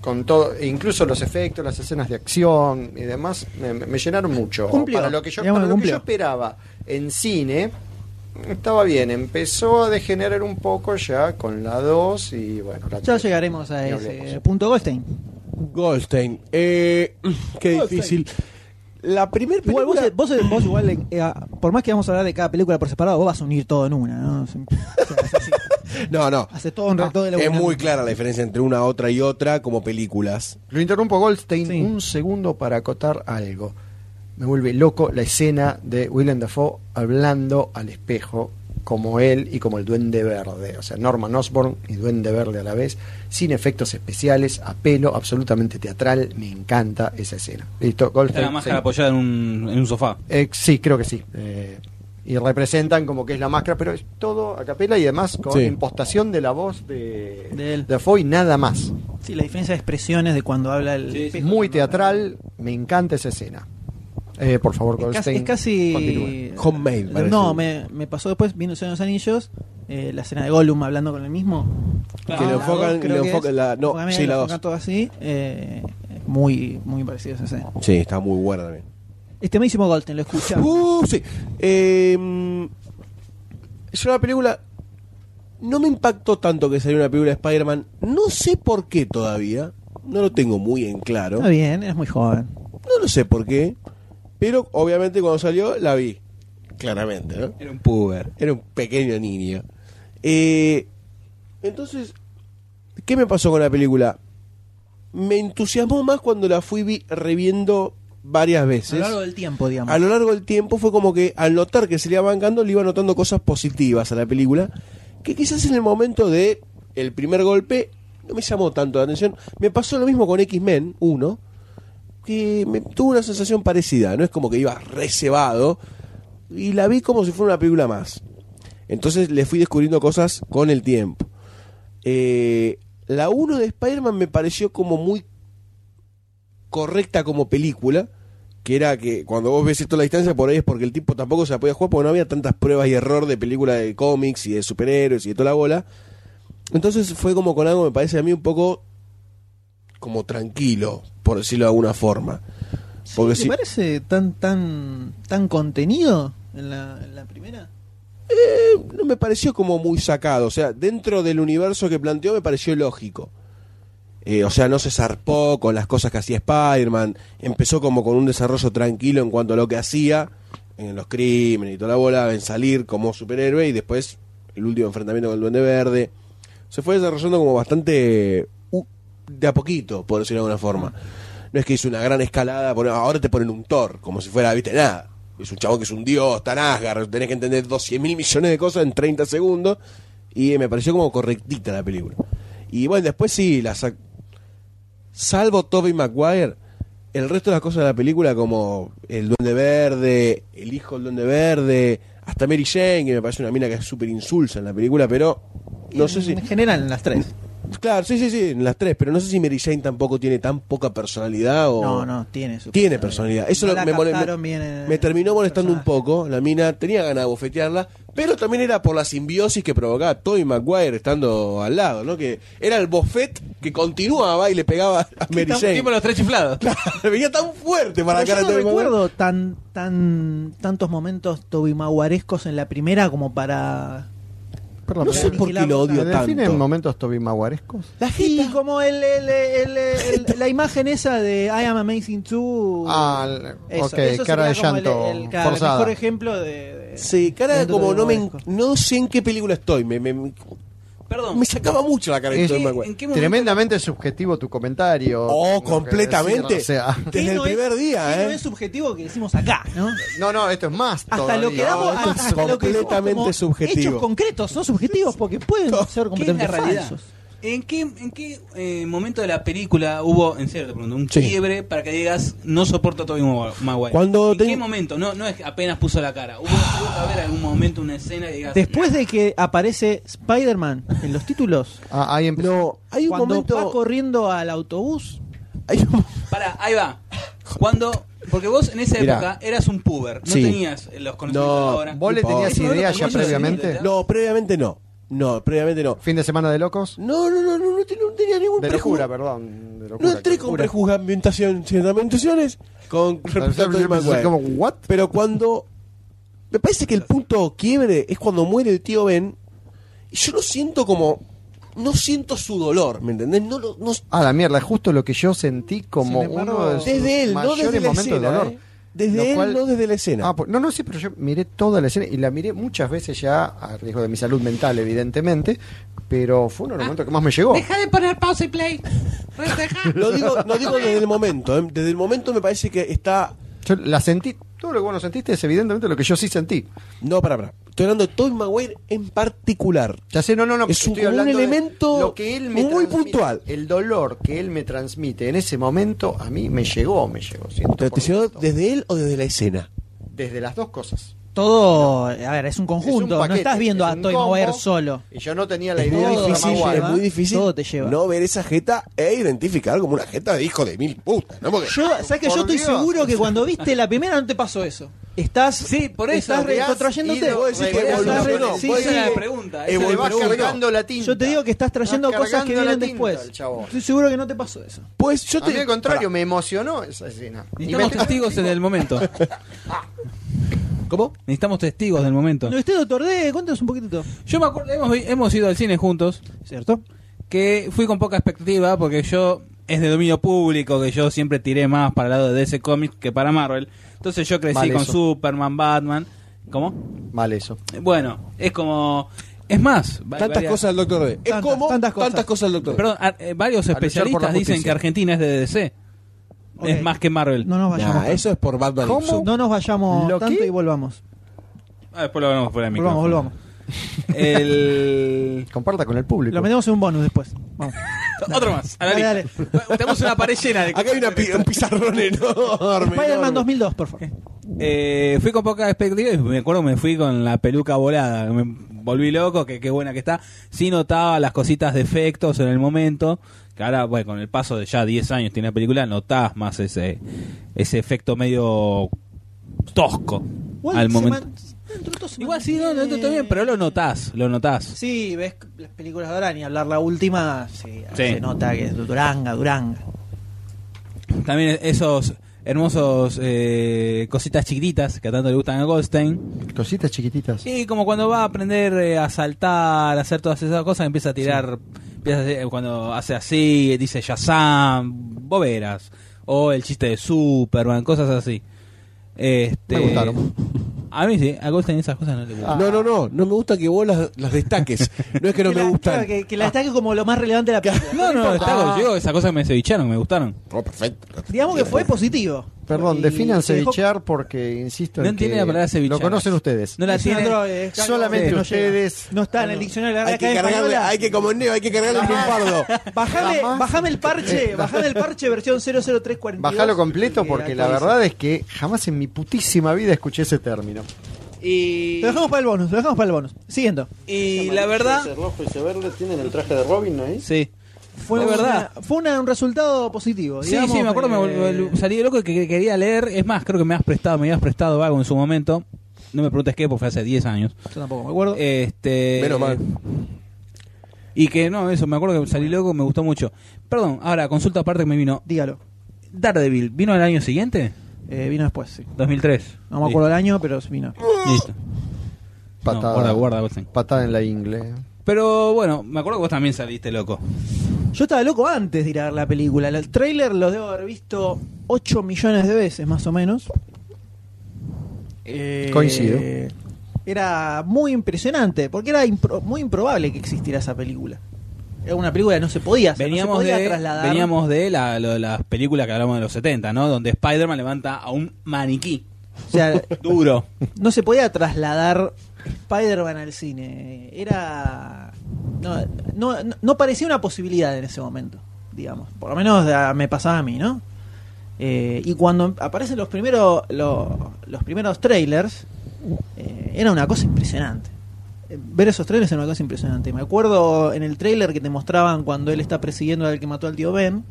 Speaker 6: Con todo, e incluso los efectos, las escenas de acción y demás, me, me- me llenaron mucho.
Speaker 3: Cumplió,
Speaker 6: para lo, que yo,
Speaker 3: digamos
Speaker 6: para
Speaker 3: que
Speaker 6: lo que yo
Speaker 3: cumplió.
Speaker 6: esperaba en cine, estaba bien. Empezó a degenerar un poco ya con la 2 y bueno. la
Speaker 3: Ya
Speaker 6: tres.
Speaker 3: llegaremos a
Speaker 6: Ni
Speaker 3: ese
Speaker 6: hablemos.
Speaker 3: punto Goldstein.
Speaker 7: Goldstein. Eh, qué difícil. La primera
Speaker 3: Igual vos,
Speaker 7: película.
Speaker 3: vos, vos igual, eh, eh, por más que vamos a hablar de cada película por separado, vos vas a unir todo en una, ¿no? O sea, haces así.
Speaker 7: No, no.
Speaker 3: Haces todo en todo de la
Speaker 7: Es
Speaker 3: una.
Speaker 7: muy clara la diferencia entre una, otra y otra como películas.
Speaker 6: Lo interrumpo, Goldstein,
Speaker 3: Sí.
Speaker 6: un segundo para acotar algo. Me vuelve loco la escena de Willem Dafoe hablando al espejo, como él y como el Duende Verde. O sea, Norman Osborn y Duende Verde a la vez, sin efectos especiales, a pelo, absolutamente teatral. Me encanta esa escena. Listo,
Speaker 5: Está
Speaker 6: Goldstein.
Speaker 5: la máscara
Speaker 6: seguimos.
Speaker 5: apoyada en un, en un sofá.
Speaker 6: Eh, sí, creo que sí. Eh, y representan como que es la máscara, pero es todo a capela y además con
Speaker 7: Sí.
Speaker 6: impostación de la voz de,
Speaker 3: De él.
Speaker 6: Dafoe y nada más.
Speaker 3: Sí, la diferencia de expresiones de cuando habla el.
Speaker 5: Sí, sí.
Speaker 6: Muy teatral, me encanta esa escena. Eh, por favor,
Speaker 3: Es casi.
Speaker 6: Goldstein.
Speaker 3: Es casi-
Speaker 6: continúe.
Speaker 7: Homemade, parece.
Speaker 3: No, me, me pasó después, viendo el Señor de los Anillos, eh, la escena de Gollum hablando con el mismo.
Speaker 7: que
Speaker 3: Ah,
Speaker 7: lo
Speaker 3: la
Speaker 7: enfocan.
Speaker 3: dos, creo
Speaker 7: lo
Speaker 3: que
Speaker 7: enfocan
Speaker 3: es.
Speaker 7: la, no,
Speaker 3: Enfócame,
Speaker 7: sí, la
Speaker 3: lo
Speaker 7: dos.
Speaker 3: enfocan todo así. eh, muy, muy parecido a esa escena.
Speaker 7: Sí, está muy buena también.
Speaker 3: Este mismo Golden, lo escucha.
Speaker 7: Uh, sí. Eh, es una Em, película No me impactó tanto que salió una película de Spider-Man. No sé por qué todavía. No lo tengo muy en claro.
Speaker 3: Está bien, eres muy joven.
Speaker 7: No lo sé por qué. Pero obviamente cuando salió la vi. Claramente, ¿no?
Speaker 5: Era un puber.
Speaker 7: Era un pequeño niño. Eh, entonces, ¿qué me pasó con la película? Me entusiasmó más cuando la fui vi- reviendo varias
Speaker 3: A
Speaker 7: veces.
Speaker 3: lo largo del tiempo, digamos.
Speaker 7: A lo largo del tiempo fue como que al notar que se le iba bancando, le iba notando cosas positivas a la película, que quizás en el momento de el primer golpe no me llamó tanto la atención. Me pasó lo mismo con X-Men 1, que me tuvo una sensación parecida, no es como que iba recebado y la vi como si fuera una película más. Entonces le fui descubriendo cosas con el tiempo. Eh, la 1 de Spider-Man me pareció como muy correcta como película, que era que cuando vos ves esto a la distancia, por ahí es porque el tipo tampoco se la podía jugar, porque no había tantas pruebas y error de películas de cómics y de superhéroes y de toda la bola. Entonces fue como con algo, me parece a mí, un poco como tranquilo, por decirlo de alguna forma. Porque
Speaker 3: ¿Te
Speaker 7: si-
Speaker 3: parece tan, tan, tan contenido en la, en la primera?
Speaker 7: no me pareció como muy sacado. O sea, dentro del universo que planteó me pareció lógico. Eh, o sea, no se zarpó con las cosas que hacía Spider-Man. Empezó como con un desarrollo tranquilo en cuanto a lo que hacía, en los crímenes y toda la bola, en salir como superhéroe y después el último enfrentamiento con el Duende Verde. Se fue desarrollando como bastante u- de a poquito, por decirlo de alguna forma. No es que hizo una gran escalada, por- ahora te ponen un Thor, como si fuera, viste, nada. Es un chabón que es un dios, tan Asgard, tenés que entender 200 mil millones de cosas en 30 segundos. Y eh, me pareció como correctita la película. Y bueno, después sí, las ac- salvo Toby Maguire, el resto de las cosas de la película, como el Duende Verde, el hijo del Duende Verde, hasta Mary Jane, que me parece una mina que es súper insulsa en la película, pero no sé si.
Speaker 3: En general, en las tres.
Speaker 7: Claro, sí, sí, sí, en las tres, pero no sé si Mary Jane tampoco tiene tan poca personalidad o...
Speaker 3: No, no, tiene su
Speaker 7: Tiene personalidad. Eso
Speaker 3: No
Speaker 7: lo-
Speaker 3: la
Speaker 7: me, mole-
Speaker 3: captaron
Speaker 7: me-
Speaker 3: bien en-
Speaker 7: me terminó molestando un
Speaker 3: personaje.
Speaker 7: poco. La mina tenía ganas de bofetearla, pero también era por la simbiosis que provocaba Toby Maguire estando al lado, ¿no? Que era el bofet que continuaba y le pegaba a Mary
Speaker 4: Estamos
Speaker 7: Jane.
Speaker 4: tipo los tres chiflados.
Speaker 7: Venía tan fuerte para la
Speaker 3: Pero
Speaker 7: cara
Speaker 3: yo no
Speaker 7: de Tobey Maguire.
Speaker 3: recuerdo tan, tan, tantos momentos tobimaguarescos en la primera como para...
Speaker 6: Perdón,
Speaker 7: No
Speaker 6: pero-
Speaker 7: sé por qué lo odio
Speaker 6: ¿Me define en
Speaker 7: tanto.
Speaker 6: momentos Toby Maguarescos?
Speaker 3: La Sí, como el, el- el- el- la imagen esa de I Am Amazing 2.
Speaker 6: Ah,
Speaker 3: Uh, Eso,
Speaker 6: ok,
Speaker 3: eso
Speaker 6: cara de
Speaker 3: sería como el-
Speaker 6: llanto.
Speaker 3: el- claro, el
Speaker 6: forzada.
Speaker 3: mejor ejemplo de... de-
Speaker 7: Sí, cara
Speaker 3: dentro
Speaker 7: como
Speaker 3: de
Speaker 7: no me... en-
Speaker 3: Maguire.
Speaker 7: No sé en qué película estoy. Me, me- me-
Speaker 4: Perdón.
Speaker 7: me sacaba mucho la cara de
Speaker 6: Es-
Speaker 7: Tobey
Speaker 4: ¿En
Speaker 7: Maguire.
Speaker 4: qué momento-
Speaker 6: Tremendamente subjetivo tu comentario.
Speaker 7: Oh,
Speaker 6: Tengo que
Speaker 7: completamente.
Speaker 6: decir, o sea,
Speaker 3: ¿Qué
Speaker 7: Desde el
Speaker 3: no es-
Speaker 7: primer
Speaker 3: qué
Speaker 7: día,
Speaker 3: no
Speaker 7: ¿eh?
Speaker 3: es subjetivo que decimos acá, ¿no?
Speaker 6: no, no, esto es más.
Speaker 3: Hasta lo que
Speaker 6: todavía.
Speaker 3: damos,
Speaker 7: esto es
Speaker 3: hasta lo que decimos
Speaker 7: completamente
Speaker 3: como
Speaker 7: subjetivo.
Speaker 3: Hechos concretos, no subjetivos, porque pueden ser
Speaker 4: ¿Qué es
Speaker 3: completamente
Speaker 4: la realidad?
Speaker 3: falsos.
Speaker 4: ¿En qué, en qué eh, momento de la película hubo, en serio te pregunto, un
Speaker 7: Sí.
Speaker 4: quiebre para que digas no soporto a Tobey Magu- Maguire?
Speaker 7: Cuando
Speaker 4: ¿En
Speaker 7: ten-
Speaker 4: qué momento? No, no es que apenas puso la cara. ¿Hubo, hubo que haber algún momento, una escena que digas...
Speaker 3: Después de que aparece Spider-Man en los títulos,
Speaker 6: Ah, ahí empezó.
Speaker 7: No, hay un
Speaker 3: cuando va
Speaker 7: momento...
Speaker 3: corriendo al autobús,
Speaker 7: hay un-
Speaker 4: Para, ahí va. Cuando... Porque vos en esa
Speaker 7: Mirá.
Speaker 4: época eras un puber, no
Speaker 7: Sí.
Speaker 4: tenías eh, los conocimientos
Speaker 7: No,
Speaker 4: de ahora.
Speaker 6: ¿Vos le
Speaker 7: No
Speaker 6: tenías
Speaker 4: importa.
Speaker 6: idea
Speaker 4: Eso no
Speaker 6: ya
Speaker 4: lo tenía
Speaker 6: previamente?
Speaker 4: idea.
Speaker 7: No, previamente no. No, previamente no.
Speaker 6: ¿Fin de semana de locos?
Speaker 7: No, no, no, no, no, tenía- no tenía ningún
Speaker 6: De
Speaker 7: prejuicio.
Speaker 6: locura, perdón. De locura,
Speaker 7: No entré con
Speaker 6: locura.
Speaker 7: prejuzgamentación, argumentaciones con representante de Maguire.
Speaker 6: Como, ¿what?
Speaker 7: Pero cuando. Me parece que el punto quiebre es cuando muere el tío Ben. Y yo lo siento como. No siento su dolor, ¿me entendés? No, lo- no,
Speaker 6: Ah, la mierda, es justo lo que yo sentí como
Speaker 3: Sin embargo,
Speaker 6: uno de sus
Speaker 7: desde él, no
Speaker 6: mayores
Speaker 7: desde la
Speaker 6: momentos
Speaker 7: escena.
Speaker 6: de dolor.
Speaker 7: ¿eh? Desde
Speaker 6: Lo
Speaker 7: él,
Speaker 6: cual-
Speaker 7: no desde la escena.
Speaker 6: Ah, pues- no, no, sí, pero yo miré toda la escena y la miré muchas veces ya a riesgo de mi salud mental, evidentemente, pero fue uno
Speaker 7: Ah.
Speaker 6: de los momentos que más me llegó.
Speaker 8: Deja de poner pause y play. Deja.
Speaker 7: Lo digo, no digo desde el momento. ¿eh? Desde el momento me parece que está
Speaker 6: Yo la sentí, todo lo que vos no sentiste es evidentemente lo que yo sí sentí.
Speaker 7: No, para, para. Estoy hablando de Tobey Maguire en particular.
Speaker 6: Ya sé, no, no, no.
Speaker 7: Es
Speaker 6: estoy
Speaker 7: un- un
Speaker 6: hablando de
Speaker 7: elemento
Speaker 6: lo que él me
Speaker 7: muy
Speaker 6: transmite,
Speaker 7: puntual.
Speaker 6: El dolor que él me transmite en ese momento a mí me llegó, me llegó. siento
Speaker 7: ¿Te
Speaker 6: por
Speaker 7: atencionó
Speaker 6: supuesto.
Speaker 7: desde él o desde la escena?
Speaker 6: Desde las dos cosas.
Speaker 3: todo, a ver, es un conjunto,
Speaker 6: Es un paquete,
Speaker 3: no estás viendo
Speaker 6: es
Speaker 3: a
Speaker 6: un
Speaker 3: Toy
Speaker 6: combo,
Speaker 3: Maguire solo.
Speaker 6: Y yo no tenía la
Speaker 7: Es
Speaker 6: idea
Speaker 7: muy,
Speaker 6: de que era
Speaker 7: difícil,
Speaker 6: Maguire.
Speaker 7: es muy difícil
Speaker 3: Todo te lleva.
Speaker 7: no ver esa jeta e identificar como una jeta de hijo de mil putas. ¿no? Porque
Speaker 3: Yo, ¿sabes que
Speaker 6: Por
Speaker 3: yo estoy
Speaker 6: Dios.
Speaker 3: seguro que cuando viste la primera no te pasó eso? Estás
Speaker 4: Sí, por eso.
Speaker 3: estás
Speaker 4: mirá,
Speaker 3: retrotrayéndote.
Speaker 6: ido-
Speaker 7: vos decís que
Speaker 3: Estás re-
Speaker 7: evolucionó.
Speaker 3: sí,
Speaker 7: Vos
Speaker 4: esa
Speaker 3: sí.
Speaker 4: era la
Speaker 7: decís-
Speaker 4: pregunta. esa
Speaker 7: Eh,
Speaker 4: era la
Speaker 7: bueno,
Speaker 6: va
Speaker 7: pero uno.
Speaker 6: cargando la tinta.
Speaker 3: Yo te digo que estás trayendo
Speaker 6: Vas
Speaker 3: cosas que
Speaker 6: cargando la
Speaker 3: vienen
Speaker 6: tinta,
Speaker 3: después.
Speaker 6: el chabón.
Speaker 3: Estoy seguro que no te pasó eso.
Speaker 7: Pues yo
Speaker 6: A mí
Speaker 7: te.
Speaker 6: al contrario,
Speaker 7: Pará.
Speaker 6: me emocionó esa escena. Y me-
Speaker 4: Necesitamos testigos en el momento.
Speaker 7: ¿Cómo?
Speaker 4: Necesitamos testigos del momento.
Speaker 3: No, usted, doctor D, cuéntanos un poquitito.
Speaker 4: Yo me acuerdo, hemos, hemos ido al cine juntos,
Speaker 3: ¿Cierto?
Speaker 4: que fui con poca expectativa porque yo es de dominio público, que yo siempre tiré más para el lado de DC Comics que para Marvel. Entonces yo crecí
Speaker 6: Mal
Speaker 4: con
Speaker 6: eso.
Speaker 4: Superman, Batman. ¿Cómo?
Speaker 6: Mal eso.
Speaker 4: Bueno, es como... Es más, va-
Speaker 7: Tantas
Speaker 4: varias-
Speaker 7: cosas al doctor D. Es
Speaker 3: Tantas,
Speaker 7: como
Speaker 3: tantas
Speaker 7: tantas
Speaker 3: cosas.
Speaker 7: cosas, al doctor D.
Speaker 4: Perdón, a- eh, varios
Speaker 6: luchar por la
Speaker 4: especialistas dicen
Speaker 6: justicia.
Speaker 4: que Argentina es de DC.
Speaker 3: Ok.
Speaker 4: Es más que Marvel.
Speaker 3: No nos vayamos.
Speaker 7: Nah, Ah, eso es por Batman.
Speaker 6: ¿Cómo?
Speaker 7: Sub-
Speaker 3: No nos vayamos
Speaker 6: ¿Lo
Speaker 3: tanto
Speaker 6: qué?
Speaker 3: y volvamos.
Speaker 4: Ah, después lo hablamos fuera de
Speaker 3: Volvamos, volvamos.
Speaker 4: El...
Speaker 6: Comparta con el público.
Speaker 3: Lo metemos en un bonus después. Vamos.
Speaker 4: Otro más. a la
Speaker 3: Dale,
Speaker 4: lista. Tenemos una pared llena de
Speaker 7: Acá hay una pi- un pizarrón enorme.
Speaker 3: Spider-Man
Speaker 7: enorme.
Speaker 3: 2002, por favor.
Speaker 4: Eh, fui con poca expectativa y me acuerdo que me fui con la peluca volada. Me volví loco, que qué buena que está. Sí notaba las cositas de efectos en el momento. Que ahora, bueno, con el paso de ya 10 años tiene la película, notás más ese, ese efecto medio tosco
Speaker 3: Igual
Speaker 4: al
Speaker 3: se
Speaker 4: momento.
Speaker 3: man- dentro de todo se
Speaker 4: Igual sí, no, no,
Speaker 3: mantiene-
Speaker 4: está bien, pero lo notás, lo notás.
Speaker 3: Sí, ves las películas de ahora, ni hablar la última, sí,
Speaker 4: Sí.
Speaker 3: se nota que es Duranga, Duranga.
Speaker 4: También esos hermosos eh, cositas chiquititas que tanto le gustan a Goldstein.
Speaker 6: Cositas chiquititas.
Speaker 4: Sí, como cuando va a aprender eh, a saltar, a hacer todas esas cosas, empieza a tirar, empieza a hacer- cuando hace así, dice Shazam, boberas, o el chiste de Superman, cosas así. Este,
Speaker 6: Me gustaron.
Speaker 4: A mí sí, a Goldstein esas cosas no le gustan.
Speaker 6: Ah.
Speaker 7: No, no, no. No me gusta que vos las, las destaques. No es que no
Speaker 3: Que
Speaker 7: me
Speaker 3: la-
Speaker 7: gustan.
Speaker 3: claro, que, que la destaque como lo más relevante de la película.
Speaker 4: No, no, está, yo, esas cosas me cevicharon, me gustaron.
Speaker 7: Oh, perfecto.
Speaker 3: Digamos que fue positivo.
Speaker 6: Perdón,
Speaker 3: Y
Speaker 6: definan
Speaker 3: se dejó-
Speaker 6: cevichear porque, insisto,
Speaker 4: No
Speaker 6: en que
Speaker 4: entiende la palabra cevichar.
Speaker 6: Lo conocen ustedes.
Speaker 4: No la
Speaker 3: Es una
Speaker 4: tiene.
Speaker 3: droga, es algo
Speaker 6: Solamente
Speaker 3: que no
Speaker 6: ustedes.
Speaker 3: llega. No está en el diccionario de la
Speaker 7: Hay que
Speaker 3: Real Academia
Speaker 7: cargarle,
Speaker 3: Española.
Speaker 7: hay que como Neo, hay que cargarle un fardo.
Speaker 3: Bajame,
Speaker 6: Jamás.
Speaker 3: bajame el parche, bajame el parche versión 00342.
Speaker 6: Bajalo completo porque la verdad es que jamás en mi putísima vida escuché ese término.
Speaker 9: Y,
Speaker 3: Lo dejamos para el bonus, lo dejamos para el bonus. Siguiendo.
Speaker 4: Y la verdad,
Speaker 9: rojo y ese verde tienen el traje de Robin ahí.
Speaker 4: sí.
Speaker 3: Fue,
Speaker 4: La
Speaker 3: una-
Speaker 4: verdad.
Speaker 3: fue una- un resultado positivo.
Speaker 4: Sí,
Speaker 3: digamos,
Speaker 4: sí, me acuerdo, me
Speaker 3: eh,
Speaker 4: vol- vol- salí de loco que- que quería leer. Es más, creo que me has prestado, me habías prestado algo en su momento. No me preguntes qué, porque fue hace 10 años.
Speaker 3: Yo tampoco me acuerdo.
Speaker 4: Este,
Speaker 7: Menos mal.
Speaker 4: Y que no, eso, me acuerdo que salí loco, me gustó mucho. Perdón, ahora, consulta aparte que me vino.
Speaker 3: Dígalo.
Speaker 4: Daredevil, ¿vino el año siguiente?
Speaker 3: Eh, vino después, sí.
Speaker 4: 2003.
Speaker 3: No me acuerdo el año, pero vino.
Speaker 4: Listo. No,
Speaker 6: Patada.
Speaker 4: guarda, guarda, Goldstein.
Speaker 6: Patada en la ingle.
Speaker 4: Pero bueno, me acuerdo que vos también saliste loco.
Speaker 3: Yo estaba loco antes de ir a ver la película. El tráiler lo debo haber visto 8 millones de veces, más o menos. Eh,
Speaker 6: Coincido.
Speaker 3: Era muy impresionante, porque era impro- muy improbable que existiera esa película. Era una película que no se podía hacer, no se
Speaker 4: Veníamos
Speaker 3: podía
Speaker 4: de,
Speaker 3: trasladar.
Speaker 4: veníamos de la- lo- las películas que hablamos de los 70, ¿no? Donde Spider-Man levanta a un maniquí.
Speaker 3: O sea,
Speaker 4: Duro.
Speaker 3: no se podía trasladar Spider-Man al cine. Era. No, no- no- no parecía una posibilidad en ese momento, digamos. Por lo menos ah, me pasaba a mí, ¿no? Eh, y cuando aparecen los primeros, lo- los primeros trailers, eh, era una cosa impresionante. Eh, Ver esos trailers era una cosa impresionante. Me acuerdo en el trailer que te mostraban cuando él está persiguiendo al que mató al tío Ben,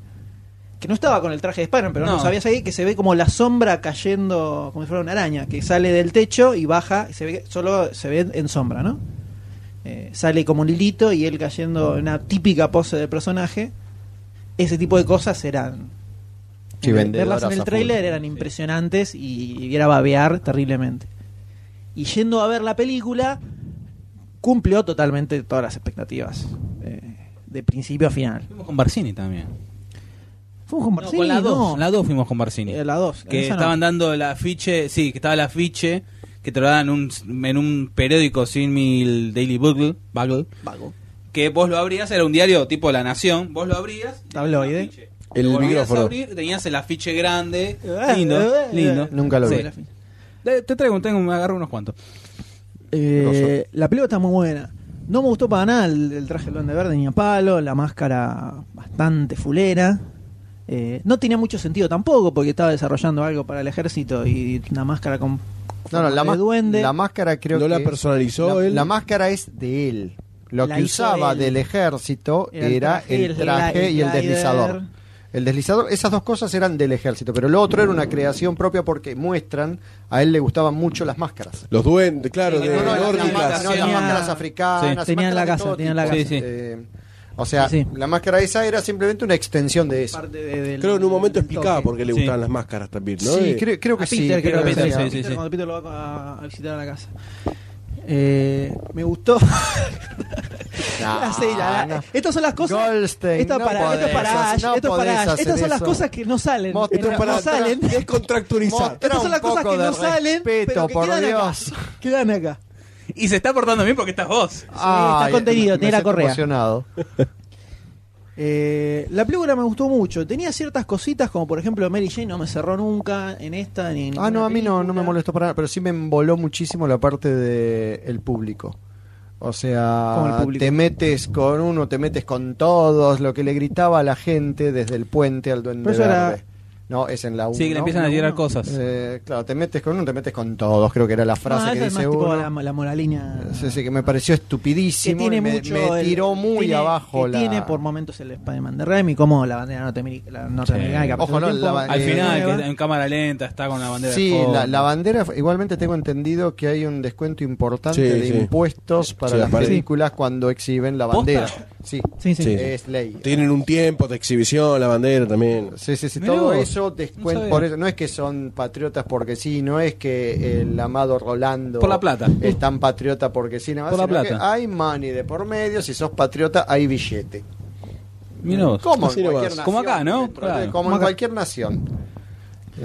Speaker 3: que no estaba con el traje de Spider-Man, pero no,
Speaker 4: No.
Speaker 3: sabías ahí que se ve como la sombra cayendo, como si fuera una araña, que sale del techo y baja, y se ve, solo se ve en sombra, ¿no? Eh, sale como un hilito y él cayendo en una típica pose de personaje. Ese tipo de cosas eran
Speaker 6: Sí,
Speaker 3: verlas
Speaker 6: vendedoras
Speaker 3: en
Speaker 6: a
Speaker 3: el
Speaker 6: full.
Speaker 3: tráiler eran impresionantes y, y era babear terriblemente. Y yendo a ver la película, cumplió totalmente todas las expectativas, eh, de principio a final.
Speaker 4: Fuimos con Barcini también.
Speaker 3: Fuimos con
Speaker 4: No,
Speaker 3: Barcini,
Speaker 4: con la 2.
Speaker 3: no.
Speaker 4: Con la 2 fuimos con Barcini.
Speaker 3: Eh, la dos,
Speaker 4: que
Speaker 3: esa no.
Speaker 4: estaban dando el afiche, sí, que estaba el afiche que te lo dan en un, en un periódico sin mi Daily Bugle, Bugle,
Speaker 3: Vago.
Speaker 4: que vos lo abrías, era un diario tipo La Nación, vos lo abrías, y
Speaker 3: Tabloide.
Speaker 4: tenías afiche.
Speaker 7: El
Speaker 4: Lo volvías
Speaker 7: micrófono.
Speaker 4: a abrir, tenías el afiche grande,
Speaker 3: Eh,
Speaker 4: lindo,
Speaker 3: eh,
Speaker 4: lindo.
Speaker 3: eh,
Speaker 6: Nunca lo
Speaker 4: Sí.
Speaker 6: vi.
Speaker 3: la fin.
Speaker 4: Eh, Te traigo, tengo, me agarro unos cuantos.
Speaker 3: Eh, la película está muy buena. No me gustó para nada el, el traje del Duende Verde ni a palo, la máscara bastante fulera. Eh, no tenía mucho sentido tampoco porque estaba desarrollando algo para el ejército y una máscara con
Speaker 6: No, no, la,
Speaker 3: de
Speaker 6: ma-
Speaker 3: duende.
Speaker 6: la máscara creo
Speaker 7: no
Speaker 6: que
Speaker 7: la
Speaker 6: es-
Speaker 7: personalizó
Speaker 6: la,
Speaker 7: él.
Speaker 6: la máscara es de él. Lo
Speaker 3: La
Speaker 6: que
Speaker 3: hizo
Speaker 6: usaba
Speaker 3: él.
Speaker 6: del ejército
Speaker 3: Era
Speaker 6: era,
Speaker 3: el
Speaker 6: el
Speaker 3: traje,
Speaker 6: traje,
Speaker 3: el gla- el
Speaker 6: y el
Speaker 3: glider.
Speaker 6: deslizador. El deslizador, esas dos cosas eran del ejército, pero lo otro era una creación propia porque muestran, a él le gustaban mucho las máscaras.
Speaker 7: Los duendes, claro,
Speaker 4: Sí,
Speaker 7: de
Speaker 4: no, no,
Speaker 6: las
Speaker 4: nórdicas.
Speaker 6: máscaras,
Speaker 7: nórdicas.
Speaker 6: no, las
Speaker 3: Tenía-
Speaker 6: máscaras africanas,
Speaker 3: tenía
Speaker 6: máscaras
Speaker 3: la
Speaker 6: de
Speaker 3: casa,
Speaker 6: todo
Speaker 3: tenía la
Speaker 6: tipo.
Speaker 4: casa.
Speaker 6: Eh, O sea,
Speaker 3: Sí.
Speaker 6: la máscara esa era simplemente una extensión de eso.
Speaker 3: Parte de- del-
Speaker 7: Creo que en un momento
Speaker 3: del
Speaker 7: explicaba
Speaker 3: toque.
Speaker 7: por qué le
Speaker 5: Sí.
Speaker 7: gustaban las máscaras también, ¿no?
Speaker 6: Sí,
Speaker 7: Eh,
Speaker 6: creo, creo que
Speaker 3: a
Speaker 6: sí.
Speaker 3: Peter,
Speaker 6: creo
Speaker 3: creo
Speaker 6: que
Speaker 3: que
Speaker 4: Peter,
Speaker 3: decía.
Speaker 6: sí.
Speaker 4: sí, sí,
Speaker 3: Peter,
Speaker 4: sí.
Speaker 3: Cuando Peter lo va a, a visitar a la casa. Eh, me gustó.
Speaker 6: Nah,
Speaker 3: Ah, sí, la-
Speaker 6: no.
Speaker 3: Estas son las cosas.
Speaker 6: Goldstein,
Speaker 3: esto, es
Speaker 6: no
Speaker 3: para, esto es
Speaker 6: podés
Speaker 3: para
Speaker 6: hacer-
Speaker 3: Ash,
Speaker 6: no
Speaker 3: esto es
Speaker 6: podés
Speaker 3: para Ash.
Speaker 6: hacer
Speaker 3: Estas son las
Speaker 6: eso.
Speaker 3: cosas que no salen.
Speaker 6: Mostra-
Speaker 3: Esto es para- no salen.
Speaker 7: Descontracturizar.
Speaker 6: Mostrá
Speaker 3: Estas son
Speaker 6: un
Speaker 3: las cosas
Speaker 6: poco
Speaker 3: que
Speaker 6: de
Speaker 3: no salen.
Speaker 6: respeto,
Speaker 3: pero que
Speaker 6: por
Speaker 3: quedan
Speaker 6: Dios.
Speaker 3: Acá. Quedan acá.
Speaker 5: Y se está portando bien porque estás vos.
Speaker 3: está contenido,
Speaker 6: me
Speaker 3: tiene la
Speaker 6: siento
Speaker 3: correa.
Speaker 6: emocionado.
Speaker 3: Eh, la película me gustó mucho. Tenía ciertas cositas, como por ejemplo Mary Jane no me cerró nunca en esta ni en
Speaker 6: Ah, no,
Speaker 3: ninguna
Speaker 6: a mí no, no me
Speaker 3: película.
Speaker 6: molestó para nada, pero sí me emboló muchísimo la parte del el público. O
Speaker 3: ¿Cómo el
Speaker 6: sea,
Speaker 3: público?
Speaker 6: te metes con uno, te metes con todos, lo que le gritaba a la gente desde el puente al duende
Speaker 3: Pero eso era-
Speaker 6: verde. No, Eh, es en la 1.
Speaker 5: Sí, que le empiezan a llegar cosas.
Speaker 6: claro, te metes con uno, te metes con todos, creo que era la frase
Speaker 3: No,
Speaker 6: que
Speaker 3: Ah, esa es
Speaker 6: dice
Speaker 3: más tipo
Speaker 6: uno.
Speaker 3: la, la moralina.
Speaker 6: Sí, sí, que me pareció
Speaker 3: que
Speaker 6: estupidísimo
Speaker 3: tiene
Speaker 6: y me,
Speaker 3: mucho
Speaker 6: me
Speaker 3: el-
Speaker 6: tiró muy
Speaker 3: tiene-
Speaker 6: abajo
Speaker 3: que
Speaker 6: la...
Speaker 3: tiene por momentos el Spider-Man de Raimi como la bandera norteameric- la norteamericana
Speaker 5: Sí.
Speaker 3: que aparece
Speaker 6: Ojo,
Speaker 3: todo el
Speaker 6: no, la
Speaker 3: tiempo.
Speaker 5: Al
Speaker 6: Eh,
Speaker 5: final,
Speaker 3: nueva.
Speaker 5: que en cámara lenta está con la bandera. de
Speaker 6: Sí,
Speaker 5: fondo.
Speaker 6: la, la bandera, igualmente tengo entendido que hay un descuento importante
Speaker 7: Sí,
Speaker 6: de
Speaker 7: sí.
Speaker 6: impuestos para
Speaker 7: Sí,
Speaker 6: las
Speaker 7: aparte-
Speaker 6: películas cuando exhiben la bandera. Sí,
Speaker 3: Sí, sí.
Speaker 5: Eh,
Speaker 7: Sí.
Speaker 6: es ley.
Speaker 7: Tienen un tiempo de exhibición, la bandera también.
Speaker 6: Sí, sí, sí,
Speaker 5: Mirá
Speaker 6: todo
Speaker 5: vos,
Speaker 6: eso
Speaker 5: no
Speaker 6: descuento,
Speaker 5: sabía.
Speaker 6: por eso, no es que son patriotas porque sí, no es que el amado Rolando
Speaker 5: Por la plata.
Speaker 6: es tan patriota porque sí, nada más,
Speaker 5: Por la
Speaker 6: sino que
Speaker 5: plata.
Speaker 6: hay money de por medio, si sos patriota hay billete.
Speaker 5: Mirá vos.
Speaker 6: Como en
Speaker 7: Así
Speaker 6: cualquier
Speaker 7: nomás.
Speaker 6: nación.
Speaker 5: Como acá, ¿no?
Speaker 6: dentro
Speaker 5: Claro.
Speaker 6: de- Como
Speaker 5: Como
Speaker 6: en
Speaker 5: acá.
Speaker 6: cualquier nación.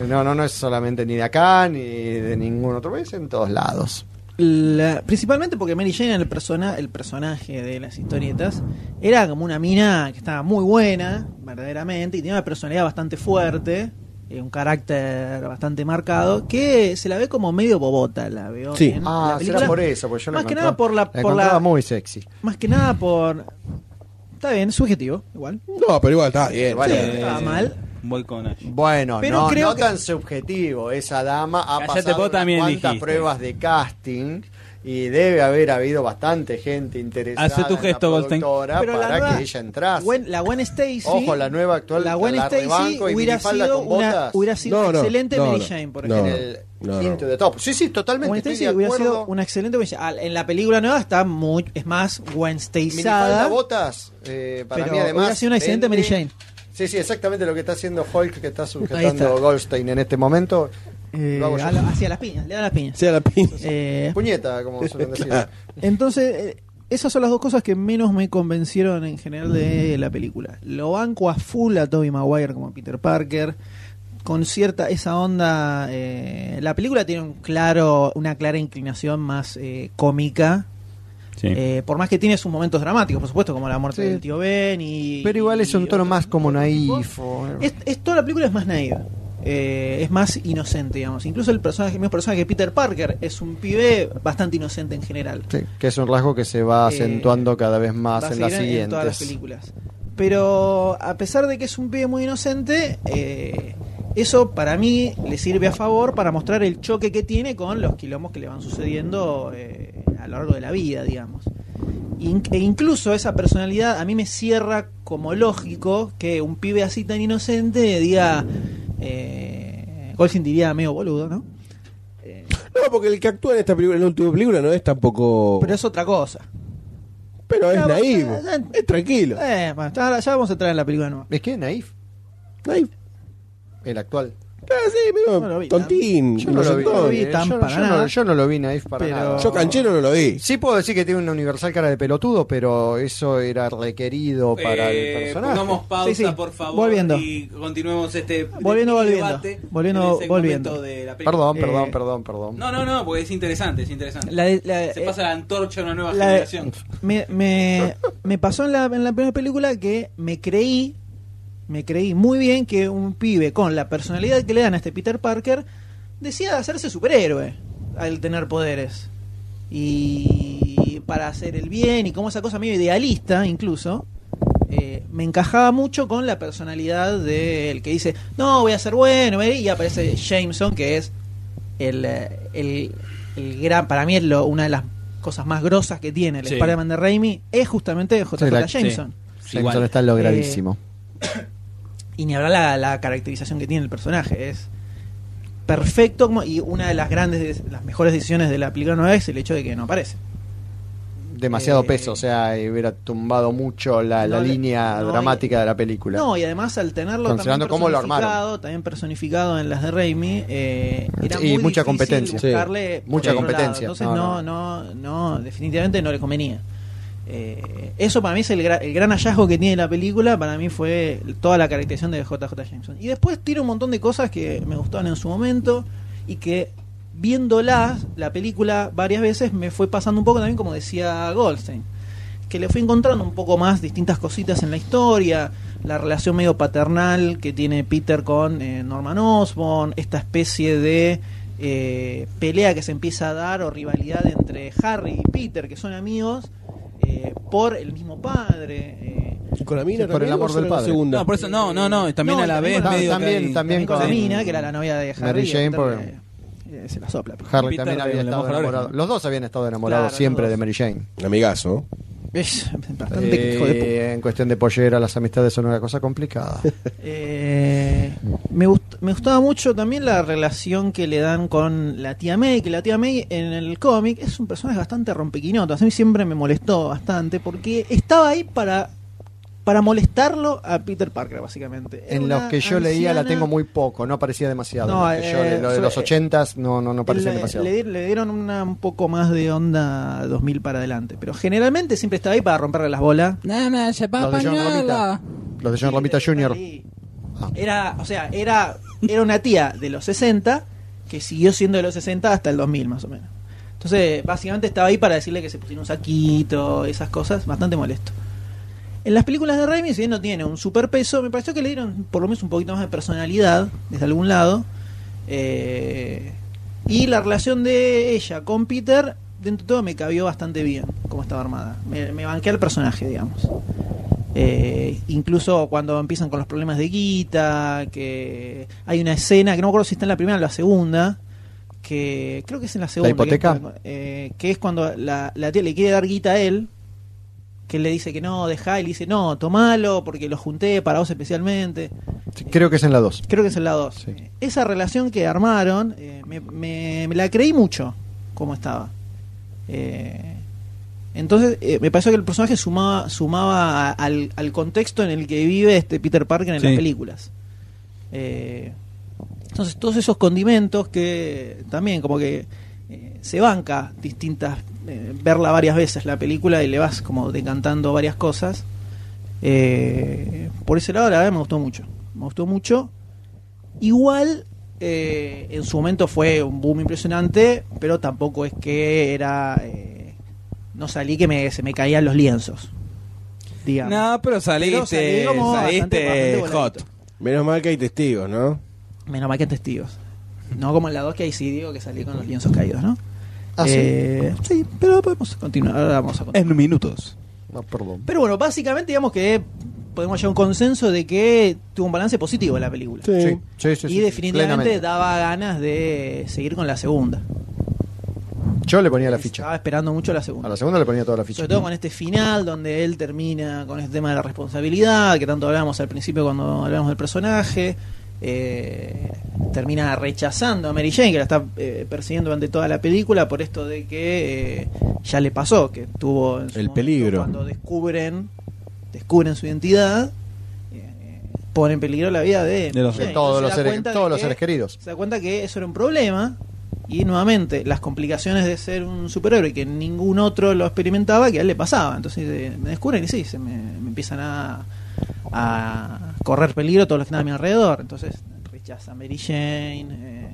Speaker 6: No, no, no es solamente ni de acá ni de ningún otro país, en todos lados.
Speaker 3: La- principalmente porque Mary Jane, el, persona, el personaje de las historietas, era como una mina que estaba muy buena, verdaderamente, y tenía una personalidad bastante fuerte, y un carácter bastante marcado, que se la ve como medio bobota, la veo.
Speaker 7: Sí.
Speaker 3: en la
Speaker 6: Ah, será
Speaker 3: película.
Speaker 6: por eso, porque yo la
Speaker 3: más que
Speaker 6: encontraba-
Speaker 3: nada por la- por la-
Speaker 6: encontraba muy sexy.
Speaker 3: Más que nada por... Está bien, subjetivo, igual.
Speaker 7: No, pero igual está bien.
Speaker 6: Vale.
Speaker 4: Eh,
Speaker 7: sí.
Speaker 3: Estaba mal.
Speaker 5: Voy con Ash.
Speaker 6: Bueno,
Speaker 3: Pero
Speaker 6: no,
Speaker 3: creo
Speaker 6: no
Speaker 3: que-
Speaker 6: tan subjetivo. Esa dama ha
Speaker 5: Cállate,
Speaker 6: pasado
Speaker 5: vos
Speaker 6: unas
Speaker 5: también
Speaker 6: cuantas
Speaker 5: dijiste.
Speaker 6: pruebas de casting y debe haber habido bastante gente interesada
Speaker 5: Hace tu
Speaker 6: en la
Speaker 5: gesto, Goldstein.
Speaker 6: productora
Speaker 3: Pero la
Speaker 6: para
Speaker 3: nueva-
Speaker 6: que ella entrase.
Speaker 3: Gwen- la Gwen Stacy.
Speaker 6: Ojo, la nueva actual,
Speaker 3: La Gwen
Speaker 6: la
Speaker 3: Stacy
Speaker 6: rebanco y
Speaker 3: hubiera
Speaker 6: minifalda
Speaker 3: sido,
Speaker 6: con
Speaker 3: una,
Speaker 6: botas.
Speaker 3: hubiera sido
Speaker 7: No,
Speaker 3: una
Speaker 7: no,
Speaker 3: excelente
Speaker 7: no,
Speaker 3: Mary
Speaker 7: no,
Speaker 3: Jane, por
Speaker 7: no.
Speaker 3: ejemplo.
Speaker 6: en el
Speaker 7: No, no.
Speaker 6: Into the Top. Sí, sí, totalmente.
Speaker 3: Gwen
Speaker 6: estoy
Speaker 3: Stacy
Speaker 6: de
Speaker 3: hubiera
Speaker 6: acuerdo.
Speaker 3: sido una excelente Gwen Stacy. Ah, En la película nueva está muy, es más Gwen
Speaker 6: Minifalda,
Speaker 3: Stacyzada.
Speaker 6: botas, eh, para
Speaker 3: Pero
Speaker 6: mí además...
Speaker 3: hubiera sido una excelente
Speaker 6: vende-
Speaker 3: Mary Jane.
Speaker 6: Sí, sí, exactamente lo que está haciendo Hulk, que está
Speaker 3: Ahí está.
Speaker 6: sujetando Goldstein en este momento.
Speaker 3: Eh,
Speaker 6: Lo hago yo.
Speaker 3: a la- hacia las piñas, le da las piñas.
Speaker 7: Sea la Ah. pinza.
Speaker 3: Eh,
Speaker 6: Puñeta, como suelen decir.
Speaker 7: Claro.
Speaker 3: entonces, eh, esas son las dos cosas que menos me convencieron en general de la película. Lo banco a full a Tobey Maguire como Peter Parker. Con cierta esa onda, eh, la película tiene un claro, una clara inclinación más eh, cómica
Speaker 5: Sí.
Speaker 3: Eh, por más que tiene sus momentos dramáticos, por supuesto, como la muerte
Speaker 6: Sí.
Speaker 3: del tío Ben y...
Speaker 6: Pero igual es un
Speaker 3: y
Speaker 6: tono
Speaker 3: otro-
Speaker 6: más como
Speaker 3: otro tipo.
Speaker 6: naif. o-
Speaker 3: Es, es- toda la película es más naive. Eh, es más inocente, digamos. Incluso el personaje, el mismo personaje Peter Parker es un pibe bastante inocente en general.
Speaker 6: Sí, que es un rasgo que se va
Speaker 3: Eh,
Speaker 6: acentuando cada vez
Speaker 3: Va
Speaker 6: más
Speaker 3: a
Speaker 6: en las
Speaker 3: seguir en- en todas las
Speaker 6: siguientes.
Speaker 3: películas. Pero a pesar de que es un pibe muy inocente, eh, eso para mí le sirve a favor para mostrar el choque que tiene con los quilombos que le van sucediendo eh, a lo largo de la vida, digamos. In- e incluso esa personalidad a mí me cierra como lógico que un pibe así tan inocente diga... Eh, Goldstein diría medio boludo, ¿no? Eh,
Speaker 7: No, porque el que actúa en esta película, en la última película, no es tampoco.
Speaker 3: pero es otra cosa.
Speaker 7: Pero es
Speaker 3: Claro,
Speaker 7: naive.
Speaker 3: ya- ya-
Speaker 7: Es tranquilo.
Speaker 3: Eh, bueno, ya, ya vamos a entrar en la película nueva.
Speaker 6: Es que naif,
Speaker 7: Naive.
Speaker 6: el actual.
Speaker 7: Ah, sí, pero
Speaker 3: No lo vi,
Speaker 7: tontín.
Speaker 6: Yo no lo vi,
Speaker 7: inocentón.
Speaker 3: vi
Speaker 6: eh,
Speaker 3: tan
Speaker 6: yo,
Speaker 3: para
Speaker 6: yo no-
Speaker 3: nada.
Speaker 6: yo no lo vi naif para
Speaker 3: Pero-
Speaker 6: nada.
Speaker 7: Yo canchero no lo vi.
Speaker 6: Sí puedo decir que tiene una universal cara de pelotudo, pero eso era requerido para
Speaker 5: Eh,
Speaker 6: el personaje.
Speaker 5: Pongamos pausa,
Speaker 3: Sí, sí.
Speaker 5: por favor.
Speaker 3: Volviendo.
Speaker 5: Y continuemos este
Speaker 3: Volviendo,
Speaker 5: este
Speaker 3: volviendo. Volviendo,
Speaker 5: en el segmento
Speaker 3: volviendo.
Speaker 5: de la película.
Speaker 6: Perdón,
Speaker 3: Eh,
Speaker 6: perdón, perdón, perdón.
Speaker 5: No, no, no, porque es interesante, es interesante.
Speaker 3: La de- la-
Speaker 5: Se
Speaker 3: eh,
Speaker 5: pasa la antorcha a una nueva
Speaker 3: La-
Speaker 5: generación.
Speaker 3: me, me, me pasó en la, en la primera película que me creí, me creí muy bien que un pibe con la personalidad que le dan a este Peter Parker decía hacerse superhéroe al tener poderes. Y para hacer el bien y como esa cosa medio idealista incluso, eh, me encajaba mucho con la personalidad del que dice, no, voy a ser bueno, ¿eh? y aparece Jameson, que es el, eh, el, el gran, para mí es lo- una de las cosas más grosas que tiene el
Speaker 5: Sí.
Speaker 3: Spider-Man de Raimi, es justamente JJ
Speaker 6: Sí, la-
Speaker 3: Jameson.
Speaker 6: Jameson está en
Speaker 3: Eh,
Speaker 6: lo gravísimo.
Speaker 3: Y ni hablar la, la caracterización que tiene el personaje, es perfecto como- y una de las grandes, las mejores decisiones de la película nueva es el hecho de que no aparece.
Speaker 6: demasiado
Speaker 3: Eh,
Speaker 6: peso, o sea, y hubiera tumbado mucho la, la
Speaker 3: no le-
Speaker 6: línea
Speaker 3: no,
Speaker 6: dramática de la película.
Speaker 3: No, y además al tenerlo
Speaker 6: Considerando
Speaker 3: también
Speaker 6: cómo lo
Speaker 3: personificado, también personificado en las de Raimi, eh, era
Speaker 6: Y
Speaker 3: muy
Speaker 6: mucha
Speaker 3: difícil
Speaker 6: competencia.
Speaker 7: Sí.
Speaker 3: buscarle por
Speaker 6: Mucha
Speaker 3: otro lado.
Speaker 6: competencia.
Speaker 3: Entonces
Speaker 6: No,
Speaker 3: no, no, no, definitivamente no le convenía. Eh, eso para mí es el, gra- el gran hallazgo que tiene la película, para mí fue toda la caracterización de JJ Jameson. Y después tiene un montón de cosas que me gustaban en su momento y que viéndolas, la película varias veces me fue pasando un poco también como decía Goldstein que le fui encontrando un poco más distintas cositas en la historia, la relación medio paternal que tiene Peter con eh, Norman Osborn, esta especie de eh, pelea que se empieza a dar o rivalidad entre Harry y Peter, que son amigos, eh, por el mismo padre. eh.
Speaker 7: ¿Y con la mina
Speaker 6: Sí, por el
Speaker 7: también,
Speaker 6: amor
Speaker 7: o solo
Speaker 6: del
Speaker 7: la
Speaker 6: padre.
Speaker 7: segunda?
Speaker 5: No, por eso no, no, no. y También
Speaker 3: No,
Speaker 5: a
Speaker 3: y
Speaker 5: la vez
Speaker 3: también-
Speaker 5: medio.
Speaker 6: también-
Speaker 5: que hay-
Speaker 6: también
Speaker 3: con la
Speaker 6: con-
Speaker 3: mina, que era la novia de Harry.
Speaker 6: Mary Jane, por-
Speaker 3: entonces, eh, se la sopla.
Speaker 6: Harry
Speaker 5: Peter
Speaker 6: también había
Speaker 5: le
Speaker 6: estado
Speaker 5: moja la oreja.
Speaker 6: enamorado. Los dos habían estado enamorados
Speaker 3: Claro,
Speaker 6: siempre
Speaker 3: los
Speaker 6: de
Speaker 3: dos.
Speaker 6: Mary Jane.
Speaker 7: Amigazo.
Speaker 3: Es bastante hijo de puta.
Speaker 6: Eh, en cuestión de pollera, las amistades son una cosa complicada.
Speaker 3: Eh, me, gust- me gustaba mucho también la relación que le dan con la tía May, que la tía May en el cómic es un personaje bastante rompequinoto. A mí siempre me molestó bastante porque estaba ahí para, para molestarlo a Peter Parker, básicamente. Era
Speaker 6: en
Speaker 3: una
Speaker 6: los que yo leía la
Speaker 3: anciana-
Speaker 6: tengo muy poco, no aparecía demasiado.
Speaker 3: No,
Speaker 6: Los que yo
Speaker 3: eh,
Speaker 6: le- lo de
Speaker 3: fue-
Speaker 6: los ochentas no, no, no aparecían
Speaker 3: le,
Speaker 6: demasiado.
Speaker 3: le di- le dieron una un poco más de onda 2000 para adelante, pero generalmente siempre estaba ahí para romperle las bolas.
Speaker 5: Nana, se va
Speaker 6: Los de John Romita.
Speaker 5: pañuela.
Speaker 6: Los de John Romita Jr.
Speaker 3: Sí. Era, o sea, era, era una tía de los 60 que siguió siendo de los 60 hasta el 2000 más o menos. Entonces, básicamente estaba ahí para decirle que se pusiera un saquito, esas cosas, bastante molesto. En las películas de Raimi, si bien no tiene un superpeso, me pareció que le dieron por lo menos un poquito más de personalidad desde algún lado. Eh, y la relación de ella con Peter, dentro de todo, me cabió bastante bien como estaba armada. Me, me banqué al personaje, digamos. Eh, incluso cuando empiezan con los problemas de guita, que hay una escena, que no me acuerdo si está en la primera o la segunda, que creo que es en la segunda. que es
Speaker 6: hipoteca?
Speaker 3: cuando- eh, que es cuando la, la tía le quiere dar guita a él, que él le dice que no, deja, y le dice, no, tomalo, porque lo junté para vos especialmente.
Speaker 6: Sí, Creo que es en la 2.
Speaker 3: Creo que es en la 2.
Speaker 6: Sí.
Speaker 3: Eh, Esa relación que armaron, eh, me, me- me la creí mucho como estaba. Eh, entonces, eh, me pareció que el personaje sumaba, sumaba a- al, al contexto en el que vive este Peter Parker en
Speaker 5: Sí.
Speaker 3: las películas. Eh, entonces, todos esos condimentos que también como que eh, se banca distintas, eh, verla varias veces la película y le vas como decantando varias cosas. Eh, por ese lado, la verdad, me gustó mucho. Me gustó mucho. Igual, eh, en su momento fue un boom impresionante, pero tampoco es que era... eh, no salí que me, se me caían los lienzos. Digamos.
Speaker 5: No, pero
Speaker 3: Pero salí
Speaker 5: saliste.
Speaker 3: como bastante-
Speaker 5: Saliste
Speaker 3: bastante
Speaker 5: hot.
Speaker 3: voladito.
Speaker 7: Menos mal que hay testigos, ¿no?
Speaker 3: Menos mal que en testigos. No como en la 2 que ahí sí digo que salí con los lienzos caídos, ¿no?
Speaker 6: Ah, sí.
Speaker 3: Eh, sí, pero podemos continuar. Ahora vamos a continuar.
Speaker 5: En minutos.
Speaker 3: Ah,
Speaker 6: No, perdón.
Speaker 3: Pero bueno, básicamente digamos que podemos llegar a un consenso de que tuvo un balance positivo la película.
Speaker 6: Sí, sí, sí,
Speaker 3: y
Speaker 6: sí,
Speaker 3: definitivamente
Speaker 6: plenamente.
Speaker 3: daba ganas de seguir con la segunda.
Speaker 6: Yo le ponía la ficha.
Speaker 3: Estaba esperando mucho la segunda.
Speaker 6: A la segunda le ponía toda la ficha.
Speaker 3: Sobre todo con este final donde él termina con este tema de la responsabilidad, que tanto hablábamos al principio cuando hablamos del personaje. eh, termina rechazando a Mary Jane, que la está eh, persiguiendo durante toda la película, por esto de que eh, ya le pasó, que tuvo en su
Speaker 7: El
Speaker 3: momento
Speaker 7: peligro.
Speaker 3: Cuando descubren, descubren su identidad, eh, pone en peligro la vida de,
Speaker 5: De los-
Speaker 3: Mary
Speaker 6: de
Speaker 3: Jane.
Speaker 6: todos
Speaker 3: Se
Speaker 6: los
Speaker 3: da
Speaker 6: seres,
Speaker 3: cuenta de
Speaker 6: todos los
Speaker 3: que-
Speaker 6: seres queridos.
Speaker 3: se da cuenta que eso era un problema y nuevamente las complicaciones de ser un superhéroe que ningún otro lo experimentaba que a él le pasaba entonces eh, me descubren y sí se me, me empiezan a, a correr peligro todos los que están a mi alrededor entonces rechaza a Mary Jane eh.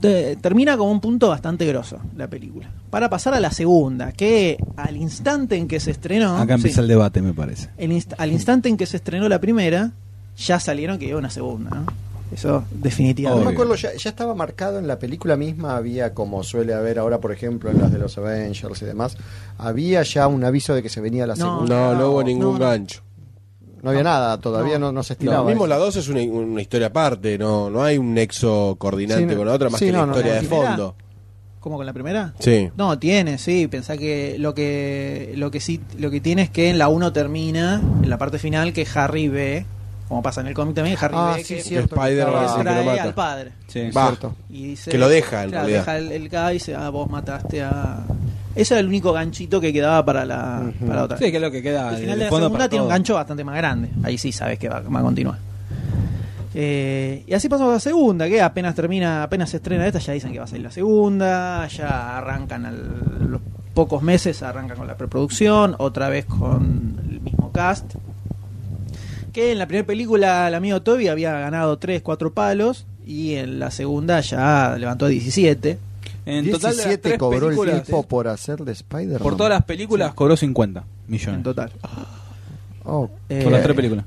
Speaker 3: Te- termina como un punto bastante grosso la película para pasar a la segunda que al instante en que se estrenó
Speaker 5: Acá
Speaker 3: sí.
Speaker 5: empieza el debate, me parece.
Speaker 3: El inst- al instante en que se estrenó la primera, ya salieron que iba una segunda, ¿no? Eso
Speaker 6: No
Speaker 3: definitivamente.
Speaker 6: me acuerdo, ya, ya estaba marcado en la película misma, había como suele haber ahora, por ejemplo, en las de los Avengers y demás, había ya un aviso de que se venía la
Speaker 3: No.
Speaker 6: segunda.
Speaker 7: No, no hubo ningún
Speaker 3: no.
Speaker 7: gancho.
Speaker 6: No había nada, todavía no, no se
Speaker 7: No,
Speaker 6: estilaba.
Speaker 7: mismo
Speaker 6: eso.
Speaker 7: la 2 es una, una historia aparte, no no hay un nexo coordinante
Speaker 6: Sí, no-
Speaker 7: con la otra más
Speaker 6: sí,
Speaker 7: que
Speaker 6: no,
Speaker 7: la
Speaker 6: no,
Speaker 7: historia
Speaker 3: no,
Speaker 7: de
Speaker 3: no.
Speaker 7: fondo.
Speaker 3: ¿Cómo con la primera?
Speaker 7: Sí.
Speaker 3: No, tiene, sí, pensá que lo que lo que sí lo que tiene es que en la 1 termina en la parte final que Harry ve, como pasa en el cómic también, Harry
Speaker 6: Ah,
Speaker 3: ve
Speaker 6: sí,
Speaker 3: que
Speaker 6: cierto.
Speaker 7: Spider-Man
Speaker 6: estaba-
Speaker 7: recién que lo
Speaker 3: trae
Speaker 7: mata.
Speaker 3: al padre
Speaker 5: Sí.
Speaker 7: Va.
Speaker 6: Cierto.
Speaker 3: y dice
Speaker 7: Que lo deja, en
Speaker 3: claro,
Speaker 7: realidad.
Speaker 3: deja el, el cabo y dice, "Ah, vos mataste a Ese era el único ganchito que quedaba para la,
Speaker 6: Ujú.
Speaker 3: para la otra.
Speaker 5: Sí, que es lo que queda.
Speaker 3: El
Speaker 5: de-
Speaker 3: final
Speaker 5: de
Speaker 3: de la
Speaker 5: fondo
Speaker 3: segunda
Speaker 5: para
Speaker 3: tiene un
Speaker 5: todo.
Speaker 3: gancho bastante más grande. Ahí sí sabes que va, va a continuar. Eh, y así pasamos a la segunda, que apenas termina, apenas se estrena esta, ya dicen que va a salir la segunda, ya arrancan a los pocos meses, arrancan con la preproducción, otra vez con el mismo cast. Que en la primera película el amigo Toby había ganado 3, 4 palos y en la segunda ya levantó 17.
Speaker 5: En total, de las
Speaker 6: 17
Speaker 5: tres
Speaker 6: cobró el
Speaker 5: películas,
Speaker 6: tipo
Speaker 5: sí,
Speaker 6: por hacer de Spider-Man.
Speaker 5: por todas las películas cobró 50
Speaker 3: En
Speaker 5: millones.
Speaker 3: total.
Speaker 6: Ah, Oh,
Speaker 3: Eh,
Speaker 5: Por las tres películas.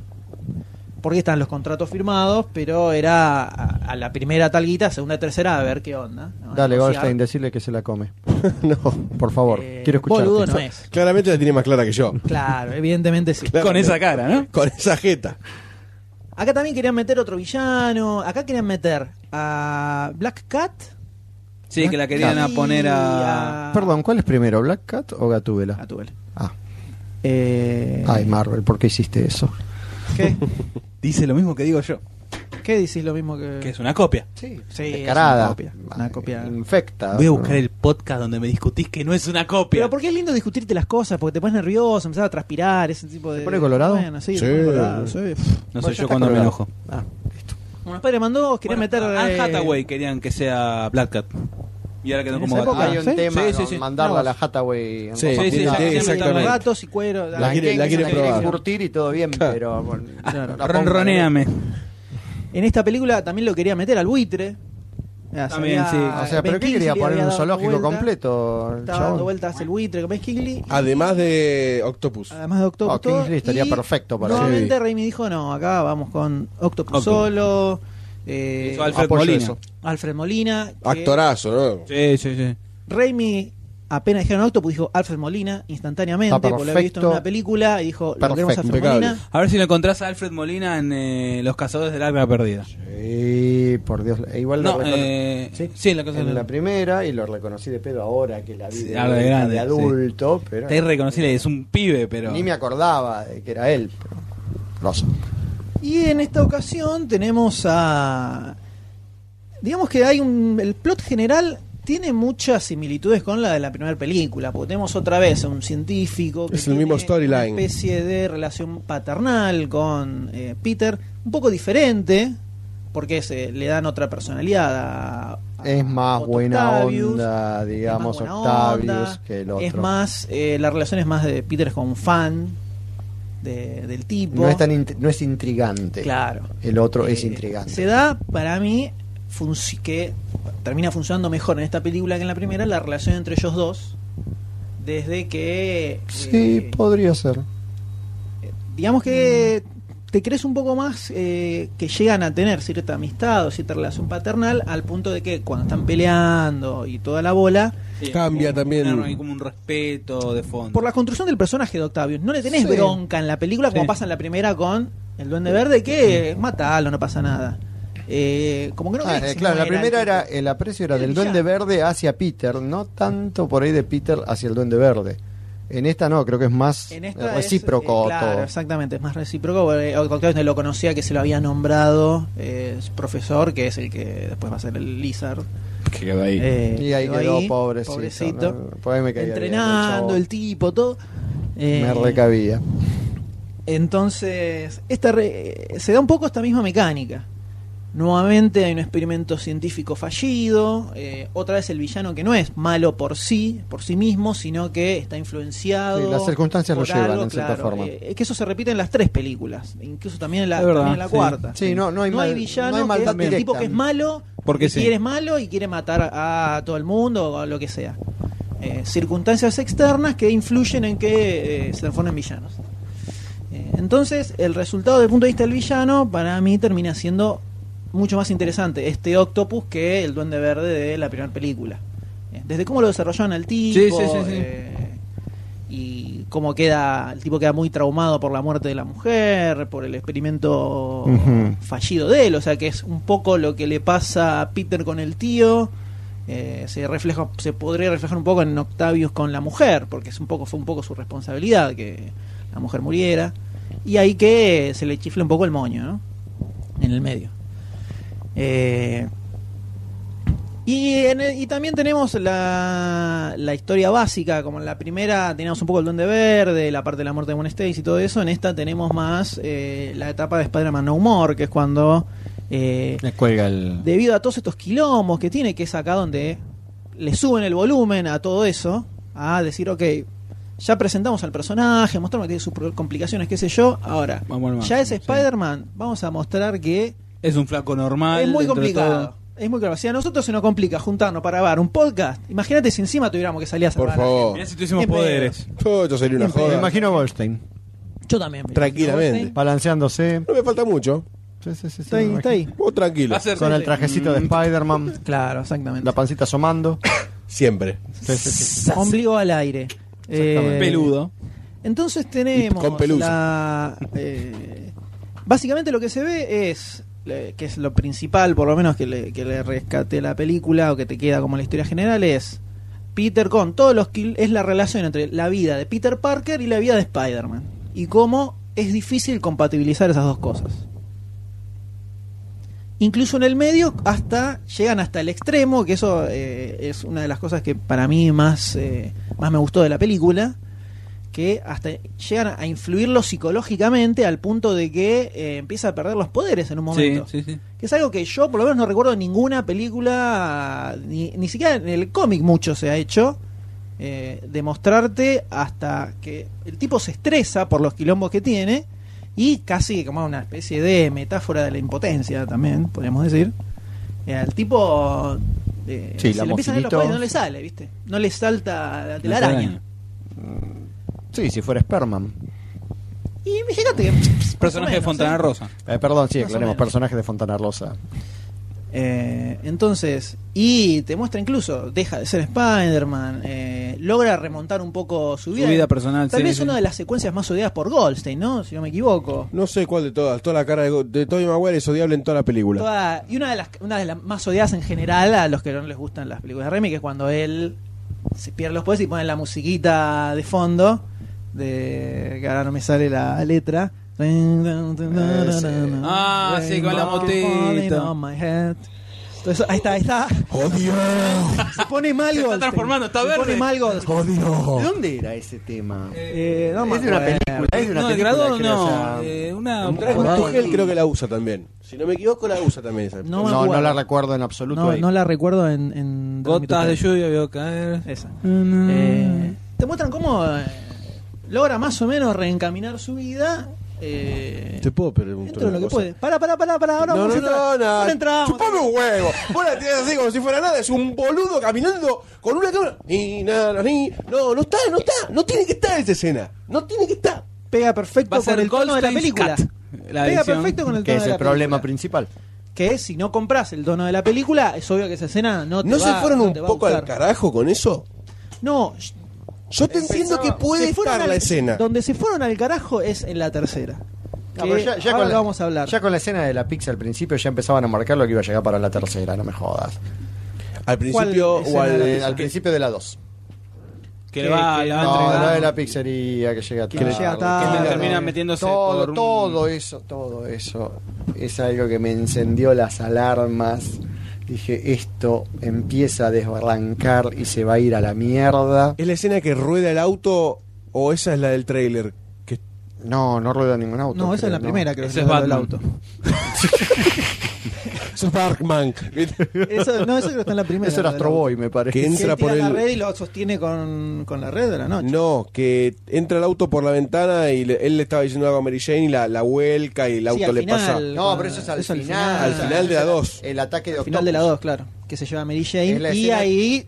Speaker 3: porque están los contratos firmados, pero era a, a la primera talguita, segunda, tercera, a ver qué onda. ¿no?
Speaker 6: dale,
Speaker 3: Negociar.
Speaker 6: Goldstein, decirle que se la come.
Speaker 7: no.
Speaker 6: Por favor,
Speaker 3: Eh,
Speaker 6: quiero escuchar.
Speaker 3: Boludo no es.
Speaker 7: Claramente la tiene más clara que yo.
Speaker 3: Claro, evidentemente sí.
Speaker 7: Claro.
Speaker 5: Con esa cara, ¿no?
Speaker 7: Con esa jeta.
Speaker 3: Acá también querían meter otro villano. Acá querían meter a Black Cat.
Speaker 5: Sí, que la querían a
Speaker 3: y
Speaker 5: poner a.
Speaker 6: Perdón, ¿cuál es primero, Black Cat o
Speaker 3: A
Speaker 6: Gatúbela?
Speaker 3: Tuel.
Speaker 6: Ah,
Speaker 3: Eh,
Speaker 6: ay, Marvel, ¿por qué hiciste eso?
Speaker 3: ¿qué?
Speaker 5: Dice lo mismo que digo yo,
Speaker 3: ¿Qué decís lo mismo que.?
Speaker 5: que es una copia.
Speaker 6: Sí,
Speaker 3: Sí,
Speaker 6: descarada.
Speaker 3: es una copia, una
Speaker 6: Ah,
Speaker 3: copia.
Speaker 6: Infecta.
Speaker 5: Voy a buscar el podcast donde me discutís que no es una copia.
Speaker 3: Pero porque es lindo discutirte las cosas, porque te pones nervioso, empezás a transpirar, ese tipo de.
Speaker 6: pone colorado?
Speaker 3: Bueno, sí,
Speaker 7: Sí.
Speaker 3: te pone colorado, sí.
Speaker 5: No
Speaker 6: Bueno,
Speaker 5: soy
Speaker 6: ya
Speaker 5: yo
Speaker 6: está
Speaker 5: cuando me
Speaker 6: colgado.
Speaker 5: enojo.
Speaker 6: Ah,
Speaker 3: Bueno, Spider-Man 2 querían
Speaker 5: Bueno,
Speaker 3: meter.
Speaker 5: Anne
Speaker 3: eh,
Speaker 5: Hathaway querían que sea Black Cat. Y ahora quedó
Speaker 3: ¿En
Speaker 5: como
Speaker 3: esa
Speaker 5: Gatúbela.
Speaker 3: época?
Speaker 6: hay un
Speaker 3: Sí,
Speaker 6: tema
Speaker 5: sí,
Speaker 6: con
Speaker 5: sí.
Speaker 6: mandarla
Speaker 3: No,
Speaker 6: a la Hathaway. en
Speaker 7: Sí,
Speaker 6: ropa
Speaker 5: sí, sí,
Speaker 6: pintada.
Speaker 5: sí,
Speaker 3: Sí,
Speaker 5: Exactamente.
Speaker 3: gatos y cuero.
Speaker 7: La quiere-
Speaker 6: Quieren-
Speaker 7: la quiere
Speaker 6: quieren
Speaker 7: probar.
Speaker 6: curtir y todo bien, pero... bueno,
Speaker 3: Claro.
Speaker 6: la pongo-
Speaker 5: Ronroneame.
Speaker 3: En esta película también lo quería meter al buitre. Ya, se
Speaker 5: También, sí.
Speaker 6: O sea, ¿pero
Speaker 3: Ben
Speaker 6: qué quería
Speaker 3: Kingsley
Speaker 6: poner
Speaker 3: había
Speaker 6: un
Speaker 3: dado
Speaker 6: zoológico
Speaker 3: vuelta,
Speaker 6: completo? el
Speaker 3: Estaba
Speaker 6: chabón? Ah.
Speaker 3: dando vueltas el buitre con Ben Kingsley.
Speaker 7: Además de Octopus.
Speaker 3: Además de Octopus.
Speaker 6: Oh, Kingsley estaría
Speaker 3: y
Speaker 6: perfecto para
Speaker 3: Nuevamente
Speaker 7: Sí.
Speaker 3: Raimi dijo: No, acá vamos con Octopus,
Speaker 5: Octopus.
Speaker 3: solo. eh,
Speaker 5: Hizo Alfred
Speaker 6: apoyo
Speaker 5: Molina.
Speaker 6: eso.
Speaker 3: Alfred Molina. que
Speaker 7: Actorazo, ¿no?
Speaker 5: Sí, sí, sí.
Speaker 3: Raimi. Apenas dijeron Octopus, dijo Alfred Molina instantáneamente,
Speaker 6: Está
Speaker 3: porque lo había visto en
Speaker 6: perfecto.
Speaker 3: una película y dijo, lo queremos
Speaker 6: Perfecto,
Speaker 3: Alfred
Speaker 7: impecable.
Speaker 3: Molina.
Speaker 5: A ver si lo encontrás a Alfred Molina en eh, Los Cazadores del Alba Perdida.
Speaker 6: Sí, por Dios. e Igual lo
Speaker 5: No,
Speaker 6: recono-
Speaker 5: eh,
Speaker 6: ¿Sí?
Speaker 5: sí, en la cosa
Speaker 6: en
Speaker 5: de-
Speaker 6: la primera y lo reconocí de pedo ahora que la vi
Speaker 5: Sí,
Speaker 6: de,
Speaker 5: ahora de grande,
Speaker 6: de adulto, pero
Speaker 5: Está irreconocible, es un pibe, pero.
Speaker 6: ni me acordaba de que era él. Pero... grosso.
Speaker 3: Y en esta ocasión tenemos a. Digamos que hay un. El plot general tiene muchas similitudes con la de la primera película, porque tenemos otra vez a un científico.
Speaker 7: Es el mismo
Speaker 3: tiene
Speaker 7: storyline.
Speaker 3: Una especie de relación paternal con eh, Peter, un poco diferente, porque se, le dan otra personalidad a. a
Speaker 6: Es más
Speaker 3: Otto
Speaker 6: buena
Speaker 3: Ah, Octavius,
Speaker 6: onda,
Speaker 3: es más
Speaker 6: digamos,
Speaker 3: buena
Speaker 6: Octavius
Speaker 3: onda,
Speaker 6: que el otro.
Speaker 3: Es más. eh, la relación es más de Peter con un fan de- del tipo.
Speaker 6: no, es tan int- no es intrigante.
Speaker 3: Claro.
Speaker 6: El otro es
Speaker 3: Eh,
Speaker 6: intrigante.
Speaker 3: Se da para mí funci- que termina funcionando mejor en esta película que en la primera la relación entre ellos dos. Desde que.
Speaker 6: Sí,
Speaker 3: eh,
Speaker 6: podría ser.
Speaker 3: digamos que te crees un poco más eh, que llegan a tener cierta amistad o cierta relación paternal al punto de que cuando están peleando y toda la bola.
Speaker 5: Sí,
Speaker 7: Cambia
Speaker 5: como-
Speaker 7: también.
Speaker 5: claro, Hay como un respeto de fondo.
Speaker 3: Por la construcción del personaje de Octavius, no le tenés
Speaker 6: Sí.
Speaker 3: bronca en la película como
Speaker 5: Sí.
Speaker 3: pasa en la primera con el Duende Verde que matalo, no pasa nada. Eh, como que no
Speaker 6: Ah,
Speaker 3: querés que
Speaker 6: eh,
Speaker 3: se
Speaker 6: claro, la
Speaker 3: muera el
Speaker 6: primera era
Speaker 3: tipo.
Speaker 6: el aprecio era
Speaker 3: El
Speaker 6: del
Speaker 3: villano.
Speaker 6: duende verde hacia Peter, no tanto por ahí de Peter hacia el duende verde. En esta no, creo que es más
Speaker 3: En
Speaker 6: eh,
Speaker 3: esta es,
Speaker 6: recíproco
Speaker 3: eh, claro,
Speaker 6: todo.
Speaker 3: exactamente, es más recíproco. porque Octavius no lo conocía, que se lo había nombrado eh, es profesor, que es el que después va a ser el Lizard.
Speaker 7: Que quedó ahí.
Speaker 3: Eh,
Speaker 6: Y ahí quedó pobrecito.
Speaker 3: pobrecito.
Speaker 6: ¿no? Por ahí me caía bien,
Speaker 3: entrenando
Speaker 6: el
Speaker 3: el tipo, todo. Eh,
Speaker 6: chavo. Me recabía.
Speaker 3: entonces, esta re- se da un poco esta misma mecánica. Nuevamente hay un experimento científico fallido, eh, otra vez el villano que no es malo por sí, por sí mismo, sino que está influenciado.
Speaker 6: Sí, las circunstancias lo
Speaker 3: por
Speaker 6: llevan, en cierta forma.
Speaker 3: Eh, es que eso se repite en las tres películas, incluso también en la,
Speaker 5: Es verdad,
Speaker 3: también en la
Speaker 5: sí.
Speaker 3: cuarta.
Speaker 6: Sí, no, no hay mal-
Speaker 3: villano,
Speaker 6: no hay
Speaker 3: que
Speaker 6: maldad
Speaker 3: es el tipo
Speaker 6: directa.
Speaker 3: que es malo,
Speaker 5: Porque
Speaker 3: que
Speaker 5: sí.
Speaker 3: quiere es malo y quiere matar a todo el mundo o lo que sea. Eh, circunstancias externas que influyen en que eh, se transformen villanos. Eh, entonces, el resultado del punto de vista del villano, para mí termina siendo mucho más interesante este Octopus que el Duende Verde de la primera película. Eh, Desde cómo lo desarrollaron al tipo
Speaker 5: Sí, sí, sí, sí.
Speaker 3: eh, y cómo queda, el tipo queda muy traumado por la muerte de la mujer, por el experimento
Speaker 6: Ujú.
Speaker 3: fallido de él, o sea que es un poco lo que le pasa a Peter con el tío. eh, se refleja se podría reflejar un poco en Octavius con la mujer porque es un poco fue un poco su responsabilidad que la mujer muriera y ahí que se le chifla un poco el moño ¿no? en el medio Eh, Y, en el- y también tenemos la, la historia básica, como en la primera teníamos un poco el Duende Verde, la parte de la muerte de Gwen Stacy y todo eso, en esta tenemos más eh, la etapa de Spider-Man No More, que es cuando, eh,
Speaker 5: Le cuelga el.
Speaker 3: debido a todos estos quilombos que tiene, que es acá donde le suben el volumen a todo eso, a decir, ok, ya presentamos al personaje, mostramos que tiene sus pro- complicaciones, qué sé yo, ahora,
Speaker 5: Vamos al
Speaker 3: ya
Speaker 5: máximo,
Speaker 3: es
Speaker 5: sí.
Speaker 3: Spider-Man, vamos a mostrar que
Speaker 5: Es un flaco normal.
Speaker 3: es muy
Speaker 5: dentro de
Speaker 3: complicado.
Speaker 5: todo.
Speaker 3: Es muy complicado. Si a nosotros se nos complica juntarnos para grabar un podcast, imagínate si encima tuviéramos que salir a salvar
Speaker 7: Por
Speaker 3: a la
Speaker 7: favor.
Speaker 5: Mirá si tuviésemos
Speaker 3: Qué pedo.
Speaker 5: poderes.
Speaker 7: Todo esto sería una
Speaker 6: Me
Speaker 7: joda.
Speaker 6: imagino Goldstein
Speaker 3: gente. Yo también. me
Speaker 7: Tranquilamente.
Speaker 3: imagino.
Speaker 6: balanceándose.
Speaker 7: No me falta mucho.
Speaker 6: Sí, sí, sí, sí,
Speaker 3: Está
Speaker 6: me
Speaker 3: ahí,
Speaker 6: imagino.
Speaker 3: está ahí.
Speaker 7: Vos tranquilo.
Speaker 6: Con el trajecito
Speaker 3: Mm.
Speaker 6: de Spider-Man,
Speaker 3: Claro, exactamente.
Speaker 6: la pancita asomando.
Speaker 7: Siempre.
Speaker 6: Sí, sí, sí.
Speaker 3: Ombligo al aire. Eh,
Speaker 5: Peludo.
Speaker 3: Entonces tenemos
Speaker 7: Y con pelusa.
Speaker 3: la, eh, básicamente lo que se ve es eh, que es lo principal, por lo menos que le, que le rescate la película o que te queda como la historia general es Peter con todos los quil- es la relación entre la vida de Peter Parker y la vida de Spider-Man y cómo es difícil compatibilizar esas dos cosas. Incluso en el medio hasta llegan hasta el extremo, que eso eh, es una de las cosas que para mí más eh, más me gustó de la película que hasta llegan a influirlo psicológicamente al punto de que eh, empieza a perder los poderes en un
Speaker 5: Sí,
Speaker 3: momento.
Speaker 5: sí, sí.
Speaker 3: Que es algo que yo por lo menos no recuerdo en ninguna película, ni, ni siquiera en el cómic mucho se ha hecho, eh, demostrarte hasta que el tipo se estresa por los quilombos que tiene y casi como una especie de metáfora de la impotencia también, podríamos decir. Eh, al tipo... eh,
Speaker 6: Sí,
Speaker 3: se
Speaker 6: la
Speaker 3: le empiezan a ir los
Speaker 6: moquilito.
Speaker 3: poderes, no le sale, ¿viste? No le salta la telaraña.
Speaker 6: Sí, si fuera Sperman.
Speaker 3: Y fíjate que. más o
Speaker 5: Personaje de
Speaker 3: menos,
Speaker 5: Fontana
Speaker 3: ¿eh?
Speaker 5: Rosa.
Speaker 6: Eh, perdón, sí,
Speaker 3: Más o
Speaker 6: aclaremos,
Speaker 3: menos.
Speaker 6: personaje de Fontana Rosa.
Speaker 3: Eh, entonces, y te muestra incluso, deja de ser Spider-Man, eh, logra remontar un poco su
Speaker 5: Su
Speaker 3: vida.
Speaker 5: vida personal.
Speaker 3: Tal
Speaker 5: sí,
Speaker 3: vez
Speaker 5: sí.
Speaker 3: una de las secuencias más odiadas por Goldstein, ¿no? Si no me equivoco.
Speaker 7: No sé cuál de todas. Toda la cara de, Go- de Tobey Maguire es odiable en toda la película.
Speaker 3: Toda- y una de, las, una de las más odiadas en general a los que no les gustan las películas de Remy, que es cuando él se pierde los poderes y pone la musiquita de fondo, de que ahora no me sale la letra.
Speaker 5: Ah, sí, con la motita.
Speaker 3: On my head. Entonces, ahí está, ahí está.
Speaker 7: ¡Odio!
Speaker 3: Se pone mal Goldstein.
Speaker 5: transformando, está
Speaker 3: Se
Speaker 5: verde.
Speaker 3: pone mal Goldstein.
Speaker 7: ¡Odio!
Speaker 6: ¿De dónde era ese tema?
Speaker 3: Eh, no me
Speaker 6: es de una
Speaker 3: acuerdo.
Speaker 6: película. Es de una
Speaker 5: No, el
Speaker 6: película
Speaker 5: grado
Speaker 6: que era
Speaker 5: no.
Speaker 6: ya-
Speaker 5: eh, una.
Speaker 7: Dragon Tugel creo que la usa también. Si no me equivoco, la usa también. esa.
Speaker 3: No,
Speaker 6: No,
Speaker 3: me
Speaker 6: no,
Speaker 3: acuerdo.
Speaker 6: la recuerdo en absoluto.
Speaker 3: No,
Speaker 6: ahí.
Speaker 3: no la recuerdo en. en
Speaker 5: Gotas de lluvia veo caer.
Speaker 3: Esa.
Speaker 5: Mm.
Speaker 3: Eh, te muestran cómo eh, logra más o menos reencaminar su vida. Eh,
Speaker 7: Te puedo preguntar.
Speaker 3: dentro de lo
Speaker 7: una
Speaker 3: que
Speaker 7: cosa?
Speaker 3: puede. Para, para, para, para. Ahora
Speaker 7: no,
Speaker 3: vamos
Speaker 7: no,
Speaker 3: a entrar.
Speaker 7: no, no.
Speaker 3: pues Ahora entramos.
Speaker 7: Chupame un huevo. Vos la tirás así como si fuera nada. Es un boludo caminando con una cámara. Ni nada, ni. No, no está, no está. No tiene que estar esa escena. No tiene que estar.
Speaker 3: Pega perfecto
Speaker 5: Va a
Speaker 3: con
Speaker 5: ser
Speaker 3: el tono de la
Speaker 5: Goldstein's
Speaker 3: película.
Speaker 5: Cat, la
Speaker 3: Pega
Speaker 5: edición,
Speaker 3: perfecto con el tono
Speaker 6: que es
Speaker 3: de la
Speaker 6: el
Speaker 3: película.
Speaker 6: problema principal.
Speaker 3: Que si no compras el tono de la película, es obvio que esa escena no te
Speaker 7: ¿No
Speaker 3: va-
Speaker 7: se fueron
Speaker 3: no
Speaker 7: un
Speaker 3: te va a
Speaker 7: poco al
Speaker 3: gustar.
Speaker 7: carajo con eso?
Speaker 3: No,
Speaker 7: Yo te entiendo que puede
Speaker 3: se fueron
Speaker 7: estar la
Speaker 3: al-
Speaker 7: escena.
Speaker 3: Donde se fueron al carajo es en la tercera.
Speaker 6: No,
Speaker 3: Que
Speaker 6: pero ya, ya
Speaker 3: ahora
Speaker 6: con
Speaker 3: lo
Speaker 6: la,
Speaker 3: vamos a hablar.
Speaker 6: ya con la escena de la pizza al principio ya empezaban a marcar lo que iba a llegar para la tercera, no me jodas.
Speaker 7: Al principio
Speaker 3: ¿Cuál
Speaker 7: o al.
Speaker 3: escena
Speaker 6: Eh, al principio de la 2.
Speaker 5: Que
Speaker 3: Que-
Speaker 5: le va,
Speaker 3: que-
Speaker 5: la va a
Speaker 3: no,
Speaker 6: No,
Speaker 5: entregar.
Speaker 6: la de la pizzería que llega
Speaker 3: Que
Speaker 6: tarde.
Speaker 3: llega tarde.
Speaker 5: Que termina metiéndose
Speaker 6: todo,
Speaker 5: por un-
Speaker 6: todo eso, todo eso. Es algo que me encendió las alarmas. Dije, esto empieza a desbarrancar y se va a ir a la mierda.
Speaker 7: ¿Es la escena que rueda el auto o esa es la del trailer? Que
Speaker 6: No, no rueda ningún auto.
Speaker 3: no, esa es
Speaker 6: creo,
Speaker 3: la primera, creo.
Speaker 5: Ese
Speaker 3: que
Speaker 5: es
Speaker 3: es la del
Speaker 5: Batman.
Speaker 3: auto.
Speaker 7: es Barkman.
Speaker 3: Eso, no, eso creo que está en la primera.
Speaker 6: Eso era
Speaker 3: la del
Speaker 6: Astro
Speaker 3: auto.
Speaker 6: Boy, me parece.
Speaker 3: Que
Speaker 7: ¿Qué? Entra
Speaker 3: él tira
Speaker 7: por
Speaker 3: la
Speaker 7: el-
Speaker 3: red y lo sostiene con, con la red de la noche.
Speaker 7: No, que entra el auto por la ventana y le- él le estaba diciendo algo a Mary Jane y la, la vuelca y el
Speaker 3: Sí,
Speaker 7: auto
Speaker 3: al
Speaker 7: le
Speaker 3: final,
Speaker 7: pasa.
Speaker 6: No, pero eso es al
Speaker 3: Eso al
Speaker 6: final.
Speaker 3: final.
Speaker 7: Al final de la dos.
Speaker 6: El ataque de
Speaker 3: Al final de la
Speaker 6: Octopus.
Speaker 3: 2, claro. Que se lleva a Mary
Speaker 6: Es la
Speaker 3: Jane. Y
Speaker 6: escena-
Speaker 3: ahí.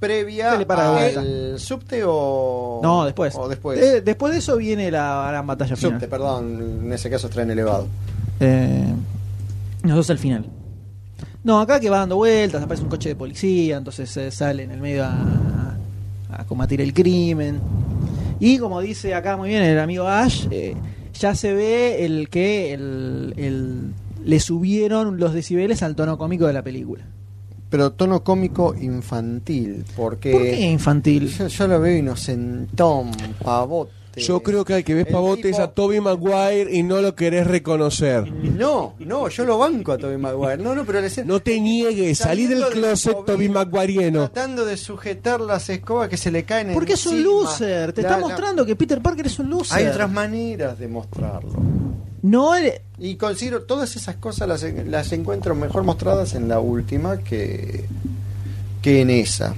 Speaker 6: previa
Speaker 3: Se le para la
Speaker 6: al subte o
Speaker 3: No, después.
Speaker 6: o después
Speaker 3: Eh, después de eso viene la gran batalla final.
Speaker 6: subte perdón en ese caso es tren elevado
Speaker 3: Eh, nosotros al final. No, acá que va dando vueltas, aparece un coche de policía, entonces eh, sale en el medio a, a combatir el crimen. Y como dice acá muy bien el amigo Ash, eh, ya se ve el que el- el- le subieron los decibeles al tono cómico de la película.
Speaker 6: pero tono cómico infantil porque
Speaker 3: ¿Por qué infantil?
Speaker 6: Yo, yo lo veo inocentón pavota
Speaker 10: este.
Speaker 7: Yo creo que al que ves
Speaker 6: El
Speaker 7: pavote es
Speaker 6: tipo-
Speaker 7: a Toby Maguire y no lo querés reconocer.
Speaker 6: No, no, yo lo banco a Toby Maguire. No, no, pero la escena-
Speaker 7: No te niegues, salí del
Speaker 6: Saliendo del
Speaker 7: closet Toby
Speaker 6: COVID,
Speaker 7: Maguarieno.
Speaker 6: Tratando de sujetar las escobas que se le caen
Speaker 3: Porque es un
Speaker 6: encima.
Speaker 3: loser. Te
Speaker 6: La-
Speaker 3: está
Speaker 6: la-
Speaker 3: mostrando que Peter Parker es un loser.
Speaker 6: Hay otras maneras de mostrarlo.
Speaker 3: No eh, eres-
Speaker 6: Y considero todas esas cosas las, en- las encuentro mejor mostradas en la última que, que en esa.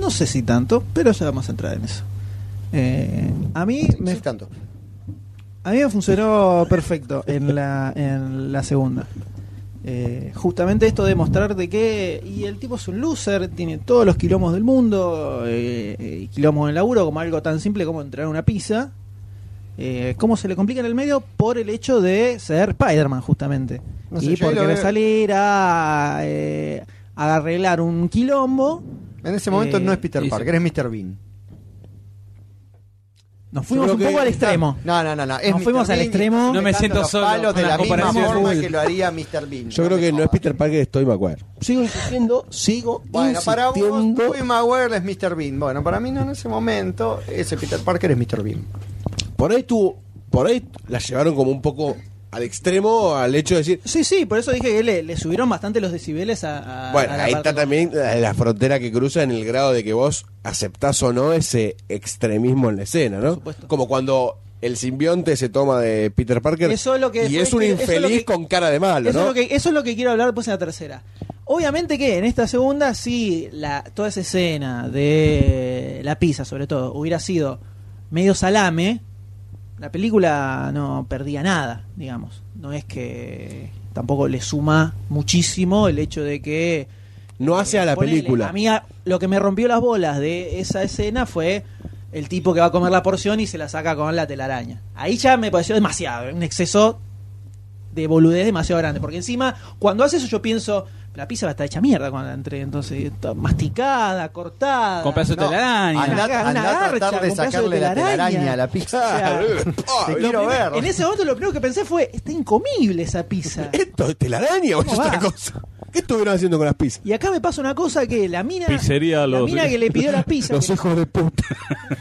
Speaker 3: No sé si tanto, pero ya vamos a entrar en eso. Eh, a mí
Speaker 6: Sí,
Speaker 3: me
Speaker 6: sí, tanto.
Speaker 3: A mí me funcionó perfecto en la, en la segunda. Eh, justamente esto de mostrarte que. Y el tipo es un loser, tiene todos los quilombos del mundo, eh, eh, quilombos en el laburo, como algo tan simple como entregar una pizza. Eh, ¿Cómo se le complica en el medio? Por el hecho de ser Spider-Man, justamente.
Speaker 6: No sé,
Speaker 3: y
Speaker 6: yo ahí
Speaker 3: por
Speaker 6: lo
Speaker 3: querer
Speaker 6: veo-
Speaker 3: salir a, eh, a arreglar un quilombo.
Speaker 6: En ese momento
Speaker 3: Eh,
Speaker 6: no es Peter
Speaker 5: sí,
Speaker 6: Parker, es Mr. Bean.
Speaker 3: Nos fuimos un
Speaker 7: creo
Speaker 3: poco
Speaker 7: que
Speaker 3: al extremo.
Speaker 6: No, no, no. no es
Speaker 3: Nos
Speaker 6: Mr.
Speaker 3: fuimos al
Speaker 6: Bean
Speaker 3: extremo.
Speaker 6: y
Speaker 5: No
Speaker 6: está
Speaker 5: me
Speaker 6: pegando
Speaker 5: siento
Speaker 6: los
Speaker 5: solo
Speaker 6: palos de
Speaker 5: con
Speaker 6: la
Speaker 5: la
Speaker 6: misma
Speaker 5: comparación
Speaker 6: forma
Speaker 5: full.
Speaker 6: que lo haría Mr. Bean.
Speaker 7: Yo creo
Speaker 6: me
Speaker 7: que no es
Speaker 6: jodas.
Speaker 7: Peter Parker, es Toby Maguire. Sigo insistiendo, sigo
Speaker 6: Bueno, para vos,
Speaker 7: insistiendo.
Speaker 6: Toby Maguire es Mr. Bean. Bueno, para mí no en ese momento. Ese Peter Parker es Mr. Bean.
Speaker 7: Por ahí tuvo, por ahí la llevaron como un poco al extremo al hecho de decir,
Speaker 3: Sí, sí, por eso dije que le, le subieron bastante los decibeles a. a-
Speaker 7: bueno,
Speaker 3: a la
Speaker 7: ahí
Speaker 3: parte-
Speaker 7: está también la, la frontera que cruza en el grado de que vos aceptás o no ese extremismo en la escena, ¿no?
Speaker 3: supuesto.
Speaker 7: Como cuando el simbionte se toma de Peter Parker
Speaker 3: Eso es lo que-
Speaker 7: y
Speaker 3: eso
Speaker 7: es
Speaker 3: es
Speaker 7: un
Speaker 3: que- eso es
Speaker 7: infeliz
Speaker 3: lo que-
Speaker 7: con cara de malo,
Speaker 3: Eso,
Speaker 7: ¿no?
Speaker 3: es lo que, eso es lo que quiero hablar después en la tercera. Obviamente que en esta segunda, sí, la, toda esa escena de la pizza, sobre todo, hubiera sido medio salame, la película no perdía nada, digamos. No es que tampoco le suma muchísimo el hecho de que
Speaker 7: No hace a la
Speaker 3: Ponele,
Speaker 7: película.
Speaker 3: A mí a- lo que me rompió las bolas de esa escena fue el tipo que va a comer la porción y se la saca con la telaraña. Ahí ya me pareció demasiado, un exceso de boludez demasiado grande. Porque encima, cuando hace eso, yo pienso, la pizza va a estar hecha mierda cuando la entregue. Entonces, está masticada, cortada.
Speaker 5: Compras su
Speaker 6: No,
Speaker 5: telaraña.
Speaker 3: Una
Speaker 6: Andá, andá a
Speaker 3: garcha,
Speaker 6: tratar de
Speaker 3: un pedazo de
Speaker 6: sacarle la
Speaker 3: telaraña.
Speaker 6: telaraña a la pizza.
Speaker 3: O sea,
Speaker 7: Ah,
Speaker 6: Te
Speaker 7: lo
Speaker 6: quiero
Speaker 7: primero-
Speaker 6: ver.
Speaker 3: En ese momento, lo primero que pensé fue: está incomible esa pizza.
Speaker 7: ¿Esto es telaraña o es
Speaker 3: ¿Cómo
Speaker 7: otra
Speaker 3: va?
Speaker 7: cosa? ¿Qué estuvieron haciendo con las pizzas?
Speaker 3: Y acá me pasa una cosa que la mina.
Speaker 5: Pizzería
Speaker 3: la
Speaker 5: los-
Speaker 3: mina que le pidió las pizzas.
Speaker 7: Los
Speaker 3: que-
Speaker 7: hijos de puta.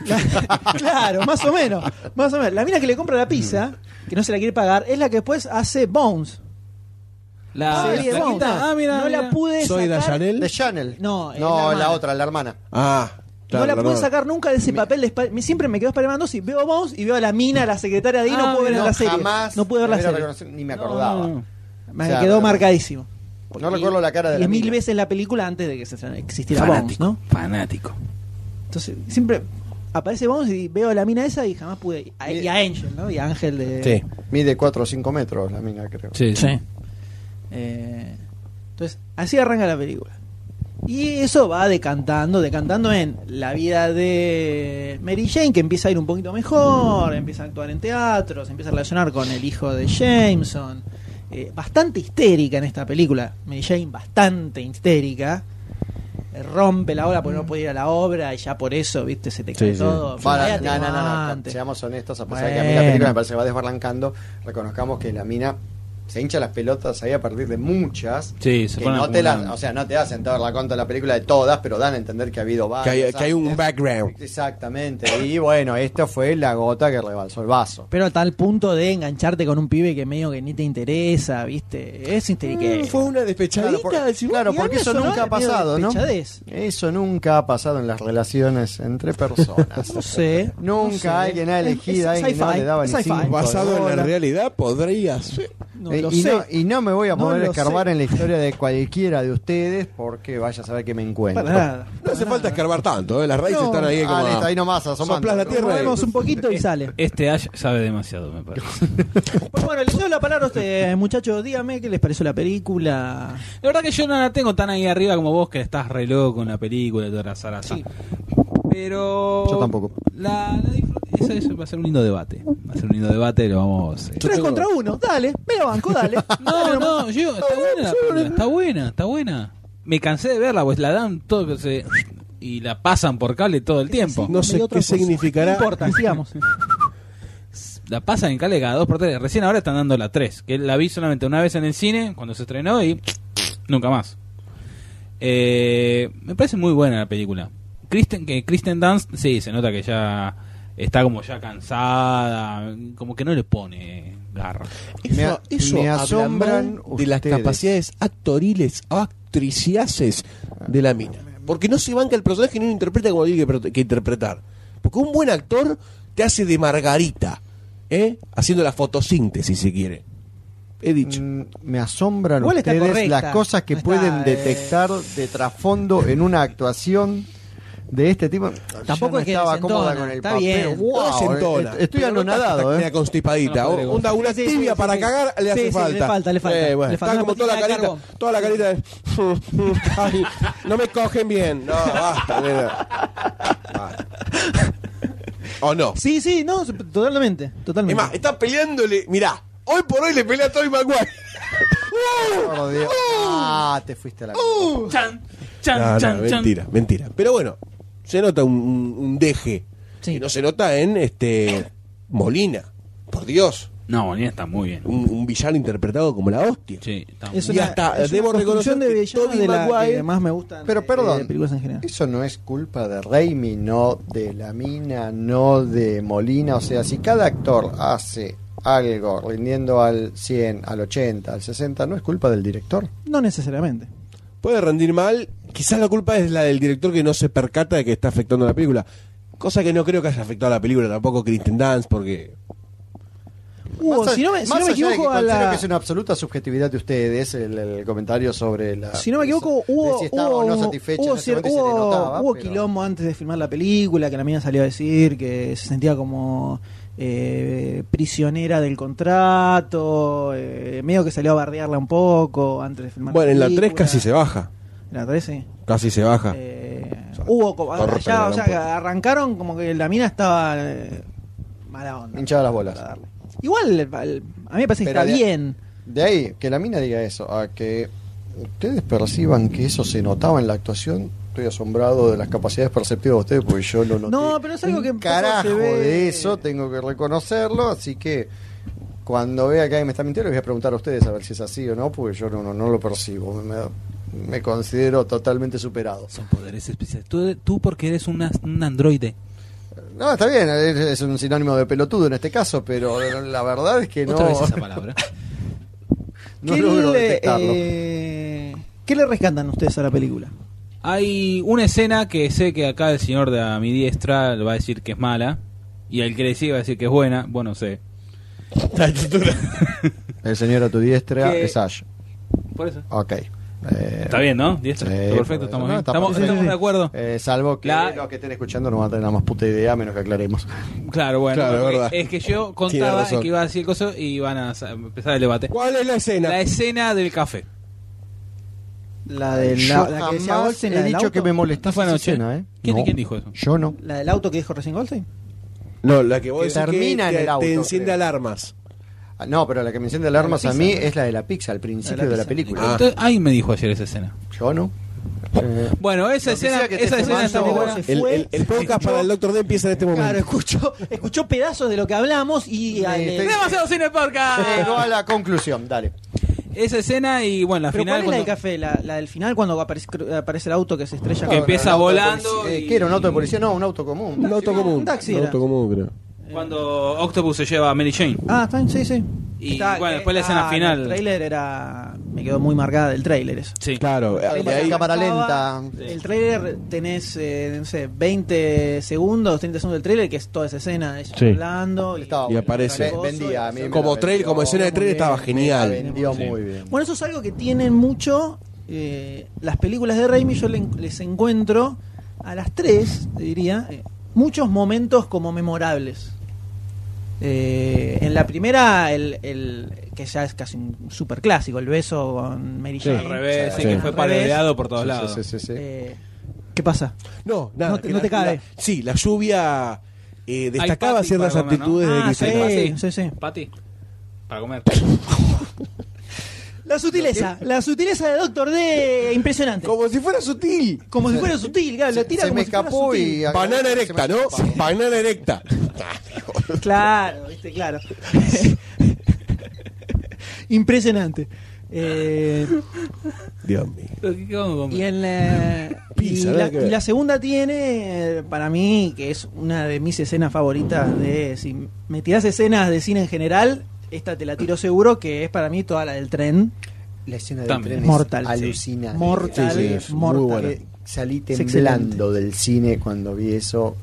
Speaker 3: La- claro, más o menos. Más o menos. La mina que le compra la pizza, que no se la quiere pagar, es la que después hace Bones.
Speaker 5: La,
Speaker 3: Serie
Speaker 5: la
Speaker 3: de Bones.
Speaker 5: flaquita. Ah, mira,
Speaker 3: no la
Speaker 5: mira.
Speaker 3: pude
Speaker 7: Soy
Speaker 3: sacar.
Speaker 7: Dayanel.
Speaker 6: De Chanel.
Speaker 3: No, es la
Speaker 6: no la,
Speaker 3: hermana.
Speaker 6: otra, la hermana.
Speaker 7: Ah, claro,
Speaker 3: no la pude
Speaker 7: no.
Speaker 3: sacar nunca de ese papel de Spider- me- Siempre me quedo Spider-Man 2 y veo Bones y veo a la mina, la secretaria de ahí, no
Speaker 5: Ah,
Speaker 3: puedo ver
Speaker 6: no,
Speaker 3: la serie.
Speaker 6: jamás
Speaker 3: no pude ver la
Speaker 6: me hubiera
Speaker 3: serie.
Speaker 6: reconocido, ni me acordaba.
Speaker 5: No.
Speaker 3: Me
Speaker 6: O sea,
Speaker 3: quedó
Speaker 6: no-
Speaker 3: marcadísimo.
Speaker 6: No recuerdo la cara de la
Speaker 3: Y mil
Speaker 6: mina.
Speaker 3: veces la película antes de que se- existiera Bones,
Speaker 5: Fanático.
Speaker 3: ¿no?
Speaker 5: Fanático.
Speaker 3: Entonces, siempre aparece Bones y veo a la mina esa y jamás pude. Y a, y a Angel, ¿no? Y a Ángel de.
Speaker 7: Eh. Sí.
Speaker 6: Mide 4 o 5 metros la mina, creo.
Speaker 5: Sí, sí.
Speaker 3: Eh, entonces, así arranca la película. Y eso va decantando, decantando en la vida de Mary Jane, que empieza a ir un poquito mejor, empieza a actuar en teatro, se empieza a relacionar con el hijo de Jameson. Eh, bastante histérica en esta película. Mary Jane, bastante histérica. Eh, Rompe la obra porque no puede ir a la obra y ya por eso, viste, se te cae
Speaker 7: Mm. Sí, sí.
Speaker 3: todo.
Speaker 6: Bueno,
Speaker 3: Fíjate
Speaker 6: no, no, no, no,
Speaker 3: antes.
Speaker 6: seamos honestos, a pesar de que a mí la
Speaker 3: Bueno.
Speaker 6: película me parece que va desbarrancando, reconozcamos que la mina se hincha las pelotas ahí a partir de muchas.
Speaker 5: Sí, se
Speaker 6: que
Speaker 5: fueron
Speaker 6: no te las,
Speaker 5: acumulando.
Speaker 6: o sea, no te hacen toda la cuenta de la película de todas, pero dan a entender que ha habido
Speaker 7: Que
Speaker 6: varias.
Speaker 7: hay, que hay un
Speaker 6: antes.
Speaker 7: background.
Speaker 6: Exactamente. Y bueno, esta fue la gota que rebalsó el vaso.
Speaker 3: Pero a tal punto de engancharte con un pibe que medio que ni te interesa, ¿viste? Es
Speaker 7: Mm,
Speaker 3: histeriquero.
Speaker 7: Fue una
Speaker 6: Claro,
Speaker 7: despechadita.
Speaker 6: por-
Speaker 7: si vos
Speaker 6: claro,
Speaker 7: mirás,
Speaker 6: porque eso
Speaker 3: eso, ¿no?
Speaker 6: nunca ha pasado, ¿no?
Speaker 3: Despechadez.
Speaker 6: Eso nunca ha pasado en las relaciones entre personas.
Speaker 3: No sé.
Speaker 6: Nunca
Speaker 3: no sé.
Speaker 6: alguien ha elegido a
Speaker 3: Es- es
Speaker 6: alguien que no
Speaker 3: sci-fi,
Speaker 6: le daba ni
Speaker 3: es sci-fi.
Speaker 6: cinco.
Speaker 7: basado en la
Speaker 6: Hola.
Speaker 7: realidad, podrías.
Speaker 3: No
Speaker 6: Eh,
Speaker 3: lo
Speaker 6: y,
Speaker 3: sé.
Speaker 6: No, y no me voy a
Speaker 3: No
Speaker 6: poder
Speaker 3: lo
Speaker 6: escarbar
Speaker 3: sé.
Speaker 6: en la historia de cualquiera de ustedes porque vaya a saber que me encuentro.
Speaker 3: Para nada.
Speaker 7: No hace falta escarbar tanto, ¿eh? las raíces
Speaker 6: No,
Speaker 7: están ahí
Speaker 6: ah,
Speaker 7: como. a-
Speaker 6: listo, ahí nomás, asomando.
Speaker 7: Soplás la tierra. y-
Speaker 3: Movemos un poquito y sale.
Speaker 5: Este Ash sabe demasiado, me parece.
Speaker 3: Pues bueno, le doy la palabra a usted, muchachos. Dígame qué les pareció la película.
Speaker 5: La verdad que yo no la tengo tan ahí arriba como vos, que estás re loco con la película y toda la zaraza.
Speaker 3: Sí.
Speaker 5: Pero.
Speaker 6: Yo tampoco.
Speaker 5: La, la disfruté. Eso, eso va a ser un lindo debate. Va a ser un lindo debate, lo vamos. eh.
Speaker 3: Tres contra uno. Dale, me la banco, dale.
Speaker 5: No, no, yo, está buena la película, está buena, está buena. Me cansé de verla, pues la dan todo que se- y la pasan por cable todo el tiempo.
Speaker 7: No sé
Speaker 3: Me dio otra
Speaker 7: qué
Speaker 3: cosa.
Speaker 7: significará.
Speaker 3: No importa, sigamos.
Speaker 5: La pasan en cable cada dos por tres. Recién ahora están dando la tres, que la vi solamente una vez en el cine cuando se estrenó y nunca más. Eh, me parece muy buena la película. Kristen, que Kristen Dunst, sí, se nota que ya está como ya cansada, como que no le pone garra.
Speaker 6: Me
Speaker 7: Eso,
Speaker 6: a-
Speaker 7: eso
Speaker 6: me
Speaker 7: habla
Speaker 6: asombran
Speaker 7: mal de las
Speaker 6: ustedes.
Speaker 7: capacidades actoriles o actriciaces de la mina. Porque no se banca el personaje y no lo interpreta como tiene que, pro- que interpretar. Porque un buen actor te hace de Margarita, ¿eh? haciendo la fotosíntesis si quiere. He dicho.
Speaker 6: Mm, me asombran
Speaker 3: Igual está
Speaker 6: ustedes
Speaker 3: correcta.
Speaker 6: las cosas que
Speaker 3: No está,
Speaker 6: pueden
Speaker 3: eh.
Speaker 6: detectar de trasfondo en una actuación de este tipo.
Speaker 3: Tampoco
Speaker 6: Yo
Speaker 3: es que
Speaker 6: estaba
Speaker 3: desentona,
Speaker 6: cómoda con el
Speaker 3: está
Speaker 6: papel.
Speaker 3: bien.
Speaker 6: Wow,
Speaker 7: No es entona,
Speaker 6: est- estoy
Speaker 7: pero no está-
Speaker 6: anonadado,
Speaker 7: está
Speaker 6: eh.
Speaker 7: constipadita.
Speaker 5: No, no
Speaker 7: Onda, una
Speaker 3: Sí, sí,
Speaker 7: tibia
Speaker 3: sí,
Speaker 7: para
Speaker 3: sí.
Speaker 7: cagar le
Speaker 3: Sí,
Speaker 7: hace
Speaker 3: sí,
Speaker 7: falta. Eh,
Speaker 3: le falta, le falta.
Speaker 7: bueno,
Speaker 3: Le falta
Speaker 7: está
Speaker 3: una
Speaker 7: como toda la
Speaker 3: poquita de
Speaker 7: carita,
Speaker 3: carbón.
Speaker 7: toda la carita de. Ay, no me cogen bien. No, basta, nena. Basta. O no.
Speaker 3: Sí, sí, no, totalmente.
Speaker 7: Es
Speaker 3: totalmente.
Speaker 7: más, está peleándole. Mirá, hoy por hoy le pelea a Toby Maguire. ¡Uh!
Speaker 6: Por Dios.
Speaker 3: ¡Oh!
Speaker 6: Ah, te fuiste a la.
Speaker 4: Chan, chan,
Speaker 7: No,
Speaker 4: chan,
Speaker 7: no,
Speaker 4: chan.
Speaker 7: mentira, mentira. Pero bueno, se nota un, un- un deje.
Speaker 3: Sí.
Speaker 7: Que no se nota en este Molina. Por Dios.
Speaker 5: No, Molina está muy bien.
Speaker 7: Un, un villano interpretado como la hostia.
Speaker 5: Sí, está
Speaker 3: Es
Speaker 7: Y
Speaker 5: muy
Speaker 3: una-
Speaker 7: hasta
Speaker 3: es una
Speaker 7: debo reconocer
Speaker 3: construcción de
Speaker 7: que
Speaker 3: villanos
Speaker 7: Tobey
Speaker 3: de la
Speaker 7: Maguire-
Speaker 3: que más me gustan.
Speaker 6: Pero
Speaker 3: de-
Speaker 6: perdón,
Speaker 3: de películas en general.
Speaker 6: Eso no es culpa de Raimi, no de la mina, no de Molina. O sea, si cada actor hace algo rindiendo al 100, al 80, al 60, no es culpa del director.
Speaker 3: No necesariamente.
Speaker 7: Puede rendir mal. Quizás la culpa es la del director que no se percata de que está afectando la película. Cosa que no creo que haya afectado a la película tampoco Kristen Dance, porque.
Speaker 3: Hugo,
Speaker 6: Más a-
Speaker 3: Uh, si no me,
Speaker 6: más
Speaker 3: si no me
Speaker 6: allá de que
Speaker 3: equivoco, a
Speaker 6: considero que
Speaker 3: la,
Speaker 6: es una absoluta subjetividad de ustedes el, el comentario sobre la.
Speaker 3: si no me equivoco,
Speaker 6: esa-
Speaker 3: hubo,
Speaker 6: de si estaba
Speaker 3: hubo,
Speaker 6: o no satisfecha,
Speaker 3: hubo
Speaker 6: en ese
Speaker 3: cier-
Speaker 6: momento se le
Speaker 3: hubo-
Speaker 6: notaba,
Speaker 3: hubo
Speaker 6: pero-
Speaker 3: quilombo antes de filmar la película, que la mina salió a decir que se sentía como eh, prisionera del contrato, eh, medio que salió a bardearla un poco antes de filmar
Speaker 7: Bueno, en la 3
Speaker 3: película.
Speaker 7: casi se baja.
Speaker 3: En la 3 sí.
Speaker 7: Casi se
Speaker 6: Ah.
Speaker 7: baja.
Speaker 3: Eh,
Speaker 7: O sea,
Speaker 3: hubo como-
Speaker 7: torpe,
Speaker 3: ya, o sea, que
Speaker 7: gran puto.
Speaker 3: arrancaron como que la mina estaba eh, mala onda.
Speaker 6: Hinchada las bolas.
Speaker 3: Para darle. Igual, el- el- a mí me parece que
Speaker 6: Pero
Speaker 3: está
Speaker 6: de-
Speaker 3: bien.
Speaker 6: De ahí, que la mina diga eso, a que ustedes perciban que eso se notaba en la actuación, estoy asombrado de las capacidades perceptivas de ustedes porque yo lo noté.
Speaker 3: No, pero es algo
Speaker 6: Un
Speaker 3: que poco
Speaker 6: carajo
Speaker 3: se ve.
Speaker 6: de eso, tengo que reconocerlo, así que cuando vea que alguien me está mintiendo, les voy a preguntar a ustedes a ver si es así o no, porque yo no, no, no lo percibo. Me, me considero totalmente superado.
Speaker 5: Son poderes especiales. Tú, tú porque eres una- un androide.
Speaker 6: No, está bien, es, es un sinónimo de pelotudo en este caso, pero la verdad es que no,
Speaker 5: Otra vez esa palabra.
Speaker 6: no
Speaker 3: ¿Qué
Speaker 6: logro
Speaker 3: le-
Speaker 6: detectarlo.
Speaker 3: eh, ¿Qué le rescatan ustedes a la película?
Speaker 5: Hay una escena que sé que acá el señor de a mi diestra le va a decir que es mala. Y el que le sigue va a decir que es buena. Bueno, sé.
Speaker 6: El señor a tu diestra
Speaker 5: Que-
Speaker 6: es Ash.
Speaker 5: Por eso.
Speaker 6: Ok. Eh,
Speaker 5: Está bien, ¿no? Diestra.
Speaker 6: Sí,
Speaker 5: Está perfecto,
Speaker 6: por
Speaker 5: estamos
Speaker 6: eso.
Speaker 5: bien.
Speaker 6: No, está
Speaker 5: estamos
Speaker 6: perfecto.
Speaker 5: estamos de acuerdo.
Speaker 6: eh, salvo que
Speaker 5: La-
Speaker 6: los que estén escuchando no van a tener la más puta idea, a menos que aclaremos.
Speaker 5: Claro, bueno.
Speaker 7: Claro,
Speaker 5: porque
Speaker 7: verdad.
Speaker 5: Es que yo
Speaker 7: Tiene
Speaker 5: contaba
Speaker 7: razón.
Speaker 5: que iba a decir cosas y iban a sa- empezar el debate.
Speaker 7: ¿Cuál es la escena?
Speaker 5: La escena del café.
Speaker 3: La, de
Speaker 6: Yo
Speaker 3: la, la que decía
Speaker 6: jamás
Speaker 3: Goldstein, la
Speaker 6: he
Speaker 3: del
Speaker 6: dicho
Speaker 3: auto.
Speaker 6: que me molestó
Speaker 5: Esta fue
Speaker 6: esa
Speaker 5: anoche.
Speaker 6: escena, ¿eh?
Speaker 5: ¿Quién-
Speaker 6: No.
Speaker 5: quién dijo eso?
Speaker 6: Yo no.
Speaker 3: ¿La del auto que dijo recién Goldstein?
Speaker 7: No, la que vos
Speaker 6: Que
Speaker 7: decís que
Speaker 6: termina en
Speaker 7: te,
Speaker 6: el auto,
Speaker 7: te enciende
Speaker 6: creo.
Speaker 7: alarmas.
Speaker 6: Ah, no, pero la que me enciende alarmas
Speaker 3: La
Speaker 6: a
Speaker 3: pizza,
Speaker 6: mí
Speaker 3: ¿no?
Speaker 6: es la de la pizza, al principio
Speaker 3: La de
Speaker 6: de
Speaker 3: la
Speaker 6: la
Speaker 3: pizza.
Speaker 6: película.
Speaker 7: Ah.
Speaker 5: Entonces, ahí me dijo ayer esa escena.
Speaker 6: Yo no. Eh,
Speaker 5: Bueno, esa
Speaker 6: Lo que
Speaker 5: escena,
Speaker 6: sea que
Speaker 5: esa
Speaker 6: te esté este,
Speaker 5: escena está muy
Speaker 6: mandando
Speaker 5: buena.
Speaker 3: vos,
Speaker 7: El,
Speaker 3: Fue-
Speaker 7: el- el podcast para el Doctor D empieza en este momento.
Speaker 3: Claro, escuchó, escuchó pedazos de lo que hablamos y... eh,
Speaker 6: Me
Speaker 3: ale-
Speaker 6: estoy-
Speaker 5: ¡Demasiado cine
Speaker 3: Ah.
Speaker 5: podcast!
Speaker 6: Llegó a la conclusión, dale.
Speaker 5: Esa escena y bueno, la
Speaker 3: ¿Pero cuál
Speaker 5: final.
Speaker 3: es la del
Speaker 5: cuando-
Speaker 3: café? ¿La, la del final cuando aparece, cr- aparece el auto que se
Speaker 6: Ah,
Speaker 3: estrella?
Speaker 5: Que
Speaker 3: con-
Speaker 5: empieza
Speaker 6: Un auto de
Speaker 5: volando
Speaker 6: policía- eh,
Speaker 5: y-
Speaker 6: ¿Qué era un auto de policía? No, un auto común.
Speaker 7: Un auto común.
Speaker 3: un taxi
Speaker 7: Un
Speaker 3: era.
Speaker 7: auto común, creo.
Speaker 5: Cuando Octopus se lleva a Mary Jane.
Speaker 3: Ah, está bien, sí, sí.
Speaker 5: Y,
Speaker 3: Está-
Speaker 5: bueno, después la
Speaker 3: eh,
Speaker 5: escena
Speaker 3: ah,
Speaker 5: final.
Speaker 3: El trailer era... Me quedó muy marcada del trailer eso.
Speaker 5: Sí.
Speaker 7: Claro,
Speaker 6: Ahí
Speaker 7: y
Speaker 6: pasa
Speaker 7: ahí-
Speaker 6: en cámara lenta.
Speaker 3: El trailer tenés, eh, no sé, 20 segundos, 30 segundos del trailer, que es toda esa escena, ellos
Speaker 7: Sí.
Speaker 3: hablando. y-
Speaker 6: Estaba
Speaker 7: Y
Speaker 6: bueno.
Speaker 7: aparece.
Speaker 6: Ve- Vendía, a mí me
Speaker 7: como
Speaker 6: la
Speaker 7: trail,
Speaker 6: vendió.
Speaker 7: como escena de
Speaker 3: muy
Speaker 7: trail
Speaker 3: bien,
Speaker 7: estaba
Speaker 3: muy
Speaker 6: Me la
Speaker 7: genial.
Speaker 6: vendió
Speaker 5: Sí.
Speaker 6: muy bien.
Speaker 3: Bueno, eso es algo que tienen mucho. eh, las películas de Raimi yo le- les encuentro a las tres, te diría, eh, muchos momentos como memorables. Eh, en la primera, el, el- que ya es casi un super clásico, el beso con Mary
Speaker 7: Sí.
Speaker 3: Jane.
Speaker 5: Al revés,
Speaker 6: Sí.
Speaker 5: sí, que
Speaker 3: Al
Speaker 5: fue
Speaker 3: revés.
Speaker 5: parodiado por todos
Speaker 6: Sí,
Speaker 5: lados.
Speaker 6: sí, sí, sí, sí.
Speaker 3: Eh, ¿Qué pasa?
Speaker 7: No, nada.
Speaker 3: No te-
Speaker 7: que
Speaker 3: no
Speaker 7: la-
Speaker 3: te cabe.
Speaker 7: la- sí, la lluvia eh, destacaba
Speaker 5: Patty
Speaker 7: ciertas
Speaker 5: para comer, ¿no?
Speaker 7: aptitudes
Speaker 3: Ah,
Speaker 7: de
Speaker 3: sí,
Speaker 7: Kristen Dunst.
Speaker 3: sí, sí, sí.
Speaker 5: Pati, para comer.
Speaker 3: La sutileza, la sutileza de Doctor D, impresionante.
Speaker 7: Como si fuera sutil.
Speaker 3: Como si fuera sutil, claro, lo
Speaker 6: Se,
Speaker 3: tira
Speaker 6: se
Speaker 3: como
Speaker 6: me
Speaker 3: si fuera
Speaker 6: escapó
Speaker 3: sutil.
Speaker 6: y...
Speaker 7: Banana erecta, ¿no? Banana erecta.
Speaker 3: Claro, viste, claro. Impresionante. Eh,
Speaker 7: Dios mío.
Speaker 5: ¿Qué vamos a comer?
Speaker 3: y en la,
Speaker 7: pizza,
Speaker 3: y,
Speaker 7: nada
Speaker 3: la,
Speaker 7: que ver.
Speaker 3: y la segunda tiene, eh, para mí, que es una de mis escenas favoritas de. Si me tirás escenas de cine en general, esta te la tiro seguro, que es para mí toda la del tren.
Speaker 6: La escena del
Speaker 5: También.
Speaker 6: tren es
Speaker 3: Mortal.
Speaker 6: alucinante.
Speaker 3: Mortal,
Speaker 7: Sí, sí, es muy
Speaker 3: mortal.
Speaker 7: buena.
Speaker 6: Eh, Salí
Speaker 3: Es
Speaker 6: temblando del cine cuando vi eso.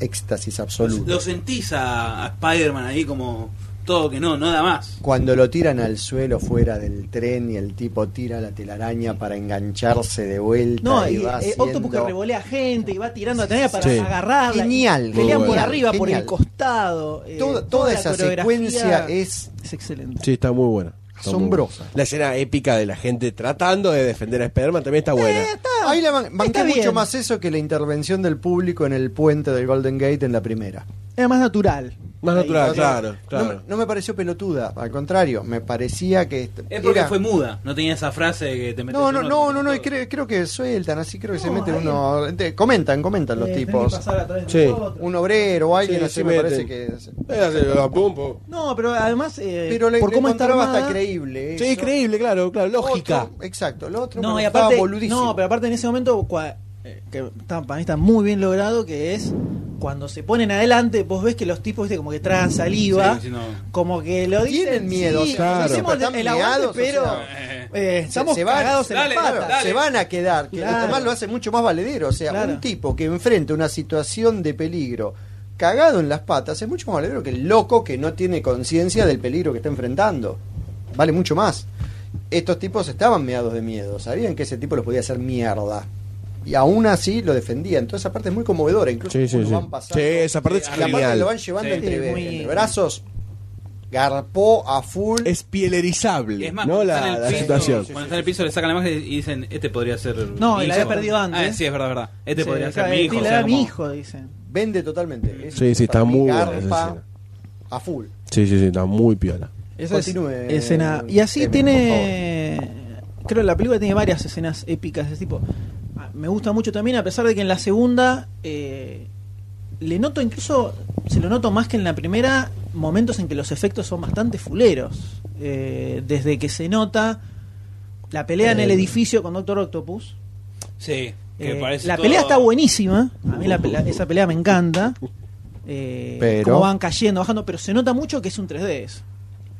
Speaker 6: Éxtasis absoluto.
Speaker 5: Lo sentís a, a Spider-Man ahí como todo que no, no da más.
Speaker 6: Cuando lo tiran al suelo fuera del tren y el tipo tira la telaraña para engancharse de vuelta.
Speaker 3: No,
Speaker 6: y,
Speaker 3: y,
Speaker 6: va
Speaker 3: eh, Octopus que
Speaker 6: haciendo-
Speaker 3: revolea gente y va tirando a tener para
Speaker 7: Sí.
Speaker 3: agarrarla.
Speaker 6: Genial,
Speaker 3: Pelean por
Speaker 7: muy bueno.
Speaker 3: arriba, por
Speaker 6: Genial.
Speaker 3: el costado. eh,
Speaker 6: Toda, toda
Speaker 3: la
Speaker 6: esa
Speaker 3: coreografía
Speaker 6: secuencia es
Speaker 3: es excelente.
Speaker 7: Sí, está muy buena. Está muy buena.
Speaker 6: asombrosa.
Speaker 7: La escena épica de la gente tratando de defender a Spider-Man también está buena.
Speaker 6: Eh, Ahí la ban- banqué
Speaker 3: Eh, Ah, Está bien.
Speaker 6: mucho más eso que la intervención del público en el puente del Golden Gate en la primera.
Speaker 3: Era más natural.
Speaker 7: Más
Speaker 6: Ahí,
Speaker 7: natural,
Speaker 6: no-
Speaker 7: claro,
Speaker 6: no-
Speaker 7: claro.
Speaker 6: No, me pareció pelotuda, al contrario, me parecía que... est-
Speaker 5: Es porque
Speaker 6: era-
Speaker 5: fue muda, no tenía esa frase que te metes
Speaker 6: No,
Speaker 5: uno, te
Speaker 6: no, no,
Speaker 5: metes
Speaker 6: no, no,
Speaker 5: todo.
Speaker 6: y creo, creo que sueltan, así creo que se
Speaker 3: No,
Speaker 6: meten
Speaker 3: ahí-
Speaker 6: uno... te- comentan, comentan los
Speaker 3: Eh, tenés que
Speaker 6: tipos.
Speaker 3: pasar a través de
Speaker 7: Sí.
Speaker 3: nosotros.
Speaker 6: Un obrero o alguien
Speaker 7: Sí,
Speaker 6: así
Speaker 7: se
Speaker 6: me
Speaker 7: meten.
Speaker 6: parece que... es-
Speaker 7: Eh, hace- va, pum, pum.
Speaker 3: No, pero además, eh,
Speaker 6: Pero le,
Speaker 3: por
Speaker 6: le
Speaker 3: cómo está
Speaker 6: encontraba
Speaker 3: armada,
Speaker 6: hasta creíble.
Speaker 7: Sí,
Speaker 6: eso.
Speaker 7: increíble, claro, claro, lógica.
Speaker 6: Otro- exacto, lo otro
Speaker 3: No,
Speaker 6: me
Speaker 3: y
Speaker 6: estaba
Speaker 3: aparte,
Speaker 6: boludísimo.
Speaker 3: no, pero aparte en ese momento, cua- eh, que está- para mí está muy bien logrado, que es cuando se ponen adelante, vos ves que los tipos, viste, como que tragan saliva,
Speaker 5: Sí, sí, no.
Speaker 3: como que lo dicen.
Speaker 6: Tienen miedo,
Speaker 3: sí,
Speaker 7: claro.
Speaker 3: hicimos el-
Speaker 6: Están
Speaker 3: el aguante,
Speaker 6: meados, o
Speaker 3: pero
Speaker 6: sea,
Speaker 3: eh, estamos
Speaker 6: van-
Speaker 3: cagados en
Speaker 5: dale,
Speaker 3: la pata.
Speaker 6: Claro, se van a quedar, que
Speaker 3: Claro.
Speaker 6: además lo hace mucho más valedero. O sea,
Speaker 3: Claro.
Speaker 6: un tipo que enfrenta una situación de peligro cagado en las patas es mucho más valedero que el loco que no tiene conciencia del peligro que está enfrentando. Vale mucho más. Estos tipos estaban meados de miedo, sabían que ese tipo los podía hacer mierda. Y aún así lo defendían. Entonces, esa parte es muy conmovedora, incluso
Speaker 7: Sí, sí,
Speaker 6: cómo lo
Speaker 7: sí.
Speaker 6: van pasando.
Speaker 7: Sí, esa parte es
Speaker 6: Y aparte
Speaker 7: genial.
Speaker 6: lo van llevando
Speaker 5: Sí.
Speaker 6: entre,
Speaker 3: Sí, muy-
Speaker 6: entre brazos, garpó a full.
Speaker 7: Es pielerizable,
Speaker 5: Es más,
Speaker 7: ¿no?
Speaker 5: cuando
Speaker 7: La,
Speaker 5: está en el
Speaker 7: la
Speaker 5: piso,
Speaker 7: situación.
Speaker 5: Cuando está en el piso le sacan la máscara y dicen, este podría ser...
Speaker 3: No,
Speaker 5: mi
Speaker 3: y la había
Speaker 5: hijo".
Speaker 3: perdido antes.
Speaker 5: Ah, sí, es verdad, verdad. Este
Speaker 3: Sí,
Speaker 5: podría ser
Speaker 3: claro,
Speaker 5: mi hijo.
Speaker 3: y
Speaker 5: o
Speaker 3: le
Speaker 5: sea,
Speaker 3: da mi
Speaker 5: como-
Speaker 3: hijo, dicen.
Speaker 6: Vende totalmente.
Speaker 7: Sí, sí, está
Speaker 6: para mí
Speaker 7: muy buena esa
Speaker 6: garpa
Speaker 7: escena.
Speaker 6: A full.
Speaker 7: Sí, sí, sí, está muy piola.
Speaker 3: Esa es
Speaker 6: Continúe,
Speaker 3: escena. Y así
Speaker 6: Emi,
Speaker 3: tiene. Creo que la película tiene varias escenas épicas de ese tipo. Ah, Me gusta mucho también, a pesar de que en la segunda. eh, le noto incluso. Se lo noto más que en la primera. Momentos en que los efectos son bastante fuleros. Eh, desde que se nota. La pelea en el
Speaker 6: Eh,
Speaker 3: edificio con Doctor Octopus.
Speaker 5: Sí, que
Speaker 3: Eh,
Speaker 5: parece
Speaker 3: la
Speaker 5: todo-
Speaker 3: pelea está buenísima. ¿eh? A mí la pelea- esa pelea me encanta. Eh,
Speaker 6: Pero-
Speaker 3: Cómo van cayendo, bajando. Pero se nota mucho que es un 3D eso.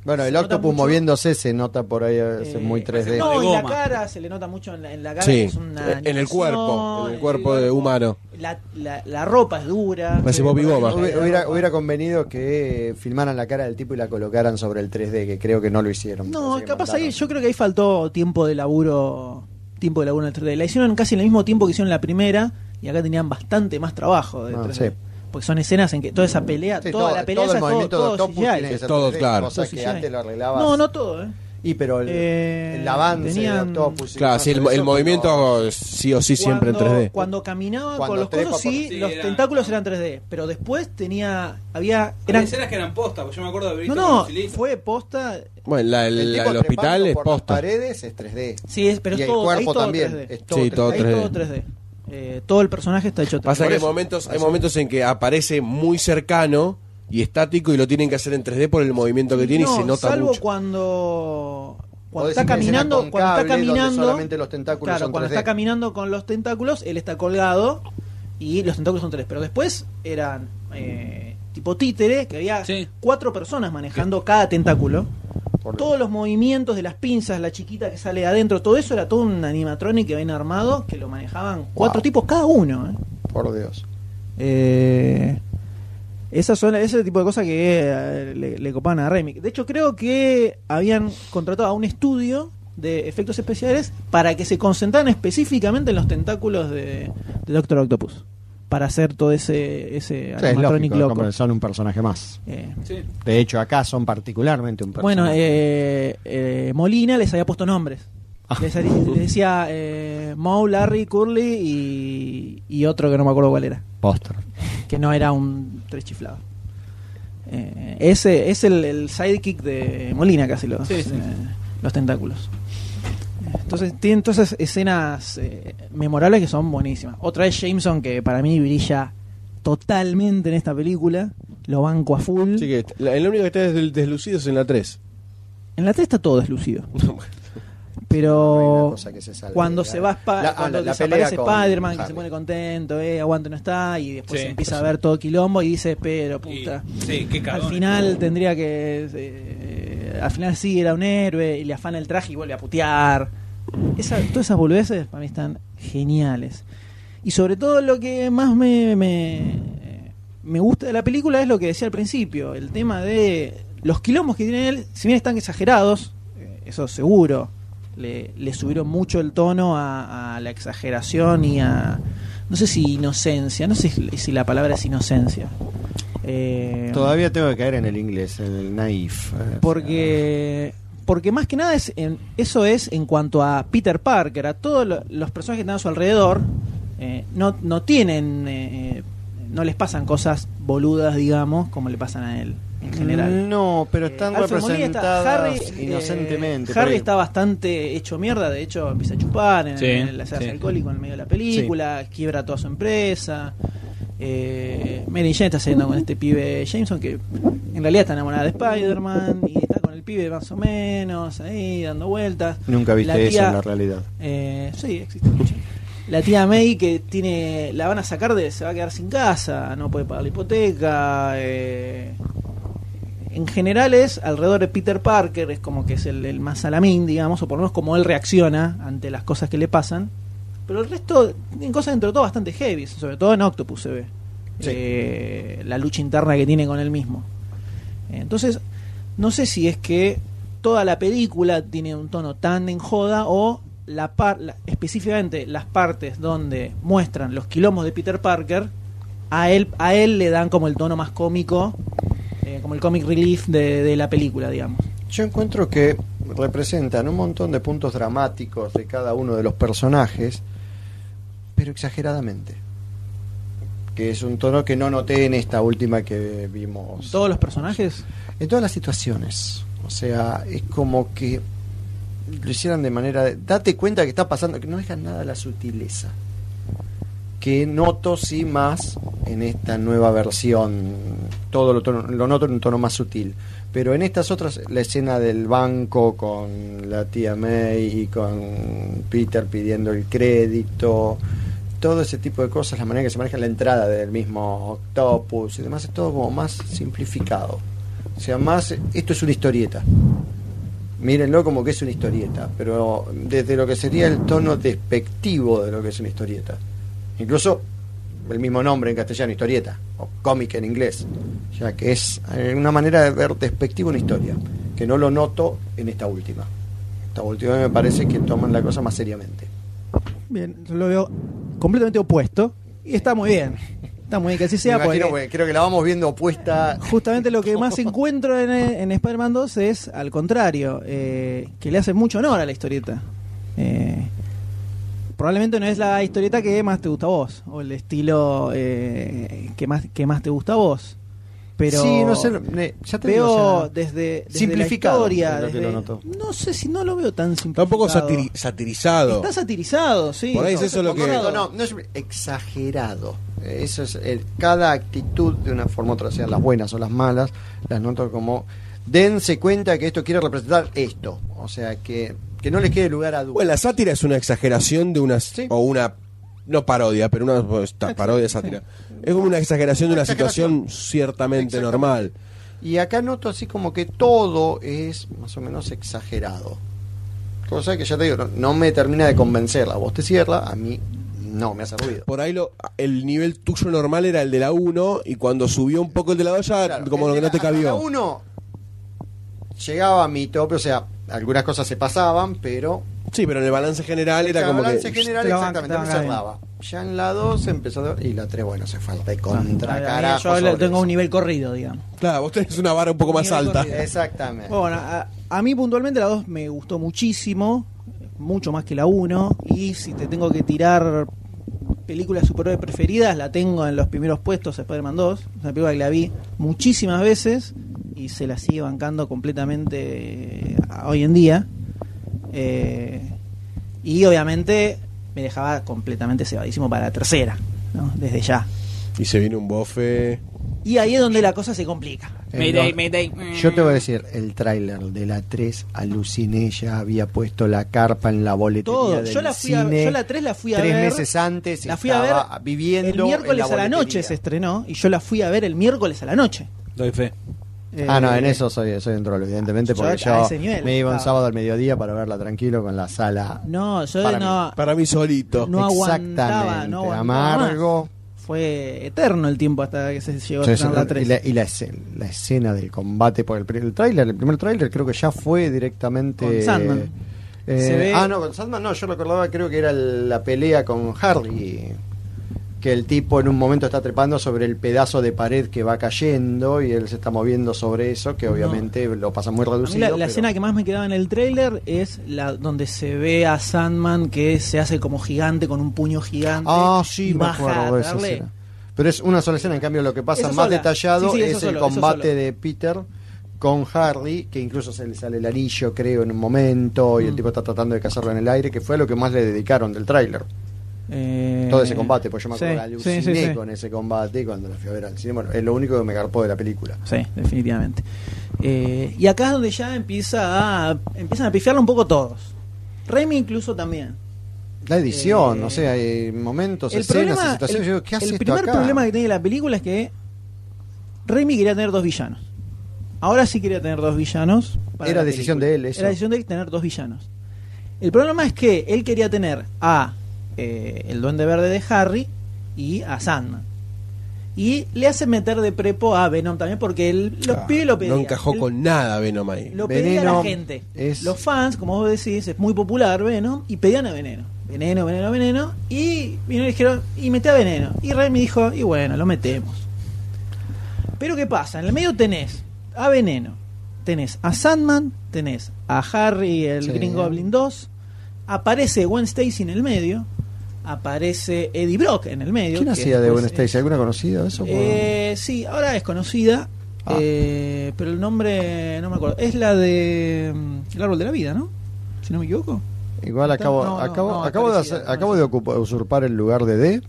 Speaker 6: Bueno,
Speaker 3: Se
Speaker 6: el
Speaker 3: nota
Speaker 6: octopus
Speaker 3: mucho.
Speaker 6: moviéndose se nota por ahí, es
Speaker 3: Eh,
Speaker 6: muy 3D.
Speaker 3: No,
Speaker 5: De
Speaker 3: en la
Speaker 5: goma.
Speaker 3: cara, se le nota mucho en la, en la cara.
Speaker 7: Sí,
Speaker 3: que es una
Speaker 7: en el
Speaker 3: animación,
Speaker 7: cuerpo, en el cuerpo de humano.
Speaker 3: La, la- la ropa es dura.
Speaker 7: Parece Bobby Goma.
Speaker 6: Hubiera, hubiera- hubiera convenido que filmaran la cara del tipo y la colocaran sobre el 3D, que creo que no lo hicieron.
Speaker 3: No,
Speaker 6: Así que
Speaker 3: capaz
Speaker 6: mandaron.
Speaker 3: ahí, yo creo que ahí faltó tiempo de laburo. Tiempo de laburo en el 3D. La hicieron casi en el mismo tiempo que hicieron la primera. Y acá tenían bastante más trabajo. De
Speaker 6: Ah,
Speaker 3: 3D,
Speaker 6: sí.
Speaker 3: Porque son escenas en que toda esa pelea,
Speaker 6: Sí,
Speaker 3: toda
Speaker 6: todo,
Speaker 3: la pelea
Speaker 6: todo
Speaker 3: esa
Speaker 6: el
Speaker 3: es todo-
Speaker 6: movimiento
Speaker 3: todo
Speaker 6: de octopus
Speaker 3: CGI.
Speaker 6: tiene que ser
Speaker 7: Todo,
Speaker 6: 3D,
Speaker 7: claro.
Speaker 6: cosas
Speaker 3: Todo
Speaker 6: que
Speaker 3: CGI.
Speaker 6: antes lo arreglabas.
Speaker 3: No, no todo, ¿eh?
Speaker 6: Y pero el,
Speaker 3: Eh,
Speaker 6: el avance
Speaker 3: tenían-
Speaker 6: del octopus. y
Speaker 7: Claro,
Speaker 6: demás,
Speaker 7: sí, el,
Speaker 6: eso,
Speaker 7: el
Speaker 6: pero-
Speaker 7: movimiento sí o sí siempre en
Speaker 3: cuando,
Speaker 7: 3D.
Speaker 3: Cuando caminaba
Speaker 6: Cuando
Speaker 3: con los
Speaker 6: trepa
Speaker 3: cosos,
Speaker 6: por-
Speaker 3: sí,
Speaker 5: Sí,
Speaker 3: los
Speaker 5: eran-
Speaker 3: tentáculos eran 3D. Pero después tenía. Había.
Speaker 5: Eran
Speaker 3: Eran,
Speaker 5: escenas que eran postas, porque yo me acuerdo de haber
Speaker 3: no,
Speaker 5: visto
Speaker 3: no,
Speaker 5: con Chilito.
Speaker 3: fue posta.
Speaker 7: Bueno, la-
Speaker 6: El,
Speaker 7: el,
Speaker 6: tipo
Speaker 7: el hospital
Speaker 6: trepando
Speaker 7: es
Speaker 6: por las
Speaker 7: posta.
Speaker 6: paredes es 3D.
Speaker 3: Sí, es, pero
Speaker 6: y
Speaker 3: es
Speaker 6: el
Speaker 3: todo, ahí
Speaker 6: cuerpo
Speaker 3: todo
Speaker 6: también.
Speaker 3: 3D.
Speaker 6: Es todo
Speaker 7: Sí,
Speaker 6: 3D.
Speaker 7: todo
Speaker 3: Ahí
Speaker 7: 3D.
Speaker 3: todo 3D. Eh, todo el personaje está hecho 3D.
Speaker 7: Pasa que hay
Speaker 6: eso.
Speaker 7: momentos, hay momentos en que aparece muy cercano y estático y lo tienen que hacer en 3D por el movimiento que tiene
Speaker 3: No,
Speaker 7: y se nota
Speaker 3: salvo
Speaker 7: mucho.
Speaker 3: cuando
Speaker 6: O
Speaker 3: cuando
Speaker 6: decís
Speaker 3: está
Speaker 6: que escena
Speaker 3: caminando,
Speaker 6: con
Speaker 3: cuando está
Speaker 6: cable, donde
Speaker 3: caminando,
Speaker 6: solamente los tentáculos
Speaker 3: claro,
Speaker 6: son
Speaker 3: cuando
Speaker 6: 3D.
Speaker 3: está caminando con los tentáculos, él está colgado y los tentáculos son tres, pero después eran eh, tipo títere que había
Speaker 5: Sí.
Speaker 3: cuatro personas manejando cada tentáculo.
Speaker 6: Por-
Speaker 3: Todos los movimientos de las pinzas, la chiquita que sale de adentro, todo eso era todo un animatronic que habían armado que lo manejaban cuatro
Speaker 6: Wow.
Speaker 3: tipos cada uno. ¿eh?
Speaker 6: Por Dios.
Speaker 3: Eh, esas son, ese tipo de cosas que eh, le, le copaban a Raimi. De hecho, creo que habían contratado a un estudio de efectos especiales para que se concentraran específicamente en los tentáculos de, de Doctor Octopus. Para hacer todo ese, ese
Speaker 6: Sí, es
Speaker 3: animatronic
Speaker 6: lógico,
Speaker 3: loco.
Speaker 6: como son un personaje más.
Speaker 3: Eh,
Speaker 5: Sí.
Speaker 6: De hecho, acá son particularmente un personaje.
Speaker 3: bueno, eh, eh, Molina les había puesto nombres. Les, les decía eh, Moe, Larry, Curly y, y otro que no me acuerdo cuál era.
Speaker 6: Póster.
Speaker 3: que no era un tres chiflado. Eh, ese es el, el sidekick de Molina casi los,
Speaker 5: Sí, sí.
Speaker 3: eh, los tentáculos. Entonces tiene todas esas escenas eh, memorables que son buenísimas. Otra es Jameson que para mí brilla totalmente en esta película, lo banco a full.
Speaker 7: Así que la- el único que está desl- deslucido es en la 3.
Speaker 3: En la 3 está todo deslucido.
Speaker 6: No hay una
Speaker 3: Pero
Speaker 6: cosa que se salve,
Speaker 3: cuando
Speaker 6: la-
Speaker 3: se va Spa-
Speaker 6: la- ah,
Speaker 3: cuando
Speaker 6: la- la
Speaker 3: desaparece
Speaker 6: pelea con
Speaker 3: Spider-Man, que se
Speaker 6: Harry.
Speaker 3: pone contento, eh, aguante no está, y después
Speaker 4: Sí,
Speaker 3: empieza a ver todo quilombo y dice, pero puta.
Speaker 5: Sí, qué
Speaker 3: Al
Speaker 5: cagón.
Speaker 3: final tendría que. eh, al final sí era un héroe y le afana el traje y vuelve a putear. Esa- todas esas boludeces para mí están geniales. Y sobre todo lo que más me, me, me gusta de la película es lo que decía al principio: el tema de los quilombos que tiene él, si bien están exagerados, eh, eso seguro, le, le subieron mucho el tono a, a la exageración y a. No sé si inocencia, no sé si la palabra es inocencia. Eh,
Speaker 6: Todavía tengo que caer en el inglés, en el naif. eh,
Speaker 3: porque porque más que nada es en- eso es en cuanto a Peter Parker, a todos lo- los personajes que están a su alrededor, eh, no, no tienen, eh, eh, no les pasan cosas boludas, digamos, como le pasan a él en general.
Speaker 6: No, pero están
Speaker 3: mm, eh, Alfred Molina está-
Speaker 6: representadas
Speaker 3: Harry, eh,
Speaker 6: inocentemente. por
Speaker 3: Harry
Speaker 6: ahí.
Speaker 3: está bastante hecho mierda, de hecho empieza a chupar, en,
Speaker 4: Sí,
Speaker 3: en- se hace
Speaker 4: sí.
Speaker 3: alcohólico en el medio de la película, quiebra toda su empresa. Eh, Mary Jane está saliendo con este pibe Jameson que en realidad está enamorada de Spider-Man y está con el pibe más o menos ahí dando vueltas.
Speaker 6: Nunca viste
Speaker 3: La
Speaker 6: eso
Speaker 3: tía-
Speaker 6: en la realidad.
Speaker 3: Eh, sí, existe mucho. La tía May que tiene, la van a sacar de, se va a quedar sin casa, no puede pagar la hipoteca. eh. En general es alrededor de Peter Parker, es como que es el, el más salamín, digamos, o por lo menos como él reacciona ante las cosas que le pasan. Pero el resto tienen cosas dentro de todo bastante heavy, sobre todo en Octopus se ve.
Speaker 6: Sí.
Speaker 3: Eh, la lucha interna que tiene con él mismo. Entonces, no sé si es que toda la película tiene un tono tan en joda o la par- la- específicamente las partes donde muestran los quilombos de Peter Parker, a él, a él le dan como el tono más cómico, eh, como el comic relief de, de la película, digamos.
Speaker 6: Yo encuentro que representan un montón de puntos dramáticos de cada uno de los personajes, pero exageradamente. Que es un tono que no noté en esta última que vimos.
Speaker 3: Todos los personajes.
Speaker 6: en todas las situaciones. O sea, es como que lo hicieran de manera... de- date cuenta que está pasando, que no dejan nada a la sutileza. Que noto sí más en esta nueva versión. Todo lo, tono- lo noto en un tono más sutil. Pero en estas otras, la escena del banco con la tía May y con Peter pidiendo el crédito, todo ese tipo de cosas, la manera que se maneja la entrada del mismo Octopus y demás, es todo como más simplificado. O sea, más, esto es una historieta. Mírenlo como que es una historieta, pero desde lo que sería el tono despectivo de lo que es una historieta. Incluso el mismo nombre en castellano, historieta, o cómic en inglés, ya que es eh, una manera de ver despectivo una historia, que no lo noto en esta última. Esta última me parece que toman la cosa más seriamente.
Speaker 3: Bien, yo lo veo completamente opuesto y está muy bien. Está muy bien que así sea.
Speaker 6: Me imagino,
Speaker 3: porque-
Speaker 6: porque creo que la vamos viendo opuesta.
Speaker 3: Justamente lo que más encuentro en, en Spider-Man 2 es al contrario, eh, que le hace mucho honor a la historieta. Eh, probablemente no es la historieta que más te gusta a vos, o el estilo eh, que, más, que más te gusta a vos. Pero
Speaker 6: Sí, no sé, eh, ya te
Speaker 3: veo
Speaker 6: digo, o sea,
Speaker 3: desde, desde
Speaker 6: simplificado,
Speaker 3: la historia,
Speaker 6: es lo que
Speaker 3: desde-
Speaker 6: lo noto.
Speaker 3: no sé si no lo veo tan simplificado.
Speaker 7: Tampoco satiri- satirizado.
Speaker 3: Está satirizado, sí.
Speaker 7: Por ahí es eso lo que-
Speaker 6: Correcto, no, no es exagerado. Eso es el- cada actitud de una forma u otra, sean las buenas o las malas, las noto como dense cuenta que esto quiere representar esto, o sea que que no les quede lugar a dudas.
Speaker 7: Bueno, la sátira es una exageración de una
Speaker 6: Sí.
Speaker 7: o una no parodia, pero una pues, ta- parodia sátira. Es como una exageración de una situación ciertamente
Speaker 6: Exactamente.
Speaker 7: normal.
Speaker 6: Y acá noto así como que todo es más o menos exagerado. Cosa que ya te digo, no, no me termina de convencer. La voz te cierra, a mí no me hace ruido.
Speaker 7: Por ahí lo, el nivel tuyo normal era el de la 1 y cuando subió un poco el de la 2 ya
Speaker 6: Claro,
Speaker 7: como
Speaker 6: el
Speaker 7: lo que
Speaker 6: de
Speaker 7: no te
Speaker 6: la- la
Speaker 7: cabió.
Speaker 6: uno llegaba a mi tope, o sea, algunas cosas se pasaban, pero
Speaker 7: Sí, pero en el balance general era
Speaker 6: el
Speaker 7: como
Speaker 6: balance
Speaker 7: que
Speaker 6: general
Speaker 3: te la banca,
Speaker 6: exactamente
Speaker 3: te
Speaker 6: me
Speaker 3: la banca
Speaker 6: cerraba. Ya en la 2 empezó a- y la 3 bueno, se falta de
Speaker 3: Ah,
Speaker 6: contra
Speaker 3: mira,
Speaker 6: carajo.
Speaker 3: Yo
Speaker 6: sobre
Speaker 3: lo- tengo
Speaker 6: eso.
Speaker 3: un nivel corrido, digamos.
Speaker 7: Claro, vos tenés una vara un poco más
Speaker 3: Nivel
Speaker 7: alta.
Speaker 3: corrido.
Speaker 6: Exactamente.
Speaker 3: Bueno, a, a mí puntualmente la 2 me gustó muchísimo, mucho más que la 1. Y si te tengo que tirar películas de superhéroes preferidas, la tengo en los primeros puestos Spider-Man 2. Es una película que la vi muchísimas veces y se la sigue bancando completamente eh, a- hoy en día. Eh, y obviamente me dejaba completamente cebadísimo para la tercera, ¿no? desde ya.
Speaker 7: Y se viene un bofe.
Speaker 3: Y ahí es donde la cosa se complica.
Speaker 6: El dos- Yo te voy a decir, el tráiler de la 3 aluciné, ya había puesto la carpa en la boletería
Speaker 3: Todo.
Speaker 6: del
Speaker 3: Yo la, fui a-
Speaker 6: cine.
Speaker 3: yo la 3 la fui a
Speaker 6: Tres
Speaker 3: ver.
Speaker 6: meses antes
Speaker 3: La fui a ver
Speaker 6: estaba viviendo
Speaker 3: el miércoles
Speaker 6: en la
Speaker 3: a la noche
Speaker 6: boletería.
Speaker 3: se estrenó y yo la fui a ver el miércoles a la noche.
Speaker 5: Doy fe.
Speaker 6: Ah, no, en
Speaker 3: Eh, Ah,
Speaker 6: eso soy, soy un trolo, evidentemente,
Speaker 3: Yo
Speaker 6: porque
Speaker 3: a
Speaker 6: yo
Speaker 3: ese nivel
Speaker 6: me iba un
Speaker 3: estaba.
Speaker 6: sábado al mediodía para verla tranquilo con la sala.
Speaker 3: No, yo
Speaker 6: Para
Speaker 3: no,
Speaker 7: Para mí solito.
Speaker 3: no
Speaker 6: Exactamente,
Speaker 3: aguantaba, no aguantaba
Speaker 6: amargo.
Speaker 3: más. Fue eterno el tiempo hasta que se llegó a
Speaker 6: Sí,
Speaker 3: estrenar
Speaker 6: sí,
Speaker 3: la 3.
Speaker 6: Y, la, y la escena, la escena del combate por el, pri- el tráiler, el primer tráiler creo que ya fue directamente...
Speaker 3: Con Sandman.
Speaker 6: eh,
Speaker 3: Se ve-
Speaker 6: Ah, no, con Sandman no, yo lo acordaba, creo que era el- la pelea con Hardy. Que el tipo en un momento está trepando sobre el pedazo de pared que va cayendo y él se está moviendo sobre eso, que obviamente lo pasa muy
Speaker 3: A
Speaker 6: reducido.
Speaker 3: mí la, la
Speaker 6: pero-
Speaker 3: escena que más me quedaba en el trailer es la donde se ve a Sandman que se hace como gigante con un puño gigante.
Speaker 6: Ah, sí,
Speaker 3: y
Speaker 6: me
Speaker 3: baja
Speaker 6: acuerdo
Speaker 3: a
Speaker 6: de esa
Speaker 3: darle.
Speaker 6: escena. Pero es una sola escena, en cambio lo que pasa
Speaker 3: Eso
Speaker 6: más
Speaker 3: sola.
Speaker 6: detallado
Speaker 3: Sí, sí, eso
Speaker 6: es el
Speaker 3: solo, eso
Speaker 6: combate
Speaker 3: solo.
Speaker 6: de Peter con Hardy, que incluso se le sale el anillo, creo, en un momento, y
Speaker 3: Mm.
Speaker 6: el tipo está tratando de cazarlo en el aire, que fue a lo que más le dedicaron del tráiler.
Speaker 3: Eh,
Speaker 6: Todo ese combate, pues yo me acuerdo que
Speaker 3: sí,
Speaker 6: aluciné
Speaker 3: sí, sí, sí.
Speaker 6: con ese combate cuando lo fui a ver al cine. Bueno, es lo único que me garpó de la película.
Speaker 3: Sí, definitivamente. Eh, y acá es donde ya empieza a, empiezan a pifiarlo un poco todos. Remy incluso también.
Speaker 6: La edición,
Speaker 3: Eh,
Speaker 6: o sea, hay momentos,
Speaker 3: el
Speaker 6: escenas,
Speaker 3: problema,
Speaker 6: situaciones.
Speaker 3: el,
Speaker 6: yo digo, ¿qué hace
Speaker 3: el
Speaker 6: esto
Speaker 3: primer
Speaker 6: acá?
Speaker 3: problema que tiene la película es que Raimi quería tener dos villanos. Ahora sí quería tener dos villanos.
Speaker 6: Era
Speaker 3: la
Speaker 6: decisión
Speaker 3: película.
Speaker 6: de él eso.
Speaker 3: Era decisión de él tener dos villanos. El problema es que él quería tener a eh, el Duende Verde de Harry y a Sandman. Y le hace meter de prepo a Venom también porque él, los
Speaker 7: Ah,
Speaker 3: pibes lo pedían.
Speaker 7: No encajó
Speaker 3: Él-
Speaker 7: con nada Venom ahí.
Speaker 3: lo pedía
Speaker 6: Veneno
Speaker 3: la gente.
Speaker 6: es-
Speaker 3: Los fans, como vos decís, es muy popular Venom y pedían a Veneno. Veneno, Veneno, Veneno. Y vino y dijeron, y mete a Veneno. Y Raimi dijo, y bueno, lo metemos. Pero ¿qué pasa? En el medio tenés a Veneno, tenés a Sandman, tenés a Harry, el
Speaker 6: Sí.
Speaker 3: Green Goblin 2, aparece Gwen Stacy en el medio, aparece Eddie Brock en el medio.
Speaker 6: ¿Quién
Speaker 3: que
Speaker 6: hacía de
Speaker 3: después
Speaker 6: Gwen
Speaker 3: es-
Speaker 6: Stacy? ¿Alguna conocida? Eso,
Speaker 3: eh, sí, ahora es conocida.
Speaker 6: Ah.
Speaker 3: eh, pero el nombre no me acuerdo. Es la de mm, El árbol de la vida, ¿no? Si no me equivoco.
Speaker 6: Igual acabo,
Speaker 3: No, no,
Speaker 6: acabo,
Speaker 3: no,
Speaker 6: acabo, de,
Speaker 3: parecida,
Speaker 6: hacer-
Speaker 3: no,
Speaker 6: acabo
Speaker 3: sí.
Speaker 6: de ocupa- usurpar el lugar de D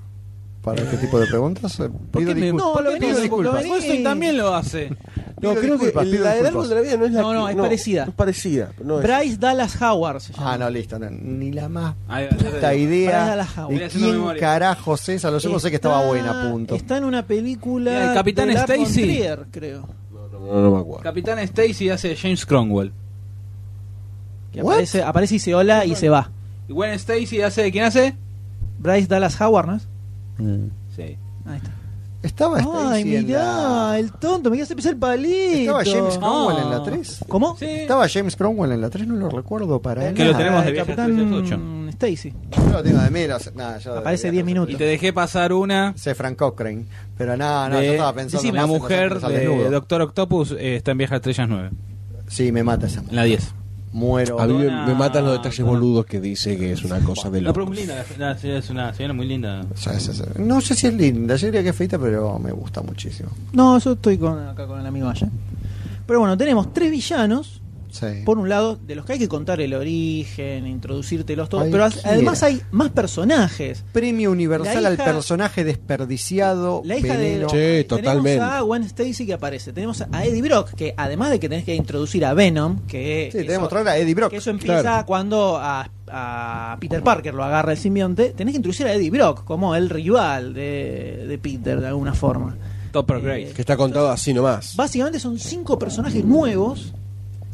Speaker 6: para este tipo de preguntas. Eh, Pido
Speaker 5: me-
Speaker 6: disculpas.
Speaker 3: No, lo
Speaker 6: pido
Speaker 3: venís-
Speaker 6: disculpas.
Speaker 3: lo venís-
Speaker 5: Goldstein también lo hace.
Speaker 7: No,
Speaker 6: Pido
Speaker 7: creo
Speaker 6: disculpas,
Speaker 7: que
Speaker 6: pido
Speaker 7: la del
Speaker 6: disculpas.
Speaker 7: árbol de la vida no es la
Speaker 3: No,
Speaker 7: que-
Speaker 3: no, es parecida.
Speaker 7: Es parecida. pero No es-
Speaker 3: Bryce Dallas Howard se llama.
Speaker 6: Ah, no, listo. no, ni la más
Speaker 5: Ahí va,
Speaker 6: puta
Speaker 5: ahí
Speaker 3: Pará,
Speaker 6: idea
Speaker 3: la jabón.
Speaker 6: de
Speaker 5: Estoy haciendo
Speaker 6: quién
Speaker 5: memoria.
Speaker 6: carajos es. A lo sumo sé que estaba
Speaker 3: Está-
Speaker 6: buena, punto.
Speaker 3: Está en una película.
Speaker 5: Mira, el Capitán
Speaker 3: de Lars von
Speaker 5: Stacy.
Speaker 3: Trier, creo.
Speaker 7: No, no, no me acuerdo.
Speaker 5: Capitán Stacy hace James Cromwell.
Speaker 3: Que
Speaker 6: What?
Speaker 3: aparece, aparece y se hola y se va.
Speaker 5: Y Gwen Stacy hace. ¿Quién hace?
Speaker 3: Bryce Dallas Howard, ¿no es?
Speaker 5: Sí.
Speaker 3: Ahí está.
Speaker 6: Estaba
Speaker 3: Ay,
Speaker 6: Stacy en
Speaker 3: mirá,
Speaker 6: la-
Speaker 3: el tonto, me quedaste pisar el palito.
Speaker 6: Estaba James Cromwell en la
Speaker 5: Ah.
Speaker 6: 3.
Speaker 3: ¿Cómo?
Speaker 5: Sí.
Speaker 6: Estaba James Cromwell en la 3, no lo recuerdo para
Speaker 5: Que
Speaker 6: nada.
Speaker 5: lo tenemos de
Speaker 3: El
Speaker 5: viaje al 308.
Speaker 3: Capitán Stacy.
Speaker 6: No lo tengo de mí, lo sé- nada, yo
Speaker 3: Aparece
Speaker 6: de-
Speaker 3: 10
Speaker 5: Y
Speaker 3: minutos.
Speaker 5: te dejé pasar una.
Speaker 6: Sé Frank Cochrane. Pero Ah, no, no,
Speaker 5: de-
Speaker 6: yo estaba pensando
Speaker 5: decime,
Speaker 6: más
Speaker 5: la
Speaker 6: en los
Speaker 5: mujer
Speaker 6: hombres al
Speaker 5: de
Speaker 6: desnudo.
Speaker 5: Doctor Octopus eh, está en Vieja Estrellas 9.
Speaker 6: Sí, me mata esa
Speaker 5: En la 10.
Speaker 6: Muero.
Speaker 7: A mí me,
Speaker 5: Dona-
Speaker 7: me matan los detalles
Speaker 5: Dona.
Speaker 7: boludos que dice que es una cosa de
Speaker 5: No,
Speaker 7: loco.
Speaker 5: pero es muy linda. la- la- Es una señora muy linda.
Speaker 6: Sí, sí, sí. No sé si es linda, yo diría que es feita, pero me gusta muchísimo.
Speaker 3: No, yo estoy con, acá con el amigo allá. Pero bueno, tenemos tres villanos.
Speaker 6: Sí.
Speaker 3: Por un lado, de los que hay que contar el origen, introducírtelos todos.
Speaker 6: Ay,
Speaker 3: Pero as-
Speaker 6: quiera.
Speaker 3: además hay más personajes.
Speaker 6: Premio universal
Speaker 3: La
Speaker 6: al
Speaker 3: hija-
Speaker 6: personaje desperdiciado.
Speaker 3: La hija
Speaker 6: veneno.
Speaker 7: Sí,
Speaker 3: de.
Speaker 7: totalmente.
Speaker 3: Tenemos a Gwen Stacy que aparece. Tenemos a Eddie Brock, que además de que tenés que introducir a Venom, que.
Speaker 6: Sí,
Speaker 3: eso-
Speaker 6: tenemos que traer a Eddie Brock.
Speaker 3: que eso empieza
Speaker 7: claro.
Speaker 3: cuando a, a Peter Parker lo agarra el simbionte. Tenés que introducir a Eddie Brock como el rival de, de Peter, de alguna forma.
Speaker 5: Topper
Speaker 3: Eh,
Speaker 5: Grace.
Speaker 7: Que está contado así nomás.
Speaker 3: Básicamente son cinco personajes nuevos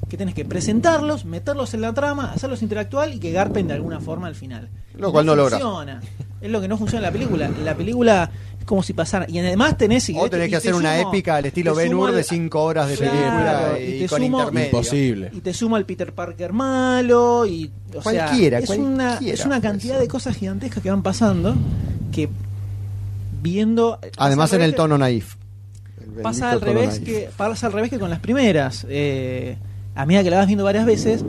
Speaker 3: que tenés que presentarlos, meterlos en la trama, hacerlos interactuar y que garpen de alguna forma al final.
Speaker 6: Lo cual no logra.
Speaker 3: funciona. Es lo que no funciona en la película. En La película es como si pasara. Y además tenés. y-
Speaker 6: O
Speaker 3: y
Speaker 6: tenés que
Speaker 3: te
Speaker 6: hacer una
Speaker 3: sumo-
Speaker 6: épica al estilo
Speaker 3: te
Speaker 6: Ben
Speaker 3: sumo
Speaker 6: Hur
Speaker 3: al-
Speaker 6: de 5 horas de
Speaker 3: Claro,
Speaker 6: película
Speaker 3: y
Speaker 6: y,
Speaker 3: te
Speaker 6: con
Speaker 3: sumo-
Speaker 6: intermedio.
Speaker 7: Imposible.
Speaker 3: Y te suma el Peter Parker malo y o sea,
Speaker 6: Cualquiera,
Speaker 3: es una
Speaker 6: cualquiera
Speaker 3: es una
Speaker 6: puede
Speaker 3: cantidad
Speaker 6: ser.
Speaker 3: de cosas gigantescas que van pasando que viendo eh,
Speaker 6: Además
Speaker 3: pasa al
Speaker 6: en el
Speaker 3: revés-
Speaker 6: tono naif. El bendito
Speaker 3: pasa al
Speaker 6: tono
Speaker 3: revés
Speaker 6: naif.
Speaker 3: que pasa al revés que con las primeras eh, a medida que la vas viendo varias veces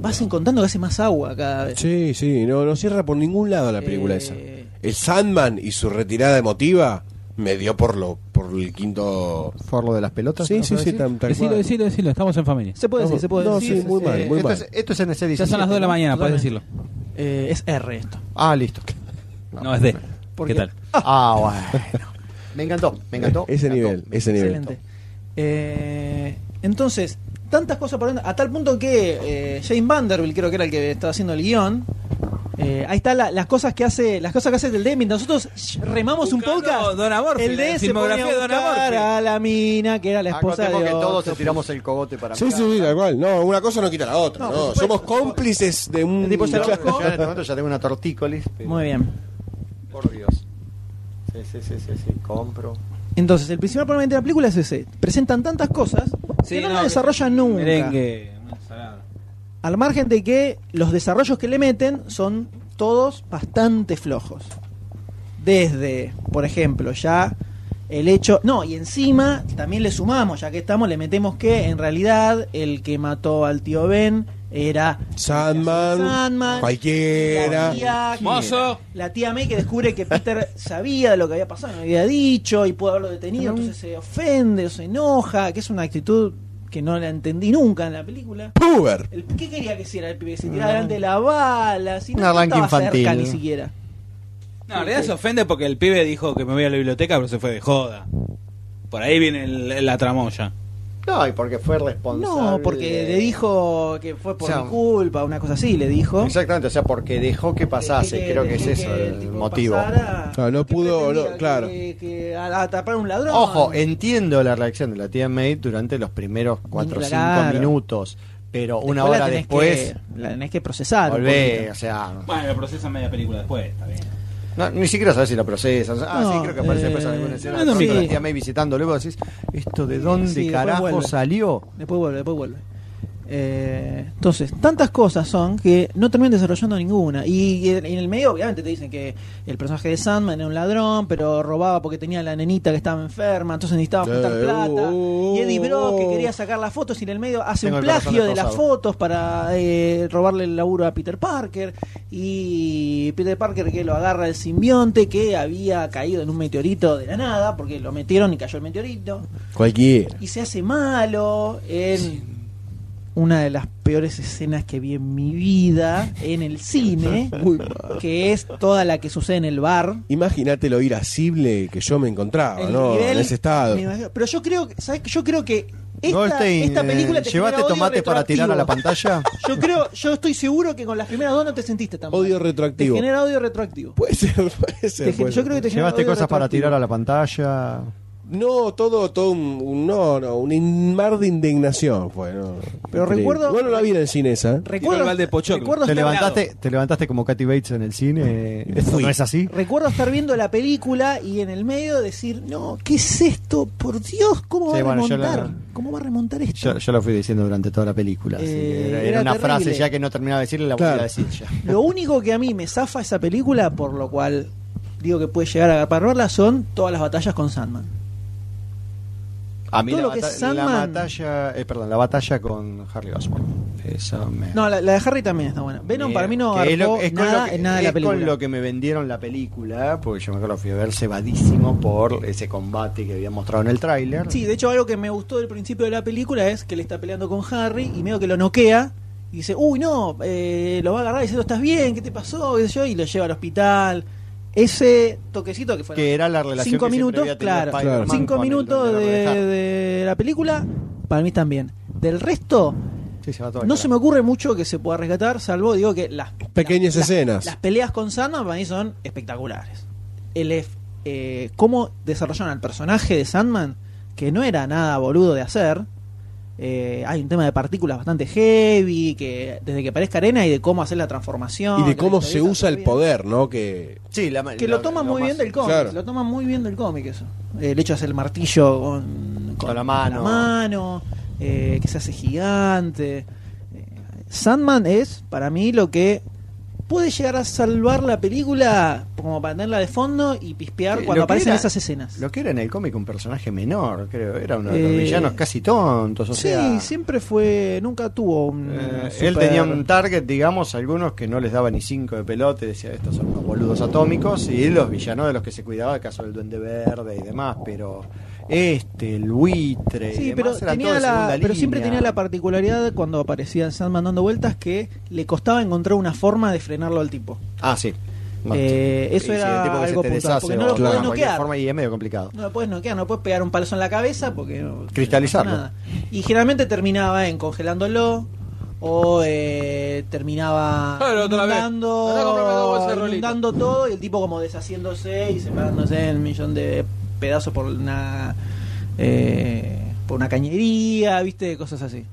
Speaker 3: vas encontrando que hace más agua cada vez
Speaker 7: Sí, sí, no, no cierra por ningún lado la película
Speaker 3: Eh,
Speaker 7: esa. El Sandman y su retirada emotiva me dio por lo por el quinto.
Speaker 6: Por lo de las pelotas.
Speaker 7: Sí,
Speaker 6: ¿no?
Speaker 7: sí, sí, tan, tal
Speaker 5: Decilo,
Speaker 7: cual.
Speaker 5: decilo, decilo. Estamos en familia.
Speaker 3: se puede decir se puede
Speaker 7: No,
Speaker 3: decir
Speaker 7: sí, muy mal,
Speaker 3: eh,
Speaker 7: muy
Speaker 6: esto,
Speaker 7: mal.
Speaker 6: es, esto es en ese
Speaker 5: Ya son las 2 de la mañana, puedes decirlo.
Speaker 3: Totalmente. eh, es R esto
Speaker 6: Ah, listo.
Speaker 5: No, es D.
Speaker 3: ¿Por
Speaker 5: ¿Qué
Speaker 3: qué?
Speaker 5: tal?
Speaker 6: Ah, bueno. Me encantó, me encantó.
Speaker 7: Ese
Speaker 6: me encantó.
Speaker 7: nivel, ese nivel.
Speaker 3: Excelente. Eh, entonces, tantas cosas por dentro, a tal punto que eh, James Vanderbilt, creo que era el que estaba haciendo el guión. eh, ahí está la- las cosas que hace las cosas que hace el Deming nosotros remamos un
Speaker 5: Buscando
Speaker 3: podcast
Speaker 5: Donna Morphy,
Speaker 3: el
Speaker 5: la
Speaker 3: de se
Speaker 5: filmografía
Speaker 3: ponía a
Speaker 5: de Donna
Speaker 3: buscar
Speaker 5: Morphy.
Speaker 3: a la mina que era la esposa
Speaker 6: Acotemos
Speaker 3: de
Speaker 6: Ah, que todos
Speaker 3: Octopus.
Speaker 6: te tiramos el cogote para
Speaker 7: Sí,
Speaker 6: acá.
Speaker 7: sí, sí, tal cual. No, una cosa no quita la otra.
Speaker 3: No,
Speaker 7: no.
Speaker 3: por supuesto.
Speaker 7: Somos cómplices de un.
Speaker 3: El tipo se
Speaker 6: Yo,
Speaker 7: Claro.
Speaker 6: yo en este momento ya tengo una tortícolis. pero-
Speaker 3: muy bien
Speaker 6: Por Dios. Sí, sí, sí, sí, sí, compro.
Speaker 3: entonces el principal problema de la película es ese presentan tantas cosas que no, las desarrollan nunca
Speaker 5: Merengue, una ensalada.
Speaker 3: Al margen de que los desarrollos que le meten son todos bastante flojos. Desde, por ejemplo, ya el hecho... No, y encima también le sumamos, ya que estamos, le metemos que en realidad el que mató al tío Ben era...
Speaker 7: Sandman,
Speaker 3: Sandman,
Speaker 7: cualquiera.
Speaker 3: La tía,
Speaker 4: Mozo.
Speaker 3: la tía May que descubre que Peter sabía de lo que había pasado, no había dicho y pudo haberlo detenido, entonces se ofende o se enoja, que es una actitud que no la entendí nunca en la película.
Speaker 7: Puber.
Speaker 3: El- ¿Qué quería que hiciera el pibe? Que se tirara delante de la bala, si no,
Speaker 6: Un
Speaker 3: no
Speaker 6: arranque
Speaker 3: estaba cerca
Speaker 6: infantil.
Speaker 3: ni siquiera.
Speaker 5: No, en realidad se ofende porque el pibe dijo que me voy a la biblioteca, pero se fue de joda. Por ahí viene el- la tramoya.
Speaker 6: No, y porque fue responsable.
Speaker 3: No, porque le dijo que fue por
Speaker 6: O sea,
Speaker 3: mi culpa, una cosa así, le dijo.
Speaker 6: Exactamente, o sea, porque dejó que pasase.
Speaker 3: Dejé-
Speaker 6: Creo que es
Speaker 3: dejé
Speaker 6: eso el
Speaker 3: tipo
Speaker 6: motivo.
Speaker 3: pasara-
Speaker 7: Claro, no
Speaker 3: que
Speaker 7: pudo,
Speaker 3: pretendía
Speaker 7: no,
Speaker 3: que-
Speaker 7: claro.
Speaker 3: Que, a- atrapar a un ladrón.
Speaker 6: Ojo, entiendo la reacción de la tía May durante los primeros 4 o 5
Speaker 3: Claro.
Speaker 6: minutos, pero una
Speaker 3: Después la
Speaker 6: hora
Speaker 3: tenés
Speaker 6: después,
Speaker 3: que- la tenés que procesar. un
Speaker 6: volvé,
Speaker 3: poquito.
Speaker 6: o sea,
Speaker 5: Bueno, lo procesa media película después, está bien.
Speaker 6: no, ni siquiera sabes si la procesas. Ah,
Speaker 3: No,
Speaker 6: sí, creo que aparece después
Speaker 3: eh,
Speaker 6: alguna escena
Speaker 3: no, no,
Speaker 6: con
Speaker 3: sí.
Speaker 6: la tía May visitando, luego decís, ¿esto de dónde
Speaker 3: Sí, después
Speaker 6: carajo
Speaker 3: vuelve.
Speaker 6: salió?
Speaker 3: Después vuelve, después vuelve. Eh, entonces, tantas cosas son que no terminan desarrollando ninguna. Y, y en el medio, obviamente, te dicen que el personaje de Sandman era un ladrón, pero robaba porque tenía la nenita que estaba enferma, entonces necesitaba juntar
Speaker 7: Eh,
Speaker 3: plata.
Speaker 7: oh,
Speaker 3: y Eddie Brock, que
Speaker 7: oh.
Speaker 3: quería sacar las fotos, y en el medio hace
Speaker 6: Uh, Tengo
Speaker 3: un
Speaker 6: el corazón
Speaker 3: plagio de las
Speaker 6: destrozado.
Speaker 3: fotos para eh, robarle el laburo a Peter Parker. Y Peter Parker que lo agarra el simbionte que había caído en un meteorito de la nada, porque lo metieron y cayó el meteorito
Speaker 7: Cualquiera.
Speaker 3: y se hace malo en una de las peores escenas que vi en mi vida en el cine, que es toda la que sucede en el bar.
Speaker 7: Imagínate lo irascible que yo me encontraba, Ah, ¿no?
Speaker 3: nivel-
Speaker 7: en ese estado.
Speaker 3: me imagino- Pero yo creo, que- ¿sabes? qué? Yo creo que esta,
Speaker 6: Goldstein,
Speaker 3: esta película
Speaker 6: eh,
Speaker 3: te
Speaker 6: ¿Llevaste
Speaker 3: genera odio
Speaker 6: tomates para tirar a la
Speaker 3: retroactivo.
Speaker 6: pantalla?
Speaker 3: Yo creo, yo estoy seguro que con las primeras dos no te sentiste tan mal.
Speaker 7: Odio
Speaker 3: Te
Speaker 7: retroactivo.
Speaker 3: genera odio retroactivo.
Speaker 7: Puede ser, puede
Speaker 3: Te
Speaker 7: ser.
Speaker 3: gen-
Speaker 7: puede
Speaker 3: yo
Speaker 7: ser.
Speaker 3: creo que te genera
Speaker 6: ¿Llevaste
Speaker 3: odio
Speaker 6: cosas para
Speaker 3: retroactivo.
Speaker 6: tirar a la pantalla?
Speaker 7: No, todo, todo un, un- no, no, un in- mar de indignación fue, ¿no?
Speaker 3: Pero recuerdo-
Speaker 7: Bueno, la vi en el cine esa. ¿eh?
Speaker 5: Tiró el
Speaker 3: Recuerdo,
Speaker 5: balde de pochoclo.
Speaker 3: recuerdo
Speaker 6: ¿Te
Speaker 3: estar-
Speaker 6: levantaste, ¿Te levantaste como Katy Bates en el cine? ¿Esto no es así?
Speaker 3: Recuerdo estar viendo la película y en el medio decir, no, ¿qué es esto? Por Dios, ¿cómo va
Speaker 6: Sí,
Speaker 3: a
Speaker 6: bueno, yo
Speaker 3: remontar?
Speaker 6: la-
Speaker 3: ¿Cómo va a remontar esto?
Speaker 6: Yo, yo lo fui diciendo durante toda la película. así que
Speaker 3: Eh,
Speaker 6: era,
Speaker 3: era
Speaker 6: era una
Speaker 3: terrible.
Speaker 6: frase ya que no terminaba de decirle, la
Speaker 7: Claro.
Speaker 6: volví a decir ya.
Speaker 3: Lo único que a mí me zafa esa película, por lo cual digo que puede llegar a para verla, son todas las batallas con Sandman.
Speaker 6: A mí
Speaker 3: Todo
Speaker 6: la,
Speaker 3: lo que
Speaker 6: bata-
Speaker 3: es
Speaker 6: la
Speaker 3: Sandman-
Speaker 6: batalla, eh, perdón, la batalla con Harry Osborn. Esa me-
Speaker 3: No, la, la de Harry también está buena. Venom para mí no
Speaker 6: Que es lo-
Speaker 3: agarró
Speaker 6: es con
Speaker 3: nada,
Speaker 6: lo que-
Speaker 3: en nada de la
Speaker 6: es con
Speaker 3: película.
Speaker 6: lo que me vendieron la película, porque yo me acuerdo que fui a ver cebadísimo por ese combate que habían mostrado en el tráiler.
Speaker 3: Sí, de hecho algo que me gustó del principio de la película es que le está peleando con Harry y medio que lo noquea y dice, uy no, eh, lo va a agarrar y dice, "No, ¿estás bien? ¿Qué te pasó? Y, qué sé yo, y lo lleva al hospital. Ese toquecito que fue...
Speaker 6: que era la relación
Speaker 3: cinco
Speaker 6: que siempre
Speaker 3: minutos,
Speaker 6: había tenido
Speaker 3: claro,
Speaker 6: Spider-Man
Speaker 3: cinco
Speaker 6: con el
Speaker 3: minutos
Speaker 6: duende
Speaker 3: de,
Speaker 6: verde Harry.
Speaker 3: de la película, para mí también. Del resto,
Speaker 6: Sí, se va todo al
Speaker 3: no
Speaker 6: carajo.
Speaker 3: se me ocurre mucho que se pueda rescatar, salvo digo que las
Speaker 7: Pequeñas
Speaker 3: las-
Speaker 7: escenas.
Speaker 3: Las peleas con Sandman para mí son espectaculares. El ef- eh, cómo desarrollaron al personaje de Sandman, que no era nada boludo de hacer. Eh, hay un tema de partículas bastante heavy, que desde que aparezca arena y de cómo hacer la transformación.
Speaker 7: Y de
Speaker 3: la
Speaker 7: cómo
Speaker 3: historieta
Speaker 7: se usa el
Speaker 3: todavía.
Speaker 7: poder, ¿no? Que
Speaker 6: Sí, la-
Speaker 3: Que
Speaker 6: la-
Speaker 3: lo toma
Speaker 6: lo
Speaker 3: muy
Speaker 6: más-
Speaker 3: bien del cómic,
Speaker 7: Claro.
Speaker 3: lo toma muy bien del cómic eso. Eh, El hecho de hacer el martillo con,
Speaker 6: Con la mano.
Speaker 3: mano, eh, que se hace gigante. Eh, Sandman es, para mí, lo que puede llegar a salvar la película como para tenerla de fondo y pispear
Speaker 6: Sí, lo que
Speaker 3: cuando aparecen
Speaker 6: era-
Speaker 3: esas escenas.
Speaker 6: Lo que era en el cómic un personaje menor, creo. Era uno de los
Speaker 3: Eh,
Speaker 6: villanos casi tontos. O
Speaker 3: sí, Mm,
Speaker 6: sea,
Speaker 3: siempre fue, nunca tuvo un...
Speaker 6: eh,
Speaker 3: super-
Speaker 6: Él tenía un target, digamos, algunos que no les daba ni cinco de pelote, decía, estos son unos boludos atómicos, y los villanos de los que se cuidaba, el caso del Duende Verde y demás, pero este, el buitre, y
Speaker 3: Sí,
Speaker 6: demás,
Speaker 3: pero,
Speaker 6: eran
Speaker 3: tenía
Speaker 6: todos de
Speaker 3: la-
Speaker 6: segunda
Speaker 3: pero siempre
Speaker 6: línea.
Speaker 3: tenía la particularidad cuando aparecía el Sandman dando vueltas que le costaba encontrar una forma de frenarlo al tipo.
Speaker 6: Ah, sí. Macho.
Speaker 3: Eh, eso
Speaker 6: Y si
Speaker 3: era
Speaker 6: el tipo que
Speaker 3: algo
Speaker 6: se te
Speaker 3: puntual,
Speaker 6: deshace
Speaker 3: porque
Speaker 6: o
Speaker 3: no lo
Speaker 6: de
Speaker 3: podés
Speaker 7: claro.
Speaker 6: cualquier
Speaker 3: noquear.
Speaker 6: forma y es medio complicado.
Speaker 3: No lo puedes noquear, no puedes pegar un palazo en la cabeza porque no,
Speaker 6: Cristalizarlo.
Speaker 3: no pasa nada. Y generalmente terminaba en congelándolo o eh, terminaba
Speaker 11: Claro, Ah, otra vez.
Speaker 3: inundando,
Speaker 11: Andá a comprarme dos bolsas de rolito.
Speaker 3: inundando todo y el tipo como deshaciéndose y separándose en un millón de pedazos por una eh, por una cañería, viste, cosas así.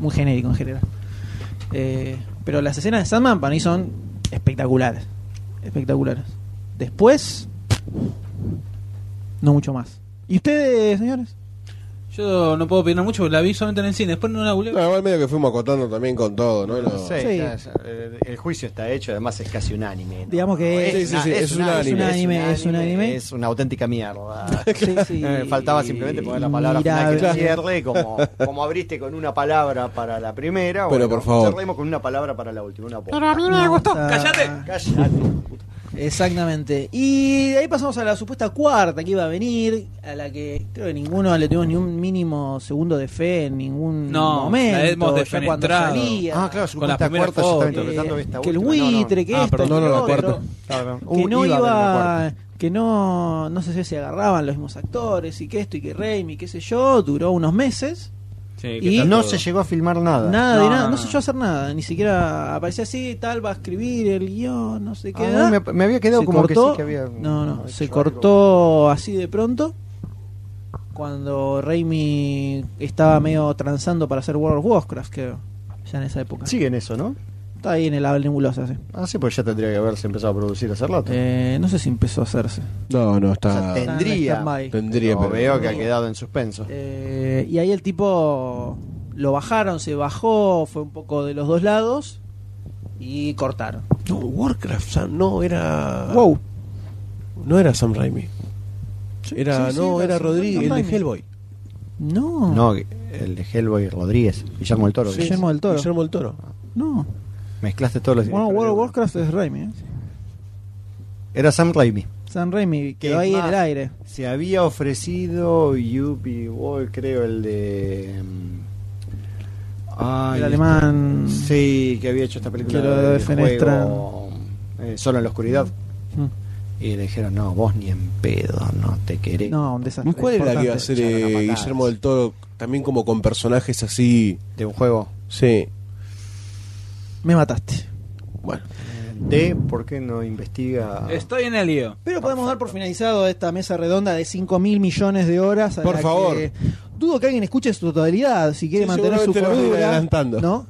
Speaker 3: Muy genérico en general. Eh, pero las escenas de Sandman para mí son espectaculares. Espectaculares. Después, no mucho más. ¿Y ustedes, señores?
Speaker 5: Yo no puedo opinar mucho, porque la vi solamente en el cine, después no la volví. a ver.
Speaker 7: No, igual medio que fuimos acotando también con todo, ¿no? Lo-
Speaker 6: sé,
Speaker 3: Sí.
Speaker 6: ya- ya, eh, el juicio está hecho, además es casi unánime. ¿no?
Speaker 3: Digamos que
Speaker 6: No,
Speaker 3: es-
Speaker 7: sí, sí, es
Speaker 6: una-
Speaker 7: unánime.
Speaker 3: Es unánime.
Speaker 6: Es una auténtica mierda.
Speaker 3: Sí, sí.
Speaker 6: Eh, Faltaba simplemente poner la palabra final
Speaker 3: Mirable.
Speaker 6: que cierre, como, como abriste con una palabra para la primera.
Speaker 7: Pero, por favor.
Speaker 6: Cerremos con una palabra para la última. Una
Speaker 8: Pero a
Speaker 6: bosta.
Speaker 8: mí me gustó.
Speaker 3: Ah,
Speaker 6: Cállate.
Speaker 3: Exactamente. Y de ahí pasamos a la supuesta cuarta que iba a venir, a la que creo que ninguno le tuvimos ni un mínimo segundo de fe en ningún
Speaker 5: No,
Speaker 3: momento.
Speaker 5: la hemos
Speaker 3: ya cuando
Speaker 5: defenestrado.
Speaker 3: salía.
Speaker 6: Ah, claro, su
Speaker 5: Con la
Speaker 6: cuenta
Speaker 5: primera
Speaker 6: cuarta yo
Speaker 5: foto.
Speaker 6: estaba
Speaker 3: Eh,
Speaker 6: interpretando esta
Speaker 3: que el
Speaker 6: última. No, no, no.
Speaker 3: buitre, que
Speaker 5: Ah,
Speaker 3: esto,
Speaker 5: perdón,
Speaker 3: que
Speaker 7: no, no,
Speaker 3: lo
Speaker 7: la
Speaker 3: otro.
Speaker 7: cuarta.
Speaker 6: Claro.
Speaker 3: que
Speaker 6: Uh,
Speaker 3: no
Speaker 6: iba a haber una cuarta.
Speaker 3: iba, que no, no sé si se agarraban los mismos actores y que esto y que Raimi, qué sé yo, duró unos meses,
Speaker 5: Sí,
Speaker 3: Y
Speaker 5: que
Speaker 6: no
Speaker 5: tanto-
Speaker 6: se llegó a filmar nada.
Speaker 3: nada de
Speaker 5: No,
Speaker 3: nada,
Speaker 5: no,
Speaker 3: no
Speaker 5: no.
Speaker 3: se yo hacer nada, ni siquiera aparecía así, tal, va a escribir el guión, no sé qué.
Speaker 6: Ah, no, me, me había quedado
Speaker 3: se
Speaker 6: como que
Speaker 3: cortó,
Speaker 6: sí que había.
Speaker 3: no, no, se
Speaker 6: hecho
Speaker 3: cortó así de pronto cuando Raimi estaba
Speaker 6: Mm.
Speaker 3: medio transando para hacer World of Warcraft, creo, ya en esa época.
Speaker 6: algo. Sigue en eso, ¿no?
Speaker 3: Está ahí en el Abel Nebulosa, sí.
Speaker 6: Ah, sí, pues ya tendría que haberse empezado a producir hace rato.
Speaker 3: Eh, no sé si empezó a hacerse.
Speaker 7: No, no,
Speaker 6: O sea,
Speaker 7: está.
Speaker 6: te-
Speaker 3: Está en
Speaker 6: Tendría.
Speaker 3: stand-by.
Speaker 7: Tendría,
Speaker 6: No,
Speaker 7: pero.
Speaker 6: veo que ha quedado en suspenso.
Speaker 3: Eh, y ahí el tipo lo bajaron, se bajó, fue un poco de los dos lados y cortaron.
Speaker 7: No, Warcraft, o sea, no era.
Speaker 3: Wow.
Speaker 7: No era Sam Raimi. Era,
Speaker 3: sí,
Speaker 7: no,
Speaker 3: era
Speaker 7: era
Speaker 3: Sam-
Speaker 7: Rodríguez,
Speaker 3: Sam
Speaker 7: el
Speaker 3: Raimi.
Speaker 7: de Hellboy.
Speaker 3: No.
Speaker 6: No, el de Hellboy Rodríguez, Guillermo del Toro.
Speaker 3: Sí. Guillermo del Toro. Ah,
Speaker 7: Guillermo del Toro.
Speaker 3: No.
Speaker 6: Mezclaste todos los
Speaker 3: Bueno,
Speaker 6: directores
Speaker 3: World
Speaker 6: de
Speaker 3: of
Speaker 6: uno.
Speaker 3: Warcraft es Raimi. ¿eh?
Speaker 6: Era Sam Raimi.
Speaker 3: San Raimi
Speaker 6: Que
Speaker 3: quedó ahí
Speaker 6: es
Speaker 3: en el
Speaker 6: más,
Speaker 3: aire.
Speaker 6: Se había ofrecido Yuppie Boy, creo, el de. mm, ay,
Speaker 3: el alemán.
Speaker 6: este- Sí, que había hecho esta película.
Speaker 3: Que lo
Speaker 6: de
Speaker 3: defenestran.
Speaker 6: juego, eh, Solo en la oscuridad.
Speaker 3: Mm.
Speaker 6: Y le dijeron, no, vos ni en pedo, no te querés.
Speaker 3: No, un desastre.
Speaker 7: ¿Y cuál era la que iba a
Speaker 3: importante.
Speaker 7: ser
Speaker 6: Echaron a
Speaker 7: eh,
Speaker 6: patadas.
Speaker 7: Guillermo del Toro? También como con personajes así.
Speaker 6: De un juego.
Speaker 7: Sí.
Speaker 3: Me mataste.
Speaker 7: Bueno.
Speaker 6: De por qué no investiga.
Speaker 4: Este
Speaker 5: Estoy en el lío.
Speaker 3: Pero podemos dar por finalizado esta mesa redonda de 5 mil millones de horas. a
Speaker 7: Por
Speaker 3: la
Speaker 7: favor.
Speaker 3: que- dudo que alguien escuche su totalidad si quiere
Speaker 7: Sí,
Speaker 3: mantener su
Speaker 7: seguramente lo van a ir
Speaker 3: cordura.
Speaker 7: adelantando.
Speaker 3: ¿no?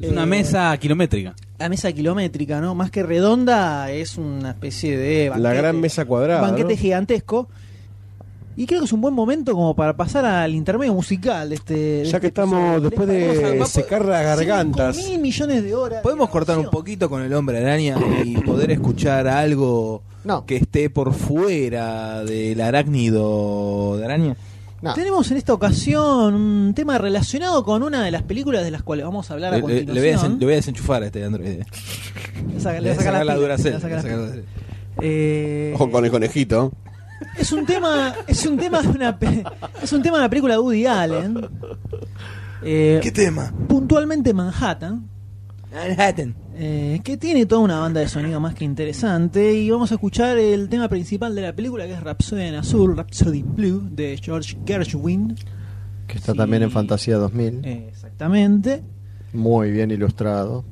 Speaker 5: Es una
Speaker 3: Eh,
Speaker 5: mesa kilométrica.
Speaker 3: La mesa kilométrica, ¿no? Más que redonda, es una especie de.
Speaker 7: la
Speaker 3: banquete,
Speaker 7: gran mesa
Speaker 3: un
Speaker 7: cuadrada.
Speaker 3: banquete
Speaker 7: ¿no?
Speaker 3: gigantesco. Y creo que es un buen momento como para pasar al intermedio musical de este. de
Speaker 7: Ya
Speaker 3: este
Speaker 7: que estamos
Speaker 3: episodio.
Speaker 7: después
Speaker 3: ¿Les parece?
Speaker 7: de
Speaker 5: Vamos a-
Speaker 7: secar las gargantas.
Speaker 3: Cinco mil millones de horas.
Speaker 11: ¿Podemos
Speaker 3: de
Speaker 11: cortar un
Speaker 3: grabación.
Speaker 11: poquito con el hombre araña y poder escuchar algo
Speaker 6: No.
Speaker 11: que esté por fuera del arácnido de araña?
Speaker 6: No.
Speaker 3: Tenemos en esta ocasión un tema relacionado con una de las películas de las cuales vamos a hablar a
Speaker 11: Le, Eh, le- le voy a
Speaker 3: continuación.
Speaker 11: desen- le voy a desenchufar a este androide.
Speaker 3: Le saca-
Speaker 11: Le
Speaker 3: le
Speaker 11: voy a
Speaker 3: saca las
Speaker 11: sacar la
Speaker 3: pilas,
Speaker 11: duracel.
Speaker 3: le saca las
Speaker 11: le voy a
Speaker 3: pilas.
Speaker 11: sacar la Duracell.
Speaker 3: Eh,
Speaker 7: Ojo con el conejito.
Speaker 3: es un tema, es un tema de una pe- es un tema de la película de Woody Allen. Eh,
Speaker 11: ¿Qué tema?
Speaker 3: puntualmente Manhattan,
Speaker 11: Manhattan.
Speaker 3: eh, que tiene toda una banda de sonido más que interesante y vamos a escuchar el tema principal de la película que es Rhapsody en Azul, Rhapsody Blue de George Gershwin.
Speaker 6: Que está
Speaker 3: Sí.
Speaker 6: también en Fantasía 2000.
Speaker 3: Eh, exactamente.
Speaker 6: Muy bien ilustrado.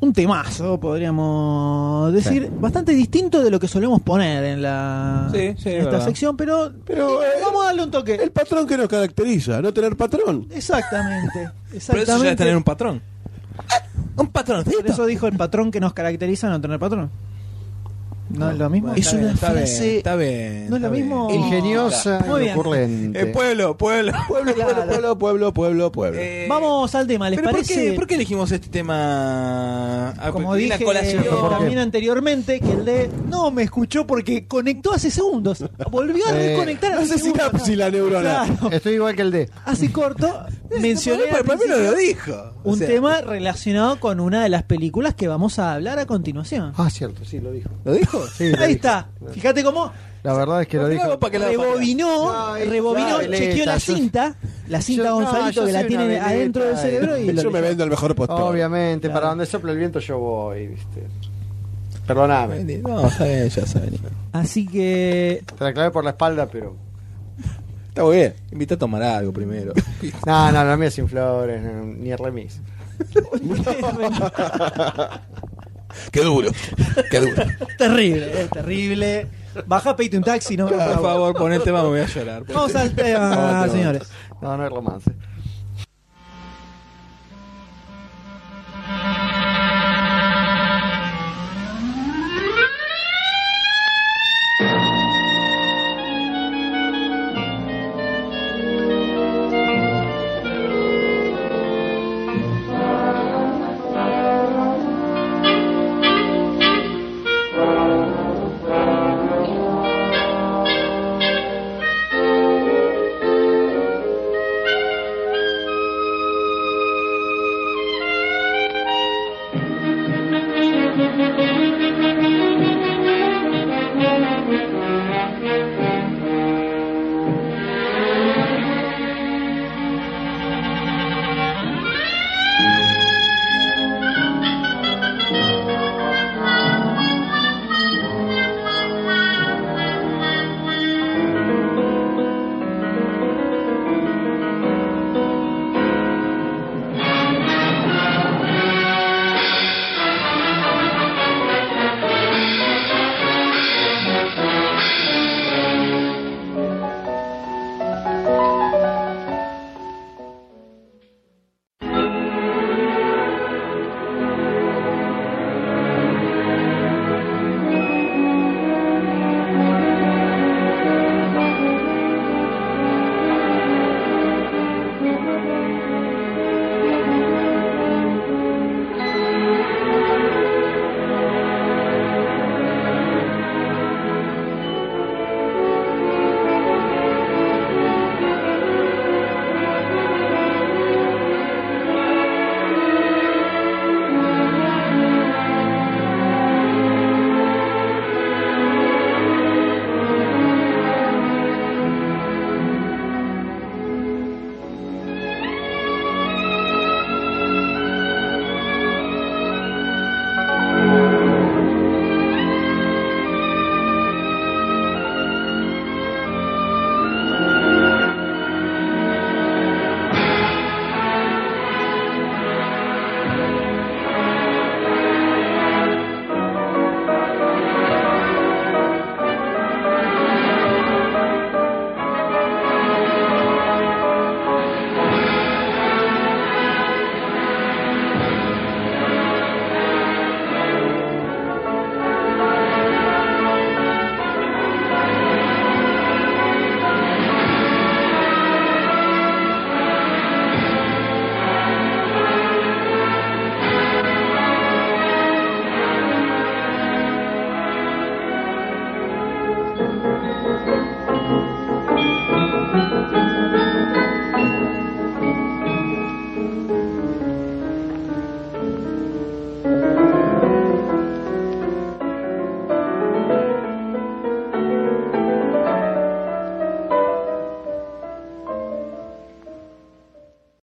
Speaker 3: un temazo, podríamos decir, bastante distinto de lo que solemos poner en la
Speaker 5: Sí, sí,
Speaker 3: en
Speaker 5: es
Speaker 3: esta
Speaker 5: verdad.
Speaker 3: sección, pero,
Speaker 7: Pero, eh,
Speaker 3: vamos a darle un toque.
Speaker 7: El patrón que nos caracteriza, no tener patrón.
Speaker 3: Exactamente,
Speaker 5: Pero eso ya es
Speaker 3: exactamente.
Speaker 5: tener un patrón.
Speaker 11: Un patrón.
Speaker 3: Por eso dijo el patrón que nos caracteriza no tener patrón. No, es lo mismo.
Speaker 11: Bueno, está bien, está bien,
Speaker 3: frase-
Speaker 11: Está bien.
Speaker 3: No es lo
Speaker 11: está
Speaker 3: mismo.
Speaker 11: bien.
Speaker 6: Ingeniosa
Speaker 3: Oh. Muy
Speaker 6: y
Speaker 3: bien.
Speaker 6: ocurrente.
Speaker 11: Eh, pueblo, pueblo.
Speaker 7: Pueblo,
Speaker 3: Claro.
Speaker 7: pueblo, pueblo, pueblo, pueblo.
Speaker 11: Eh,
Speaker 3: Vamos al tema, ¿les
Speaker 11: ¿Pero
Speaker 3: parece?
Speaker 11: por, qué, por qué elegimos este tema? Ah,
Speaker 3: Como
Speaker 11: porque
Speaker 3: dije
Speaker 11: viene a colación.
Speaker 6: ¿Por qué?
Speaker 3: también anteriormente, que el de no me escuchó porque conectó hace segundos. Volvió a
Speaker 6: Eh,
Speaker 3: reconectar
Speaker 7: no
Speaker 3: hace
Speaker 7: sé
Speaker 3: segundos.
Speaker 7: sinapsis la neurona.
Speaker 3: Claro.
Speaker 6: Estoy igual que el de.
Speaker 3: Así corto, mencioné.
Speaker 11: Pero
Speaker 3: al
Speaker 11: para mí no
Speaker 3: principio-
Speaker 11: lo dijo. O
Speaker 3: Un
Speaker 11: sea,
Speaker 3: tema relacionado con una de las películas que vamos a hablar a continuación.
Speaker 6: Ah, cierto, sí, lo dijo.
Speaker 11: ¿Lo dijo?
Speaker 6: Sí, lo
Speaker 3: Ahí
Speaker 6: dijo.
Speaker 3: está. Fíjate cómo
Speaker 6: La verdad es que lo dijo.
Speaker 11: Para que la-
Speaker 3: rebobinó,
Speaker 6: Ay,
Speaker 3: rebobinó,
Speaker 6: ya,
Speaker 3: chequeó la
Speaker 6: Beleta, yo-
Speaker 3: cinta, la cinta
Speaker 6: yo- no,
Speaker 3: Gonzalito
Speaker 6: yo
Speaker 3: que la
Speaker 6: soy una
Speaker 3: tiene
Speaker 6: Beleta,
Speaker 3: adentro del
Speaker 6: eh.
Speaker 3: cerebro y
Speaker 7: Yo
Speaker 3: lo
Speaker 7: me
Speaker 3: leyó.
Speaker 7: vendo el mejor postor.
Speaker 6: Obviamente,
Speaker 3: Claro.
Speaker 6: para donde sopla el viento yo voy, ¿viste? Perdóname.
Speaker 11: No, está bien, ya saben.
Speaker 3: Así que
Speaker 6: Te la clavé por la espalda, pero.
Speaker 7: Está muy bien.
Speaker 11: Invita a tomar algo primero.
Speaker 6: No, no, la mía sin flores, no, ni remis.
Speaker 7: Qué duro. Qué duro.
Speaker 3: terrible, es terrible. Baja, peite un taxi, no.
Speaker 11: Por favor, pon el tema, me voy a llorar.
Speaker 3: Vamos al tema,
Speaker 6: No, no,
Speaker 3: señores.
Speaker 6: No, no es romance.